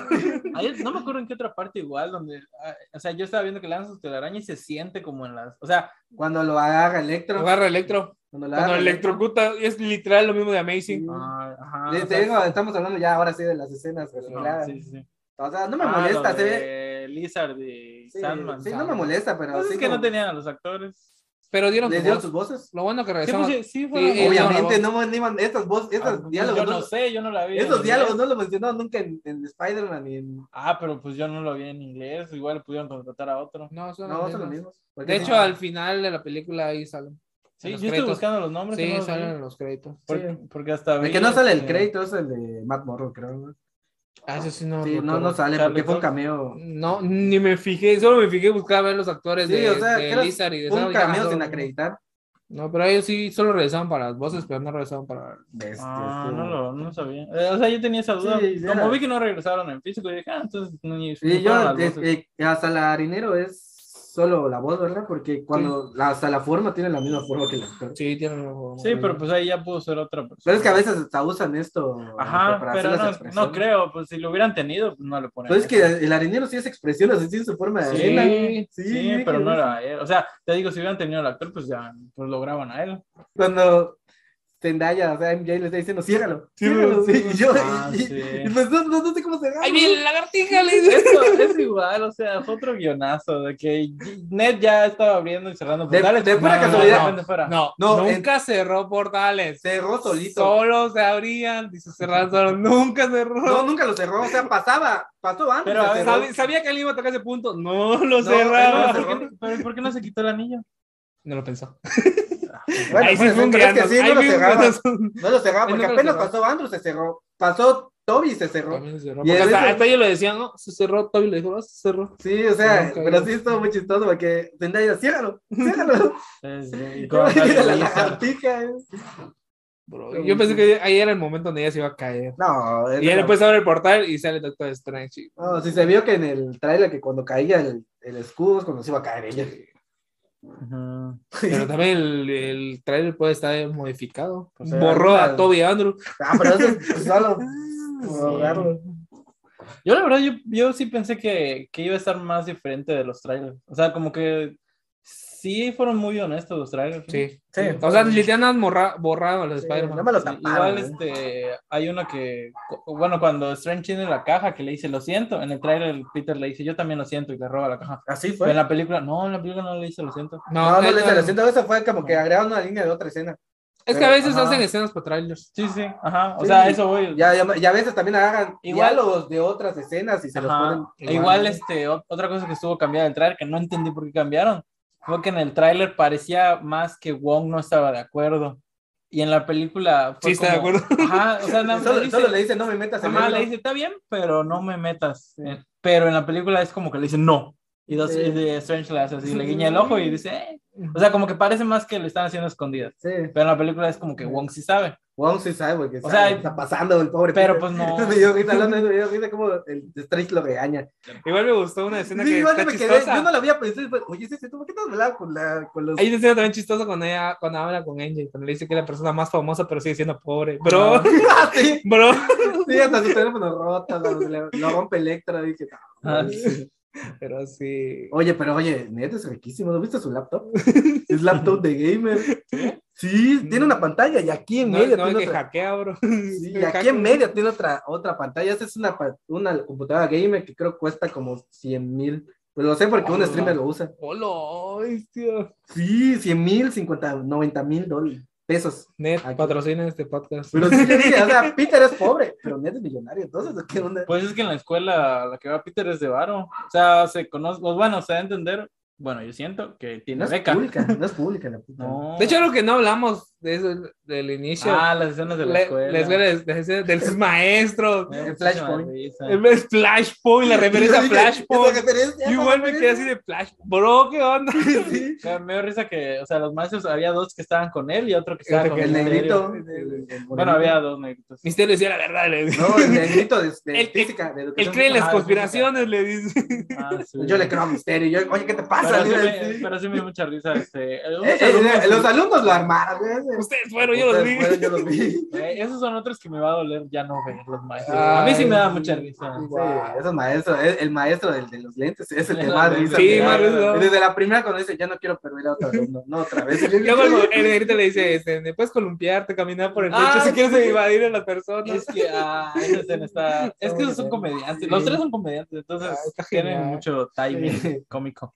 Speaker 6: Ahí- no me acuerdo en qué otra parte igual, donde, ah, o sea, yo estaba viendo que lanza su telaraña y se siente como en las, o sea,
Speaker 8: Cuando lo agarra Electro.
Speaker 7: Agarra electro.
Speaker 8: Cuando lo
Speaker 7: Cuando
Speaker 8: agarra
Speaker 7: electrocuta, es literal lo mismo de Amazing.
Speaker 6: ah, ajá,
Speaker 8: Le-
Speaker 6: o
Speaker 8: te
Speaker 6: sea,
Speaker 8: digo, estamos hablando ya ahora sí de las escenas
Speaker 6: no,
Speaker 8: recicladas.
Speaker 6: sí, sí, sí.
Speaker 8: O sea, no me
Speaker 6: Ah,
Speaker 8: molesta,
Speaker 6: lo
Speaker 8: se ve.
Speaker 6: de Lizard de
Speaker 8: Sí,
Speaker 6: Sandman.
Speaker 8: sí, no me
Speaker 7: Sandman.
Speaker 8: molesta, pero
Speaker 6: Pues
Speaker 8: sí
Speaker 6: es que
Speaker 8: como-
Speaker 6: no tenían a los actores.
Speaker 7: Pero dieron
Speaker 8: ¿Les
Speaker 7: su
Speaker 8: dieron
Speaker 7: voz.
Speaker 8: sus voces?
Speaker 7: Lo bueno que
Speaker 6: Sí,
Speaker 7: regresamos.
Speaker 6: pues, sí,
Speaker 7: Sí,
Speaker 6: fueron-
Speaker 7: eh,
Speaker 8: Obviamente,
Speaker 7: voz.
Speaker 8: no, me- ni man- estas voces,
Speaker 6: Ah,
Speaker 8: estos diálogos.
Speaker 6: Yo
Speaker 8: no-
Speaker 6: no sé, yo no la vi. en
Speaker 8: Estos
Speaker 6: inglés.
Speaker 8: diálogos no los mencionaron nunca en, en Spider-Man ni en.
Speaker 6: Ah, pero pues yo no lo vi en inglés, igual pudieron contratar a otro.
Speaker 7: No, son
Speaker 8: No,
Speaker 7: los
Speaker 8: son los
Speaker 7: mismos.
Speaker 8: mismos. Porque
Speaker 7: De
Speaker 8: sí,
Speaker 7: hecho, al final de la película ahí salen.
Speaker 6: Sí,
Speaker 7: En los
Speaker 6: yo estoy
Speaker 7: créditos.
Speaker 6: buscando los nombres.
Speaker 7: Sí,
Speaker 6: no los
Speaker 7: salen
Speaker 6: vi.
Speaker 7: en los créditos.
Speaker 6: Porque, porque hasta
Speaker 8: El
Speaker 6: vi,
Speaker 8: que no sale el
Speaker 6: este,
Speaker 8: crédito es el de Matt Morrow, creo. ¿no?
Speaker 7: Ah, eso sí no.
Speaker 8: Sí, no,
Speaker 7: recuerdo.
Speaker 8: no sale
Speaker 6: Charlie
Speaker 8: porque fue un
Speaker 6: Cox.
Speaker 8: cameo.
Speaker 7: No, ni me fijé, solo me fijé, buscaba ver los actores
Speaker 8: Sí,
Speaker 7: de,
Speaker 8: o sea,
Speaker 7: de
Speaker 8: creo-
Speaker 7: Lizard y de
Speaker 8: Un
Speaker 7: Sandman, ya,
Speaker 8: cameo sin
Speaker 7: no,
Speaker 8: acreditar.
Speaker 7: No, pero ellos sí solo regresaban para las voces, pero no regresaban para.
Speaker 8: Bestia,
Speaker 6: Ah,
Speaker 8: sí.
Speaker 6: no lo no sabía. Eh, o sea, yo tenía esa duda.
Speaker 8: Este, Sí,
Speaker 6: Como
Speaker 8: era.
Speaker 6: vi que no regresaron en físico, dije, ah, entonces no ni.
Speaker 8: Sí,
Speaker 6: ni fueron
Speaker 8: yo,
Speaker 6: las voces.
Speaker 8: eh, eh, hasta la harinero es solo la voz, ¿verdad? Porque cuando la- hasta la forma tiene la misma forma que el actor.
Speaker 7: Sí, tienen un-
Speaker 6: Sí, pero pues ahí ya pudo ser otra persona.
Speaker 8: Pero es que a veces hasta usan esto este,
Speaker 6: Ajá, pero
Speaker 8: las
Speaker 6: no,
Speaker 8: expresiones.
Speaker 6: no creo, pues si lo hubieran tenido, pues no le ponen.
Speaker 8: Pero es
Speaker 6: eso.
Speaker 8: que el harinero sí es expresión, así tiene su forma de
Speaker 6: Sí,
Speaker 8: arena.
Speaker 6: Sí,
Speaker 8: mira que
Speaker 6: pero no
Speaker 8: ves.
Speaker 6: era él. O sea, te digo, si hubieran tenido al actor, pues ya pues lo graban a él.
Speaker 8: Cuando Zendaya, o sea, MJ le está diciendo, ciérralo,
Speaker 7: Sí,
Speaker 8: ciérralo,
Speaker 7: sí,
Speaker 8: sí, [LAUGHS] y yo,
Speaker 6: Ah,
Speaker 8: y,
Speaker 6: sí.
Speaker 8: y pues no, no, no sé cómo se
Speaker 7: ¡Ay, bien, la lagartija! le dice.
Speaker 6: Eso es igual, o sea, es otro guionazo de que Ned ya estaba abriendo y cerrando
Speaker 8: De-
Speaker 6: portales.
Speaker 8: de
Speaker 6: No,
Speaker 8: pura
Speaker 6: no,
Speaker 8: casualidad.
Speaker 6: no, de fuera.
Speaker 7: No,
Speaker 8: No,
Speaker 7: nunca cerró portales.
Speaker 8: Cerró solito.
Speaker 7: Solo se abrían y se cerraban solos. Nunca
Speaker 8: No,
Speaker 7: cerró.
Speaker 8: nunca lo cerró, o sea, pasaba, pasó antes.
Speaker 6: Pero,
Speaker 8: lo
Speaker 6: a ver,
Speaker 8: cerró.
Speaker 7: Sabe- sabía que él iba a tocar ese punto. No lo
Speaker 8: No,
Speaker 7: cerraba.
Speaker 8: él no
Speaker 6: ¿Por qué no- Ah, pero ¿por qué no se quitó el anillo?
Speaker 7: No lo pensó.
Speaker 8: Bueno,
Speaker 7: ahí sí
Speaker 8: pues,
Speaker 7: fue un
Speaker 8: pero es que
Speaker 7: gran
Speaker 8: sí, no lo cerraba.
Speaker 7: Porque
Speaker 8: No lo cerraba,
Speaker 7: Él
Speaker 8: porque
Speaker 7: nunca lo
Speaker 8: apenas
Speaker 7: cerró.
Speaker 8: pasó Andrew, se cerró. Pasó Toby, se cerró. Y él
Speaker 7: hasta,
Speaker 8: hizo-
Speaker 7: hasta ellos le decían, no, se cerró, Toby le dijo, no, se cerró.
Speaker 8: Sí, o sea,
Speaker 7: Nunca
Speaker 8: pero
Speaker 7: lo-
Speaker 8: sí estuvo muy chistoso porque [LAUGHS] Zendaya, ciérralo, ciérralo.
Speaker 6: Es- y
Speaker 8: Y
Speaker 6: con-
Speaker 8: ¿eh? la lagartija.
Speaker 7: Bro, yo pensé que ahí era el momento donde ella se iba a caer.
Speaker 8: No, es
Speaker 7: Y pues, ya
Speaker 8: una-
Speaker 7: después abre el portal y sale Doctor Strange. y-
Speaker 8: No, si se vio que en el trailer que cuando caía el, el escudo es cuando se iba a caer ella.
Speaker 6: Ujú.
Speaker 8: [LAUGHS]
Speaker 7: Pero también el, el trailer puede estar modificado.
Speaker 8: O sea,
Speaker 7: Borró
Speaker 8: ahorita-
Speaker 7: a Toby Andrew.
Speaker 8: Ah, pero eso es solo. borrarlo.
Speaker 6: Yo la verdad, yo, yo sí pensé que, que iba a estar más diferente de los trailers. O sea, como que sí fueron muy honestos los trailers. ¿no?
Speaker 7: Sí.
Speaker 8: Sí.
Speaker 7: O sea, literalmente han morra- borrado a los
Speaker 8: Sí,
Speaker 7: Spider-Man.
Speaker 8: no me lo
Speaker 6: Sí,
Speaker 8: taparon.
Speaker 6: Igual
Speaker 8: ¿eh?
Speaker 6: este, hay uno que, cu- bueno, cuando Strange tiene la caja que le dice lo siento, en el trailer Peter le dice yo también lo siento y le roba la caja.
Speaker 8: Así
Speaker 6: Pero
Speaker 8: fue.
Speaker 6: en la película, no, en la película no le dice lo siento.
Speaker 8: No, no
Speaker 7: eh,
Speaker 8: le hice la siento, eso fue como que agregaron una línea de otra escena.
Speaker 7: Es que a veces
Speaker 8: Ajá.
Speaker 7: hacen escenas para trailers.
Speaker 6: Sí, sí, ajá. O
Speaker 8: Sí.
Speaker 6: sea, eso voy.
Speaker 8: Ya, ya, ya a veces también agarran
Speaker 6: Igual-
Speaker 8: diálogos de otras escenas y se
Speaker 6: Ajá.
Speaker 8: los
Speaker 6: E
Speaker 8: ponen.
Speaker 6: Igual, este, o- otra cosa que estuvo cambiada del tráiler, que no entendí por qué cambiaron, fue que en el tráiler parecía más que Wong no estaba de acuerdo. Y en la película fue
Speaker 7: Sí, está de
Speaker 6: como-
Speaker 7: [LAUGHS]
Speaker 6: Ajá, o
Speaker 8: [LAUGHS]
Speaker 6: sea, nada más
Speaker 8: Solo,
Speaker 6: le dice-
Speaker 8: solo le dicen, no me metas en
Speaker 6: Ajá,
Speaker 8: eso".
Speaker 6: le dice, está bien, pero no me metas. Eh, Pero en la película es como que le dice no. Y, dos,
Speaker 8: Sí.
Speaker 6: y de Strange le hace así, le
Speaker 8: [LAUGHS]
Speaker 6: guiña el ojo y dice, "Eh". O sea, como que parece más que lo están haciendo escondidas.
Speaker 8: Sí.
Speaker 6: Pero en la película es como que Wong sí
Speaker 8: [LAUGHS]
Speaker 6: sabe.
Speaker 8: Wong sí sabe, güey, que
Speaker 6: O
Speaker 8: sabe
Speaker 6: sea,
Speaker 8: lo que está pasando el pobre.
Speaker 6: Pero
Speaker 8: Peter.
Speaker 6: pues
Speaker 8: [LAUGHS]
Speaker 6: no.
Speaker 8: Me dio risa, hablando de eso, me dio risa como el Strange lo regaña.
Speaker 7: Igual me gustó una escena
Speaker 8: Sí,
Speaker 7: que
Speaker 8: igual
Speaker 7: está
Speaker 8: me quedé,
Speaker 7: chistosa.
Speaker 8: yo no lo había pensado, pero, oye, ese ¿por qué te has hablado con, la, con los... [LAUGHS]
Speaker 7: Hay una escena también chistosa cuando, ella, cuando habla con Angel, cuando le dice que es la persona más famosa, pero sigue siendo pobre. Bro,
Speaker 8: Ah, sí.
Speaker 7: [LAUGHS] bro.
Speaker 8: Sí, hasta su teléfono roto, lo, lo- lo rompe Electra, dije. "No,
Speaker 6: Ah,
Speaker 8: güey".
Speaker 6: sí.
Speaker 7: Pero sí.
Speaker 8: Oye, pero oye, neta es riquísimo, ¿no viste su laptop? Es laptop de gamer. Sí, tiene una pantalla y aquí en
Speaker 7: No,
Speaker 8: medio
Speaker 7: no, es
Speaker 8: tiene
Speaker 7: que
Speaker 8: otra.
Speaker 7: hackea, bro.
Speaker 8: Sí, y
Speaker 7: El
Speaker 8: aquí
Speaker 7: hacker.
Speaker 8: en medio tiene otra, otra pantalla. Esa es una, pa- una computadora gamer que creo cuesta como 100 mil. Pues lo sé porque un
Speaker 7: Hola.
Speaker 8: streamer lo usa.
Speaker 7: Hola, ay, tío.
Speaker 8: Sí, 100 mil, 50, 90 mil dólares, pesos.
Speaker 7: Net,
Speaker 8: Aquí.
Speaker 7: patrocina este podcast.
Speaker 8: Pero sí, yo dije, o sea, Peter es pobre, pero Ned es millonario. Entonces, ¿qué onda?
Speaker 6: Pues es que en la escuela la que va Peter es de varo. O sea, se conoce, pues, bueno, se da a entender, bueno, yo siento que
Speaker 8: No
Speaker 6: tiene
Speaker 8: es
Speaker 6: beca.
Speaker 8: pública, no es pública la puta.
Speaker 6: No.
Speaker 7: De hecho, lo que no hablamos de eso, del inicio.
Speaker 6: ah, las escenas de la
Speaker 7: Le-
Speaker 6: escuela.
Speaker 7: la escuela de, de- de sus maestros.
Speaker 6: Me da
Speaker 8: En
Speaker 6: muchísima
Speaker 8: Eh, Flashpoint. Em,
Speaker 6: risa.
Speaker 7: El mes Flashpoint, la referencia
Speaker 8: [LAUGHS]
Speaker 7: a
Speaker 8: Yo dije,
Speaker 7: Flashpoint.
Speaker 8: "Esa referencia,
Speaker 7: Yo
Speaker 8: esa
Speaker 7: igual me quedé así
Speaker 8: referencia".
Speaker 7: de Flash. Bro, ¿qué onda?
Speaker 8: Sí.
Speaker 6: Me, me dio risa que, o sea, los maestros había dos que estaban con él y otro que
Speaker 7: Y
Speaker 6: estaba
Speaker 7: otro
Speaker 6: con
Speaker 7: que
Speaker 8: Este El
Speaker 6: Misterio.
Speaker 8: negrito.
Speaker 7: El-
Speaker 8: el- el
Speaker 6: Bueno, había dos
Speaker 8: [LAUGHS]
Speaker 6: negritos.
Speaker 7: [LAUGHS] Misterio decía la verdad. Le dice.
Speaker 8: No, el negrito de, de
Speaker 7: Él-
Speaker 8: física, de
Speaker 7: Él
Speaker 8: educación
Speaker 7: cree en las
Speaker 6: Ah,
Speaker 7: conspiraciones, le dice. [LAUGHS]
Speaker 6: Ah, sí.
Speaker 8: física. Yo le creo Ah, a Misterio. Yo, Oye, ¿qué te pasa?
Speaker 6: Pero sí,
Speaker 8: Le iba a
Speaker 6: me,
Speaker 8: decir.
Speaker 6: pero sí me dio mucha risa. Este, unos
Speaker 8: Eh, eh,
Speaker 6: alumnos-
Speaker 8: eh, los alumnos lo armaron. güey.
Speaker 7: Ustedes fueron, yo los vi.
Speaker 8: Ustedes fueron,
Speaker 7: [LAUGHS]
Speaker 8: yo los vi.
Speaker 6: Eh, esos son otros que me va a doler ya no ver los maestros.
Speaker 7: Ay.
Speaker 8: Ah,
Speaker 6: a mí sí me da mucha risa.
Speaker 8: Sí, esos maestros, e, el, el maestro del de los lentes es el que más risa
Speaker 7: Sí,
Speaker 8: me da.
Speaker 7: más risa.
Speaker 8: Desde la primera cuando dice, ya no quiero perder a otro alumno, no otra vez. Eh, Yo-
Speaker 7: Luego el- el negrito le dice, este, "Me puedes columpiarte, caminar por el techo
Speaker 6: Ah,
Speaker 7: si quieres
Speaker 6: sí.
Speaker 7: invadir a las personas.
Speaker 6: Es que, ah, esa escena
Speaker 8: [LAUGHS]
Speaker 6: está- es que esos son
Speaker 8: Sí.
Speaker 6: comediantes. Los tres son comediantes, entonces
Speaker 7: Ah, está
Speaker 6: tienen
Speaker 7: genial.
Speaker 6: mucho timing
Speaker 8: Sí.
Speaker 6: cómico.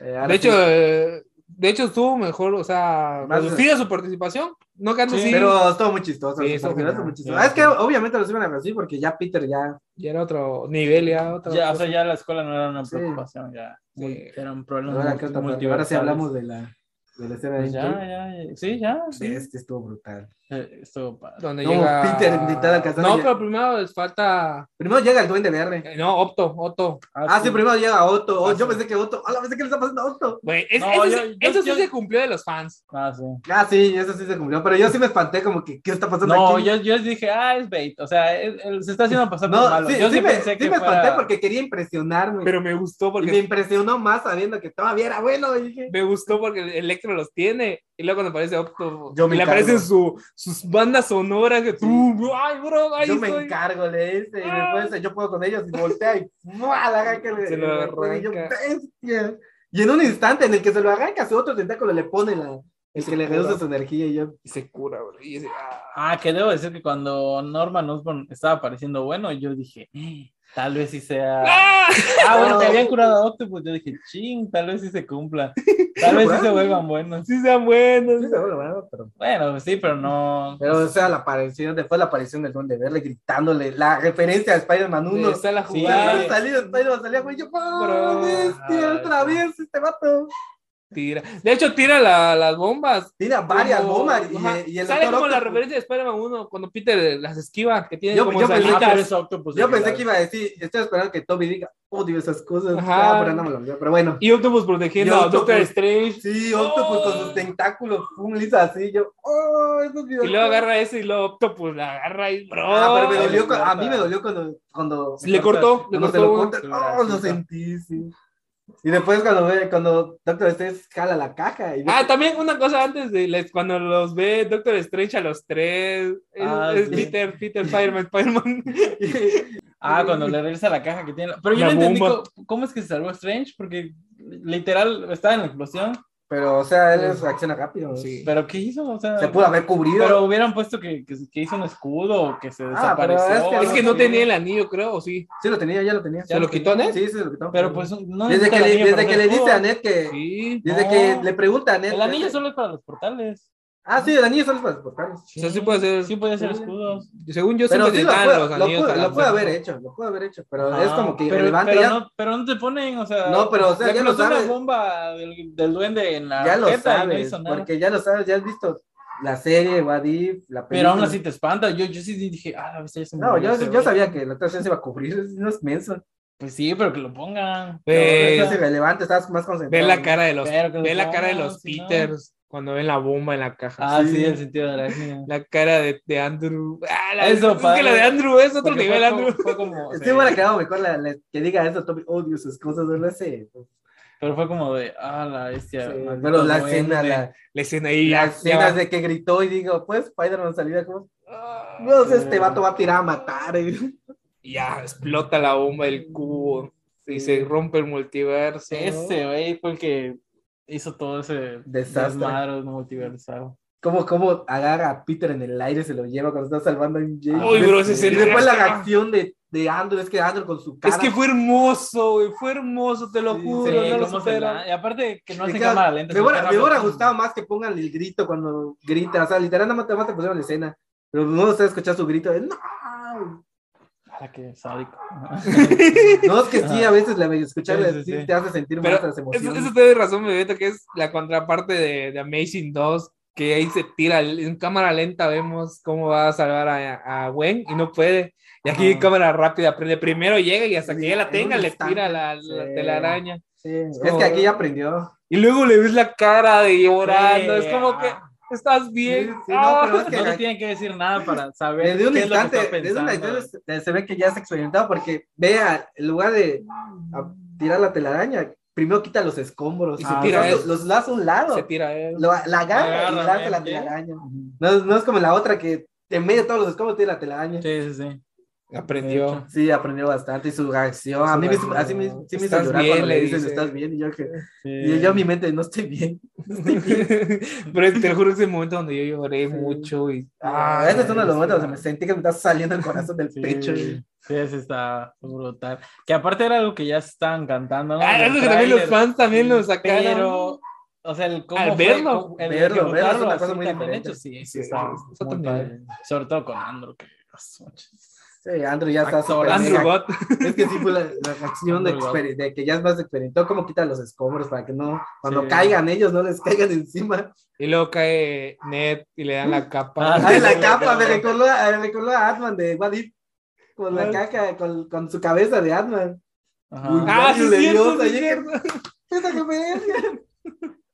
Speaker 8: Eh, ahora
Speaker 7: De
Speaker 8: sí.
Speaker 7: hecho, eh, de hecho estuvo mejor, o sea,
Speaker 8: Más-
Speaker 7: reducida su participación. No canto
Speaker 6: Sí.
Speaker 7: sí,
Speaker 8: Pero estuvo muy chistoso.
Speaker 7: Sí,
Speaker 8: Sí,
Speaker 7: estuvo genial.
Speaker 8: muy chistoso. Ah, es que obviamente lo iban a así porque ya Peter ya.
Speaker 7: ya era otro nivel, ya otro.
Speaker 6: Ya, o sea, ya la escuela no era una
Speaker 8: Sí.
Speaker 6: preocupación, ya
Speaker 7: Sí.
Speaker 6: era un problema.
Speaker 8: Ahora, que otra- ahora sí hablamos de la, de la escena de
Speaker 6: Pues ya,
Speaker 8: intro.
Speaker 6: ya, ya, sí, ya.
Speaker 8: Sí, Este estuvo brutal.
Speaker 6: Eh, estuvo padre.
Speaker 7: donde
Speaker 8: como
Speaker 7: llega
Speaker 8: Peter intentar alcanzar
Speaker 7: No,
Speaker 8: a-
Speaker 7: pero primero les falta
Speaker 8: Primero llega el duende verde.
Speaker 7: eh, no, Opto, Opto.
Speaker 8: Ah, sí, primero llega Otto. Oh,
Speaker 6: Ah,
Speaker 8: yo
Speaker 6: sí.
Speaker 8: pensé que Otto. Ah, la pensé que le está pasando a Otto.
Speaker 7: Güey, es-
Speaker 6: No,
Speaker 7: eso,
Speaker 6: yo-
Speaker 7: sí-
Speaker 6: yo-
Speaker 7: eso sí
Speaker 6: yo-
Speaker 7: se cumplió de los fans.
Speaker 6: Ah, sí.
Speaker 8: Ah, sí, eso sí se cumplió. Pero yo sí me espanté, como que, ¿qué está pasando
Speaker 6: No,
Speaker 8: pues aquí?
Speaker 6: yo, yo dije, ah, es bait. O sea, él- él se está haciendo pasar por
Speaker 8: No,
Speaker 6: malo.
Speaker 8: sí,
Speaker 6: yo sí,
Speaker 8: sí me,
Speaker 6: pensé
Speaker 8: sí
Speaker 6: que
Speaker 8: me
Speaker 6: fuera-
Speaker 8: espanté porque quería impresionarme.
Speaker 7: Pero me gustó
Speaker 8: Y me
Speaker 7: porque
Speaker 8: impresionó más sabiendo que todavía era bueno. y dije,
Speaker 7: me gustó porque Electro los tiene. Y luego cuando aparece Opto,
Speaker 8: Yo me
Speaker 7: y le
Speaker 8: encargo.
Speaker 7: aparecen su, sus bandas sonoras que tú, ay, bro, ahí
Speaker 8: yo me
Speaker 7: estoy.
Speaker 8: encargo, le dice. Y
Speaker 7: Ah.
Speaker 8: después yo puedo con ellos y voltea y ¡mua! la arranca el-
Speaker 7: Se lo
Speaker 8: el- el- y yo,
Speaker 7: arranca.
Speaker 8: "Bestia". Y en un instante en el que se lo arranca, su otro tentáculo le pone la, el que le
Speaker 7: cura.
Speaker 8: reduce su energía. Y yo,
Speaker 7: Y se cura, bro. Y dice, ah,
Speaker 6: Ah, que debo decir que cuando Norman Osborn estaba pareciendo bueno, yo dije, "Eh, tal vez sí sea.
Speaker 7: ¡Ah!
Speaker 6: Ah, bueno, que habían curado a Octopus. Yo dije, ching, tal vez sí se cumpla. Tal vez sí se vuelvan buenos.
Speaker 7: Sí, sean buenos.
Speaker 8: "Sí, se vuelve bueno", pero
Speaker 6: Bueno, pues sí, pero no.
Speaker 8: Pero, o sea, la aparición, después la aparición del Duende Verde gritándole la referencia a Spider-Man 1.
Speaker 7: Está la
Speaker 6: Sí.
Speaker 8: Ya
Speaker 7: jugada.
Speaker 8: había salido, Spider-Man salía, güey. Yo, ¡ah,
Speaker 7: Bro.
Speaker 8: bestia!
Speaker 6: Ay,
Speaker 8: Otra
Speaker 6: no.
Speaker 8: vez este vato.
Speaker 7: Tira. De hecho, tira la- las bombas.
Speaker 8: Tira varias
Speaker 7: Como-
Speaker 8: bombas y,
Speaker 7: Ajá.
Speaker 8: y el
Speaker 7: Sale
Speaker 8: Doctor
Speaker 7: como la
Speaker 8: Octopus-
Speaker 7: referencia de Spider-Man 1 cuando Peter eh, las esquiva, que tiene
Speaker 8: Yo-
Speaker 7: como
Speaker 8: yo pensé
Speaker 6: Ah,
Speaker 7: salitas.
Speaker 6: pero es
Speaker 7: Pues
Speaker 6: Octopus.
Speaker 8: Yo pensé
Speaker 6: ¿verdad?
Speaker 8: que iba a decir, estoy esperando que Toby diga, odio esas cosas.
Speaker 7: Ajá.
Speaker 8: Ah, pero no me lo olvidó, pero bueno.
Speaker 7: Y Octopus protegiendo
Speaker 8: Y
Speaker 7: a
Speaker 8: Octopus.
Speaker 7: Doctor Strange.
Speaker 8: Sí, Octopus
Speaker 7: ¡Oh!
Speaker 8: con sus tentáculos, un liso así, yo, oh, esos videos.
Speaker 7: Y luego agarra Oh, eso y luego Octopus la agarra y bro.
Speaker 8: Ah, pero me dolió,
Speaker 6: Ay,
Speaker 8: cu- a mí
Speaker 6: mata.
Speaker 8: me dolió cuando, cuando,
Speaker 7: Le cortó, le
Speaker 8: cuando se
Speaker 7: cortó
Speaker 8: lo
Speaker 7: uno.
Speaker 8: cortan, oh, lo sentí, sí. Y después cuando ve, cuando Doctor Strange jala la caja y [LAUGHS]
Speaker 7: Ah, también una cosa antes de les- cuando los ve Doctor Strange a los tres. Es,
Speaker 6: Ah,
Speaker 7: es
Speaker 6: sí.
Speaker 7: Peter, Peter,
Speaker 8: [LAUGHS]
Speaker 7: Fireman, Spiderman. [LAUGHS]
Speaker 6: Ah, cuando le regresa la caja que tiene. la- Pero yo
Speaker 7: La
Speaker 6: no entendí
Speaker 7: bomba.
Speaker 6: co- cómo es que se salvó Strange, porque literal estaba en la explosión.
Speaker 8: pero o sea, él reacciona rápido.
Speaker 7: Pues, Sí.
Speaker 6: ¿Pero qué hizo? O sea,
Speaker 8: Se pudo haber cubrido.
Speaker 6: pero hubieran puesto que, que, que hizo un escudo o que se
Speaker 8: Ah, pero
Speaker 6: desapareció.
Speaker 8: es que-
Speaker 6: algo
Speaker 7: Es que no
Speaker 6: así.
Speaker 7: tenía el anillo, creo, o sí.
Speaker 8: Sí lo tenía, ya lo tenía.
Speaker 7: ¿Se lo quitó a Ned?
Speaker 8: Sí, sí se lo quitó.
Speaker 6: Pero pues no
Speaker 8: desde
Speaker 6: necesita
Speaker 8: que
Speaker 6: el
Speaker 8: le,
Speaker 6: anillo
Speaker 8: desde
Speaker 6: para
Speaker 8: que
Speaker 6: hacer
Speaker 8: le dice
Speaker 6: escudo.
Speaker 8: a Ned que
Speaker 7: Sí.
Speaker 8: desde
Speaker 6: No.
Speaker 8: que le pregunta a Ned.
Speaker 6: El anillo solo es para los portales.
Speaker 8: Ah, sí, el anillo solo es para los portales.
Speaker 7: O sea, sí puede ser.
Speaker 6: Sí puede hacer escudos.
Speaker 7: Según yo,
Speaker 8: Pero
Speaker 7: siempre
Speaker 8: sí lo
Speaker 7: tenían
Speaker 8: puede,
Speaker 7: Pues los
Speaker 8: lo
Speaker 7: anillos
Speaker 8: puede-
Speaker 7: a la
Speaker 8: lo puede ¿eh?
Speaker 7: mano. Ah,
Speaker 8: haber hecho, lo puede haber hecho, pero
Speaker 6: Ajá,
Speaker 8: es como que
Speaker 6: Ah, pero,
Speaker 8: irrelevante
Speaker 6: pero
Speaker 8: ya.
Speaker 6: No, pero no te ponen, o sea.
Speaker 8: No, pero, o sea,
Speaker 6: le
Speaker 8: ya lo
Speaker 6: explotó
Speaker 8: sabes.
Speaker 6: una bomba del, del duende en la
Speaker 8: ya lo
Speaker 6: jeta y no
Speaker 8: sabes,
Speaker 6: hizo nada.
Speaker 8: porque ya lo sabes, ya has visto la serie, Wadif, la película.
Speaker 6: Pero aún así te espanta. Yo, yo sí dije, ah, la bestia ya se
Speaker 8: No,
Speaker 6: murió
Speaker 8: yo,
Speaker 6: ese
Speaker 8: yo
Speaker 6: güey".
Speaker 8: sabía que la actuación se iba a cubrir, [LAUGHS] es- no es menso.
Speaker 6: Pues sí, pero que lo pongan.
Speaker 8: Pues,
Speaker 7: Eh,
Speaker 8: es irrelevante, estás más concentrado.
Speaker 7: Ve la cara de los,
Speaker 6: Pero que los
Speaker 7: ve la cara de los
Speaker 6: si no.
Speaker 7: Peters cuando ven la bomba en la caja.
Speaker 6: Ah, sí, el sentido de la arácnido.
Speaker 7: La cara de, de Andrew. Ah, la-
Speaker 6: Eso,
Speaker 7: es que
Speaker 6: padre.
Speaker 7: la de Andrew es otro
Speaker 6: Porque fue
Speaker 7: nivel,
Speaker 6: como-
Speaker 7: Andrew.
Speaker 6: fue como, o
Speaker 8: Sí,
Speaker 6: sea,
Speaker 7: eh.
Speaker 8: hubiera quedado mejor la- la- que diga eso, Tommy, odio sus cosas, no lo sé.
Speaker 6: Pero fue como de, ah, la bestia.
Speaker 8: Sí,
Speaker 6: maldito
Speaker 8: pero la
Speaker 6: duende.
Speaker 8: escena, la,
Speaker 7: La escena ahí.
Speaker 8: la
Speaker 7: ya-
Speaker 8: escena
Speaker 7: ya-
Speaker 8: de que gritó y digo, pues Spider-Man salía como,
Speaker 7: Ah,
Speaker 8: no sé, este vato va a tirar a matar. y- [LAUGHS]
Speaker 7: Ya, explota la bomba del cubo. Y se rompe el multiverso.
Speaker 6: Ese, güey, fue el que hizo todo ese
Speaker 8: Desastre.
Speaker 6: desmadre multiversal.
Speaker 8: Como, como agarra a Peter en el aire, se lo lleva cuando está salvando a MJ.
Speaker 7: Uy, bro, esa
Speaker 8: y
Speaker 7: escena
Speaker 8: después la
Speaker 7: está-
Speaker 8: reacción de, de Andrew, es que Andrew con su cara.
Speaker 7: Es que fue hermoso, güey. Fue hermoso, te lo
Speaker 8: Sí,
Speaker 7: juro.
Speaker 8: sí,
Speaker 7: no lo
Speaker 6: ¿cómo se
Speaker 7: supero.
Speaker 6: la- Y aparte que no
Speaker 8: Me
Speaker 6: hace
Speaker 8: queda-
Speaker 6: cámara lenta.
Speaker 8: me
Speaker 6: sino
Speaker 8: hubiera,
Speaker 6: que
Speaker 8: me hubiera
Speaker 6: rápido.
Speaker 8: gustado más que pongan el grito cuando grita. O sea, literal, nada más, nada más te pusieron la escena. Pero no sé escuchar su grito de no.
Speaker 6: Ah, qué
Speaker 8: [LAUGHS]
Speaker 6: sádico.
Speaker 8: No, es que sí, a veces la escucharla
Speaker 6: Sí, sí,
Speaker 8: sí
Speaker 6: sí.
Speaker 8: te hace sentir
Speaker 7: Pero
Speaker 8: más las
Speaker 7: Eso,
Speaker 8: emociones.
Speaker 7: eso te doy razón, Bebeto, que es la contraparte de, de Amazing 2, que ahí se tira el- en cámara lenta, vemos cómo va a salvar a, a Gwen y no puede. Y aquí en
Speaker 6: Ah.
Speaker 7: cámara rápida, prende primero llega y hasta que
Speaker 8: Sí,
Speaker 7: ya la
Speaker 8: en
Speaker 7: tenga,
Speaker 8: un
Speaker 7: le
Speaker 8: instante.
Speaker 7: tira la, la
Speaker 8: Sí.
Speaker 7: telaraña.
Speaker 8: Sí, es
Speaker 7: como-
Speaker 8: que aquí ya aprendió.
Speaker 7: Y luego le ves la cara de llorando,
Speaker 6: Sí,
Speaker 7: es como
Speaker 6: ah.
Speaker 7: que estás
Speaker 8: Sí,
Speaker 7: bien.
Speaker 8: sí, no,
Speaker 7: Ah.
Speaker 8: pero es que
Speaker 6: No te tienen que decir nada para saber.
Speaker 8: desde un
Speaker 6: qué es lo que
Speaker 8: instante,
Speaker 6: está
Speaker 8: desde un
Speaker 6: pensando.
Speaker 8: instante se- eh, se ve que ya es experimentado porque vea, en lugar de a- tirar la telaraña, primero quita los escombros
Speaker 7: Y
Speaker 8: y
Speaker 7: se
Speaker 8: se
Speaker 7: tira eso.
Speaker 8: los, los hace a un lado.
Speaker 7: Se tira él.
Speaker 8: Lo- la agarra y
Speaker 6: Agarra,
Speaker 8: le hace la
Speaker 6: ¿eh?
Speaker 8: telaraña. No, no es como la otra que en medio de todos los escombros tiene la telaraña.
Speaker 6: Sí, sí, sí. De
Speaker 7: Aprendió.
Speaker 6: hecho.
Speaker 8: Sí, aprendió bastante y su reacción. A mí me, hizo- así me, sí me hizo
Speaker 7: Estás
Speaker 8: llorar
Speaker 7: bien,
Speaker 8: cuando
Speaker 7: le
Speaker 8: le dicen,
Speaker 7: dice.
Speaker 8: estás bien. Y yo, que,
Speaker 6: sí.
Speaker 8: y yo en mi mente, no estoy bien.
Speaker 7: [LAUGHS] pero te juro ese momento donde yo lloré
Speaker 8: Sí.
Speaker 7: mucho y
Speaker 8: Ah, este es uno de los
Speaker 7: sí.
Speaker 8: momentos donde me sentí que me está saliendo el corazón del
Speaker 6: Sí,
Speaker 8: pecho. y-
Speaker 6: sí, ese está brutal. Que aparte era algo que ya estaban cantando. ¿no?
Speaker 7: Ah,
Speaker 6: En el
Speaker 7: eso que también los
Speaker 6: tráiler.
Speaker 7: fans también lo sacaron.
Speaker 6: Pero, o sea, el cómo
Speaker 7: Al
Speaker 6: fue,
Speaker 7: verlo.
Speaker 6: cómo- el
Speaker 8: Verlo, verlo es
Speaker 6: ejecutarlo
Speaker 8: una
Speaker 6: así
Speaker 8: cosa muy
Speaker 6: tan bien
Speaker 8: diferente.
Speaker 6: hecho, sí, sí,
Speaker 7: Sí,
Speaker 6: está
Speaker 7: es otro
Speaker 6: muy
Speaker 7: nivel.
Speaker 6: padre. Sobre todo con Andro, que ah,
Speaker 8: Sí, Andrew ya está
Speaker 6: Actor,
Speaker 8: súper
Speaker 7: Andrew
Speaker 8: mega-
Speaker 7: Watt.
Speaker 8: Es que sí fue la, la reacción de,
Speaker 6: Andrew Watt.
Speaker 8: exper- de que ya es más experimentado. ¿Cómo quita los escombros para que no, cuando
Speaker 6: Sí.
Speaker 8: caigan ellos, no les caigan encima?
Speaker 7: Y luego cae Ned y le dan la capa.
Speaker 6: Ah,
Speaker 8: Ay, la
Speaker 6: [LAUGHS] la
Speaker 8: capa, me
Speaker 6: capa.
Speaker 8: recordó, a- me recordó a Atman de What If, Con la
Speaker 7: What?
Speaker 8: caca, con, con su cabeza de Atman. Uy,
Speaker 6: Ah,
Speaker 7: Ah, sí, es
Speaker 8: Dios,
Speaker 7: cierto, sí,
Speaker 8: ayer.
Speaker 7: es cierto.
Speaker 8: ¡Esta
Speaker 6: [LAUGHS]
Speaker 8: comedia!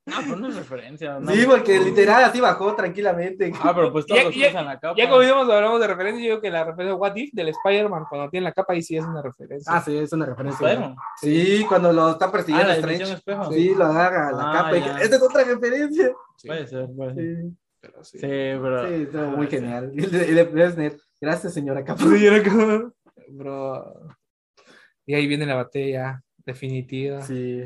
Speaker 6: no, no es referencia. no.
Speaker 8: Sí, porque literal así bajó tranquilamente.
Speaker 6: Ah, pero pues todos
Speaker 7: Ya-
Speaker 6: los pues,
Speaker 7: ya-
Speaker 6: usan la capa.
Speaker 7: Ya como vimos, hablamos de referencia. Yo digo que la referencia What If del Spider-Man, cuando tiene la capa, ahí sí es una referencia.
Speaker 8: Ah, sí, es una referencia.
Speaker 6: Spider-Man.
Speaker 8: Sí, cuando lo está
Speaker 6: Ah,
Speaker 8: persiguiendo
Speaker 6: la
Speaker 8: Strange.
Speaker 6: dimensión espejo.
Speaker 8: Sí, lo agarra a la
Speaker 6: Ah,
Speaker 8: capa. y
Speaker 6: ya.
Speaker 8: que, Esta es otra referencia.
Speaker 7: Sí,
Speaker 6: Puede ser, puede ser.
Speaker 8: pues, Sí,
Speaker 7: pero sí.
Speaker 6: Sí, pero.
Speaker 8: sí, estuvo muy
Speaker 6: sí.
Speaker 8: genial. [LAUGHS] Y le- y le- le- le- Gracias, señora capa.
Speaker 7: Sí, era como, Bro. Y ahí viene la batalla definitiva.
Speaker 8: Sí.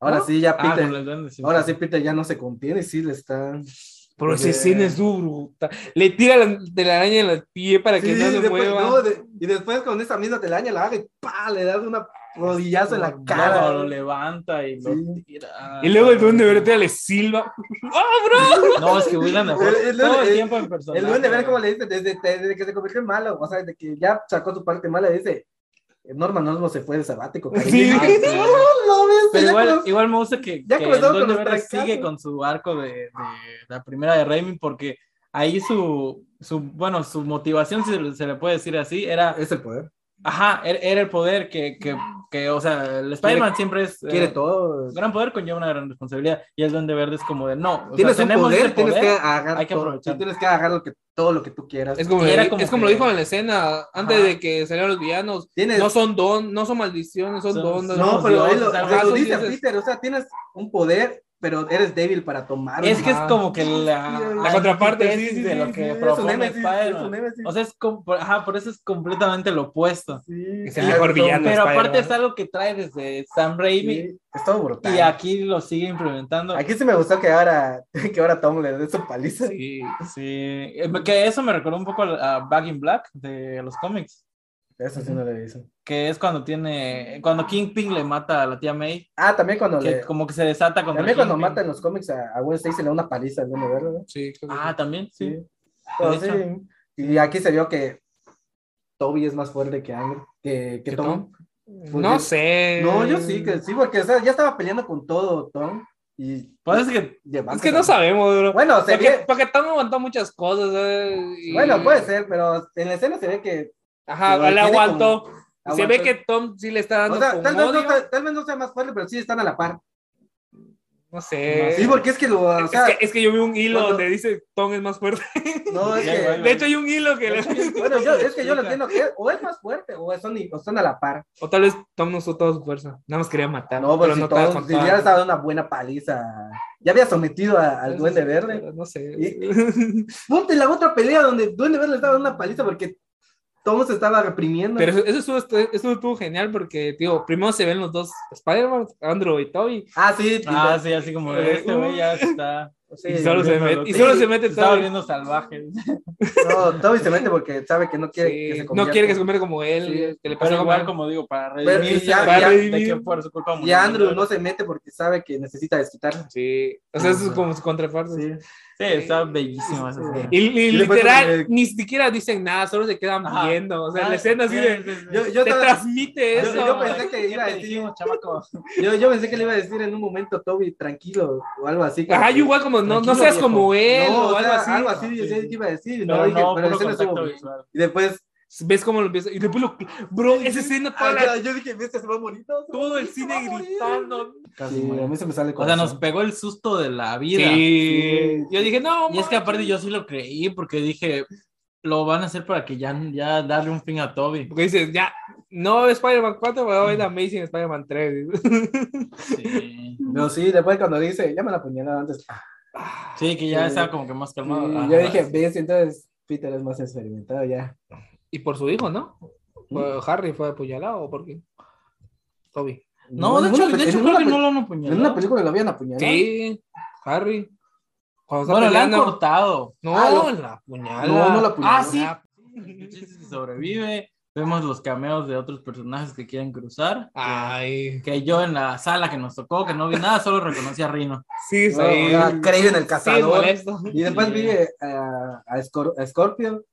Speaker 8: Ahora sí, ya
Speaker 6: Ah,
Speaker 8: Peter.
Speaker 6: con el duende, sí.
Speaker 8: Ahora sí, Peter ya no se contiene. Sí, le está.
Speaker 7: Pero esa
Speaker 8: Porque-
Speaker 7: escena es bruta. Le tira la telaraña en el pie para que
Speaker 8: Sí,
Speaker 7: no se
Speaker 8: después-
Speaker 7: mueva.
Speaker 8: no, de- y después con esa misma telaraña la agarra y ¡pa! le das una rodillazo en la
Speaker 6: Lo-
Speaker 8: cara.
Speaker 6: Lo levanta y lo
Speaker 8: Sí.
Speaker 6: tira.
Speaker 7: Y luego el duende verde le silba. ¡Ah,
Speaker 6: No, es que William
Speaker 8: [LAUGHS]
Speaker 6: mejor.
Speaker 8: El- el-
Speaker 6: todo el
Speaker 8: el-
Speaker 6: tiempo en persona.
Speaker 8: El duende, ver cómo le dice, desde, desde que se convirtió en malo, o sea, desde que ya sacó su parte mala, dice, Norman Osborn se fue de sabático.
Speaker 7: Sí.
Speaker 6: [LAUGHS]
Speaker 8: cariño.
Speaker 7: Sí.
Speaker 8: No, [LAUGHS] no, ves,
Speaker 6: Pero
Speaker 8: ya
Speaker 6: igual,
Speaker 8: conoces-
Speaker 6: igual me gusta que,
Speaker 8: ya
Speaker 6: que el
Speaker 8: comenzamos con
Speaker 6: Duende
Speaker 8: los
Speaker 6: Verde
Speaker 8: fracasos.
Speaker 6: sigue con su arco de, de la primera de Raimi porque ahí su, su bueno, su motivación, si se- se le puede decir así, era,
Speaker 8: Es el poder.
Speaker 6: ajá, era- era el poder que, que, que, o sea, el Spider-Man siempre es... eh,
Speaker 8: Quiere todo.
Speaker 6: gran poder conlleva una gran responsabilidad y el Duende Verde es como de, no, o sea,
Speaker 8: Tienes un
Speaker 6: tenemos
Speaker 8: poder,
Speaker 6: ese
Speaker 8: tienes que
Speaker 6: poder,
Speaker 8: agarrar
Speaker 6: hay que
Speaker 8: todo.
Speaker 6: aprovechar.
Speaker 8: Sí, Tienes que agarrar lo que, todo lo que tú quieras.
Speaker 7: Es como,
Speaker 6: Y
Speaker 7: lo,
Speaker 6: era
Speaker 7: di-
Speaker 6: como
Speaker 7: es como lo
Speaker 6: que-
Speaker 7: dijo en la escena, antes
Speaker 6: Ajá.
Speaker 7: de que salieran los villanos.
Speaker 8: Tienes-
Speaker 7: No son don, no son maldiciones, son
Speaker 6: Son-
Speaker 7: don.
Speaker 6: son-
Speaker 8: No,
Speaker 6: Somos
Speaker 8: pero
Speaker 6: dioses,
Speaker 8: él lo,
Speaker 6: algo
Speaker 8: lo
Speaker 7: así,
Speaker 8: dice a
Speaker 7: dices.
Speaker 8: Peter, o sea, tienes un poder, pero eres débil para tomarlo.
Speaker 6: Es que es
Speaker 7: Ajá.
Speaker 6: como que la,
Speaker 8: La
Speaker 7: contraparte,
Speaker 6: antítesis
Speaker 7: sí, sí,
Speaker 6: de
Speaker 7: sí,
Speaker 6: lo
Speaker 7: sí,
Speaker 6: que
Speaker 8: es un
Speaker 6: propone
Speaker 8: némesis, es un
Speaker 6: Spider-Man.
Speaker 8: némesis.
Speaker 6: O sea, es como, por- ajá, por eso es completamente lo opuesto.
Speaker 8: Sí,
Speaker 7: Es el mejor villano.
Speaker 6: Pero
Speaker 7: Spider-Man.
Speaker 6: aparte es algo que trae desde Sam Raimi
Speaker 8: Sí, es todo brutal.
Speaker 6: y aquí lo sigue implementando.
Speaker 8: Aquí sí me gustó que ahora, [LAUGHS] que ahora Tom le dé su paliza.
Speaker 7: Sí.
Speaker 6: Sí, eh, que eso me recordó un poco a a Back in Black de los cómics,
Speaker 8: Eso sí no le hizo.
Speaker 6: que es cuando tiene, cuando Kingpin le mata a la tía May,
Speaker 8: Ah, también cuando
Speaker 6: que
Speaker 8: le.
Speaker 6: como que se desata contra
Speaker 8: También cuando
Speaker 6: Kingpin.
Speaker 8: mata en los cómics a, a Gwen Stacy le da una paliza al Duende Verde, ¿no?
Speaker 7: Sí, creo que
Speaker 6: Ah, también, sí.
Speaker 8: Sí. Pero
Speaker 6: De
Speaker 8: sí,
Speaker 6: hecho.
Speaker 8: Y aquí se vio que Toby es más fuerte que Andrew, que, que
Speaker 7: ¿Que
Speaker 8: Tom.
Speaker 7: sí.
Speaker 8: Pues
Speaker 7: no
Speaker 8: yo-
Speaker 7: sé.
Speaker 8: No,
Speaker 6: Eh.
Speaker 8: yo sí, que sí, porque o sea, ya estaba peleando con todo Tom. Y
Speaker 6: Pues es que
Speaker 8: llevándose
Speaker 7: Es que
Speaker 8: la-
Speaker 7: no sabemos, bro.
Speaker 8: Bueno, se
Speaker 7: porque,
Speaker 8: ve-
Speaker 7: porque Tom aguantó muchas cosas. eh, y-
Speaker 8: bueno, puede ser, pero en la escena se ve que.
Speaker 7: Ajá,
Speaker 8: Pero
Speaker 7: le
Speaker 8: tiene
Speaker 7: aguantó.
Speaker 8: como-
Speaker 7: Se ve
Speaker 8: aguantó.
Speaker 7: que Tom sí le está dando
Speaker 8: O sea,
Speaker 7: con
Speaker 8: tal vez, no,
Speaker 7: odio.
Speaker 8: tal- tal vez no sea más fuerte, pero sí están a la par.
Speaker 7: No sé.
Speaker 8: Sí, porque es que lo. O
Speaker 7: Eh, Es
Speaker 8: sea,
Speaker 7: que, es que yo vi un hilo
Speaker 8: cuando-
Speaker 7: donde dice Tom es más fuerte.
Speaker 8: no,
Speaker 7: [LAUGHS]
Speaker 8: es
Speaker 6: Ya,
Speaker 8: que.
Speaker 6: igual,
Speaker 7: De hecho, hay un hilo que le.
Speaker 8: Bueno, yo, es que yo lo entiendo que o es más fuerte o son, o son a la par.
Speaker 7: [LAUGHS] O tal vez Tom no usó toda su fuerza. Nada más quería matar.
Speaker 8: No, pero, si,
Speaker 7: estaba
Speaker 8: todos,
Speaker 7: con
Speaker 8: si
Speaker 7: toda-
Speaker 8: hubieras dado una buena paliza, ya había sometido a- al Duende Verde.
Speaker 7: Pero No sé.
Speaker 8: Ponte la otra pelea donde el Duende Verde le estaba dando una paliza porque todo se estaba reprimiendo.
Speaker 7: [LAUGHS] Pero eso, eso estuvo, estu- eso estuvo genial porque, tío, primero se ven los dos Spider-Man, Andrew y Toby.
Speaker 8: Ah, sí,
Speaker 6: ah,
Speaker 8: [LAUGHS] sí,
Speaker 6: sí, así como de este güey ya se está
Speaker 8: Eh, uh, sí.
Speaker 7: y solo se mete, y
Speaker 6: sí.
Speaker 7: solo se mete
Speaker 6: se está
Speaker 7: Toby.
Speaker 6: volviendo salvaje.
Speaker 8: No, Toby se mete porque sabe que no quiere
Speaker 7: Sí,
Speaker 8: que se
Speaker 7: no
Speaker 8: convierta.
Speaker 7: quiere que se convierta como él,
Speaker 8: Sí.
Speaker 7: que le pase
Speaker 6: Pero
Speaker 7: algo
Speaker 6: igual,
Speaker 7: mal.
Speaker 6: como digo, para
Speaker 8: Pero- y
Speaker 6: redimirse,
Speaker 8: ya-
Speaker 6: para
Speaker 7: ya-
Speaker 6: de que por su culpa
Speaker 8: Y
Speaker 6: murió.
Speaker 8: Andrew no se mete porque sabe que necesita desquitarla.
Speaker 7: Sí. O sea, eso es como su contraparte.
Speaker 6: Sí, está bellísimo esa escena.
Speaker 7: Y, y
Speaker 8: le fue
Speaker 7: literal,
Speaker 8: como
Speaker 7: ni siquiera dicen nada, solo se quedan
Speaker 6: Ajá.
Speaker 7: viendo.
Speaker 8: pues,
Speaker 7: O sea,
Speaker 6: Ah,
Speaker 7: la escena así de.
Speaker 6: sí, sí, sí.
Speaker 8: Yo, yo,
Speaker 7: te
Speaker 8: estaba-
Speaker 7: transmite
Speaker 8: yo-
Speaker 7: eso.
Speaker 8: yo pensé que iba a decir,
Speaker 6: dijimos,
Speaker 8: [LAUGHS]
Speaker 6: chamaco.
Speaker 8: yo, yo pensé que le iba a decir en un momento Toby tranquilo o algo así.
Speaker 7: Ajá,
Speaker 8: como-
Speaker 7: yo igual como no, no
Speaker 6: Tranquilo,
Speaker 7: seas
Speaker 6: viejo.
Speaker 7: como él
Speaker 8: No,
Speaker 7: o,
Speaker 8: o
Speaker 7: algo
Speaker 8: sea,
Speaker 7: así.
Speaker 8: algo así, yo sé
Speaker 6: sí.
Speaker 8: que iba a decir, no,
Speaker 6: Pero
Speaker 8: dije,
Speaker 6: no,
Speaker 8: pero
Speaker 6: puro
Speaker 8: la escena estuvo
Speaker 6: contacto
Speaker 8: bien.
Speaker 6: visual.
Speaker 8: Y después,
Speaker 7: Ves cómo lo empieza. Y después lo. Bro, esa escena toda la-
Speaker 8: Ah, yo dije, ¿viste? Se va a morir.
Speaker 7: todo el cine gritando.
Speaker 6: Casi
Speaker 8: Sí, a
Speaker 6: muere.
Speaker 8: mí se me sale el
Speaker 6: O sea,
Speaker 8: corazón.
Speaker 6: nos pegó el susto de la
Speaker 7: Sí.
Speaker 6: vida.
Speaker 7: Yo dije, no,
Speaker 6: Y es que aparte yo sí lo creí porque dije, lo van a hacer para que ya, ya darle un fin a Toby.
Speaker 7: Porque dices, ya, no Spider-Man 4, pero va a ver Amazing Spider-Man 3.
Speaker 6: Sí,
Speaker 8: No, sí, después cuando dice, ya me la apuñalaba antes. Ah,
Speaker 6: Sí, que ya
Speaker 8: Sí.
Speaker 6: estaba como que más calmado.
Speaker 8: sí,
Speaker 6: Ajá.
Speaker 8: yo dije, ves, entonces Peter es más experimentado ya.
Speaker 7: [LAUGHS] Y por su hijo, ¿no? Fue- Harry fue apuñalado o por qué? Toby.
Speaker 6: No, de
Speaker 8: en
Speaker 6: hecho,
Speaker 8: una
Speaker 6: de
Speaker 8: pe-
Speaker 6: hecho
Speaker 8: en
Speaker 6: creo
Speaker 8: una
Speaker 6: que
Speaker 8: pe-
Speaker 6: no lo han
Speaker 8: En una
Speaker 6: apuñalado.
Speaker 8: película lo habían apuñalado.
Speaker 7: Sí, Harry. Cuando está
Speaker 6: ¿Eh? Bueno, le han
Speaker 7: peleando-
Speaker 6: cortado.
Speaker 7: No,
Speaker 8: Ah, lo-
Speaker 7: la apuñala.
Speaker 8: No, no la apuñaló.
Speaker 6: Ah, sí. El chiste es que sobrevive. Vemos los cameos de otros personajes que quieren cruzar.
Speaker 8: Ah.
Speaker 7: Ay.
Speaker 6: Que yo en la sala que nos tocó, que no vi nada, solo reconocí a
Speaker 8: [LAUGHS]
Speaker 6: Rino.
Speaker 7: Sí,
Speaker 8: No, o sea, creído Ah, en el cazador.
Speaker 7: molesto.
Speaker 8: y después
Speaker 6: Sí.
Speaker 8: vi eh, a, a, Scor- a Scorpio.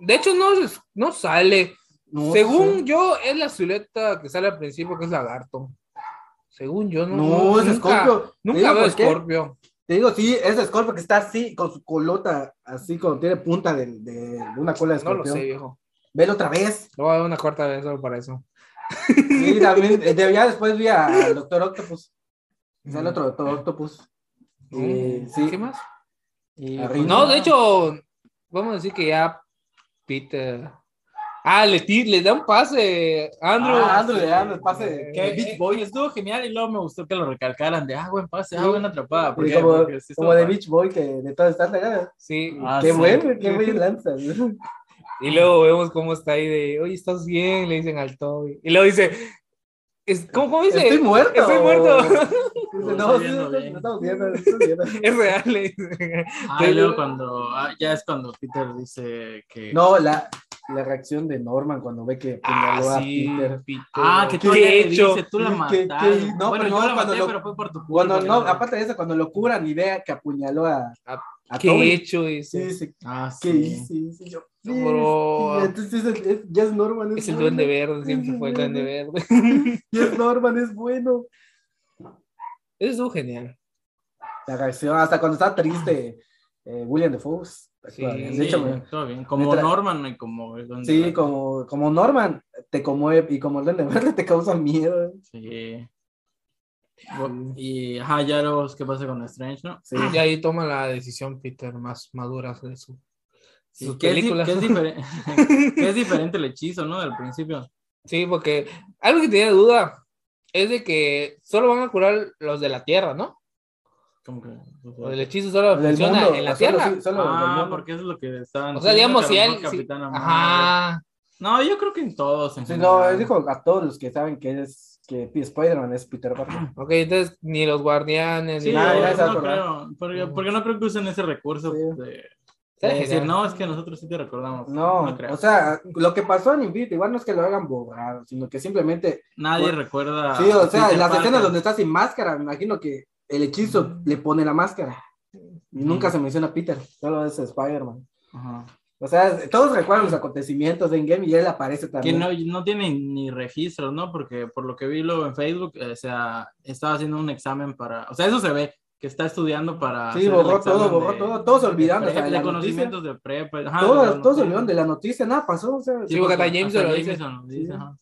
Speaker 7: De hecho, no, no sale.
Speaker 8: No,
Speaker 7: Según
Speaker 8: sí.
Speaker 7: yo, es la silueta que sale al principio, que es lagarto. Según yo, no.
Speaker 8: No, es
Speaker 7: nunca-
Speaker 8: Scorpio. ¿Te
Speaker 7: Nunca
Speaker 8: digo
Speaker 7: veo
Speaker 8: por qué?
Speaker 7: Scorpio.
Speaker 8: Te digo, sí, es Scorpio que está así, con su colota, así, cuando tiene punta de, de- de una cola de
Speaker 7: No lo
Speaker 8: escorpión.
Speaker 7: sé, viejo.
Speaker 8: Velo otra vez.
Speaker 7: Lo voy a dar una cuarta vez solo para eso. [LAUGHS]
Speaker 8: Sí, también. eh, de- ya después vi a- al Doctor Octopus. Sale otro Doctor
Speaker 7: Ah,
Speaker 8: Octopus. Eh,
Speaker 7: Mm,
Speaker 8: sí.
Speaker 7: ¿Qué más? Ah,
Speaker 6: Y,
Speaker 8: Arriba.
Speaker 6: pues,
Speaker 7: No,
Speaker 6: nada.
Speaker 7: de hecho, vamos a decir que ya Peter. Ah, le, ti- le da un pase. Andrew.
Speaker 8: Ah, Andrew le da el pase de-
Speaker 6: Que,
Speaker 7: Eh,
Speaker 6: Beach Boy estuvo genial y luego me gustó que lo recalcaran de ah, buen pase, ah,
Speaker 8: Sí.
Speaker 6: buena atrapada.
Speaker 8: Y
Speaker 6: Porque,
Speaker 8: como,
Speaker 6: porque sí
Speaker 8: como
Speaker 6: estaba
Speaker 8: de
Speaker 6: padre.
Speaker 8: Beach Boy que de todas estas regadas.
Speaker 7: Sí.
Speaker 6: Ah,
Speaker 8: qué
Speaker 6: sí.
Speaker 8: bueno, qué buen lanza. ¿no?
Speaker 7: Y luego vemos cómo está ahí de, oye, ¿estás bien? Le dicen al Toby. Y luego dice, es- ¿cómo, cómo dice?
Speaker 8: Estoy muerto.
Speaker 7: Estoy muerto.
Speaker 8: [LAUGHS]
Speaker 7: [LAUGHS]
Speaker 8: Dice,
Speaker 6: Lo
Speaker 8: no,
Speaker 6: estoy
Speaker 8: sí,
Speaker 6: viendo ¿eh?
Speaker 8: no,
Speaker 6: bien.
Speaker 8: no estamos viendo, no estamos viendo.
Speaker 7: es real. le dice.
Speaker 6: Ah, y luego cuando, ah, ya es cuando Peter dice que.
Speaker 8: No, la, la reacción de Norman cuando ve que apuñaló
Speaker 7: Ah,
Speaker 8: a
Speaker 7: sí.
Speaker 8: Peter.
Speaker 7: Peter.
Speaker 6: Ah, que tú
Speaker 7: ¿Qué
Speaker 6: le
Speaker 7: he hecho?
Speaker 6: dices, tú la
Speaker 8: ¿Qué- qué-
Speaker 6: mataste.
Speaker 8: no,
Speaker 6: bueno,
Speaker 8: pero
Speaker 6: yo
Speaker 8: no,
Speaker 6: la
Speaker 8: cuando
Speaker 6: maté,
Speaker 8: lo-
Speaker 6: pero fue por tu culpa.
Speaker 8: Cuando, no,
Speaker 6: ¿verdad?
Speaker 8: aparte de eso, cuando lo curan y vea que apuñaló a,
Speaker 7: A
Speaker 8: a
Speaker 7: ¿Qué he
Speaker 8: Toby.
Speaker 7: hecho? Dice.
Speaker 8: Sí, sí,
Speaker 6: Ah,
Speaker 8: ¿qué
Speaker 6: sí.
Speaker 8: hice? Y yo,
Speaker 7: No,
Speaker 8: sí,
Speaker 7: bro.
Speaker 8: sí, Entonces es, el- es- ya es Norman.
Speaker 7: Es el
Speaker 8: bueno.
Speaker 7: duende verde, siempre fue el duende verde. [LAUGHS]
Speaker 8: Ya es Norman, es bueno.
Speaker 7: Eso estuvo genial.
Speaker 8: La canción, hasta cuando estaba triste, eh, William Defoe.
Speaker 7: Sí,
Speaker 8: de
Speaker 6: Sí,
Speaker 8: hecho, me-
Speaker 6: todo bien. Como
Speaker 8: neta-
Speaker 6: Norman y como el Duende
Speaker 8: Sí,
Speaker 6: Verde.
Speaker 8: como, como Norman te conmueve y como el Duende Verde [LAUGHS] te causa miedo.
Speaker 6: Sí. Bu- Y ajá, ya luego es qué pasa con Strange, ¿no?
Speaker 8: Sí.
Speaker 7: Y ahí toma la decisión, Peter, más madura de su,
Speaker 6: Sí,
Speaker 7: sus
Speaker 6: que, es, di-
Speaker 7: películas.
Speaker 6: que es diferente, [LAUGHS]
Speaker 8: [LAUGHS]
Speaker 6: que es diferente el hechizo, ¿no? Del principio.
Speaker 7: [LAUGHS] Sí, porque algo que tenía duda es de que solo van a curar los de la tierra, ¿no?
Speaker 6: Como que.
Speaker 7: O el hechizo solo
Speaker 8: Del
Speaker 7: funciona
Speaker 8: mundo,
Speaker 7: en la
Speaker 8: o solo-
Speaker 7: tierra.
Speaker 8: sí, solo del
Speaker 6: Ah,
Speaker 8: mundo.
Speaker 6: porque eso es lo que estaban.
Speaker 7: O sea,
Speaker 6: diciendo,
Speaker 7: digamos, si
Speaker 6: pero no
Speaker 7: él.
Speaker 6: el
Speaker 7: si-
Speaker 6: Capitán América.
Speaker 7: Ajá.
Speaker 6: No, yo creo que en todos. en
Speaker 8: Sí, no,
Speaker 6: general.
Speaker 8: él dijo a todos los que saben que es que Spider-Man es Peter [CLEARS THROAT] Parker.
Speaker 7: Ok, entonces ni los guardianes,
Speaker 6: Sí,
Speaker 7: ni
Speaker 6: yo
Speaker 8: Nah, Ah, ya
Speaker 7: nada.
Speaker 8: se
Speaker 6: no
Speaker 8: acordó.
Speaker 6: creo. Porque, porque no creo que usen ese recurso
Speaker 8: Sí.
Speaker 6: de, de
Speaker 7: Está
Speaker 6: decir,
Speaker 7: genial.
Speaker 6: no, es que nosotros sí te recordamos.
Speaker 8: No,
Speaker 6: creo.
Speaker 8: o sea, lo que pasó en Infinity War no es que lo hagan borrado, sino que simplemente.
Speaker 6: Nadie
Speaker 8: bueno,
Speaker 6: recuerda.
Speaker 8: Pues, Sí, o sea,
Speaker 6: Peter
Speaker 8: las
Speaker 6: Parker.
Speaker 8: escenas donde está sin máscara, me imagino que el hechizo le pone la máscara. Y nunca se menciona a Peter, solo es Spider-Man.
Speaker 6: Ajá.
Speaker 8: O sea, todos recuerdan los acontecimientos de Endgame y él aparece
Speaker 6: Que
Speaker 8: también.
Speaker 6: no, no tiene ni registros, ¿no? Porque por lo que vi luego en Facebook, eh, o sea, estaba haciendo un examen para. O sea, eso se ve, que está estudiando para.
Speaker 8: Sí,
Speaker 6: hacer el
Speaker 8: borró todo,
Speaker 6: examen
Speaker 8: borró
Speaker 6: de-
Speaker 8: todo, todos se
Speaker 6: de
Speaker 8: olvidaron, o
Speaker 6: pre-
Speaker 8: sea, de
Speaker 6: de,
Speaker 8: la
Speaker 6: conocimientos de prepa. ajá, de las
Speaker 8: todos, todos se
Speaker 6: noticias.
Speaker 8: olvidaron de la noticia, nada pasó, o sea.
Speaker 7: Sí, porque hasta Jameson
Speaker 6: hasta
Speaker 7: lo dice.
Speaker 6: Jameson lo dice,
Speaker 8: Sí.
Speaker 6: ajá.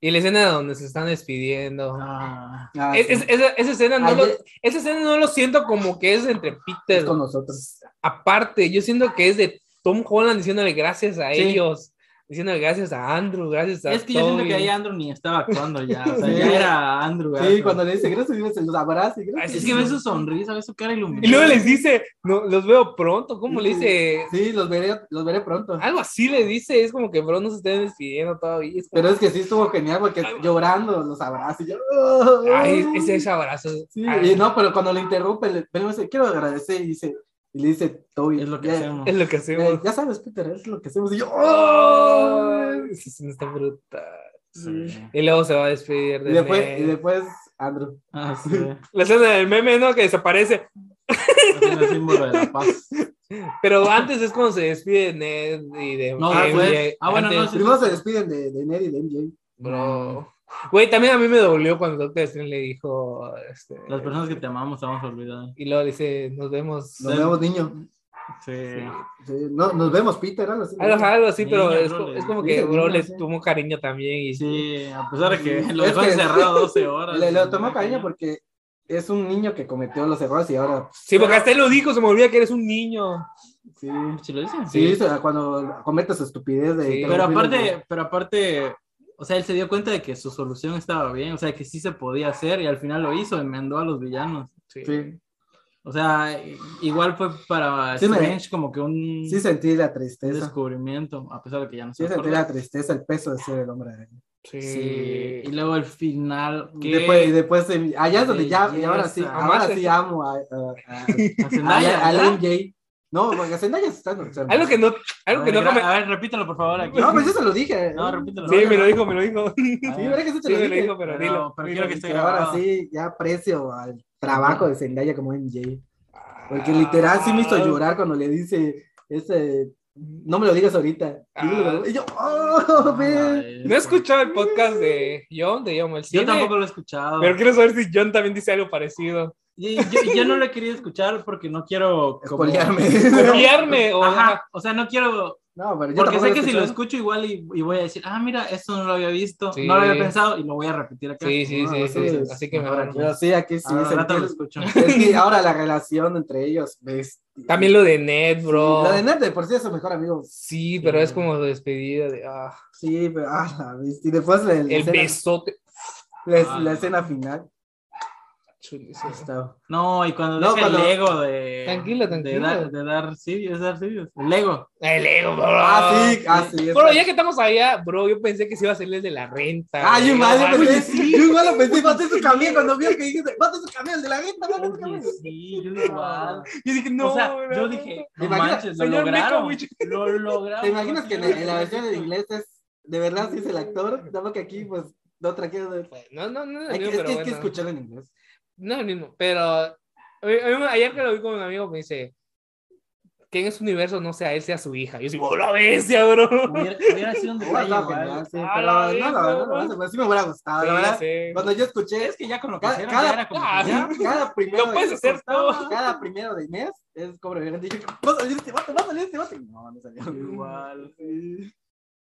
Speaker 7: Y la escena donde se están despidiendo.
Speaker 6: Ah,
Speaker 8: ah,
Speaker 7: Es-
Speaker 8: sí,
Speaker 7: es- esa, esa escena no
Speaker 8: Ayer-
Speaker 7: lo, esa escena no lo siento como que es entre
Speaker 8: es
Speaker 7: Peter.
Speaker 8: con nosotros.
Speaker 7: Aparte, yo siento que es de Tom Holland diciéndole gracias a
Speaker 6: Sí.
Speaker 7: ellos, diciéndole gracias a Andrew, gracias a
Speaker 6: Es que yo siento que
Speaker 7: Toby.
Speaker 6: ahí Andrew ni
Speaker 8: [LAUGHS]
Speaker 6: estaba actuando ya. O sea,
Speaker 8: Sí.
Speaker 6: ya era Andrew.
Speaker 8: Sí,
Speaker 6: Garfield.
Speaker 8: cuando le dice gracias, y se los abraza y gracias.
Speaker 6: Es que ve su sonrisa, ve su cara iluminada.
Speaker 7: Y luego les dice, no, los veo pronto, ¿cómo le dice?
Speaker 8: Sí, los veré, los veré pronto.
Speaker 7: Algo así le dice, es como que bro, no se estén despidiendo todavía. es como-
Speaker 8: Pero es que sí estuvo genial porque llorando los abraza y yo. "Oh".
Speaker 7: Ay, ese, ese abrazo.
Speaker 8: Sí,
Speaker 7: ay,
Speaker 8: y no, pero cuando le interrumpe, le, pero dice, quiero agradecer y dice, y le dice, Toby.
Speaker 6: Es lo que
Speaker 8: ya,
Speaker 6: hacemos.
Speaker 7: Es lo que hacemos.
Speaker 8: ya- ya sabes, Peter, es lo que hacemos. Y yo, "Oh".
Speaker 7: Ay, esa escena está brutal.
Speaker 6: Sí.
Speaker 7: Y luego se va a despedir de
Speaker 8: Y después,
Speaker 7: Ned.
Speaker 8: y después, Andrew.
Speaker 6: Ah, sí. Es
Speaker 7: La escena del meme, ¿no? Que desaparece.
Speaker 6: el símbolo de la paz.
Speaker 7: Pero antes es cuando se despide de Ned y de.
Speaker 6: No,
Speaker 7: de-
Speaker 6: después.
Speaker 7: de-
Speaker 6: Ah, bueno, no,
Speaker 7: antes,
Speaker 6: sí.
Speaker 8: Primero se despiden de, de Ned y de MJ.
Speaker 7: Bro. Güey, también a mí me dolió cuando Doctor Strange le dijo. Este,
Speaker 6: Las personas que te amamos te vamos a olvidar.
Speaker 7: Y luego le dice, nos vemos.
Speaker 8: Nos vemos, niño.
Speaker 6: Sí.
Speaker 8: Sí, no, nos vemos, Peter. Algo así.
Speaker 7: Algo, algo así,
Speaker 6: Niño,
Speaker 7: pero
Speaker 6: bro,
Speaker 7: es, co-
Speaker 6: le-
Speaker 7: es como
Speaker 8: dice
Speaker 7: que bro
Speaker 8: niño,
Speaker 7: le
Speaker 8: sí.
Speaker 7: tomó cariño también. Y,
Speaker 6: Sí, a pesar de que lo
Speaker 8: Es
Speaker 6: dejó
Speaker 8: que-
Speaker 6: encerrado 12 horas.
Speaker 8: Le, le
Speaker 6: lo
Speaker 8: tomó cariño porque es un niño que cometió los errores y ahora. pues,
Speaker 7: Sí, porque hasta él lo dijo, se me olvida que eres un niño.
Speaker 8: Sí,
Speaker 6: ¿Sí lo dicen?
Speaker 8: sí, o sea, cuando comete su estupidez de.
Speaker 7: Sí,
Speaker 6: Pero aparte, pero aparte, o sea, él se dio cuenta de que su solución estaba bien, o sea, que sí se podía hacer y al final lo hizo, enmendó a los villanos.
Speaker 7: Sí.
Speaker 8: pues, Sí,
Speaker 6: O sea, igual fue para
Speaker 8: Sí, me-
Speaker 6: Strange como que un,
Speaker 8: sí sentí la
Speaker 6: un
Speaker 8: tristeza.
Speaker 6: descubrimiento, a pesar de que ya no se
Speaker 8: Sí sentí
Speaker 6: acuerda.
Speaker 8: la tristeza, el peso de ser el hombre de
Speaker 7: Sí.
Speaker 6: Sí, Eh, Y luego el final, que
Speaker 8: Después, y después de- allá es donde ya, y ahora sí,
Speaker 6: Belleza.
Speaker 8: ahora sí amo a, a, a-
Speaker 6: a Zendaya,
Speaker 8: a- a la
Speaker 6: ¿verdad?
Speaker 8: MJ. No, porque Zendaya está enferma.
Speaker 7: Algo que no, algo que
Speaker 6: a, ver,
Speaker 7: no come-
Speaker 6: gra- a ver, repítelo por favor aquí.
Speaker 8: No, pues yo se lo dije.
Speaker 6: ah, No, Ah, repítelo.
Speaker 7: Sí, me lo dijo, me lo dijo. [LAUGHS] Sí,
Speaker 6: A
Speaker 8: Sí,
Speaker 6: ver,
Speaker 8: ¿verdad que sí te lo
Speaker 7: me lo
Speaker 8: dije?
Speaker 7: dijo, pero
Speaker 6: Pero-
Speaker 7: dilo.
Speaker 6: pero
Speaker 7: dilo.
Speaker 6: quiero que esté
Speaker 8: Que ahora
Speaker 6: grabado.
Speaker 8: sí, ya aprecio al trabajo de Zendaya como MJ. Porque
Speaker 7: Ah.
Speaker 8: literal sí me hizo llorar cuando le dice ese. No me lo digas ahorita.
Speaker 7: Ah.
Speaker 8: Dímelo. Y yo, oh, ven.
Speaker 6: Ay,
Speaker 7: No he escuchado el podcast de John, de John el
Speaker 6: Yo
Speaker 7: Cine,
Speaker 6: tampoco lo he escuchado.
Speaker 7: Pero quiero saber si John también dice algo
Speaker 6: [LAUGHS]
Speaker 7: parecido.
Speaker 6: Y Yo, yo no lo quería escuchar porque no quiero como-
Speaker 8: Espolearme.
Speaker 7: Copiarme o.
Speaker 6: Ajá, o sea, no quiero,
Speaker 8: [LAUGHS] No, pero yo
Speaker 6: porque
Speaker 8: tampoco
Speaker 6: sé que si lo
Speaker 8: escuché.
Speaker 6: escucho igual y, y voy a decir, ah, mira, esto no lo había visto,
Speaker 7: Sí.
Speaker 6: no lo había pensado y lo voy a repetir acá.
Speaker 7: Sí, sí,
Speaker 8: No,
Speaker 7: sí, sí,
Speaker 8: entonces,
Speaker 7: Así que
Speaker 6: mejor
Speaker 7: mejor.
Speaker 6: aquí.
Speaker 8: Pero sí, aquí sí.
Speaker 6: Ah, Al
Speaker 8: sentí-
Speaker 6: rato lo escucho.
Speaker 8: Es que ahora la relación entre ellos, ¿ves?
Speaker 7: También lo de Ned, bro.
Speaker 8: La de Ned de por sí es su mejor amigo.
Speaker 7: Sí, pero es como despedida de. ah,
Speaker 8: Sí, pero, ah, la bestia. y después la, la
Speaker 7: el
Speaker 8: escena,
Speaker 7: besote.
Speaker 6: Ah.
Speaker 8: la- la escena final.
Speaker 7: Chulísimo.
Speaker 8: Está-
Speaker 6: No, y cuando
Speaker 8: No,
Speaker 6: deja
Speaker 8: cuando-
Speaker 6: el Lego de.
Speaker 7: Tranquilo,
Speaker 6: De
Speaker 7: tranquilo.
Speaker 6: dar, de dar Sirius, es dar Sirius. El Lego.
Speaker 7: El ego, bro.
Speaker 8: Ah, sí, ah, sí. es-
Speaker 7: Bro, ya que estamos allá, bro, yo pensé que se iba a hacer el de la renta.
Speaker 8: Ah, yo
Speaker 7: güey.
Speaker 8: igual,
Speaker 7: No,
Speaker 8: yo
Speaker 7: mames,
Speaker 8: pensé, yo igual lo pensé, maté su camión cuando vi que dijiste, maté su camión, el de la venta, maté su
Speaker 6: Oye,
Speaker 8: camión.
Speaker 6: sí, yo igual.
Speaker 7: Yo dije, no.
Speaker 6: o sea,
Speaker 7: bro.
Speaker 6: yo dije,
Speaker 8: ¿Te
Speaker 6: no
Speaker 8: imaginas?
Speaker 6: manches, lo
Speaker 7: Señor
Speaker 6: lograron.
Speaker 7: Mikovich.
Speaker 6: Lo
Speaker 8: [LAUGHS]
Speaker 6: lograron.
Speaker 8: ¿Te imaginas que en, en la versión en inglés es, de verdad sí es el actor? Nada más que aquí, pues, no trajeron. el-
Speaker 7: pues, No, no, no.
Speaker 8: Hay que, es
Speaker 7: amigo,
Speaker 8: que
Speaker 7: pero
Speaker 8: hay que
Speaker 7: bueno.
Speaker 8: escucharlo en inglés.
Speaker 7: eh, No, es el mismo, pero a mí- a mí- ayer que lo vi con un amigo me dice, que en ese universo no sea él, sea su hija. Yo digo, la bestia, bro.
Speaker 6: Hubiera, hubiera sido un
Speaker 8: Hubiera
Speaker 6: detalle
Speaker 8: estado
Speaker 6: igual.
Speaker 8: genial, sí,
Speaker 7: Ah,
Speaker 8: pero
Speaker 7: la
Speaker 8: no, la
Speaker 7: verga,
Speaker 8: verdad,
Speaker 7: güey.
Speaker 8: no, no, sí me hubiera gustado, la
Speaker 7: Sí,
Speaker 8: verdad.
Speaker 7: sí.
Speaker 8: Cuando yo escuché,
Speaker 6: Es que ya con lo que
Speaker 8: Cada-
Speaker 6: hicieron,
Speaker 8: cada-
Speaker 6: ya era como-
Speaker 7: Ah,
Speaker 8: ya,
Speaker 7: [LAUGHS]
Speaker 8: cada primero
Speaker 7: Lo puedes
Speaker 8: de-
Speaker 7: hacer todo.
Speaker 8: Cada primero de mes es cobro de Dije, va a salir este bate, va a salir este bate. No, no salió.
Speaker 6: Igual.
Speaker 8: Sí.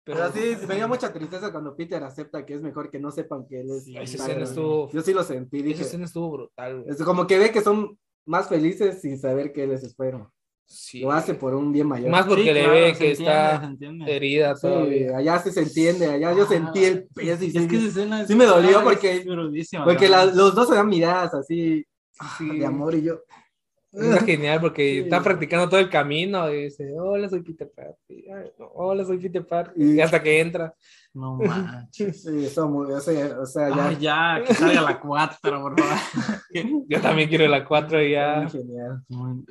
Speaker 8: Pero sí, me dio mucha tristeza cuando Peter acepta que es mejor que no sepan que él es.
Speaker 7: Sí, esa
Speaker 8: Spider-Man.
Speaker 7: escena estuvo-
Speaker 8: Yo sí lo sentí.
Speaker 7: Esa
Speaker 8: Dije,
Speaker 7: escena estuvo brutal, güey.
Speaker 8: es como que ve que son más felices sin saber que él es Spider-Man.
Speaker 7: Sí.
Speaker 8: Lo hace por un bien mayor.
Speaker 7: Más porque
Speaker 6: Sí,
Speaker 7: le
Speaker 6: claro,
Speaker 7: ve
Speaker 6: se
Speaker 7: que
Speaker 6: entiende, se
Speaker 7: está eh,
Speaker 6: entiende. Ah,
Speaker 7: herida
Speaker 8: Sí,
Speaker 7: todavía. Ah,
Speaker 8: allá sí se entiende, allá yo sentí el peso. y
Speaker 6: Es
Speaker 8: sí,
Speaker 6: que esa escena es-
Speaker 8: sí me dolió
Speaker 6: ah,
Speaker 8: porque-
Speaker 6: es crudísima,
Speaker 8: Porque la-
Speaker 6: cabrón.
Speaker 8: los dos se dan miradas así
Speaker 7: Sí.
Speaker 8: Ah, de amor y yo.
Speaker 7: Está genial porque
Speaker 8: Sí.
Speaker 7: está practicando todo el camino y dice, hola, soy Peter Parker. Ay, no, Hola, soy Peter Parker.
Speaker 8: Y-
Speaker 7: Y hasta que entra.
Speaker 6: No
Speaker 8: [LAUGHS]
Speaker 6: manches.
Speaker 8: Sí, eh, somos, o sea, o sea, ya.
Speaker 6: Ah, ya, que salga la 4, por favor. [LAUGHS]
Speaker 7: Yo también quiero la 4 ya.
Speaker 8: Muy Genial.
Speaker 6: No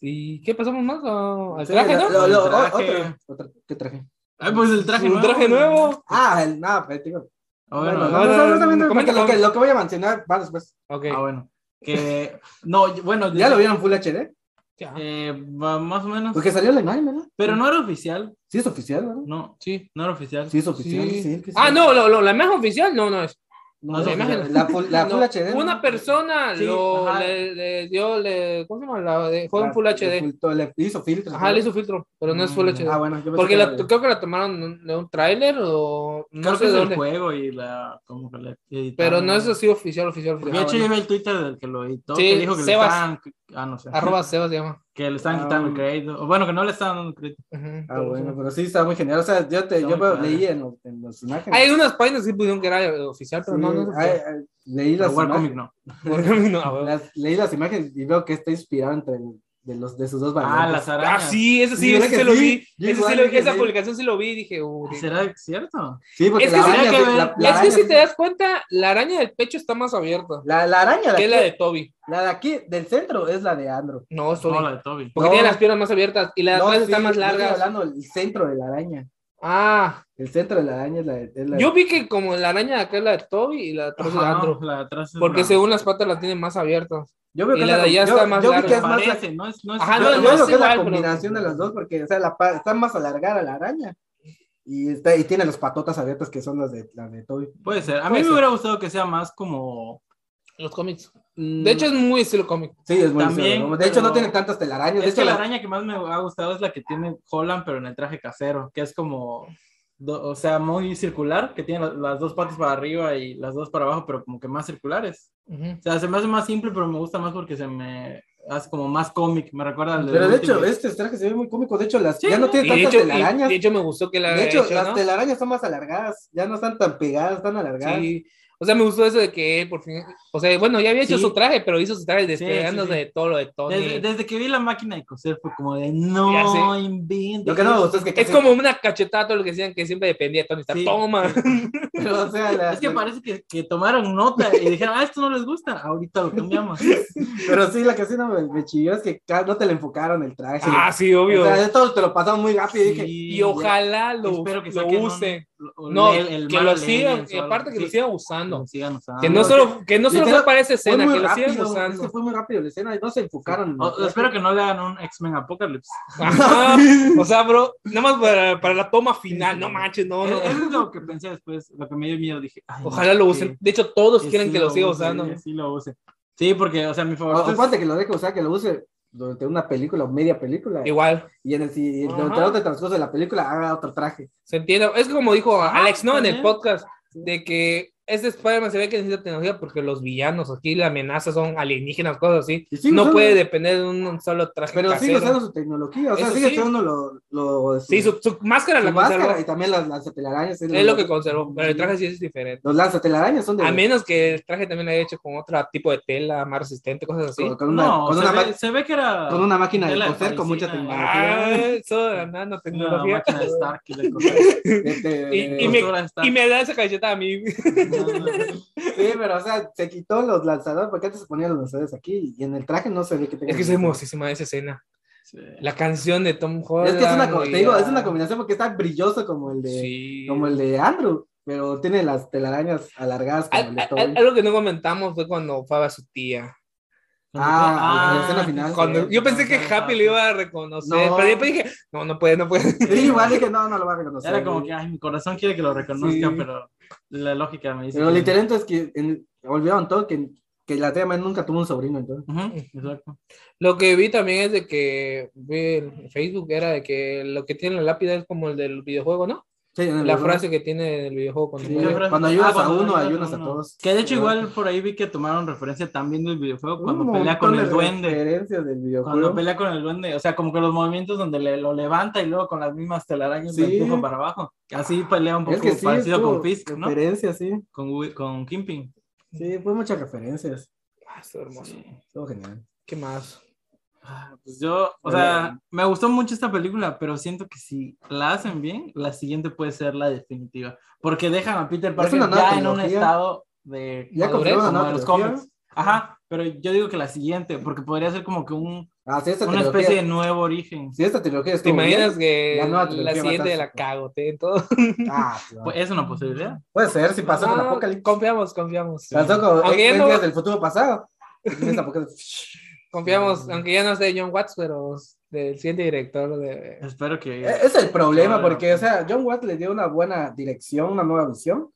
Speaker 7: ¿Y qué pasamos más? Ah, Al
Speaker 8: Sí,
Speaker 7: traje,
Speaker 8: lo-
Speaker 7: ¿no?
Speaker 8: lo- lo-
Speaker 6: Al traje.
Speaker 8: otro, otro, ¿Qué traje?
Speaker 6: Ay, pues el traje
Speaker 7: Un
Speaker 6: nuevo.
Speaker 7: traje nuevo.
Speaker 8: Ah, el, no, pero digo.
Speaker 6: Ah,
Speaker 8: Bueno,
Speaker 6: bueno,
Speaker 8: no,
Speaker 7: no,
Speaker 8: no,
Speaker 7: no,
Speaker 8: no, no, no, porque
Speaker 7: comenta,
Speaker 8: lo que,
Speaker 7: comenta.
Speaker 8: lo que voy a mencionar va después.
Speaker 7: Ok.
Speaker 6: Ah, bueno.
Speaker 8: [LAUGHS]
Speaker 6: Que, no, yo- bueno,
Speaker 8: ¿Ya lo vieron Full HD?
Speaker 7: Ya.
Speaker 6: eh, va- más o menos.
Speaker 8: Porque salió la imagen, ¿verdad?
Speaker 6: Pero no era oficial.
Speaker 8: Sí es oficial, ¿verdad?
Speaker 6: No,
Speaker 7: Sí.
Speaker 6: no era oficial.
Speaker 8: Sí es oficial, sí.
Speaker 7: Sí.
Speaker 8: es que sí.
Speaker 7: Ah, no, lo- lo- la imagen oficial no, no es.
Speaker 8: No,
Speaker 6: es
Speaker 8: la,
Speaker 6: oficial.
Speaker 8: imagen- la full, la
Speaker 7: No,
Speaker 8: full HD. ¿no?
Speaker 7: Una persona
Speaker 6: Sí,
Speaker 7: lo,
Speaker 6: ajá.
Speaker 7: le, le dio, le, ¿cómo se llama? La, de- fue en Full
Speaker 8: La-
Speaker 7: HD.
Speaker 8: full- todo, le hizo filtro.
Speaker 7: Ajá, le hizo filtro, pero no es Full
Speaker 6: Mm,
Speaker 7: HD.
Speaker 8: Ah, bueno, yo pensé
Speaker 7: Porque
Speaker 8: que
Speaker 7: la-
Speaker 8: era de-
Speaker 7: creo que la tomaron de un tráiler o no
Speaker 6: Creo
Speaker 7: sé
Speaker 6: que es
Speaker 7: de
Speaker 6: el
Speaker 7: dónde.
Speaker 6: juego y la. Como que la editaron.
Speaker 8: Ah,
Speaker 7: Pero no es así oficial, oficial,
Speaker 8: Pues
Speaker 6: Porque
Speaker 7: oficial.
Speaker 6: de
Speaker 7: Ah,
Speaker 6: hecho,
Speaker 7: bueno.
Speaker 6: yo vi el Twitter del que lo editó.
Speaker 7: Sí,
Speaker 6: que dijo que
Speaker 7: Sebas.
Speaker 6: le estaban. Ah, no sé.
Speaker 7: Arroba Seba se llama.
Speaker 6: Que le estaban
Speaker 8: Ah,
Speaker 6: quitando el
Speaker 8: bueno.
Speaker 6: crédito. O bueno, que no le estaban dando crédito.
Speaker 7: Ujú,
Speaker 8: Ah,
Speaker 7: pero
Speaker 8: bueno,
Speaker 7: sí.
Speaker 8: pero sí está muy genial. O sea, yo, te,
Speaker 6: Está
Speaker 8: yo
Speaker 6: muy
Speaker 8: veo-
Speaker 6: padre.
Speaker 8: leí en, los- en los imágenes.
Speaker 7: Hay unas páginas que pusieron que era eh, oficial, pero
Speaker 8: pues. Sí,
Speaker 7: no, no es
Speaker 8: ay,
Speaker 7: oficial.
Speaker 8: ay, leí
Speaker 6: Pero
Speaker 8: las
Speaker 6: Warcomic
Speaker 8: imágenes,
Speaker 6: no.
Speaker 7: Por lo menos, ah, [LAUGHS] bueno.
Speaker 8: las- leí las imágenes y veo que está inspirado entre de los de sus dos
Speaker 6: Ah,
Speaker 8: variantes.
Speaker 6: las
Speaker 7: Ah,
Speaker 6: arañas.
Speaker 7: sí, eso sí,
Speaker 8: Sí,
Speaker 7: eso
Speaker 8: ¿verdad
Speaker 7: se
Speaker 8: que
Speaker 7: lo
Speaker 8: sí?
Speaker 7: vi.
Speaker 8: Yo
Speaker 7: Ese sí
Speaker 8: igual
Speaker 7: lo-
Speaker 8: dije,
Speaker 7: esa
Speaker 8: sí.
Speaker 7: publicación sí lo vi, dije, uh, dije,
Speaker 6: ¿Será cierto?
Speaker 8: Sí, porque
Speaker 7: Es
Speaker 8: la,
Speaker 7: que sí,
Speaker 8: araña,
Speaker 6: hay que
Speaker 8: se-
Speaker 6: ver.
Speaker 8: la, la
Speaker 7: es que
Speaker 8: araña
Speaker 7: si
Speaker 8: se-
Speaker 7: te das cuenta, la araña del pecho está más abierta
Speaker 8: la- la araña de
Speaker 7: que
Speaker 8: aquí-
Speaker 7: la de Toby.
Speaker 8: la de aquí, del centro, es la de Andro.
Speaker 7: No, Toby.
Speaker 6: No, la de Toby.
Speaker 7: porque
Speaker 8: No.
Speaker 7: tiene las piernas más abiertas y la de
Speaker 8: No,
Speaker 7: atrás
Speaker 8: sí,
Speaker 7: está más
Speaker 8: yo estoy
Speaker 7: larga.
Speaker 8: hablando del centro de la araña.
Speaker 7: Ah,
Speaker 8: El centro de la araña es la de. es la de-
Speaker 7: yo vi que como la araña de acá es la de Toby y la de atrás es de
Speaker 6: Ajá,
Speaker 7: Andrew.
Speaker 6: La de atrás es
Speaker 7: Porque
Speaker 6: Brown.
Speaker 7: según las patas la tienen más abiertas.
Speaker 8: yo veo
Speaker 7: y la de allá
Speaker 8: yo-
Speaker 7: está más
Speaker 8: yo vi que
Speaker 7: larga. Ah,
Speaker 8: es más la-
Speaker 6: Parece, no es, no es,
Speaker 7: Ajá,
Speaker 8: yo-
Speaker 7: no,
Speaker 8: yo
Speaker 7: no
Speaker 8: veo
Speaker 7: es
Speaker 8: que es la
Speaker 7: igual, pero-
Speaker 8: combinación de las dos, porque o sea, la pa- está más alargada la araña. Y, está, y tiene las patotas abiertas que son las de, las de Toby.
Speaker 6: Puede ser. A mí
Speaker 7: Puede
Speaker 6: me
Speaker 7: ser.
Speaker 6: hubiera gustado que sea más como.
Speaker 7: Los cómics.
Speaker 8: Mm,
Speaker 7: De hecho, es muy estilo cómic.
Speaker 8: sí, es muy
Speaker 6: también,
Speaker 8: seguro. De hecho,
Speaker 6: pero-
Speaker 8: no tiene tantas telarañas. De
Speaker 6: Es
Speaker 8: hecho,
Speaker 6: que la
Speaker 8: la-
Speaker 6: araña que más me ha gustado es la que tiene Holland, pero en el traje casero, que es como. do- o sea, muy circular, que tiene la- las dos patas para arriba y las dos para abajo, pero como que más circulares. O sea, se me hace más simple, pero me gusta más porque se me hace como más cómic. Me recuerda al
Speaker 8: Pero de hecho,
Speaker 6: Multiverse.
Speaker 8: este traje se ve muy cómico. De hecho, las,
Speaker 6: Sí,
Speaker 8: ya
Speaker 6: ¿no?
Speaker 8: no
Speaker 7: Y
Speaker 8: tiene
Speaker 7: de
Speaker 8: tantas
Speaker 7: hecho, y-
Speaker 8: telarañas.
Speaker 7: de hecho, me gustó que la
Speaker 8: de hecho,
Speaker 7: hecho,
Speaker 8: las
Speaker 7: ¿no?
Speaker 8: telarañas son más alargadas. Ya no están tan pegadas, están alargadas.
Speaker 7: Sí. O sea, me gustó eso de que él por fin. O sea, bueno, ya había hecho
Speaker 6: Sí.
Speaker 7: su traje, pero hizo su
Speaker 6: sí,
Speaker 7: traje despegándose
Speaker 6: sí.
Speaker 7: de todo lo de Tony.
Speaker 6: Desde, desde que vi la máquina de coser fue como de
Speaker 7: Ya
Speaker 6: no
Speaker 7: sé.
Speaker 6: inventes.
Speaker 8: Lo que no me gustó es que.
Speaker 7: Es como una cachetada todo lo que decían que siempre dependía de Tony. Stark.
Speaker 6: Sí.
Speaker 7: Toma.
Speaker 8: [LAUGHS] Pero, o sea, la-
Speaker 6: Es que parece que, que tomaron nota y dijeron, ah, esto no les gusta, ahorita lo
Speaker 7: [LAUGHS]
Speaker 6: cambiamos.
Speaker 8: pero sí, la que sí no me, me chilló es que ca- no te le enfocaron el traje.
Speaker 7: [LAUGHS] ah, sí, obvio.
Speaker 8: O sea, de todo te lo pasaron muy rápido. Y dije,
Speaker 6: Sí,
Speaker 7: y ojalá lo,
Speaker 6: espero que
Speaker 7: lo
Speaker 6: saquen un-
Speaker 7: use.
Speaker 6: o
Speaker 7: No,
Speaker 6: el- el
Speaker 7: que
Speaker 6: mal
Speaker 7: lo
Speaker 6: Aliens
Speaker 7: sigan,
Speaker 6: o algo
Speaker 7: aparte que lo
Speaker 6: así. Ah,
Speaker 7: sigan
Speaker 6: Que lo
Speaker 7: usando.
Speaker 6: sigan usando.
Speaker 7: Que no
Speaker 8: no,
Speaker 7: solo, que no solo
Speaker 8: literal,
Speaker 7: fue para esa
Speaker 8: fue
Speaker 7: escena,
Speaker 8: muy
Speaker 7: que lo sigan
Speaker 8: rápido. Es
Speaker 6: [LAUGHS]
Speaker 8: que
Speaker 7: usando.
Speaker 8: fue muy rápido la escena. y No se enfocaron. en el
Speaker 6: O-
Speaker 8: traje.
Speaker 6: espero que no le hagan un X-Men Apocalypse.
Speaker 7: Ajá. O sea, bro, nada más para, para la toma final, no manches, no, no.
Speaker 6: Eh, Eso es lo que pensé después, lo que me dio miedo, dije. ay,
Speaker 7: Ojalá lo
Speaker 6: no,
Speaker 7: usen.
Speaker 6: que-
Speaker 7: De hecho, todos quieren
Speaker 6: sí
Speaker 7: que lo siga
Speaker 6: usen,
Speaker 7: usando.
Speaker 6: que Sí, lo usen. Sí, porque, o sea, mi
Speaker 8: O,
Speaker 6: favorito.
Speaker 8: o
Speaker 6: es-
Speaker 8: ponte que lo deje usar, que lo use durante una película o media película.
Speaker 7: Igual,
Speaker 8: Y en el, si-
Speaker 7: Ajá.
Speaker 8: durante otro transcurso de la película haga otro traje.
Speaker 7: se entiende. Es como dijo
Speaker 8: Ah,
Speaker 6: Ajá,
Speaker 7: Alex, ¿no? En el
Speaker 6: también.
Speaker 7: podcast, de que este Spider-Man se ve que necesita tecnología porque los villanos aquí, la amenaza son alienígenas, cosas así.
Speaker 8: Y sigue
Speaker 7: no
Speaker 8: usando-
Speaker 7: puede depender de un solo traje.
Speaker 8: Pero sigue
Speaker 7: casero.
Speaker 8: usando su tecnología. O sea,
Speaker 7: Eso
Speaker 8: sigue
Speaker 7: sí.
Speaker 8: usando lo, lo, este, su,
Speaker 7: Sí, su, su máscara
Speaker 8: su
Speaker 7: la
Speaker 8: máscara
Speaker 7: conservó.
Speaker 8: y también las lanzatelarañas.
Speaker 7: Es lo que conservó, pero el traje sí es diferente.
Speaker 8: Los lanzatelarañas son de.
Speaker 7: A menos que el traje también lo haya hecho con otro tipo de tela más resistente, cosas así.
Speaker 8: con, con una,
Speaker 6: No,
Speaker 8: con,
Speaker 6: se,
Speaker 8: una
Speaker 6: ve,
Speaker 8: ma-
Speaker 6: se ve que era.
Speaker 8: con una máquina de
Speaker 6: tela de
Speaker 8: coser con mucha
Speaker 6: parisina.
Speaker 8: tecnología.
Speaker 7: Ah, eso de la
Speaker 6: una
Speaker 7: nanotecnología.
Speaker 6: máquina de Stark
Speaker 7: [LAUGHS]
Speaker 6: y de coser.
Speaker 8: Este,
Speaker 7: Y- y me-
Speaker 6: Costura Stark.
Speaker 7: Y me da esa cacheta a mí.
Speaker 8: Sí, pero o sea, se quitó los lanzadores porque antes se ponían los lanzadores aquí y en el traje no se ve que tenga.
Speaker 7: Es que es hermosísima esa escena.
Speaker 6: Sí.
Speaker 7: La canción de Tom
Speaker 8: Es
Speaker 7: Holland.
Speaker 8: que es una, co-
Speaker 7: y
Speaker 8: te digo,
Speaker 7: la-
Speaker 8: es una combinación porque está brilloso como el de,
Speaker 7: Sí.
Speaker 8: como el de Andrew, pero tiene las telarañas alargadas como el
Speaker 7: Al-
Speaker 8: de
Speaker 7: al-
Speaker 8: Toby.
Speaker 7: algo que no comentamos fue cuando fue a ver a su tía.
Speaker 8: Ah, la escena final.
Speaker 7: Cuando- yo pensé que Happy lo iba a reconocer,
Speaker 8: No.
Speaker 7: pero después dije, no, no puede, no puede. [LAUGHS]
Speaker 8: Sí, igual dije, no, no lo va a reconocer.
Speaker 6: Era como que, ay, mi corazón quiere que lo reconozca,
Speaker 8: Sí.
Speaker 6: pero la lógica me dice.
Speaker 8: Pero
Speaker 6: que
Speaker 8: lo
Speaker 6: no.
Speaker 8: interesante es que en- olvidaron todo que, que la tía May nunca tuvo un sobrino, entonces.
Speaker 6: Ujú, exacto.
Speaker 7: Lo que vi también es de que vi en Facebook era de que lo que tiene la lápida es como el del videojuego, ¿no?
Speaker 8: Sí, en el
Speaker 7: La
Speaker 8: videojuego.
Speaker 7: frase que tiene el videojuego cuando
Speaker 8: Sí.
Speaker 7: muere.
Speaker 6: ¿Qué frase?
Speaker 8: Cuando ayudas a uno,
Speaker 6: Ah, cuando
Speaker 8: ayudas a todos.
Speaker 6: Que de hecho, igual por ahí vi que tomaron referencia también del videojuego cuando
Speaker 8: Un
Speaker 6: pelea
Speaker 8: montón
Speaker 6: con
Speaker 8: de
Speaker 6: el duende.
Speaker 8: referencias del
Speaker 6: Cuando
Speaker 8: videojuego.
Speaker 6: pelea con el duende, o sea, como que los movimientos donde le- lo levanta y luego con las mismas telarañas
Speaker 8: Sí.
Speaker 6: lo empuja para abajo. Así pelea un poco
Speaker 8: es que sí,
Speaker 6: parecido
Speaker 8: estuvo
Speaker 6: con Fisk, ¿no? Mm.
Speaker 8: referencias, sí.
Speaker 6: Con, Wi- con Kimping.
Speaker 8: Sí, fue muchas referencias.
Speaker 7: Ah, está hermoso.
Speaker 8: Estuvo genial.
Speaker 7: ¿Qué más?
Speaker 6: Ah, Pues yo, o sea, me gustó mucho esta película, pero siento que si la hacen bien, la siguiente puede ser la definitiva. Porque dejan a Peter Parker
Speaker 8: una
Speaker 6: ya
Speaker 8: nueva
Speaker 6: en un
Speaker 8: trilogía.
Speaker 6: estado de
Speaker 8: Ya
Speaker 6: madurez,
Speaker 8: confirmaron
Speaker 6: como
Speaker 8: una
Speaker 6: de los
Speaker 8: trilogía.
Speaker 6: cómics. Ajá, pero yo digo que la siguiente, porque podría ser como que un,
Speaker 8: Ah, sí, esta
Speaker 6: una
Speaker 8: trilogía.
Speaker 6: especie de nuevo origen.
Speaker 8: Sí, esta trilogía
Speaker 7: ¿Te
Speaker 8: estuvo
Speaker 7: imaginas que
Speaker 8: La nueva
Speaker 7: la,
Speaker 8: trilogía va a
Speaker 7: siguiente
Speaker 8: estar
Speaker 7: la
Speaker 8: súper.
Speaker 7: cagote en todo?
Speaker 8: bien. Ah,
Speaker 6: [LAUGHS]
Speaker 8: claro.
Speaker 6: Pues, es una posibilidad.
Speaker 8: Puede ser, si pasó con
Speaker 7: [LAUGHS] Ah,
Speaker 8: Apocalipsis.
Speaker 7: Confiamos, confiamos.
Speaker 8: Pasó con
Speaker 7: Aunque ya
Speaker 8: X-Men
Speaker 7: no-
Speaker 8: días del futuro pasado. X-Men Apocalipsis.
Speaker 7: Confiamos, aunque ya no sé John Watts, pero del siguiente director de...
Speaker 6: Espero que.
Speaker 8: E- Es el problema, porque, o
Speaker 6: pues.
Speaker 8: sea, John Watt le dio una buena dirección, una nueva visión.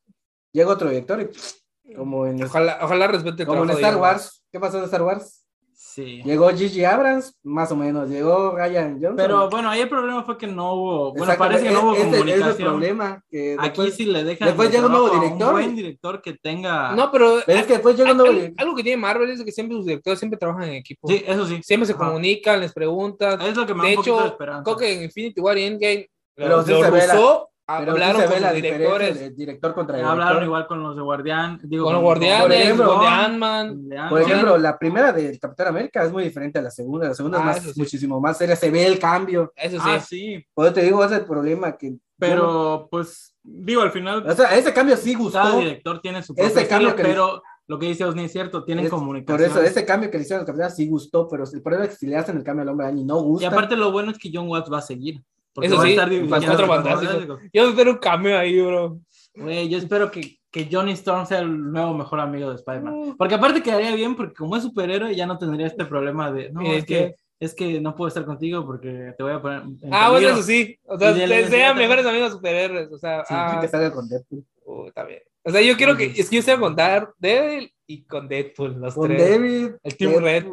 Speaker 8: Llega otro director y, como en,
Speaker 7: Ojalá, ojalá respete el
Speaker 8: como en
Speaker 7: trabajo de
Speaker 8: Star
Speaker 7: John
Speaker 8: Wars. ¿Qué pasó en Star Wars?
Speaker 6: Sí.
Speaker 8: Llegó Gigi Abrams, más o menos. Llegó Ryan Johnson.
Speaker 6: Pero bueno, ahí el problema fue que no hubo. Bueno,
Speaker 8: Exacto,
Speaker 6: parece que no
Speaker 8: es-
Speaker 6: hubo
Speaker 8: es el-
Speaker 6: comunicación.
Speaker 8: Es el problema. Que
Speaker 6: Aquí
Speaker 8: después-
Speaker 6: sí le dejan.
Speaker 8: después
Speaker 6: el
Speaker 8: llega un nuevo
Speaker 6: trabajo a
Speaker 8: director.
Speaker 6: Un buen director que tenga.
Speaker 7: No, pero
Speaker 8: Pero es que después llega un nuevo
Speaker 7: algo,
Speaker 8: director.
Speaker 7: algo que tiene Marvel es que siempre sus directores siempre trabajan en equipo.
Speaker 6: Sí, eso sí.
Speaker 7: Siempre se
Speaker 6: Ajá.
Speaker 7: comunican, les preguntan.
Speaker 6: Es lo que me da
Speaker 7: De
Speaker 6: un poquito de
Speaker 7: hecho,
Speaker 6: esperanza.
Speaker 7: creo que en Infinity War y Endgame
Speaker 8: Pero
Speaker 7: lo-
Speaker 8: sí
Speaker 7: lo
Speaker 8: se ve la-
Speaker 7: Russo, a-
Speaker 8: Pero
Speaker 7: hablaron
Speaker 8: sí se
Speaker 7: con
Speaker 8: ve la
Speaker 7: sus
Speaker 8: diferencia
Speaker 7: directores,
Speaker 8: de director contra director.
Speaker 6: Ah, Hablaron igual con los de Guardián. Digo,
Speaker 7: con los
Speaker 8: Por
Speaker 7: Guardianes,
Speaker 8: ejemplo, ah.
Speaker 7: con de
Speaker 6: Ant-Man,
Speaker 7: Ant-Man.
Speaker 6: de Ant-Man.
Speaker 8: Por ejemplo, la primera de Capitán América es muy diferente a la segunda. La segunda
Speaker 7: Ah,
Speaker 8: es más,
Speaker 7: eso sí.
Speaker 8: muchísimo más seria. Se ve el cambio.
Speaker 7: Eso sí.
Speaker 6: Ah, sí.
Speaker 8: Por eso te digo, ese es el problema. Que
Speaker 6: Pero, pues, digo, al final,
Speaker 8: O sea, ese cambio sí gustó.
Speaker 6: cada director tiene su propio
Speaker 8: Ese
Speaker 6: estilo,
Speaker 8: cambio que-
Speaker 6: pero lo que dice Osni es cierto, tienen
Speaker 8: Es-
Speaker 6: comunicación.
Speaker 8: Por eso, ese cambio que le hicieron a Capitán sí gustó. Pero el problema es que si le hacen el cambio al hombre Año y no
Speaker 6: Y
Speaker 8: gusta.
Speaker 6: aparte, lo bueno es que John Watts va a seguir. Porque
Speaker 7: Eso
Speaker 6: va a
Speaker 7: sí,
Speaker 6: estar
Speaker 7: los
Speaker 6: dirigiendo
Speaker 7: Cuatro
Speaker 6: los
Speaker 7: Fantásticos.
Speaker 6: Fantásticos.
Speaker 7: Yo espero un cambio ahí, bro.
Speaker 6: Güey, yo espero que, que Johnny Storm sea el nuevo mejor amigo de
Speaker 7: Uh.
Speaker 6: Spider-Man. Porque aparte quedaría bien, porque como es superhéroe, ya no tendría este problema de, no,
Speaker 7: Eh,
Speaker 6: es que, es que no puedo estar contigo porque te voy a poner en
Speaker 7: Ah, bueno,
Speaker 6: peligro".
Speaker 7: eso sí. O sea,
Speaker 6: Y de la
Speaker 7: que
Speaker 6: identidad
Speaker 7: sean
Speaker 6: también.
Speaker 7: mejores amigos superhéroes. O sea,
Speaker 8: Sí,
Speaker 7: ah,
Speaker 8: que salga con Deadpool.
Speaker 7: uh, está bien. O sea, yo quiero que. Es que yo sé con Dar- Daredevil y con Deadpool, los
Speaker 8: Con
Speaker 7: tres.
Speaker 8: David.
Speaker 7: El Team Red.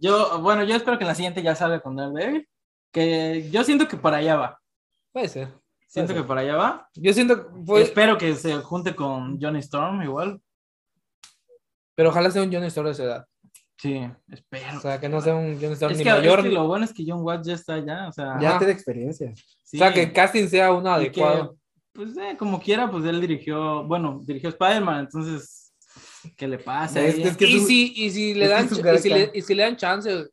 Speaker 6: Yo, bueno, yo espero que en la siguiente ya salga con Daredevil. Que yo siento que para allá va.
Speaker 7: Puede ser.
Speaker 6: Siento que para allá va.
Speaker 7: Yo siento que fue-
Speaker 6: Espero que se junte con Johnny Storm igual.
Speaker 7: Pero ojalá sea un John Storm de su edad.
Speaker 6: Sí, espero.
Speaker 7: O sea, que no sea un John Storm
Speaker 6: es,
Speaker 7: ni
Speaker 6: que, es
Speaker 7: mayor.
Speaker 6: que lo bueno es que John Watts ya está allá. O sea,
Speaker 8: Ya
Speaker 7: Ajá.
Speaker 8: tiene experiencia.
Speaker 6: sí.
Speaker 7: O sea, que el casting sea uno
Speaker 6: Y que,
Speaker 7: adecuado.
Speaker 6: pues eh, como quiera, pues él dirigió, bueno, dirigió Spider-Man, entonces, ¿qué le pasa?
Speaker 8: Es
Speaker 6: ahí?
Speaker 8: que- es que-
Speaker 7: y,
Speaker 8: su-
Speaker 7: si, y si le
Speaker 8: es que
Speaker 7: dan
Speaker 8: su
Speaker 7: ch-
Speaker 8: garca-
Speaker 7: y si le, y si le dan chance,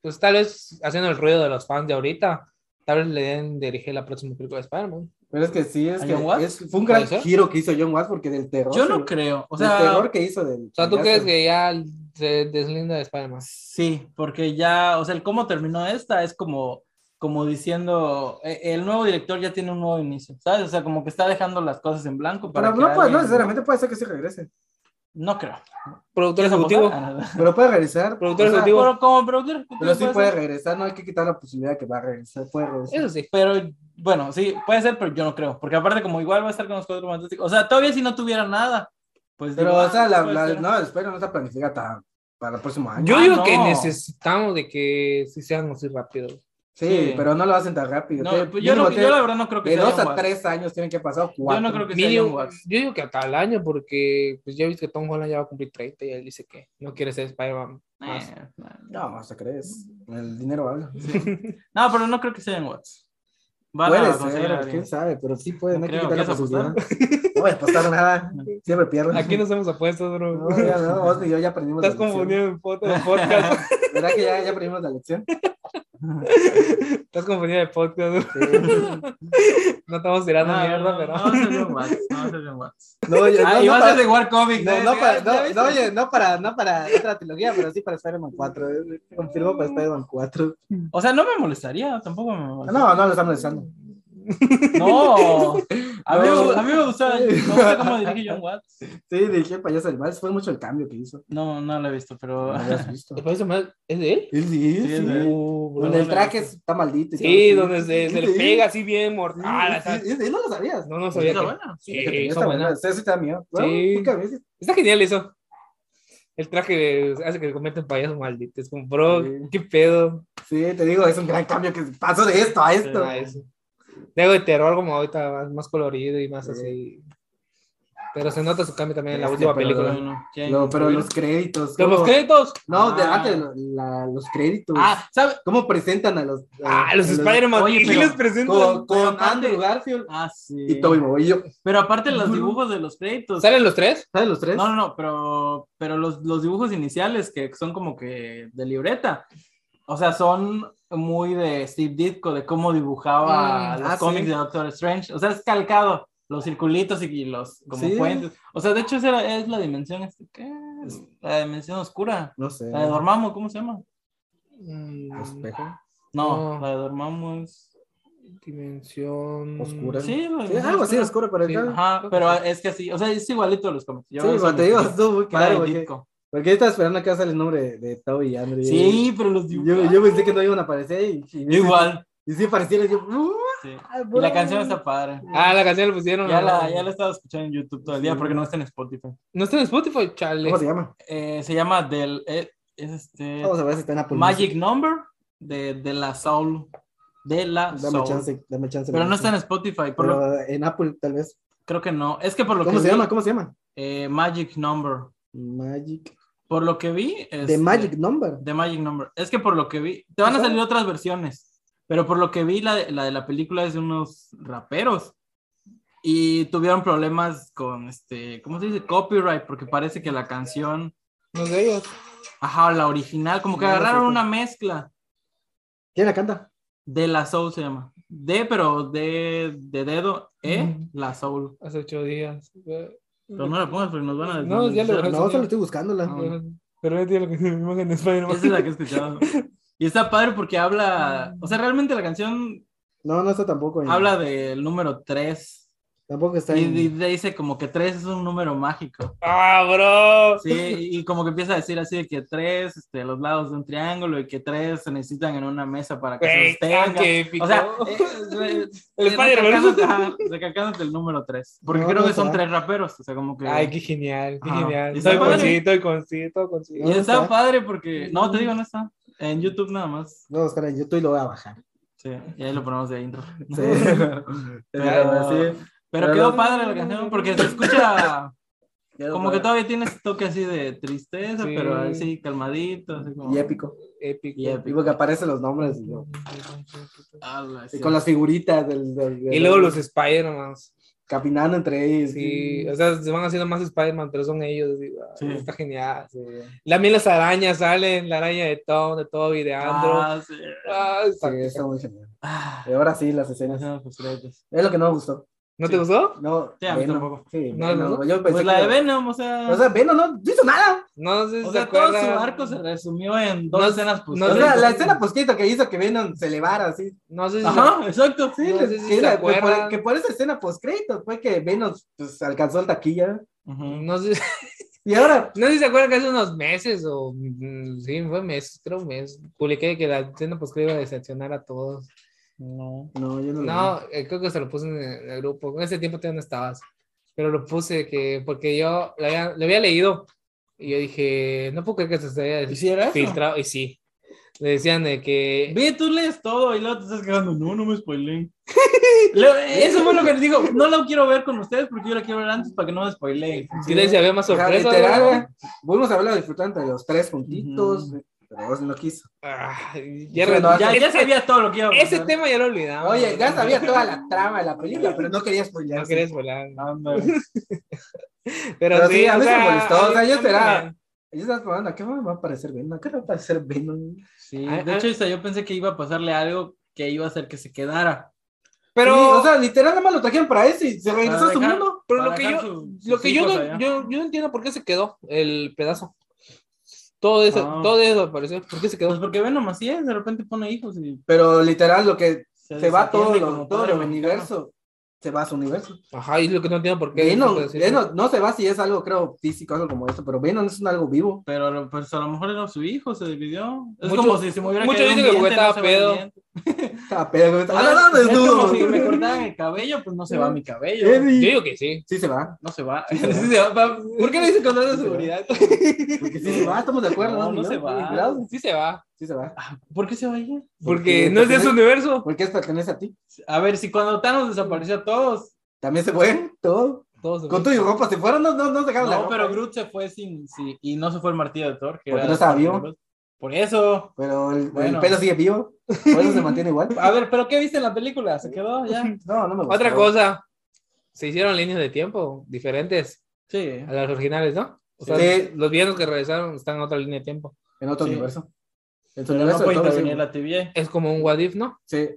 Speaker 7: pues tal vez haciendo el ruido de los fans de ahorita, tal vez le den dirigir la próxima película de Spider-man.
Speaker 8: Pero es que sí, es
Speaker 6: ¿A
Speaker 8: que
Speaker 6: John Watts?
Speaker 8: es- fue un
Speaker 7: ¿Puede
Speaker 8: gran
Speaker 7: ser?
Speaker 8: giro que hizo John Watts porque del terror.
Speaker 6: Yo
Speaker 8: se-
Speaker 6: no creo. O
Speaker 8: del terror
Speaker 6: sea,
Speaker 8: que hizo del.
Speaker 7: O sea, ¿tú
Speaker 8: ya
Speaker 7: crees
Speaker 8: se-
Speaker 7: que ya se deslinda de Spider-Man?
Speaker 6: sí, porque ya, o sea, el cómo terminó esta es como, como diciendo, eh, el nuevo director ya tiene un nuevo inicio, ¿sabes? O sea, como que está dejando las cosas en blanco para
Speaker 8: Pero
Speaker 6: que
Speaker 8: no, puede, no
Speaker 6: alguien-
Speaker 8: necesariamente puede ser que sí regrese.
Speaker 6: No creo.
Speaker 7: Productor
Speaker 6: ¿Quieres
Speaker 7: ejecutivo.
Speaker 6: apostar? Ah,
Speaker 8: Pero puede regresar.
Speaker 7: Productor
Speaker 8: o sea,
Speaker 7: ejecutivo.
Speaker 6: pero como productor ejecutivo
Speaker 8: Pero sí
Speaker 6: puede
Speaker 8: puede
Speaker 6: ser.
Speaker 8: regresar, no hay que quitar la posibilidad de que va a regresar. Puede regresar.
Speaker 7: Eso sí.
Speaker 6: Pero bueno, sí, puede ser, pero yo no creo. Porque aparte, como igual va a estar con los cuatro fantásticos. O sea, todavía si no tuviera nada, pues.
Speaker 8: Pero,
Speaker 6: digo,
Speaker 8: o sea,
Speaker 6: ah,
Speaker 8: la,
Speaker 6: puede
Speaker 8: la-
Speaker 6: ser.
Speaker 8: no, espero no está planificada ta- para el próximo año.
Speaker 7: Yo
Speaker 6: Ah,
Speaker 7: digo
Speaker 6: no.
Speaker 7: que necesitamos de que sí sean así rápido.
Speaker 8: sí,
Speaker 6: sí.
Speaker 8: pero no lo hacen tan rápido.
Speaker 6: No,
Speaker 8: Tiene-
Speaker 6: pues yo, no-
Speaker 8: mínimo
Speaker 6: yo
Speaker 8: tiene-
Speaker 6: la verdad no creo que
Speaker 8: de
Speaker 6: sea
Speaker 8: dos
Speaker 6: John
Speaker 8: a
Speaker 6: Watts.
Speaker 8: tres años tienen que pasar. o
Speaker 6: Yo
Speaker 8: Cuatro.
Speaker 6: no creo que sea John
Speaker 7: Mínimo-
Speaker 6: Watts.
Speaker 7: yo digo que hasta el año, porque pues ya viste que Tom Holland ya va a cumplir 30 y él dice que no quiere ser Spider-Man. más.
Speaker 6: Eh,
Speaker 8: No, no se crees. El dinero habla.
Speaker 6: No, pero no creo que sea John Watts. Van a
Speaker 8: puede
Speaker 6: conseguir
Speaker 8: ser,
Speaker 6: a alguien.
Speaker 8: quién sabe, pero sí puede,
Speaker 6: No
Speaker 8: no hay que
Speaker 6: creo,
Speaker 8: quitar la
Speaker 6: ¿quieres apostar?
Speaker 8: posibilidad. No voy a apostar nada, siempre pierdo.
Speaker 7: Aquí nos hemos apuesto,
Speaker 8: [LAUGHS] No,
Speaker 7: bro. [LAUGHS]
Speaker 8: ya no, vos y yo ya aprendimos
Speaker 7: Estás
Speaker 8: la lección.
Speaker 7: confundiendo el pod- el podcast.
Speaker 8: [LAUGHS] ¿Verdad que ya, ya aprendimos
Speaker 6: [LAUGHS]
Speaker 8: la lección?
Speaker 7: Estás confundido de podcast.
Speaker 8: Sí.
Speaker 7: No estamos tirando
Speaker 6: No,
Speaker 7: mierda,
Speaker 6: no,
Speaker 7: pero.
Speaker 6: No va a ser John Watts. No va a ser John Watts.
Speaker 8: No, yo-
Speaker 6: Ah,
Speaker 8: no,
Speaker 6: y
Speaker 8: no
Speaker 6: va a
Speaker 8: para-
Speaker 6: ser de War Comics.
Speaker 8: No,
Speaker 6: ¿eh?
Speaker 8: no, para,
Speaker 6: ¿Ya
Speaker 8: no,
Speaker 6: viste?
Speaker 8: no, oye, no para, no para otra trilogía, pero sí para Spider-Man 4. eh, Confirmo para Spider-Man 4.
Speaker 6: O sea, no me molestaría, tampoco me molestaría.
Speaker 8: No, no lo están molestando.
Speaker 6: No, a mí, me- a mí me gusta, no sé cómo dirige John Watts.
Speaker 8: Sí, dije payaso del mal. Fue mucho el cambio que hizo.
Speaker 6: No, no lo he visto, pero
Speaker 8: No
Speaker 6: [LAUGHS]
Speaker 8: lo habías visto.
Speaker 7: ¿El payaso mal es de él?
Speaker 8: Sí, sí,
Speaker 6: Sí, es de él.
Speaker 7: Uh, bro.
Speaker 8: Donde el traje está maldito. y
Speaker 7: Sí,
Speaker 8: todo,
Speaker 7: donde se, se
Speaker 8: Sí,
Speaker 7: le
Speaker 8: sí.
Speaker 7: pega así bien
Speaker 8: Sí,
Speaker 7: mortal.
Speaker 8: sí,
Speaker 7: así.
Speaker 8: sí, sí, no lo sabías.
Speaker 7: No, no sabía.
Speaker 6: está
Speaker 7: que-
Speaker 6: buena.
Speaker 7: Sí, está buena.
Speaker 8: Eso sí te da miedo. Bueno,
Speaker 7: Sí.
Speaker 8: nunca ves. Sí.
Speaker 7: Está genial eso. El traje de- hace que se convierta en payaso maldito. Es como, bro,
Speaker 8: Sí.
Speaker 7: qué pedo.
Speaker 8: te digo, es un gran cambio que pasó de esto a esto.
Speaker 7: Ah, eso. De algo de terror como ahorita más, más colorido y más
Speaker 8: Sí.
Speaker 7: así. Pero se nota su cambio también en la
Speaker 8: Sí,
Speaker 7: última
Speaker 8: pero-
Speaker 7: película.
Speaker 8: No, pero los créditos.
Speaker 7: Pero
Speaker 8: ¿cómo?
Speaker 7: los créditos.
Speaker 8: No, de
Speaker 7: Ah.
Speaker 8: antes, lo- la- los créditos.
Speaker 7: Ah, ¿sabe?
Speaker 8: ¿Cómo presentan a los. a-
Speaker 7: Ah, los
Speaker 8: a
Speaker 7: Spider-Man.
Speaker 6: Oye,
Speaker 7: ¿Y
Speaker 6: pero-
Speaker 7: los presentan?
Speaker 8: Con, con
Speaker 6: Pero aparte-
Speaker 8: Andrew Garfield
Speaker 6: Ah, sí.
Speaker 8: y Tobey Maguire.
Speaker 6: Pero aparte los dibujos de los créditos.
Speaker 7: ¿Salen los tres?
Speaker 8: ¿Sabes los tres?
Speaker 6: No, no, no, pero, pero los, los dibujos iniciales que son como que de libreta, o sea, son muy de Steve Ditko, de cómo dibujaba
Speaker 7: Mm,
Speaker 6: los
Speaker 8: ah,
Speaker 6: cómics
Speaker 8: sí.
Speaker 6: de Doctor Strange. O sea, es calcado, los circulitos y, y los como
Speaker 8: Sí.
Speaker 6: puentes. O sea, de hecho, esa era- es la dimensión, este, ¿qué?
Speaker 8: Mm.
Speaker 6: La dimensión oscura.
Speaker 8: No sé.
Speaker 6: La de Dormammu, ¿cómo se llama?
Speaker 7: Mm,
Speaker 8: Espejo.
Speaker 6: No,
Speaker 7: No.
Speaker 6: la de Dormammu es...
Speaker 7: Dimensión
Speaker 8: Oscura.
Speaker 6: Sí, la
Speaker 8: Sí,
Speaker 6: dimensión
Speaker 8: algo así
Speaker 6: oscura.
Speaker 8: oscuro para
Speaker 7: Sí,
Speaker 8: acá.
Speaker 6: Ajá, pero es que así, o sea, es igualito a los cómics. Yo
Speaker 8: Sí,
Speaker 6: eso
Speaker 8: pero te
Speaker 6: me
Speaker 8: digo,
Speaker 6: fijé.
Speaker 8: estuvo muy
Speaker 6: Para
Speaker 8: claro.
Speaker 6: de
Speaker 8: Porque,
Speaker 6: Ditko.
Speaker 8: porque yo estaba esperando acá sale el nombre de, de Toby y Andrew.
Speaker 6: Sí, pero los
Speaker 8: Yo,
Speaker 6: dibujos...
Speaker 8: yo pensé que no iban a aparecer. Y, y-
Speaker 6: Igual.
Speaker 8: Y sí aparecieron. y yo, ¡uh!
Speaker 6: sí.
Speaker 8: Ah,
Speaker 6: Y la
Speaker 8: bueno.
Speaker 6: canción está padre.
Speaker 7: Ah, la canción la pusieron.
Speaker 6: Ya
Speaker 7: ¿no?
Speaker 6: la, ya la he estado escuchando en YouTube todo el día
Speaker 8: Sí.
Speaker 6: porque no está en Spotify.
Speaker 7: ¿No está en Spotify? Chale.
Speaker 8: ¿Cómo se llama?
Speaker 6: Eh, se llama del, eh, es este,
Speaker 8: Vamos a ver si está en Apple.
Speaker 6: Magic Number de, de la Soul. De la
Speaker 8: Music.
Speaker 6: Soul.
Speaker 8: Dame chance, dame chance.
Speaker 6: Pero no está en Spotify. por lo-
Speaker 8: Pero eh, en Apple, tal vez.
Speaker 6: creo que no. Es que por lo
Speaker 8: ¿Cómo
Speaker 6: que
Speaker 8: se
Speaker 6: vi,
Speaker 8: llama? ¿Cómo se llama?
Speaker 6: eh, Magic Number.
Speaker 8: Magic.
Speaker 6: Por lo que vi.
Speaker 8: The
Speaker 6: este,
Speaker 8: Magic Number.
Speaker 6: de Magic Number. Es que por lo que vi. Te van a
Speaker 8: Ajá.
Speaker 6: salir otras versiones. Pero por lo que vi, la de la, de la película es de unos raperos. Y tuvieron problemas con este. ¿Cómo se dice? Copyright. Porque parece que la canción.
Speaker 7: No es de ellos.
Speaker 6: Ajá, la original, como que
Speaker 8: No, no sé
Speaker 6: agarraron
Speaker 8: cuál.
Speaker 6: una
Speaker 7: pues.
Speaker 6: mezcla
Speaker 8: ¿Quién la canta?
Speaker 6: de la soul se llama. De, pero de, de dedo, E,
Speaker 7: Ujú.
Speaker 6: la soul.
Speaker 7: Hace ocho días.
Speaker 6: Pero no la pongas porque nos van a
Speaker 7: No, ya lo-
Speaker 6: desmonetizar.
Speaker 8: No, solo estoy buscándola.
Speaker 6: Ah, bueno.
Speaker 7: Pero ya tiene la canción de imagen de Spider-Man.
Speaker 6: Esa es la que he escuchado. Y está padre porque habla, o sea, realmente la canción
Speaker 8: No, no está tampoco. En,
Speaker 6: habla del número 3.
Speaker 8: Tampoco está
Speaker 6: Y,
Speaker 8: en.
Speaker 6: y le dice como que 3 es un número mágico.
Speaker 7: ¡Ah, bro!
Speaker 6: Sí, y como que empieza a decir así de que 3, este, los lados de un triángulo y que 3 se necesitan en una mesa para que se
Speaker 7: Güey, ah,
Speaker 6: sostenga.
Speaker 7: qué épico.
Speaker 6: O sea, eh, eh,
Speaker 7: El
Speaker 6: eh,
Speaker 7: Spider-Man.
Speaker 6: recalcándote, ajá, recalcándote el número 3. Porque
Speaker 8: No,
Speaker 6: creo
Speaker 8: no
Speaker 6: que son
Speaker 8: está.
Speaker 6: tres raperos. O sea, como que.
Speaker 7: Ay, qué genial, qué
Speaker 6: Ajá.
Speaker 7: genial.
Speaker 6: Y
Speaker 7: Estoy
Speaker 6: está padre.
Speaker 7: consigo, estoy consigo, estoy
Speaker 6: y
Speaker 7: consigo.
Speaker 8: ¿dónde
Speaker 6: está
Speaker 8: está?
Speaker 6: padre porque. No, te digo, no está. En YouTube nada más.
Speaker 8: No, espera, yo estoy lo voy
Speaker 6: [LAUGHS]
Speaker 8: a bajar.
Speaker 6: Sí, y ahí lo ponemos de intro.
Speaker 8: Sí.
Speaker 6: [LAUGHS] Pero-
Speaker 8: [LAUGHS] Sí.
Speaker 6: Pero
Speaker 8: Pero
Speaker 6: quedó
Speaker 8: no.
Speaker 6: padre la canción porque se escucha.
Speaker 8: Quedó
Speaker 6: Como que
Speaker 8: padre.
Speaker 6: todavía tiene ese toque así de tristeza,
Speaker 7: Sí.
Speaker 6: pero así calmadito. Así como...
Speaker 8: Y épico.
Speaker 7: Épico.
Speaker 6: Y épico.
Speaker 8: Y porque aparecen los nombres. Y, yo-
Speaker 6: Ala, sí.
Speaker 8: y con las figuritas. Del, del- del-
Speaker 7: Y luego los Spider-Man.
Speaker 8: Caminando entre ellos.
Speaker 7: Sí, o sea, se van haciendo más Spider-Man, pero son ellos. así, ah,
Speaker 6: Sí.
Speaker 7: Está genial.
Speaker 8: Sí.
Speaker 7: También las arañas salen, la araña de Tom, de Toby, de Andrew.
Speaker 6: Ah, sí.
Speaker 7: Ah, está-
Speaker 8: Sí, está muy genial.
Speaker 6: Ah,
Speaker 8: Y ahora sí, las escenas.
Speaker 6: escenas frustradas.
Speaker 8: Es lo que no me gustó.
Speaker 7: ¿No
Speaker 6: sí.
Speaker 7: te gustó?
Speaker 8: No,
Speaker 6: Sí, a mí
Speaker 8: Venom.
Speaker 6: tampoco.
Speaker 8: Sí,
Speaker 7: No,
Speaker 8: Venom.
Speaker 7: no.
Speaker 8: Yo pensé
Speaker 6: Pues la
Speaker 8: que-
Speaker 6: de Venom, o sea.
Speaker 8: O sea, Venom no hizo nada.
Speaker 7: No sé si
Speaker 6: O
Speaker 7: se
Speaker 6: sea, todo su
Speaker 7: acuerdan.
Speaker 6: arco se resumió en dos
Speaker 7: No-
Speaker 6: escenas pues,
Speaker 7: no-
Speaker 8: o
Speaker 6: posteriores.
Speaker 8: sea, la escena pues, posquita que hizo que Venom se elevara así.
Speaker 7: No sé si se
Speaker 6: Ajá, exacto, sí.
Speaker 7: No
Speaker 8: que,
Speaker 7: sé si
Speaker 8: que
Speaker 7: se
Speaker 8: la- que,
Speaker 7: acuerdan.
Speaker 8: por, que por esa escena postcrédito fue que Venom pues, alcanzó el taquilla.
Speaker 6: Ujú.
Speaker 7: No sé,
Speaker 8: Y ahora,
Speaker 7: no sé si se acuerdan que hace unos meses o mm, sí, fue meses, creo un mes, publiqué que la escena pues iba a decepcionar a todos.
Speaker 6: No.
Speaker 8: no, yo no,
Speaker 7: No, eh, creo que se lo puse en el, en el grupo. En ese tiempo tú ya no estabas, pero lo puse que porque yo lo había, lo había leído y yo dije, no puedo creer que se haya
Speaker 6: ¿Y si era eso?
Speaker 7: filtrado y sí. Le decían de que
Speaker 6: Ve, tú lees todo y luego te estás quejando. No, no me
Speaker 8: [LAUGHS]
Speaker 6: spoileen. Luego, Eso fue lo que les digo. No lo quiero ver con ustedes porque yo la quiero ver antes para que no me spoileen.
Speaker 7: que les había más
Speaker 8: O sea,
Speaker 7: sorpresas.
Speaker 8: literal,
Speaker 7: ¿no?
Speaker 8: eh, Fuimos a hablar disfrutando de los tres puntitos, pero vos no quiso.
Speaker 7: Ah, ya,
Speaker 8: Sí,
Speaker 7: re-
Speaker 8: no,
Speaker 6: Ya,
Speaker 7: ya-
Speaker 6: ya sabía todo lo que iba a
Speaker 7: ese
Speaker 6: pasar.
Speaker 7: tema ya lo olvidamos.
Speaker 8: Oye, ya sabía toda la trama de la película, pero no quería spoilear.
Speaker 7: Ah, No querías volar. [LAUGHS]
Speaker 6: Ándale.
Speaker 7: Pero,
Speaker 8: Pero
Speaker 7: sí,
Speaker 8: sí, a
Speaker 7: o
Speaker 8: mí se
Speaker 7: sea,
Speaker 8: me molestó, o sea, yo
Speaker 7: a mí
Speaker 8: esperaba.
Speaker 7: también.
Speaker 8: Yo estaba probando, ¿a ¿qué va a aparecer Venom? ¿A ¿Qué va a aparecer Venom?
Speaker 6: Sí,
Speaker 7: Ah,
Speaker 6: de
Speaker 7: ah.
Speaker 6: hecho, hasta yo pensé que iba a pasarle algo que iba a hacer que se quedara.
Speaker 7: Pero,
Speaker 8: Sí, o sea, literal, nada más lo trajeron para eso y se regresó
Speaker 6: Para
Speaker 8: a su
Speaker 6: dejar-
Speaker 8: mundo.
Speaker 7: pero lo
Speaker 6: para
Speaker 7: que yo,
Speaker 6: dejar su-
Speaker 7: lo
Speaker 6: sus
Speaker 7: que yo
Speaker 6: hijos
Speaker 7: no,
Speaker 6: pues, allá.
Speaker 7: yo, yo no entiendo por qué se quedó el pedazo. Todo eso,
Speaker 6: Ah.
Speaker 7: todo eso apareció. ¿Por qué se
Speaker 6: Pues
Speaker 7: quedó?
Speaker 6: porque Venom así es, de repente pone hijos y
Speaker 8: Pero literal, lo que se va todo,
Speaker 6: desatiende
Speaker 8: lo-
Speaker 6: como
Speaker 8: todo
Speaker 6: padre
Speaker 8: el
Speaker 6: mexicano.
Speaker 8: universo. Se va a su universo.
Speaker 7: Ajá, y es lo que no entiendo por qué.
Speaker 8: Venom,
Speaker 7: siempre decir-
Speaker 8: Venom, no se va si es algo, creo, físico, algo como esto, pero Venom es un algo vivo. [LAUGHS]
Speaker 6: Pero pues a lo mejor era su hijo, se dividió. Es
Speaker 7: Mucho-
Speaker 6: como si se me hubiera
Speaker 7: mucho
Speaker 6: caído un
Speaker 7: dicen que
Speaker 6: diente,
Speaker 7: porque
Speaker 6: no
Speaker 7: estaba
Speaker 6: se va el
Speaker 7: pedo.
Speaker 6: diente.
Speaker 8: Ah, pero- ah, no, no,
Speaker 6: Es como
Speaker 8: desnudo.
Speaker 6: si me cortaran el cabello, pues no se va mi cabello.
Speaker 8: Eh,
Speaker 7: Yo
Speaker 8: sí.
Speaker 7: digo
Speaker 8: [LAUGHS]
Speaker 7: que sí.
Speaker 8: Sí se va.
Speaker 6: No se va. Sí se va, va.
Speaker 7: ¿Por qué lo dicen con tanta seguridad?
Speaker 8: Porque sí se va, estamos de acuerdo.
Speaker 6: No, no
Speaker 8: Miguel?
Speaker 6: se va.
Speaker 8: Cuidado,
Speaker 7: [LAUGHS] sí se va.
Speaker 8: Sí se va.
Speaker 6: ¿Por qué se va ella?
Speaker 7: Porque no es de su universo.
Speaker 8: Porque esto pertenece a ti.
Speaker 6: A ver, si cuando Thanos desapareció a todos.
Speaker 8: También se fue todo.
Speaker 7: Todos se
Speaker 8: Con tu y ropa se fueron, no, no, no se dejaron la
Speaker 6: No,
Speaker 8: ropa.
Speaker 6: pero Groot se fue sin, sí, y no se fue el martillo de Thor. que
Speaker 8: Porque
Speaker 6: era-
Speaker 8: no estaba vivo.
Speaker 6: Por eso.
Speaker 8: Pero el, el
Speaker 6: Bueno.
Speaker 8: pelo sigue vivo. Por eso se mantiene
Speaker 7: [LAUGHS]
Speaker 8: igual.
Speaker 6: A ver, pero ¿qué viste en la película? ¿Se quedó ya?
Speaker 8: No, no me gusta.
Speaker 7: Otra cosa. Se hicieron líneas de tiempo diferentes
Speaker 6: Sí.
Speaker 7: a las originales, ¿no? O sea,
Speaker 8: Sí.
Speaker 7: los villanos que regresaron están en otra línea de tiempo.
Speaker 8: En otro
Speaker 6: Sí.
Speaker 8: universo. En tu
Speaker 6: Pero no
Speaker 8: universo
Speaker 6: puede
Speaker 8: de todo,
Speaker 6: intervenir
Speaker 8: sí.
Speaker 6: la TVA.
Speaker 7: Es como un What If, ¿no?
Speaker 8: Sí,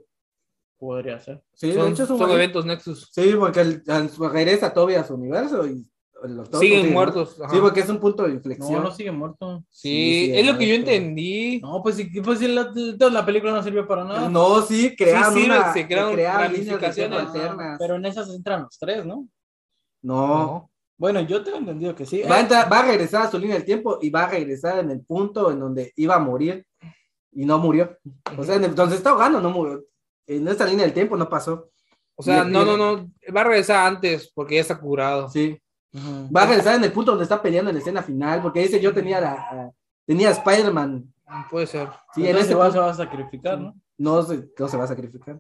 Speaker 6: Podría ser.
Speaker 8: sí de
Speaker 7: son
Speaker 8: hecho es un
Speaker 7: son
Speaker 8: buen-
Speaker 7: eventos Nexus.
Speaker 8: Sí, porque el, al- regresa Toby a su universo y los todos
Speaker 7: Siguen
Speaker 8: consiguen-
Speaker 7: muertos. ajá.
Speaker 8: Sí, porque es un punto de
Speaker 6: No,
Speaker 8: inflexión.
Speaker 6: no sigue muerto.
Speaker 7: Sí,
Speaker 8: sí,
Speaker 7: es lo
Speaker 8: ajá,
Speaker 7: que yo
Speaker 8: sí.
Speaker 7: entendí.
Speaker 6: No, pues, sí, pues sí, la, toda la película no sirvió para nada. pues,
Speaker 8: No, sí, crearon
Speaker 7: Sí, sí,
Speaker 8: una,
Speaker 7: se crearon
Speaker 8: crearon líneas de tiempo
Speaker 7: ramificaciones.
Speaker 6: Ah,
Speaker 8: alternas.
Speaker 6: pero en esas entran los tres, ¿no?
Speaker 8: No,
Speaker 6: Bueno, yo tengo entendido que sí.
Speaker 8: Va, a
Speaker 6: Eh,
Speaker 8: entrar- va a regresar a su línea del tiempo y va a regresar en el punto en donde iba a morir y no murió. O sea, en el- donde está ahogando no murió. En esta línea del tiempo no pasó.
Speaker 7: O sea,
Speaker 8: Y-
Speaker 7: no,
Speaker 8: y-
Speaker 7: no, no. Va a regresar antes porque ya está curado.
Speaker 8: Sí.
Speaker 6: ujú.
Speaker 8: Va a regresar en el punto donde está peleando en la escena final, porque dice yo tenía la, a- tenía a Spider-Man.
Speaker 7: Puede ser.
Speaker 8: Sí, en
Speaker 6: Entonces
Speaker 8: ese
Speaker 6: se va,
Speaker 8: punto
Speaker 6: se va a sacrificar, ¿no?
Speaker 8: no se, no se va a sacrificar.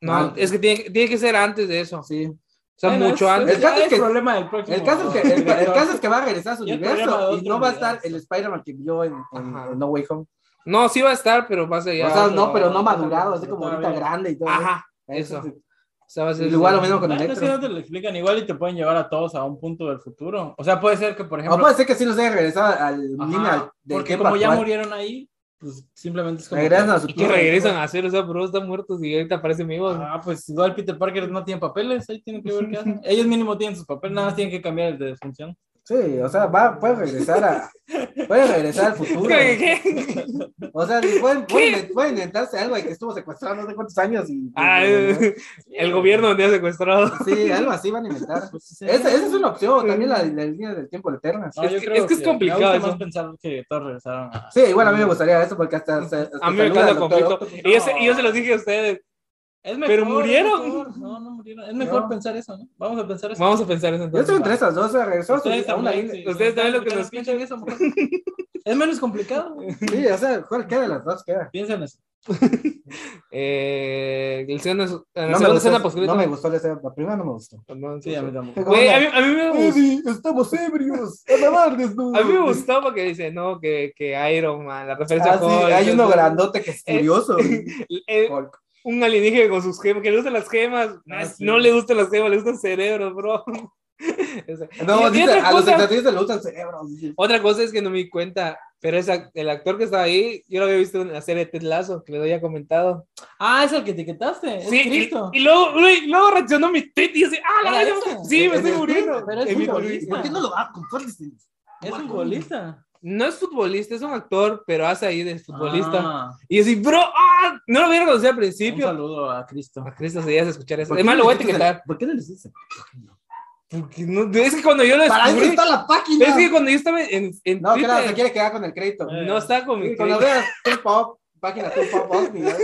Speaker 7: No,
Speaker 8: Ah.
Speaker 7: es que tiene, tiene que ser antes de eso. O
Speaker 8: Sí.
Speaker 7: sea,
Speaker 6: Bueno,
Speaker 7: mucho
Speaker 6: es-
Speaker 7: antes.
Speaker 8: El caso
Speaker 6: ya
Speaker 8: es que-
Speaker 6: problema del próximo.
Speaker 8: El caso, es que,
Speaker 6: [LAUGHS]
Speaker 8: el, el caso es que va a regresar a su
Speaker 6: Y el problema de
Speaker 8: universo y
Speaker 6: otro
Speaker 8: no va a estar
Speaker 6: universo.
Speaker 8: el Spider-Man que vio en, en-
Speaker 7: Ajá.
Speaker 8: en No Way Home.
Speaker 7: No, sí va a estar, pero va a ser ya.
Speaker 8: o sea,
Speaker 7: otro-
Speaker 8: no, pero
Speaker 6: otro-
Speaker 8: no madurado, así
Speaker 6: otro
Speaker 8: como ahorita
Speaker 6: todavía.
Speaker 8: grande y todo.
Speaker 7: Ajá,
Speaker 8: eso.
Speaker 7: eso. O sea, va a ser.
Speaker 8: Igual lo mismo con
Speaker 6: Bueno, es que no
Speaker 8: Electro.
Speaker 6: te lo explican igual y te pueden llevar a todos a un punto del futuro. O sea, puede ser que, por
Speaker 8: O
Speaker 6: ejemplo,
Speaker 8: puede ser que sí nos haya regresado al
Speaker 6: Ajá,
Speaker 8: línea del
Speaker 6: porque
Speaker 8: tiempo
Speaker 6: como ya
Speaker 8: actual.
Speaker 6: murieron ahí, pues simplemente es como.
Speaker 8: Regresan a su
Speaker 7: Y que regresan a hacer, o sea, bro, están muertos y ahorita aparecen vivos. [LAUGHS]
Speaker 6: Ah, pues igual Peter Parker no tiene papeles, ahí tienen que ver qué hacen. Ellos mínimo tienen sus papeles, nada más tienen que cambiar el de función.
Speaker 8: Sí, o sea, va, puede regresar
Speaker 7: [LAUGHS]
Speaker 8: a. Puede regresar al futuro. [LAUGHS]
Speaker 7: ¿Qué?
Speaker 8: O sea, pueden, pueden, pueden inventarse algo de que estuvo secuestrado no sé cuántos años y.
Speaker 7: Ah, [LAUGHS] el gobierno donde ha secuestrado.
Speaker 8: Sí, algo así van a inventar.
Speaker 6: Pues, sí.
Speaker 8: Esa, esa es una opción, también la, la línea del tiempo eterna.
Speaker 6: No,
Speaker 7: Es
Speaker 6: yo
Speaker 7: que-
Speaker 6: creo
Speaker 7: es que es complicado
Speaker 6: me gusta
Speaker 7: eso.
Speaker 6: más pensar que todos regresaron a.
Speaker 8: Sí, igual a mí me gustaría eso porque hasta. hasta-
Speaker 7: A mí
Speaker 8: hasta
Speaker 7: me
Speaker 8: saluda
Speaker 7: causa
Speaker 8: al doctor
Speaker 7: conflicto.
Speaker 8: Octopus.
Speaker 7: Y yo, se, y yo se los dije a ustedes.
Speaker 6: Es
Speaker 7: Pero
Speaker 6: es
Speaker 7: murieron.
Speaker 6: mejor. No, no murieron. Es mejor
Speaker 8: No.
Speaker 6: pensar eso, ¿no? Vamos a pensar eso.
Speaker 7: Vamos a pensar eso
Speaker 8: Yo estoy
Speaker 7: entonces.
Speaker 8: entre esas dos, o sea, regresó a su-
Speaker 6: Ustedes
Speaker 8: a una
Speaker 6: también,
Speaker 8: línea.
Speaker 6: sí.
Speaker 7: Ustedes también lo que nos
Speaker 6: Piensen eso, mujer. Es menos complicado.
Speaker 8: Sí, o sea, ¿cuál queda de las dos? Queda.
Speaker 6: Piensen eso.
Speaker 7: Eh, el segundo, es- en la
Speaker 8: No me,
Speaker 7: segunda
Speaker 8: gustó,
Speaker 7: escena
Speaker 8: no
Speaker 7: poscrita.
Speaker 8: me gustó la escena, la primera no me gustó.
Speaker 7: No,
Speaker 6: Sí, a mí tampoco.
Speaker 7: Güey, a mí, a mí me gustó.
Speaker 8: Eddie, estamos ebrios. A nadar desnudos.
Speaker 7: A mí me gustó porque dice, no, que, que Iron Man, la referencia
Speaker 8: Ah,
Speaker 7: a
Speaker 8: sí,
Speaker 7: Hulk,
Speaker 8: hay uno
Speaker 7: entonces,
Speaker 8: grandote que es
Speaker 7: Eh, [LAUGHS]
Speaker 8: curioso. güey.
Speaker 7: eh,
Speaker 8: Hulk.
Speaker 7: un alienígena con sus gemas, que le gustan las gemas. No,
Speaker 6: Ah, sí.
Speaker 7: no le gustan las gemas, le gustan cerebros, bro. [LAUGHS] O sea,
Speaker 8: No,
Speaker 7: y
Speaker 8: dice,
Speaker 7: otra
Speaker 8: a los
Speaker 7: cosa-
Speaker 8: extraterrestres le gustan cerebros. dice.
Speaker 7: Otra cosa es que no me di cuenta, pero esa- el actor que estaba ahí, yo lo había visto en la serie Ted Lasso, que les había comentado.
Speaker 6: Ah, es el que etiquetaste. Es
Speaker 7: Sí, y,
Speaker 6: Cristo.
Speaker 7: y luego, güey, luego reaccionó mi tweet y dice, ¡ah, la
Speaker 6: Era
Speaker 7: verga!
Speaker 6: esa.
Speaker 7: Sí, me
Speaker 8: En
Speaker 7: estoy
Speaker 8: el
Speaker 7: muriendo.
Speaker 8: Twitter,
Speaker 6: pero es
Speaker 7: En mi-
Speaker 6: futbolista.
Speaker 8: ¿Por qué no lo va a este compartir?
Speaker 6: Es futbolista.
Speaker 7: No es futbolista, es un actor, pero hace ahí de futbolista. Y así, bro, ¡ah! No lo había reconocido al
Speaker 6: Ah. un
Speaker 7: principio.
Speaker 6: saludo a Cristo.
Speaker 7: A Cristo, si llegas a escuchar eso. Además, lo voy a etiquetar.
Speaker 8: ¿Por qué no les dices?
Speaker 7: Porque no- es que cuando yo lo
Speaker 8: Para eso
Speaker 7: descubrí.
Speaker 8: está la página.
Speaker 7: Pues, Es que cuando yo estaba en, en
Speaker 8: No, claro, se
Speaker 7: Twitter,
Speaker 8: quiere quedar con el crédito.
Speaker 7: no estaba con mi
Speaker 8: Sí, Cuando
Speaker 7: crédito.
Speaker 8: veas Two Pop, página Two Pop, Osni, ya.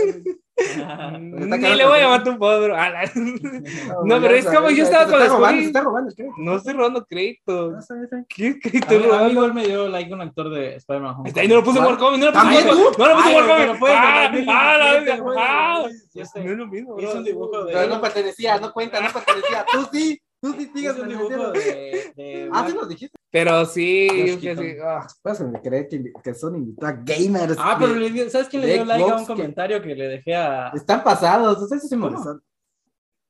Speaker 8: está
Speaker 7: Ni
Speaker 8: cagado
Speaker 7: le voy
Speaker 8: también.
Speaker 7: a llamar tu bro. A la- [LAUGHS] [LAUGHS] No,
Speaker 8: ya
Speaker 7: pero es
Speaker 8: sabes,
Speaker 7: como yo
Speaker 8: ya
Speaker 7: estaba
Speaker 8: se está
Speaker 7: con las
Speaker 8: robando,
Speaker 7: cookies.
Speaker 8: se está robando el crédito.
Speaker 7: No estoy robando crédito.
Speaker 8: No, sabes, sabes.
Speaker 7: ¿Qué
Speaker 6: A
Speaker 7: crédito
Speaker 6: mí, a mí
Speaker 7: robando?
Speaker 6: igual me dio like un actor de Spider-Man. Homecoming.
Speaker 7: Ahí no lo puse
Speaker 8: ¿Cuál?
Speaker 7: por cómic, no lo puse
Speaker 8: ¿También
Speaker 7: por
Speaker 8: tú?
Speaker 7: No lo puse
Speaker 6: Ay, pero
Speaker 7: por
Speaker 6: pues
Speaker 7: cómic.
Speaker 6: puedes
Speaker 7: Ah,
Speaker 6: recordar
Speaker 7: ah, la
Speaker 6: 2017,
Speaker 7: verga.
Speaker 6: güey.
Speaker 7: Ah,
Speaker 6: Ya sé.
Speaker 7: no es lo mismo,
Speaker 6: Hice un
Speaker 7: bro.
Speaker 6: dibujo de.
Speaker 8: Pero no pertenecía, no cuenta, no pertenecía. Tú sí, tú
Speaker 7: [LAUGHS]
Speaker 8: sí
Speaker 6: hice
Speaker 8: sigues
Speaker 6: un dibujo
Speaker 8: perteneciendo.
Speaker 6: de. de
Speaker 8: Ah, sí nos dijiste.
Speaker 7: Pero sí, yo
Speaker 6: Dios
Speaker 7: que sí.
Speaker 6: quito.
Speaker 7: ah.
Speaker 8: Pásame, creer que, que Sony invitó a gamers.
Speaker 6: Ah, pero
Speaker 8: de-
Speaker 6: le dio- ¿sabes quién le
Speaker 8: de
Speaker 6: dio like a
Speaker 8: Xbox
Speaker 6: un
Speaker 8: que-
Speaker 6: comentario que le dejé a.
Speaker 8: Están pasados, o sea, eso sí me
Speaker 6: ¿Cómo?
Speaker 8: molestó.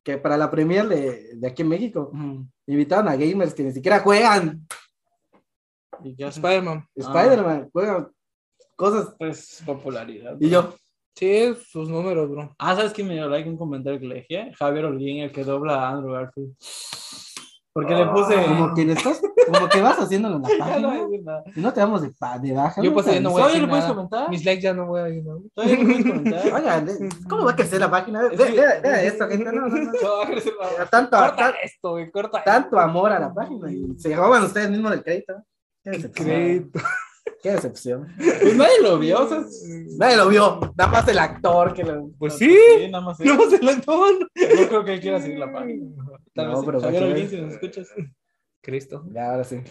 Speaker 8: Que para la Premier de, de aquí en México
Speaker 6: Ujú.
Speaker 8: invitaron a gamers que ni siquiera juegan
Speaker 6: Y ya se-
Speaker 7: Spider-Man.
Speaker 8: Spider-Man, juegan cosas.
Speaker 6: Pues popularidad.
Speaker 8: Y yo,
Speaker 7: Sí, sus números, bro.
Speaker 6: Ah, ¿sabes quién me dio like un comentario que le dejé? Javier Olguín, el que dobla a Andrew Garfield. Porque le puse.
Speaker 8: Como que le estás, como que vas haciéndolo en la
Speaker 7: Ya no voy a
Speaker 8: página.
Speaker 7: decir nada.
Speaker 8: Y no te damos de, pa- de baja.
Speaker 7: Yo
Speaker 8: güey,
Speaker 7: pues ya no voy a
Speaker 6: ¿Todavía
Speaker 7: decir
Speaker 6: lo puedes
Speaker 7: nada.
Speaker 6: comentar?
Speaker 7: Mis likes ya no voy a decir nada.
Speaker 6: ¿Todavía lo puedes [LAUGHS]
Speaker 8: [LAUGHS]
Speaker 6: comentar?
Speaker 8: Oiga, le- eh, ¿cómo va a crecer la página? Ve-
Speaker 7: Es
Speaker 8: Vea
Speaker 7: que-
Speaker 8: vea esto, gente. No, no, no.
Speaker 7: Corta
Speaker 8: Tanto, tan-
Speaker 7: [LAUGHS] esto, güey, corta
Speaker 8: tanto amor a la página. Y se roban ustedes mismos del crédito. Qué decepción.
Speaker 7: Crédito.
Speaker 8: Qué decepción.
Speaker 6: Pues nadie lo vio, o sea.
Speaker 8: Nadie lo vio. Nada más el actor que lo.
Speaker 7: Pues sí.
Speaker 6: Sí, nada
Speaker 7: [LAUGHS]
Speaker 6: más.
Speaker 7: No se lo toman.
Speaker 6: No creo que él quiera seguir la página. Tal
Speaker 8: No,
Speaker 6: vez sí.
Speaker 8: pero
Speaker 6: Javier
Speaker 8: ¿para qué?
Speaker 6: Olguín, si nos escuchas.
Speaker 7: Cristo.
Speaker 8: Ya, ahora sí. [LAUGHS]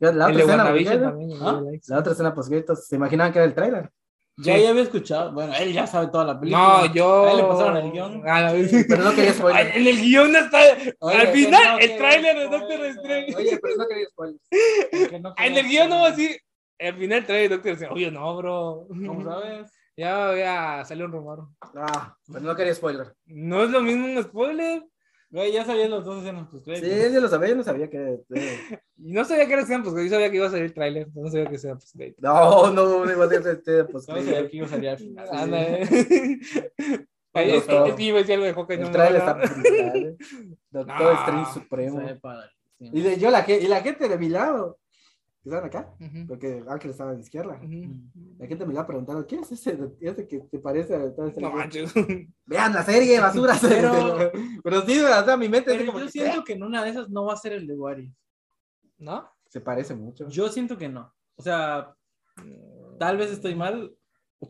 Speaker 8: Yo, La otra
Speaker 7: El de
Speaker 8: escena
Speaker 7: WandaVision
Speaker 8: postcrédito-
Speaker 7: también.
Speaker 6: ¿Ah?
Speaker 8: La otra escena poscritos. ¿Se imaginaban que era el trailer?
Speaker 6: Ya, ya había escuchado. Bueno, él ya sabe toda la película.
Speaker 7: No, yo.
Speaker 6: A él le pasaron el guión.
Speaker 7: A la vez.
Speaker 8: Pero no quería
Speaker 7: Ay, [LAUGHS]
Speaker 8: spoiler.
Speaker 7: en el guión está.
Speaker 6: Oye,
Speaker 7: al
Speaker 6: que
Speaker 7: final,
Speaker 6: no,
Speaker 7: el
Speaker 6: que
Speaker 7: tráiler de
Speaker 6: no,
Speaker 7: Doctor
Speaker 6: no,
Speaker 7: Strange.
Speaker 8: Oye, pero no quería spoiler.
Speaker 6: [LAUGHS] Porque no
Speaker 7: Ah, [LAUGHS] En
Speaker 6: quería-
Speaker 7: el guión no así. Al final el tráiler de Doctor Strange. Oye, no, bro.
Speaker 6: ¿Cómo sabes?
Speaker 7: [LAUGHS] Ya, ya salió un rumor.
Speaker 8: Ah, pero no quería spoiler.
Speaker 7: No es lo mismo un spoiler.
Speaker 6: Güey, ya sabías las dos escenas pues
Speaker 8: Sí, yo lo sabía, yo no sabía que. eh,
Speaker 7: Y No sabía que era Xenon, pues yo sabía que iba a salir el tráiler. No sabía que era pues
Speaker 8: No, no, no iba a ser este
Speaker 6: No sabía
Speaker 8: postcrédito.
Speaker 6: que iba a salir al final.
Speaker 7: Anda, [LAUGHS] eh. Ay,
Speaker 8: Bueno,
Speaker 7: es, que,
Speaker 8: todo.
Speaker 7: es que iba a decir algo de Hawkeye.
Speaker 8: El
Speaker 7: no me
Speaker 8: trailer está
Speaker 7: acuerdo.
Speaker 8: brutal, eh. Doctor
Speaker 7: No,
Speaker 8: Strange
Speaker 6: Se
Speaker 8: Supremo.
Speaker 6: ve padre.
Speaker 8: Y, de- yo la, ge- y la gente de mi lado, que estaban acá,
Speaker 7: Ujú,
Speaker 8: porque Ángel estaba a la izquierda.
Speaker 7: ujú.
Speaker 8: La gente me la preguntaron, ¿quién es ese, ese que te parece a Doctor
Speaker 7: No
Speaker 8: Strange?
Speaker 7: manches.
Speaker 8: Vean la serie, basura. [LAUGHS] Pero,
Speaker 6: Pero-
Speaker 8: pero sí, o sea, mi mente así
Speaker 6: Pero
Speaker 8: como
Speaker 6: yo
Speaker 8: que, "Eh,
Speaker 6: siento que en una de esas no va a ser el de Wario.
Speaker 7: ¿No?
Speaker 8: Se parece mucho.
Speaker 6: Yo siento que no. O sea, tal vez estoy mal.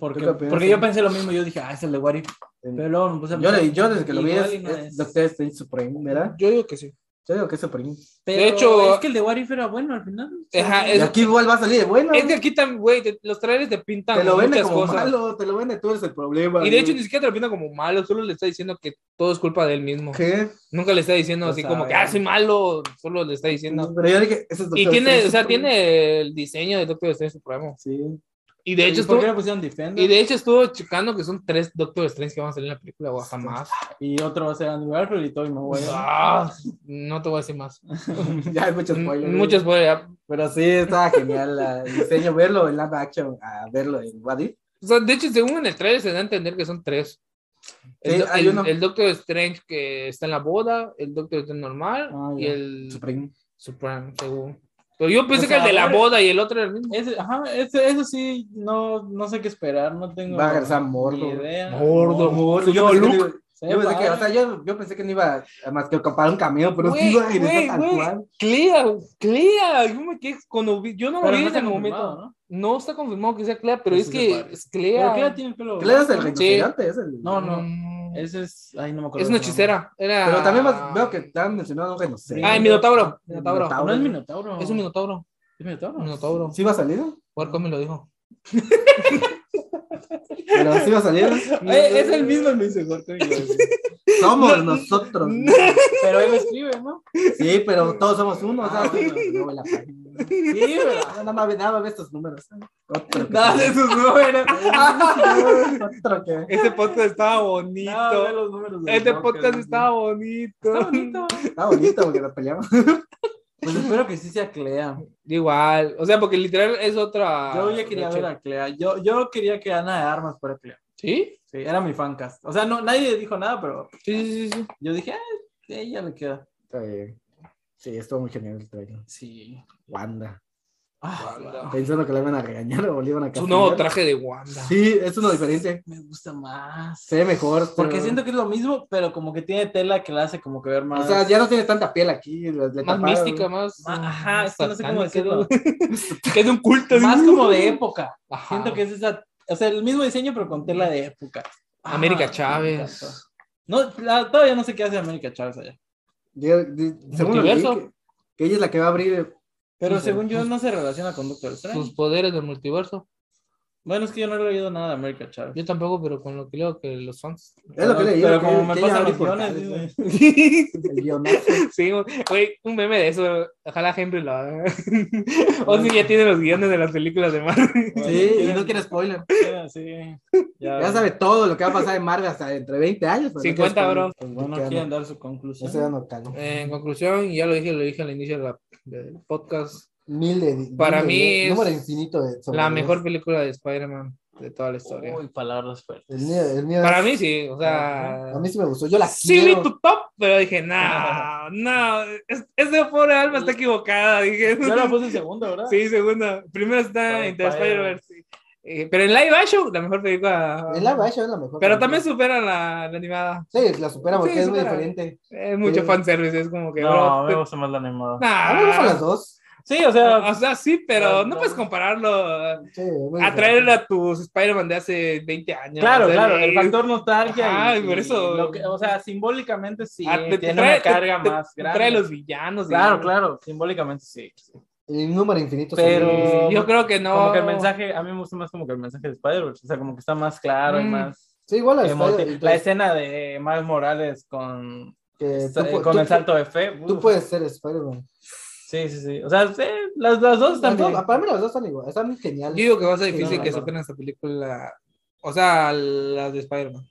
Speaker 6: Porque,
Speaker 8: Yo también.
Speaker 6: porque yo pensé lo mismo. Yo dije, ah, es el de Wario. Pero luego me puse a
Speaker 8: Yo,
Speaker 6: pensar,
Speaker 8: le- yo desde que lo vi
Speaker 6: igual
Speaker 8: es,
Speaker 6: y no
Speaker 8: es
Speaker 6: es.
Speaker 8: Doctor Strange Supreme, ¿verdad?
Speaker 7: Yo digo que sí.
Speaker 8: Yo digo que es Supreme.
Speaker 6: Pero
Speaker 7: hecho-
Speaker 6: es que el de Warif era bueno al final.
Speaker 7: Ajá,
Speaker 8: Y
Speaker 7: es-
Speaker 8: aquí igual va a salir de bueno.
Speaker 7: Es que aquí también, güey, te- los trailers te pintan
Speaker 8: te lo vende
Speaker 7: muchas
Speaker 8: como
Speaker 7: cosas.
Speaker 8: malo, te lo vende, tú eres el problema.
Speaker 7: Y de hecho
Speaker 8: güey.
Speaker 7: ni siquiera te lo pinta como malo, solo le está diciendo que todo es culpa de él mismo.
Speaker 8: ¿Qué?
Speaker 7: Nunca le está diciendo
Speaker 6: Lo
Speaker 7: así como que,
Speaker 6: sabe.
Speaker 7: ah, soy malo, solo le está diciendo.
Speaker 8: Pero yo dije, ese es
Speaker 7: Y
Speaker 8: Doctor
Speaker 7: tiene,
Speaker 8: Strange
Speaker 7: o sea,
Speaker 8: Supreme.
Speaker 7: tiene el diseño de Doctor Strange Supremo.
Speaker 8: Sí. [LAUGHS]
Speaker 7: Y de hecho
Speaker 6: ¿por qué
Speaker 7: estuvo,
Speaker 6: le pusieron Defender?
Speaker 7: y de hecho estuvo checando que son tres Doctor Strange que van a salir en la película, o hasta más.
Speaker 6: Y otro va a ser Andrew Garfield y Tobey Maguire.
Speaker 7: Ah, no te voy a decir más.
Speaker 8: ya hay muchos spoilers. güey.
Speaker 7: Muchos voy a-
Speaker 8: Pero sí, estaba genial la- el diseño, verlo en live action, a verlo en What If.
Speaker 7: O sea, de hecho, según en el trailer se da a entender que son tres. El,
Speaker 8: Sí,
Speaker 7: do-
Speaker 8: hay
Speaker 7: el-
Speaker 8: uno.
Speaker 7: el Doctor Strange que está en la boda, el Doctor Strange normal
Speaker 8: Ah,
Speaker 7: y
Speaker 8: ya.
Speaker 7: el
Speaker 8: Supreme.
Speaker 7: Supreme, según. Pero yo pensé
Speaker 6: O
Speaker 7: que el
Speaker 6: sea,
Speaker 7: de la
Speaker 6: ahora-
Speaker 7: boda y el otro era el mismo.
Speaker 6: Ese- ajá, ese- eso sí, no, no sé qué esperar, no tengo
Speaker 8: Va a regresar Mordo.
Speaker 6: ni idea.
Speaker 7: Mordo,
Speaker 8: Yo,
Speaker 7: Yo,
Speaker 8: pensé que
Speaker 7: Luke.
Speaker 8: no iba-
Speaker 6: Se ve
Speaker 8: yo pensé que, o
Speaker 6: padre.
Speaker 8: sea, yo, yo pensé que no iba a más que ocupar un cameo, pero
Speaker 7: Güey,
Speaker 8: sí iba a regresar
Speaker 7: güey,
Speaker 8: tal
Speaker 7: güey.
Speaker 8: cual.
Speaker 7: Clea, Clea, yo me quedé cuando vi, yo no lo
Speaker 6: Pero
Speaker 7: vi
Speaker 6: no
Speaker 7: en
Speaker 6: está
Speaker 7: el momento.
Speaker 6: confirmado, ¿no?
Speaker 7: No está confirmado que sea Clea, pero
Speaker 6: Pues sí
Speaker 7: es que
Speaker 6: se parece.
Speaker 7: es
Speaker 6: Pero
Speaker 7: Clea.
Speaker 6: Clea tiene el pelo.
Speaker 8: Claro, es el
Speaker 7: Sí.
Speaker 8: rinoceronte, es el...
Speaker 6: No, no.
Speaker 7: Mm, Es,
Speaker 6: Ese es. Ay, no me acuerdo.
Speaker 7: una
Speaker 6: su nombre.
Speaker 7: hechicera. Era...
Speaker 8: Pero también
Speaker 6: ah.
Speaker 8: más- veo que te han mencionado un rinoceronte.
Speaker 7: Ah, el Minotauro. Minotauro.
Speaker 8: Minotauro.
Speaker 6: No es Minotauro.
Speaker 7: Es un Minotauro.
Speaker 6: ¿Es Minotauro?
Speaker 7: Minotauro.
Speaker 8: ¿Sí iba a salir?
Speaker 7: Puerco me lo dijo.
Speaker 8: Pero sí iba
Speaker 6: [LAUGHS]
Speaker 8: a salir.
Speaker 6: Eh, es el mismo Luis Jorge.
Speaker 8: Somos nosotros.
Speaker 6: [LAUGHS] Pero él escribe, ¿no?
Speaker 8: Sí, pero todos somos uno, o sea,
Speaker 6: Ah, bueno.
Speaker 8: no, la página.
Speaker 6: Sí, ¿verdad?
Speaker 8: Nada más ve- nada más ve estos números. Otro que-
Speaker 6: Nada [LAUGHS] de sus números.
Speaker 8: [LAUGHS] Otro que...
Speaker 7: Este podcast estaba
Speaker 6: Nada de
Speaker 7: bonito.
Speaker 6: los números. del
Speaker 7: Este
Speaker 6: podcast.
Speaker 7: podcast estaba bonito.
Speaker 6: Está bonito.
Speaker 8: Está bonito porque nos peleamos.
Speaker 6: Pues espero que sí sea Clea.
Speaker 7: Igual. O sea, porque literal es otra.
Speaker 6: Yo ya quería ver a Clea. Yo, yo quería que Ana de Armas fuera Clea.
Speaker 7: ¿Sí?
Speaker 6: Sí, era mi fancast. O sea, no, nadie dijo nada, pero
Speaker 7: Sí, sí, sí. sí.
Speaker 6: yo dije, ah, ella le queda.
Speaker 8: Está bien. Sí, estuvo muy genial el trailer.
Speaker 6: Sí.
Speaker 8: Wanda.
Speaker 6: Ah,
Speaker 8: Pensando que la iban a regañar o le iban a
Speaker 7: Su
Speaker 8: castigar.
Speaker 7: nuevo traje de Wanda.
Speaker 8: Sí, es uno diferente.
Speaker 6: me gusta más.
Speaker 8: Se ve mejor.
Speaker 6: Porque
Speaker 8: pero-
Speaker 6: siento que es lo mismo, pero como que tiene tela que la hace como que ver
Speaker 8: O
Speaker 6: más.
Speaker 8: sea, ya no tiene tanta piel aquí. le- le
Speaker 7: Más
Speaker 8: taparon.
Speaker 7: mística, más.
Speaker 6: Ma- ajá, es que no sé cómo
Speaker 7: satánica,
Speaker 6: decirlo.
Speaker 7: ¿no? [LAUGHS] que es de un culto.
Speaker 6: Más como de época.
Speaker 7: Ajá.
Speaker 6: Siento que es esa. O sea, el mismo diseño, pero con tela de época. Ah,
Speaker 7: América
Speaker 6: me encantó.
Speaker 7: Chávez.
Speaker 6: No, la- todavía no sé qué hace América Chávez allá.
Speaker 8: Yo- di- según lo que,
Speaker 7: Multiverso.
Speaker 8: que que ella es la que va a abrir.
Speaker 6: Pero
Speaker 8: Sí,
Speaker 6: según yo, no se relaciona con Doctor Strange.
Speaker 7: Sus poderes del multiverso.
Speaker 6: Bueno, es que yo no he leído nada de América
Speaker 7: [LAUGHS]
Speaker 6: Chávez.
Speaker 7: Yo tampoco, pero con lo que leo que
Speaker 6: [LAUGHS]
Speaker 7: los fans.
Speaker 8: Es lo
Speaker 6: Pero-
Speaker 8: que le digo.
Speaker 6: Pero
Speaker 8: que-
Speaker 6: como me
Speaker 8: que ella
Speaker 6: pasan
Speaker 8: abre
Speaker 6: los guiones,
Speaker 8: portales,
Speaker 6: dice.
Speaker 7: sí,
Speaker 8: ¿no? El
Speaker 6: [LAUGHS]
Speaker 8: guionazo.
Speaker 7: güey, un meme de eso. Ojalá Henry lo haga. [LAUGHS] O si ya tiene los guiones de las películas de Marvel.
Speaker 8: Sí, y no quiere spoiler.
Speaker 6: quiere. Sí. Ya,
Speaker 8: Ya sabe todo lo que va a pasar en Marvel hasta entre 20 años. pero no
Speaker 7: 50
Speaker 8: quiere
Speaker 7: bro.
Speaker 8: spoiler. Pues
Speaker 6: Bueno,
Speaker 8: ya
Speaker 6: quieren
Speaker 8: no-
Speaker 6: dar su conclusión.
Speaker 8: Eso ya no cala.
Speaker 7: Eh, en conclusión, ya lo dije, lo dije al inicio de la- del podcast.
Speaker 8: Mil de.
Speaker 7: Para
Speaker 8: mil de-
Speaker 7: mí es
Speaker 8: Número infinito de. sobre
Speaker 7: La
Speaker 8: diez.
Speaker 7: mejor película de Spider-Man. de toda la historia.
Speaker 6: Uy, palabras
Speaker 7: [LAUGHS]
Speaker 6: fuertes.
Speaker 8: El nido, el nido
Speaker 7: Para
Speaker 8: es-
Speaker 7: mí sí, o sea.
Speaker 8: A mí sí me gustó. Yo la
Speaker 7: Sí vi
Speaker 8: quiero.
Speaker 7: tu top, pero dije,
Speaker 8: [LAUGHS]
Speaker 7: no, no, es- esa pobre alma está equivocada. Dije,
Speaker 6: Yo la puse en segundo, ¿verdad?
Speaker 7: sí, segunda. Primero está
Speaker 6: Spider-
Speaker 7: Into the Spider-Verse. sí. Eh, pero en live action, la mejor película.
Speaker 8: Es la Bash, es la mejor.
Speaker 7: Pero también supera la, la animada.
Speaker 8: Sí, la supera porque
Speaker 7: Sí,
Speaker 8: es muy
Speaker 7: supera.
Speaker 8: diferente.
Speaker 7: Es mucho
Speaker 8: Sí.
Speaker 7: fanservice, es como que.
Speaker 6: No,
Speaker 7: bro,
Speaker 6: me
Speaker 7: te-
Speaker 6: gusta más la animada.
Speaker 7: nah.
Speaker 8: A mí me gustan las dos.
Speaker 6: Sí, o
Speaker 7: O
Speaker 6: sea,
Speaker 7: sea, sí, pero
Speaker 6: No,
Speaker 7: no
Speaker 6: no.
Speaker 7: puedes compararlo.
Speaker 8: Sí, es muy
Speaker 7: A
Speaker 8: diferente.
Speaker 7: traerle a tus Spider-Man de hace 20 años.
Speaker 6: claro,
Speaker 7: o sea,
Speaker 6: claro, el
Speaker 7: y-
Speaker 6: factor nostalgia.
Speaker 7: Ajá,
Speaker 6: y-
Speaker 7: y por eso-
Speaker 6: y lo que- o sea, simbólicamente sí,
Speaker 7: Ah, te- te
Speaker 6: tiene
Speaker 7: trae-
Speaker 6: una carga
Speaker 7: te-
Speaker 6: más
Speaker 7: te
Speaker 6: grande.
Speaker 7: Trae los villanos. y-
Speaker 6: Claro, claro, simbólicamente sí.
Speaker 8: El número infinito.
Speaker 6: Pero-
Speaker 8: sí.
Speaker 7: Sí, Yo creo que no.
Speaker 6: Como que el mensaje, a mí me gusta más como que el mensaje de Spider-Verse, o sea, como que está más claro y
Speaker 7: Mm.
Speaker 6: más
Speaker 8: Sí, igual la
Speaker 6: emotivo.
Speaker 8: Spider-
Speaker 6: La escena de Miles Morales con, eh,
Speaker 8: que Eh, tú pu-
Speaker 6: con
Speaker 8: tú-
Speaker 6: el salto de fe.
Speaker 8: Tú
Speaker 6: uf,
Speaker 8: puedes ser Spider-Man.
Speaker 6: Sí, sí, sí. O sea, sí, las, las dos
Speaker 8: Las
Speaker 6: están
Speaker 8: dos-
Speaker 6: bien.
Speaker 8: Para mí las dos están igual, están geniales.
Speaker 7: Yo digo que va a ser
Speaker 8: Sí,
Speaker 7: difícil
Speaker 8: no,
Speaker 7: que
Speaker 8: no.
Speaker 7: superen esta película. O sea, las de Spider-Man.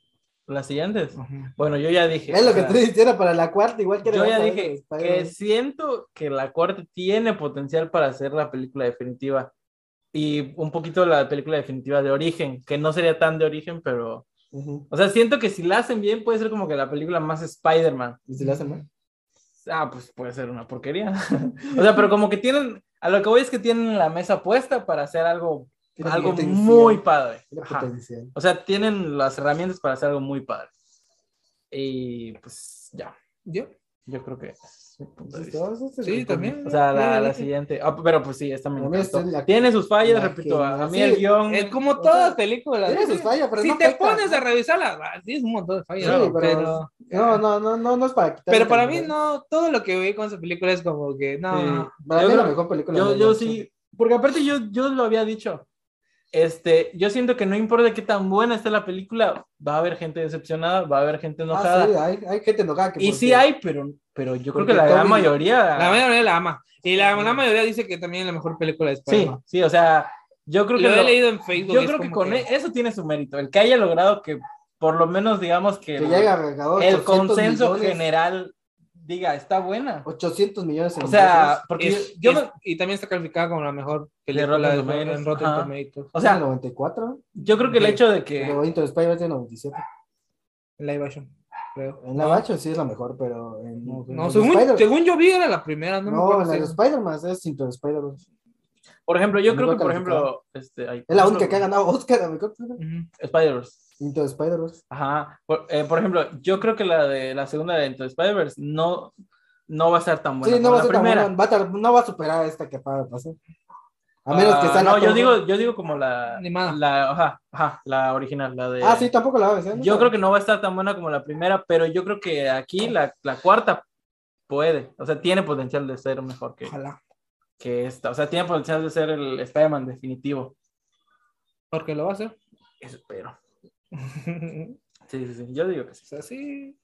Speaker 6: Las siguientes. Bueno, yo ya dije.
Speaker 8: Es
Speaker 6: o
Speaker 8: lo que
Speaker 6: sea,
Speaker 8: te hiciera para la cuarta, igual que
Speaker 6: Yo
Speaker 8: era
Speaker 6: ya
Speaker 8: para
Speaker 6: dije que
Speaker 8: Spider-Man.
Speaker 6: siento que la cuarta tiene potencial para hacer la película definitiva. Y un poquito la película definitiva de origen, que no sería tan de origen, pero.
Speaker 8: Ujú.
Speaker 6: O sea, siento que si la hacen bien, puede ser como que la película más Spider-Man.
Speaker 8: ¿Y si la hacen mal?
Speaker 6: Ah, pues puede ser una porquería. [LAUGHS] o sea, pero como que tienen. A lo que voy es que tienen la mesa puesta para hacer algo,
Speaker 8: Tiene
Speaker 6: algo
Speaker 8: potencial,
Speaker 6: muy padre.
Speaker 8: tiene
Speaker 6: Ajá.
Speaker 8: potencial.
Speaker 6: O sea, tienen las herramientas para hacer algo muy padre. Y pues ya,
Speaker 7: ¿Yo?
Speaker 6: yo creo que es mi punto de
Speaker 8: Sí,
Speaker 6: vista.
Speaker 7: Sí, también.
Speaker 6: O sea, la,
Speaker 7: Ya,
Speaker 6: la
Speaker 7: ya.
Speaker 6: siguiente. Ah, pero pues sí, esta me
Speaker 8: A mí esta
Speaker 6: encantó.
Speaker 8: es la-
Speaker 6: Tiene sus fallas,
Speaker 8: la
Speaker 6: repito.
Speaker 8: que-
Speaker 6: A mí
Speaker 8: sí,
Speaker 6: el guión.
Speaker 7: Es Eh, como
Speaker 8: O
Speaker 7: todas
Speaker 8: sea,
Speaker 7: películas.
Speaker 8: Tiene sus fallas, pero
Speaker 7: si
Speaker 8: no
Speaker 7: te
Speaker 8: afecta.
Speaker 7: pones a revisarlas, ah, sí, es un montón de fallas.
Speaker 8: Sí,
Speaker 7: pero,
Speaker 8: pero- No, no, no, no, no es para quitar.
Speaker 7: pero para mí no, todo lo que vi con esa película es como que no.
Speaker 8: Para
Speaker 6: Yo
Speaker 8: mí es la
Speaker 6: creo-
Speaker 8: mejor película.
Speaker 6: Yo,
Speaker 8: de
Speaker 6: yo
Speaker 8: Jackson.
Speaker 6: sí, porque aparte yo, yo lo había dicho. Este, yo siento que no importa qué tan buena esté la película, va a haber gente decepcionada, va a haber gente enojada.
Speaker 8: Ah, sí, hay, hay gente enojada. Que
Speaker 6: y
Speaker 8: porque-
Speaker 6: sí hay, pero, pero yo creo
Speaker 8: porque
Speaker 6: que la gran
Speaker 8: Toby-
Speaker 6: mayoría.
Speaker 7: La mayoría la ama. Y la, la mayoría dice que también es la mejor película de
Speaker 6: Sí,
Speaker 7: Spider-Man.
Speaker 6: sí, o sea, yo creo
Speaker 7: Lo
Speaker 6: que
Speaker 7: he
Speaker 6: lo-
Speaker 7: leído en Facebook.
Speaker 6: Yo
Speaker 7: y es
Speaker 6: creo que
Speaker 7: como
Speaker 6: con e- eso tiene su mérito, el que haya logrado que por lo menos digamos que,
Speaker 8: Que
Speaker 6: el,
Speaker 8: llega a
Speaker 6: el consenso
Speaker 8: millones,
Speaker 6: general diga, está buena.
Speaker 8: 800 millones en
Speaker 6: O sea,
Speaker 8: ingresos,
Speaker 6: porque
Speaker 7: Es-
Speaker 6: yo, yo
Speaker 7: es-
Speaker 6: me-
Speaker 7: y también está calificada como la mejor
Speaker 6: De
Speaker 7: película
Speaker 6: Rotten
Speaker 7: de
Speaker 6: Tomatoes,
Speaker 7: en Rotten
Speaker 6: ajá.
Speaker 7: Tomatoes.
Speaker 6: o sea,
Speaker 8: 94.
Speaker 6: yo creo que el
Speaker 7: de-
Speaker 6: hecho de
Speaker 8: Pero
Speaker 6: que
Speaker 8: Into the Spider-Man tiene 97.
Speaker 7: Live action, creo.
Speaker 8: En
Speaker 6: ¿Eh?
Speaker 8: la Bacho sí es la mejor, pero en. en
Speaker 7: No,
Speaker 8: el
Speaker 7: según,
Speaker 8: Spider-
Speaker 7: según yo vi era la primera, no, me
Speaker 8: No,
Speaker 7: acuerdo.
Speaker 8: en la
Speaker 7: si-
Speaker 8: de Spider-Man es Into the Spider-Man.
Speaker 6: por ejemplo, yo
Speaker 8: no
Speaker 6: creo que
Speaker 8: lo
Speaker 6: por ejemplo este ay,
Speaker 8: Es la
Speaker 6: por
Speaker 8: única que ha
Speaker 6: ejemplo,
Speaker 8: ganado Oscar a mejor película.
Speaker 7: Ujú.
Speaker 6: Spider-Verse.
Speaker 8: Into the Spider-Verse.
Speaker 6: Ajá. Por, eh, por ejemplo, yo creo que la de la segunda de Into the Spider-Verse no no va a estar tan buena
Speaker 8: sí, no
Speaker 6: como
Speaker 8: va a
Speaker 6: la
Speaker 8: ser tan
Speaker 6: primera.
Speaker 8: buena, va a tar- no va a superar a esta que acaba de pasar. A menos que
Speaker 6: Ah,
Speaker 8: salga.
Speaker 6: No, yo
Speaker 8: todo-
Speaker 6: digo, yo digo como la
Speaker 7: Animada.
Speaker 6: la ajá, ajá, la original, la de
Speaker 8: Ah, sí, tampoco la va a vencer.
Speaker 6: Yo creo que no va a estar tan buena como la primera, pero yo creo que aquí la, la cuarta puede, o sea, tiene potencial de ser mejor que,
Speaker 7: Ojalá,
Speaker 6: que esta, o sea, tiene potencial de ser el Spider-Man definitivo.
Speaker 7: porque lo va a hacer. [LAUGHS]
Speaker 6: Eso espero.
Speaker 7: o
Speaker 6: Sí, sí, sí, yo digo que sí.
Speaker 7: sea, sí.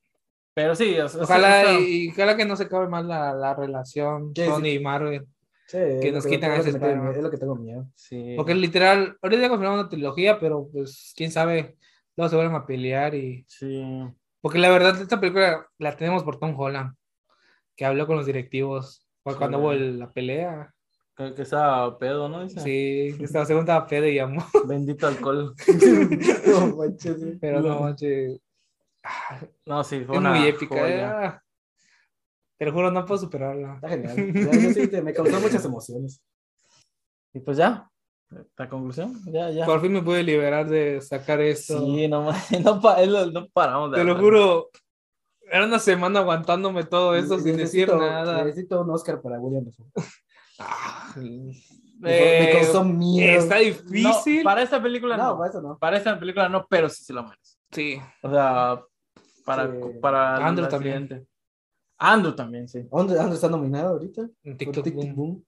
Speaker 6: Pero sí, o sea,
Speaker 7: Ojalá,
Speaker 6: sí, o sea,
Speaker 7: y, y ojalá que no se acabe más la, la relación
Speaker 8: Sí, sí.
Speaker 7: Sony y Marvel.
Speaker 8: Sí, es
Speaker 7: que
Speaker 8: lo
Speaker 7: nos
Speaker 8: yo-
Speaker 7: quitan
Speaker 8: es lo
Speaker 7: ese
Speaker 8: que me tengo-
Speaker 7: Spider-Man.
Speaker 8: Es lo que tengo
Speaker 7: [LAUGHS]
Speaker 8: miedo.
Speaker 6: sí.
Speaker 7: Porque literal, ahorita ya confirmaron una trilogía, pero pues quién sabe, luego se vuelven a pelear y.
Speaker 6: Sí.
Speaker 7: Porque la verdad, esta película la tenemos por Tom Holland, que habló con los directivos fue cuando
Speaker 6: Sí.
Speaker 7: hubo el- la pelea.
Speaker 6: Creo que estaba pedo, ¿no? Dice.
Speaker 7: Sí, esta segunda pedo y llamó. [LAUGHS]
Speaker 6: Bendito alcohol.
Speaker 8: No manches, sí.
Speaker 7: Pero no, manches. Ah,
Speaker 6: No, sí, fue
Speaker 7: Es
Speaker 6: una
Speaker 7: muy épica,
Speaker 6: joya.
Speaker 7: eh. Te lo juro, no puedo superarla.
Speaker 8: Está genial. Ya, yo sí, te- me causó muchas emociones.
Speaker 6: Y pues ya, la conclusión, ya, ya.
Speaker 7: [LAUGHS] Por fin me pude liberar de sacar esto.
Speaker 6: Sí, no, más- [LAUGHS] no, pa- no, paramos de
Speaker 7: Te lo
Speaker 6: hablar.
Speaker 7: juro. Era una semana aguantándome todo eso sin decir
Speaker 8: Necesito-
Speaker 7: nada.
Speaker 8: Necesito un Oscar para William. Dafoe.
Speaker 7: Ah,
Speaker 8: Me
Speaker 7: eh,
Speaker 8: me causó miedo.
Speaker 7: está
Speaker 6: No,
Speaker 7: difícil.
Speaker 6: para esta película no.
Speaker 8: No, para eso no.
Speaker 6: Para esta película no, pero sí se lo merece.
Speaker 7: Sí.
Speaker 6: O sea, para,
Speaker 8: Sí.
Speaker 6: para
Speaker 7: Andrew
Speaker 6: la
Speaker 7: también.
Speaker 6: siguiente. Andrew también, sí.
Speaker 8: ¿Dónde, dónde está nominado ahorita?
Speaker 7: Un
Speaker 8: Por
Speaker 7: TikTok
Speaker 8: Tic Tic
Speaker 7: boom.
Speaker 8: Boom.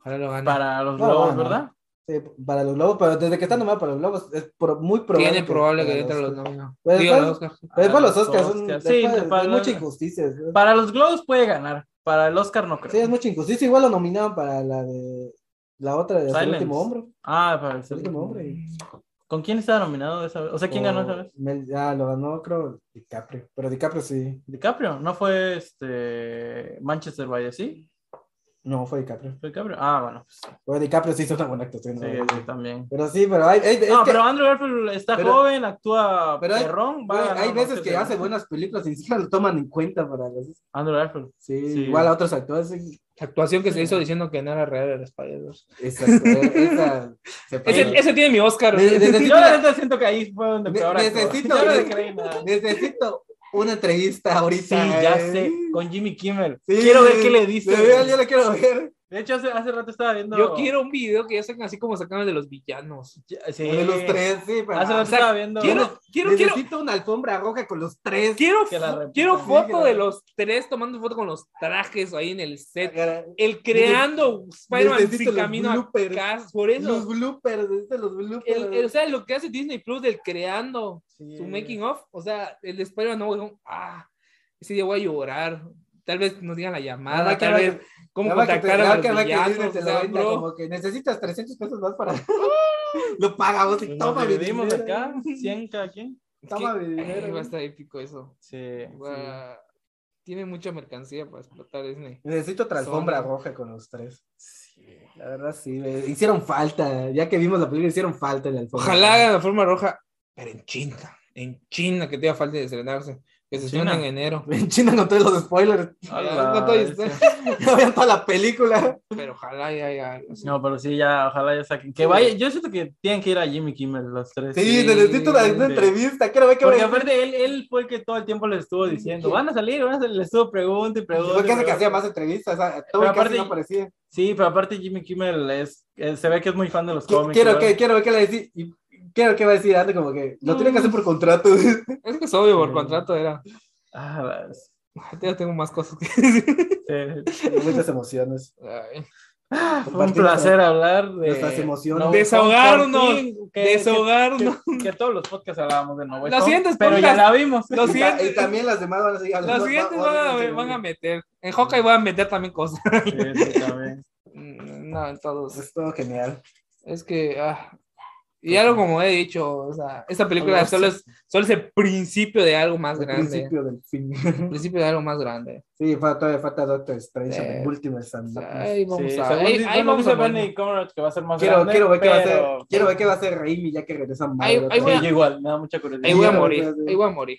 Speaker 7: Ojalá lo gane.
Speaker 6: Para los
Speaker 8: No,
Speaker 6: globos,
Speaker 8: bueno.
Speaker 6: ¿verdad?
Speaker 8: Sí, para los globos, pero desde que está nominado para los globos, es pro- muy probable.
Speaker 7: Tiene probable que
Speaker 8: para
Speaker 7: entre los
Speaker 8: los-
Speaker 7: nominados.
Speaker 8: Pues,
Speaker 7: Digo,
Speaker 8: ¿sabes?
Speaker 7: los Oscar.
Speaker 8: Pero es para los
Speaker 6: Los
Speaker 8: Oscars, son,
Speaker 6: Oscars.
Speaker 8: es
Speaker 6: Sí,
Speaker 8: para- es
Speaker 6: para-
Speaker 8: mucha injusticia. es-
Speaker 6: Para los globos puede ganar. Para el Oscar no creo.
Speaker 8: Sí, es mucha injusticia. Igual lo nominaban para la de la otra de El
Speaker 6: Silence.
Speaker 8: último hombre.
Speaker 6: Ah, para el
Speaker 8: El último hombre.
Speaker 6: ¿Con quién estaba nominado esa vez? O sea, ¿quién ganó esa vez?
Speaker 8: ya ah, lo ganó, creo, DiCaprio. Pero DiCaprio sí.
Speaker 6: DiCaprio. ¿No fue este Manchester by the Sea?
Speaker 8: No, fue DiCaprio.
Speaker 6: Fue Gabriel. Ah, bueno, pues sí,
Speaker 8: Pero DiCaprio sí hizo una buena actuación. ¿no?
Speaker 6: sí, sí, también.
Speaker 8: Pero sí, pero hay, hay- es
Speaker 6: No,
Speaker 8: que-
Speaker 6: pero Andrew Garfield está
Speaker 8: pero-
Speaker 6: joven, actúa
Speaker 8: pero hay-
Speaker 6: perrón. va
Speaker 8: güey,
Speaker 6: a ganar
Speaker 8: hay
Speaker 6: un
Speaker 8: veces
Speaker 6: Oscar
Speaker 8: que
Speaker 6: seguro.
Speaker 8: hace buenas películas y siquiera lo toman en cuenta para los...
Speaker 6: Andrew Garfield.
Speaker 8: Sí,
Speaker 6: Sí.
Speaker 8: igual a otros actores. sí.
Speaker 7: Actuación que se hizo diciendo que no era real el Spider-Verse.
Speaker 8: Exacto. eh,
Speaker 6: [LAUGHS]
Speaker 8: esa, se
Speaker 7: Ese,
Speaker 8: pone-
Speaker 7: ese tiene mi Oscar.
Speaker 8: Ne-
Speaker 7: [LAUGHS]
Speaker 8: necesito,
Speaker 6: Yo la neta siento que ahí fue donde
Speaker 8: Ne-
Speaker 6: peor actuó.
Speaker 8: necesito-
Speaker 6: Yo no le creí nada.
Speaker 8: necesito una entrevista
Speaker 6: Sí,
Speaker 8: ahorita.
Speaker 6: ya
Speaker 8: eh.
Speaker 6: sé, con Jimmy Kimmel.
Speaker 8: Sí,
Speaker 6: quiero ver qué le dice.
Speaker 8: de verdad, Yo le quiero ver.
Speaker 6: De hecho, hace, hace rato estaba viendo.
Speaker 7: Yo quiero un video que ya saquen así como sacan el de los villanos.
Speaker 6: Sí.
Speaker 8: De los tres, sí. para-
Speaker 6: Hace rato
Speaker 7: sea,
Speaker 6: estaba viendo.
Speaker 7: Quiero, quiero, quiero,
Speaker 8: necesito una alfombra roja con los tres.
Speaker 7: quiero,
Speaker 6: Que la repitan.
Speaker 7: quiero
Speaker 6: Sí,
Speaker 8: que la
Speaker 7: foto de
Speaker 8: repitan.
Speaker 7: los tres tomando foto con los trajes ahí en el set. El creando Spider-Man
Speaker 8: necesito
Speaker 7: sin
Speaker 8: los
Speaker 7: camino a
Speaker 8: bloopers.
Speaker 7: casa. Por
Speaker 8: Los
Speaker 7: eso,
Speaker 8: bloopers, necesito los bloopers.
Speaker 7: el- el- o sea, lo que hace Disney Plus del creando
Speaker 6: Sí.
Speaker 7: su
Speaker 8: Ah,
Speaker 7: making of, o sea, el de Spider-Man no, güey, ah, ese día voy a llorar. Tal vez nos digan la llamada,
Speaker 8: Ahora que
Speaker 7: tal
Speaker 8: ahora
Speaker 7: vez
Speaker 8: que-
Speaker 7: cómo
Speaker 8: ahora que te-
Speaker 7: contactaron a
Speaker 8: ahora
Speaker 7: los
Speaker 8: que- ahora que Disney
Speaker 7: villanos,
Speaker 8: te
Speaker 7: o
Speaker 8: la
Speaker 7: sea,
Speaker 8: venda
Speaker 7: bro.
Speaker 8: como que necesitas 300 pesos más para... [LAUGHS] lo pagamos y
Speaker 6: Nos
Speaker 8: toma mi
Speaker 6: dividimos
Speaker 8: dinero.
Speaker 6: acá, 100 cada quien.
Speaker 8: Toma
Speaker 7: ¿Qué?
Speaker 8: mi dinero.
Speaker 7: Ay, va a estar épico eso.
Speaker 6: Sí.
Speaker 7: Va- Tiene mucha mercancía para explotar Disney.
Speaker 8: Necesito otra
Speaker 7: Son-
Speaker 8: alfombra roja con los tres. La verdad sí, me- hicieron falta. Ya que vimos la película, hicieron falta en la alfombra.
Speaker 7: Ojalá hagan la forma roja, pero en China, en China, que te haga falta de estrenarse. Que se estrena en
Speaker 6: China.
Speaker 7: enero.
Speaker 8: [LAUGHS] En China con todos los spoilers.
Speaker 6: Hola,
Speaker 7: Con todo y
Speaker 6: este.
Speaker 7: este.
Speaker 8: [LAUGHS] Ya vean toda la película.
Speaker 7: Pero ojalá ya, ya. o sea,
Speaker 6: No, pero sí, ya, ojalá ya saquen. Que vaya, yo siento que tienen que ir a Jimmy Kimmel los tres.
Speaker 8: Sí, necesito una, una
Speaker 6: sí.
Speaker 8: entrevista. Quiero ver qué
Speaker 6: Porque
Speaker 8: me-
Speaker 6: aparte él, él fue el que todo el tiempo les estuvo diciendo, van a salir, van a salir, les estuvo preguntando y preguntando.
Speaker 8: Porque hace que
Speaker 6: pregunta.
Speaker 8: hacía más entrevistas. o sea, Todo
Speaker 6: Pero
Speaker 8: el casi
Speaker 6: aparte-
Speaker 8: no aparecía.
Speaker 6: Sí, pero aparte Jimmy Kimmel es, eh, se ve que es muy fan de los
Speaker 8: Qui-
Speaker 6: cómics.
Speaker 8: Quiero
Speaker 6: igual.
Speaker 8: que, quiero ver qué le decir. y Quiero que va a decir algo como que lo tiene que hacer por contrato. [LAUGHS]
Speaker 7: Es que es obvio, por
Speaker 6: Sí.
Speaker 7: contrato era.
Speaker 6: Ah, las-
Speaker 7: Ay, Ya tengo más cosas que [LAUGHS] decir.
Speaker 8: [LAUGHS]
Speaker 6: sí.
Speaker 8: Muchas emociones.
Speaker 7: Ay.
Speaker 6: Ah, Fue un placer hablar de...
Speaker 8: Nuestras emociones.
Speaker 6: No,
Speaker 7: Desahogarnos,
Speaker 6: por fin, que-
Speaker 7: Desahogarnos.
Speaker 6: que- que todos los podcasts hablábamos de No Way
Speaker 7: Los
Speaker 6: Home,
Speaker 7: siguientes
Speaker 6: Pero ya
Speaker 7: podcasts-
Speaker 6: la
Speaker 7: [LAUGHS]
Speaker 6: vimos.
Speaker 8: Y ta- [LAUGHS]
Speaker 7: Los
Speaker 8: Y
Speaker 7: siguientes,
Speaker 8: también las demás van a seguir hablando.
Speaker 7: los siguientes
Speaker 8: Va-
Speaker 7: van,
Speaker 8: va-
Speaker 7: a, van a meter. En Hawkeye van a meter también cosas. [LAUGHS]
Speaker 6: Sí, sí, también.
Speaker 7: No, entonces.
Speaker 8: Pues Es todo genial.
Speaker 7: Es que. ah, y algo como he dicho, o sea, esta película
Speaker 8: Algo
Speaker 7: solo es, solo es el principio de algo más
Speaker 8: El
Speaker 7: grande.
Speaker 8: principio del fin. [LAUGHS]
Speaker 7: El principio de algo más grande.
Speaker 8: Sí, fa- todavía falta Doctor Strange,
Speaker 7: Sí.
Speaker 8: el último de San
Speaker 7: O sea,
Speaker 8: Marcos.
Speaker 7: ahí vamos
Speaker 6: Sí,
Speaker 7: a.
Speaker 6: según
Speaker 7: ahí-
Speaker 6: dice-
Speaker 7: ahí
Speaker 6: bueno,
Speaker 7: vamos
Speaker 6: dice
Speaker 7: a poner-
Speaker 6: Benny Conrad que va a ser más
Speaker 8: Quiero,
Speaker 6: grande,
Speaker 8: quiero ver qué va a hacer,
Speaker 6: pero-
Speaker 8: quiero ver qué va a hacer Raimi ya que regresa a
Speaker 7: Ahí- ahí voy
Speaker 6: Sí, yo igual, me da mucha curiosidad.
Speaker 7: ahí voy a
Speaker 8: Sí,
Speaker 7: morir.
Speaker 8: sí, sí.
Speaker 7: Ahí voy a morir.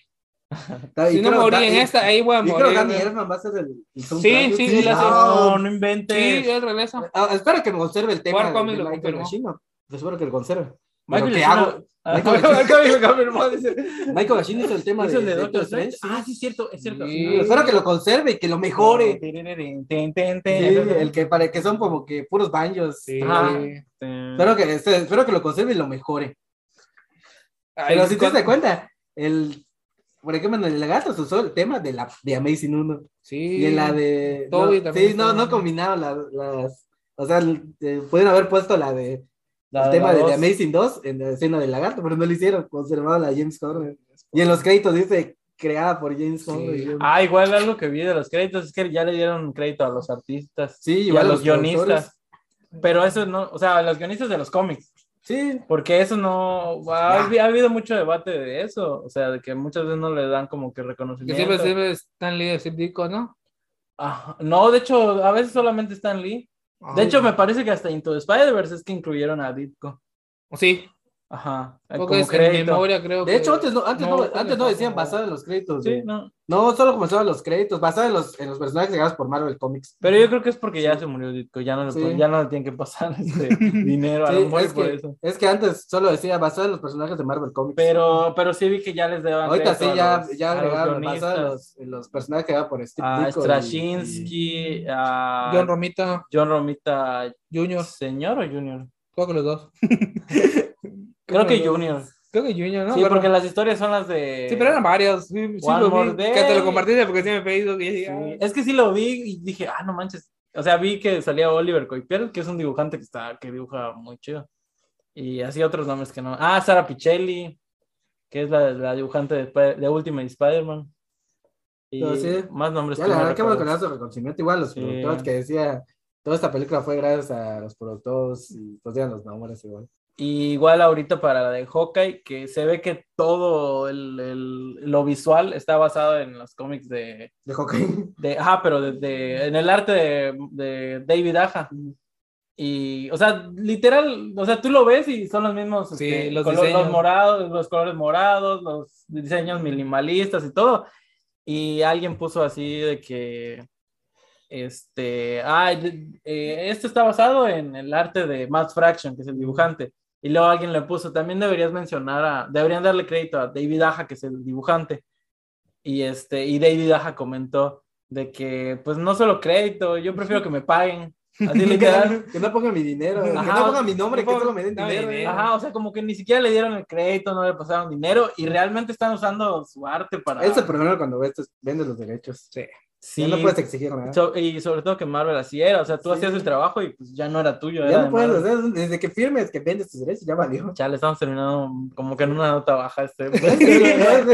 Speaker 8: Ta- y
Speaker 7: Si no
Speaker 8: creo-
Speaker 7: morí
Speaker 8: ta-
Speaker 7: en
Speaker 8: y-
Speaker 7: esta, ahí voy a
Speaker 8: y creo ¿eh?
Speaker 7: morir.
Speaker 8: que Danny Elfman va a ser el, el
Speaker 7: Sí,
Speaker 8: soundtrack.
Speaker 7: sí, él hace-
Speaker 6: No,
Speaker 8: no.
Speaker 6: no inventes.
Speaker 7: Sí, él regresa.
Speaker 8: [LAUGHS] Ah, espero que me conserve el tema
Speaker 7: War
Speaker 8: de,
Speaker 7: Comics
Speaker 8: de
Speaker 7: lo
Speaker 8: Michael
Speaker 7: confirmó.
Speaker 8: Giacchino. Espero que lo conserve.
Speaker 6: Michael
Speaker 8: Pero,
Speaker 6: Giacchino-
Speaker 8: ¿qué hago?
Speaker 6: Ah,
Speaker 8: Michael Giacchino- Michael
Speaker 6: [LAUGHS]
Speaker 8: Giacchino hizo el tema de,
Speaker 6: ¿Hizo el de
Speaker 8: de
Speaker 6: Doctor
Speaker 8: Doctor
Speaker 6: Strange?
Speaker 8: Strange.
Speaker 6: Ah, sí, es cierto, es cierto.
Speaker 7: Sí.
Speaker 8: Espero que lo conserve y que lo mejore.
Speaker 6: Tin, tin, tin, tin.
Speaker 8: Sí, el que, para, que son como que puros banjos.
Speaker 7: Sí.
Speaker 6: Ajá.
Speaker 8: Espero que, este, espero que lo conserve y lo mejore. Pero
Speaker 7: Ahí
Speaker 8: si te
Speaker 7: con-
Speaker 8: das cuenta, el, por ejemplo, en el lagarto se usó el tema de, la, de Amazing 1
Speaker 7: Sí.
Speaker 8: y en la de... no,
Speaker 7: Toby también
Speaker 8: sí,
Speaker 7: está
Speaker 8: no, no
Speaker 7: bueno.
Speaker 8: combinaron las, las- O sea, eh, pueden haber puesto la de...
Speaker 6: La
Speaker 8: el
Speaker 6: de
Speaker 8: tema
Speaker 6: la
Speaker 8: de, The
Speaker 6: dos.
Speaker 8: Amazing 2 en la escena del lagarto, pero no lo hicieron, conservaron a James Conner. Y en los créditos dice creada por James Conner.
Speaker 7: Sí.
Speaker 8: Y yo-
Speaker 6: Ah, igual algo que vi de los créditos es que ya le dieron crédito a los artistas
Speaker 8: Sí,
Speaker 6: y a
Speaker 8: igual
Speaker 6: los,
Speaker 8: los
Speaker 6: guionistas.
Speaker 8: productores.
Speaker 6: Pero eso no, o sea, a los guionistas de los cómics,
Speaker 8: Sí,
Speaker 6: porque eso no, ha, ha habido mucho debate de eso, o sea, de que muchas veces no le dan como que
Speaker 7: Que
Speaker 6: reconocimiento.
Speaker 7: siempre, siempre están líderes síndico, ¿no?
Speaker 6: Ah, no, de hecho, a veces solamente Stan Lee. De
Speaker 7: Ay,
Speaker 6: hecho, me parece que hasta Into the Spider-Verse es que incluyeron a Ditko.
Speaker 7: Sí,
Speaker 6: Ajá,
Speaker 7: poco
Speaker 6: como
Speaker 7: es en
Speaker 6: crédito.
Speaker 7: memoria, creo
Speaker 8: de
Speaker 7: que-
Speaker 8: hecho antes no, antes no,
Speaker 7: ahorita
Speaker 8: antes
Speaker 7: le
Speaker 8: no
Speaker 7: está
Speaker 8: decían
Speaker 7: como-
Speaker 8: basado en los créditos.
Speaker 6: Sí,
Speaker 8: güey.
Speaker 6: no.
Speaker 8: No, solo comenzaban los créditos, basado en los, en los personajes creados por Marvel Comics.
Speaker 6: Pero yo creo que es porque ya se murió Ditko, ya no le,
Speaker 8: Sí.
Speaker 6: pueden- ya no le tienen que pasar [LAUGHS] este dinero a
Speaker 8: Sí,
Speaker 6: lo mejor
Speaker 8: es,
Speaker 6: por
Speaker 8: que,
Speaker 6: eso.
Speaker 8: es que antes solo decía basado en los personajes de Marvel Comics.
Speaker 6: Pero, pero sí vi que ya les daban
Speaker 8: Ahorita sí
Speaker 6: crédito a
Speaker 8: ya,
Speaker 6: los-
Speaker 8: ya
Speaker 6: a los
Speaker 8: agregaron
Speaker 6: guionistas,
Speaker 8: basado en los, en los personajes creados por Steve
Speaker 6: a
Speaker 8: Ditko y-
Speaker 6: Straczynski, a
Speaker 7: John Romita
Speaker 6: John Romita
Speaker 7: Jr.,
Speaker 6: señor o junior.
Speaker 7: creo que los dos.
Speaker 6: [LAUGHS] Creo que
Speaker 7: Junior.
Speaker 6: junior.
Speaker 7: Creo que Junior, ¿no?
Speaker 6: sí,
Speaker 7: Bueno,
Speaker 6: porque las historias son las de...
Speaker 7: Sí, pero eran varios. Sí, sí
Speaker 6: One
Speaker 7: lo
Speaker 6: More
Speaker 7: vi.
Speaker 6: Day.
Speaker 7: Que te lo compartiste porque sí me Facebook. Y
Speaker 6: Sí,
Speaker 7: dije, ah,
Speaker 6: Es que sí lo vi y dije, ah, no manches. O sea, vi que salía Oliver Coipel, que es un dibujante que está, que dibuja muy chido. Y así otros nombres que no. Ah, Sara Pichelli, que es la, la dibujante de, Sp- de Ultimate Spider-Man. Y
Speaker 8: Pero sí,
Speaker 6: más nombres
Speaker 8: Ya
Speaker 6: que
Speaker 8: la
Speaker 6: no
Speaker 8: verdad que bueno que le
Speaker 6: recuerdo.
Speaker 8: da su reconocimiento. Igual los
Speaker 6: Sí.
Speaker 8: productores que decía, toda esta película fue gracias a los productores y pues eran los nombres igual.
Speaker 6: Y igual ahorita para la de Hawkeye, que se ve que todo el- el- lo visual está basado en los cómics de, [LAUGHS]
Speaker 8: De hockey.
Speaker 6: de, ajá, pero de, de- en el arte de, de David Aja. Y, o sea, literal, o sea, tú lo ves y son los mismos,
Speaker 7: Sí,
Speaker 6: este,
Speaker 7: los
Speaker 6: colo- los,
Speaker 7: diseños.
Speaker 6: morados, los colores morados, los diseños minimalistas y todo. Y alguien puso así de que, este, ah, este está basado en el arte de Matt Fraction, que es el dibujante. Y luego alguien le puso, también deberías mencionar a, deberían darle crédito a David Aja, que es el dibujante. Y este, y David Aja comentó de que, pues no solo crédito, yo prefiero que me paguen.
Speaker 8: [LAUGHS]
Speaker 6: Así literal.
Speaker 8: Que no pongan mi dinero.
Speaker 7: Que
Speaker 8: eh.
Speaker 7: no
Speaker 6: Ajá.
Speaker 7: pongan mi nombre,
Speaker 6: No
Speaker 7: que solo
Speaker 6: pongan-
Speaker 7: me den
Speaker 6: no,
Speaker 7: dinero.
Speaker 6: dinero.
Speaker 7: eh.
Speaker 6: Ajá, o sea, como que ni siquiera le dieron el crédito, no le pasaron dinero y realmente están usando su arte para...
Speaker 8: Es el problema cuando ves tus- vendes los derechos.
Speaker 6: Sí.
Speaker 8: Ya no puedes exigir nada.
Speaker 6: So- y sobre todo que Marvel así era, o sea, tú
Speaker 8: Sí.
Speaker 6: hacías el trabajo y pues ya no era tuyo. era
Speaker 8: Ya
Speaker 6: de
Speaker 8: no puedes,
Speaker 6: Marvel.
Speaker 8: o sea, desde que firmes que vendes tus derechos,
Speaker 6: [LAUGHS]
Speaker 8: ya valió.
Speaker 6: Chale, estamos terminando como que en una nota baja este.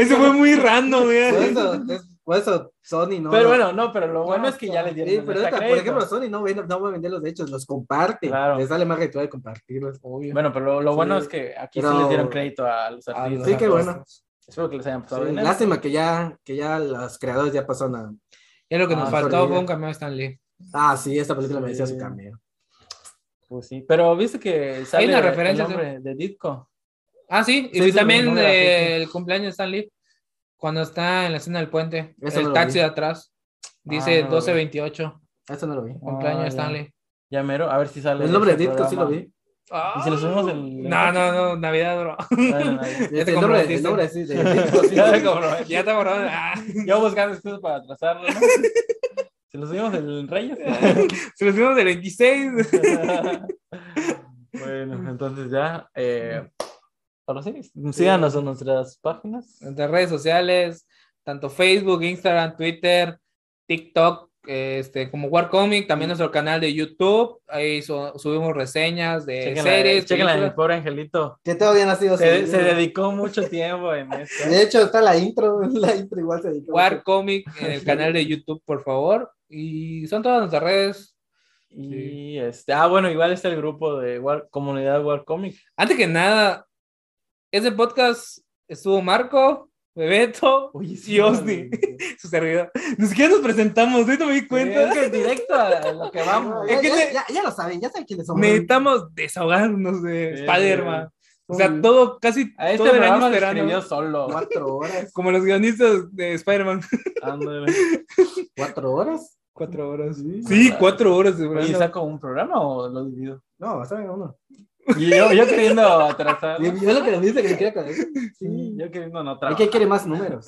Speaker 6: [LAUGHS]
Speaker 7: Eso fue muy random, güey.
Speaker 8: Por eso, es- por eso Sony [LAUGHS] no.
Speaker 6: pero bueno, no, pero lo bueno
Speaker 8: No,
Speaker 6: es que ya le dieron
Speaker 8: Sí, pero
Speaker 6: hasta
Speaker 8: esta, por
Speaker 6: crédito.
Speaker 8: ejemplo, Sony no, vende- no va a vender los derechos, los comparte.
Speaker 6: Claro.
Speaker 8: Le sale más rentable compartirlos, obvio.
Speaker 6: Bueno, pero lo, lo
Speaker 8: Sí.
Speaker 6: bueno es que aquí sí
Speaker 8: Pero-
Speaker 6: les dieron crédito a los
Speaker 8: Ah,
Speaker 6: artistas.
Speaker 8: sí, qué
Speaker 6: a todos.
Speaker 8: bueno.
Speaker 6: Espero que les hayan pasado
Speaker 8: Sí,
Speaker 6: bien.
Speaker 8: lástima que ya, que ya los creadores ya pasaron a.
Speaker 7: Ya lo que
Speaker 6: Ah,
Speaker 7: nos
Speaker 6: es
Speaker 7: faltó
Speaker 8: horrible.
Speaker 7: fue un cameo de Stan Lee.
Speaker 8: Ah, sí, esta película merecía
Speaker 6: Sí.
Speaker 8: su cambio.
Speaker 6: Pues sí, Pero viste que sale
Speaker 7: una
Speaker 6: el
Speaker 7: referencia,
Speaker 6: nombre de Ditko.
Speaker 7: Ah, sí, y
Speaker 8: Sí, sí,
Speaker 7: también
Speaker 8: no me la
Speaker 7: eh,
Speaker 8: fijé.
Speaker 7: el cumpleaños de Stan Lee, cuando está en la escena del puente,
Speaker 8: Eso no
Speaker 7: el
Speaker 8: lo
Speaker 7: taxi
Speaker 8: vi.
Speaker 7: de atrás, dice
Speaker 6: Ah, no lo vi.
Speaker 7: 1228,
Speaker 8: Esto no lo vi.
Speaker 7: cumpleaños
Speaker 6: Ah,
Speaker 7: de
Speaker 6: ya.
Speaker 7: Stan Lee.
Speaker 6: Ya mero, a ver si sale.
Speaker 8: El nombre de
Speaker 6: ese
Speaker 8: Ditko sí lo
Speaker 6: programa.
Speaker 8: vi.
Speaker 6: ¿Y si lo subimos el-
Speaker 7: No, no, no, Navidad, bro.
Speaker 6: Bueno,
Speaker 8: [LAUGHS]
Speaker 6: ahí.
Speaker 7: Ya te
Speaker 8: el nombre,
Speaker 7: comprometiste.
Speaker 8: el nombre sí, de
Speaker 7: [LAUGHS]
Speaker 6: [LAUGHS]
Speaker 8: Ditko sí.
Speaker 6: Ya te comprobé.
Speaker 7: ya te acordás. Ah, [LAUGHS]
Speaker 6: Yo buscando excusas para atrasarlo. ¿no? Si lo subimos el Reyes.
Speaker 7: se los vimos del 26.
Speaker 8: [LAUGHS]
Speaker 6: bueno, entonces ya. Eh, ahora sí, síganos en nuestras páginas.
Speaker 8: Eh,
Speaker 7: De redes sociales, tanto Facebook, Instagram, Twitter, TikTok, este, como Warcomic, también nuestro canal de YouTube, ahí su- subimos reseñas de
Speaker 6: Chequen
Speaker 7: series.
Speaker 6: la de mi
Speaker 7: películas.
Speaker 6: pobre angelito.
Speaker 8: Que todavía no ha sido
Speaker 6: Se,
Speaker 8: subido.
Speaker 6: se dedicó mucho tiempo en esto.
Speaker 8: De hecho, está la intro. [LAUGHS] La intro igual se dedicó.
Speaker 7: War Comic en el canal de YouTube, por favor. Y son todas nuestras redes.
Speaker 6: Y este, ah, bueno, igual está el grupo de War- comunidad Warcomic.
Speaker 7: Antes que nada, ese podcast estuvo Marco, Bebeto y Osni, [LAUGHS] su servidor. Ni siquiera nos presentamos, ahorita me di cuenta.
Speaker 6: Es que es directo a lo que vamos.
Speaker 8: [LAUGHS] Ya,
Speaker 7: Es que
Speaker 8: ya-
Speaker 7: te-
Speaker 8: ya- ya lo saben, ya saben quiénes somos.
Speaker 7: Necesitamos desahogarnos de
Speaker 6: Sí,
Speaker 7: Spider-Man. O sea,
Speaker 8: Obvio.
Speaker 7: todo, casi
Speaker 6: A este
Speaker 7: todo el año
Speaker 6: programa lo escribió
Speaker 7: esperando.
Speaker 6: solo.
Speaker 8: Cuatro horas.
Speaker 7: Como los guionistas de Spider-Man.
Speaker 6: Ándale.
Speaker 8: ¿Cuatro horas?
Speaker 7: Cuatro horas. Sí, cuatro horas. de
Speaker 6: Oye,
Speaker 7: programa.
Speaker 6: ¿saco un programa o lo divido?
Speaker 8: No, saben uno.
Speaker 6: Y yo, yo queriendo atrasar.
Speaker 8: Yo yo lo que le dice que quiere con eso.
Speaker 6: Sí, yo queriendo no
Speaker 8: ¿Y
Speaker 6: trabajar.
Speaker 8: qué quiere más [LAUGHS] números?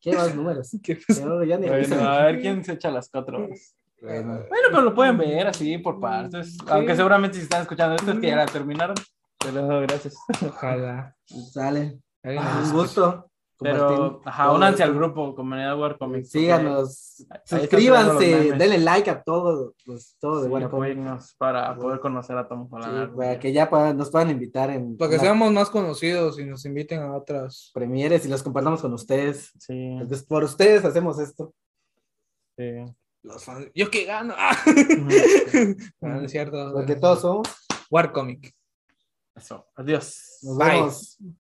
Speaker 8: ¿Quiere más [LAUGHS] números?
Speaker 7: ¿Qué
Speaker 8: Ya no- ya ni
Speaker 6: Bueno,
Speaker 8: avisan.
Speaker 6: a ver quién se echa las cuatro horas.
Speaker 8: Bueno.
Speaker 6: Bueno, pero lo pueden ver así por partes. Aunque seguramente si están escuchando esto es que ya la terminaron. Pero gracias.
Speaker 7: Ojalá.
Speaker 8: Sale.
Speaker 7: Alguien nos
Speaker 8: Un gusto.
Speaker 6: Ah, Pero,
Speaker 8: compartir
Speaker 6: ajá,
Speaker 8: todo
Speaker 6: únanse al
Speaker 8: esto.
Speaker 6: grupo, comunidad Warcomics.
Speaker 8: Síganos.
Speaker 6: está tirando los
Speaker 8: Suscríbanse.
Speaker 6: memes.
Speaker 8: Denle like a todos los todos de
Speaker 6: Sí,
Speaker 8: buena Comedia.
Speaker 6: apóyennos para poder conocer a Tom Holland.
Speaker 8: Sí, para que ya puedan- nos puedan invitar en
Speaker 7: Para que
Speaker 8: las
Speaker 7: seamos más conocidos y nos inviten a otras.
Speaker 8: premieres y los compartamos con ustedes.
Speaker 6: Sí,
Speaker 8: Entonces, por ustedes hacemos esto.
Speaker 6: sí.
Speaker 7: Los fans. Yo que gano. [LAUGHS] Ah, no es cierto.
Speaker 8: Porque todos somos.
Speaker 7: War Comic.
Speaker 6: Eso, adiós.
Speaker 8: Nos
Speaker 7: Bye.
Speaker 8: vemos.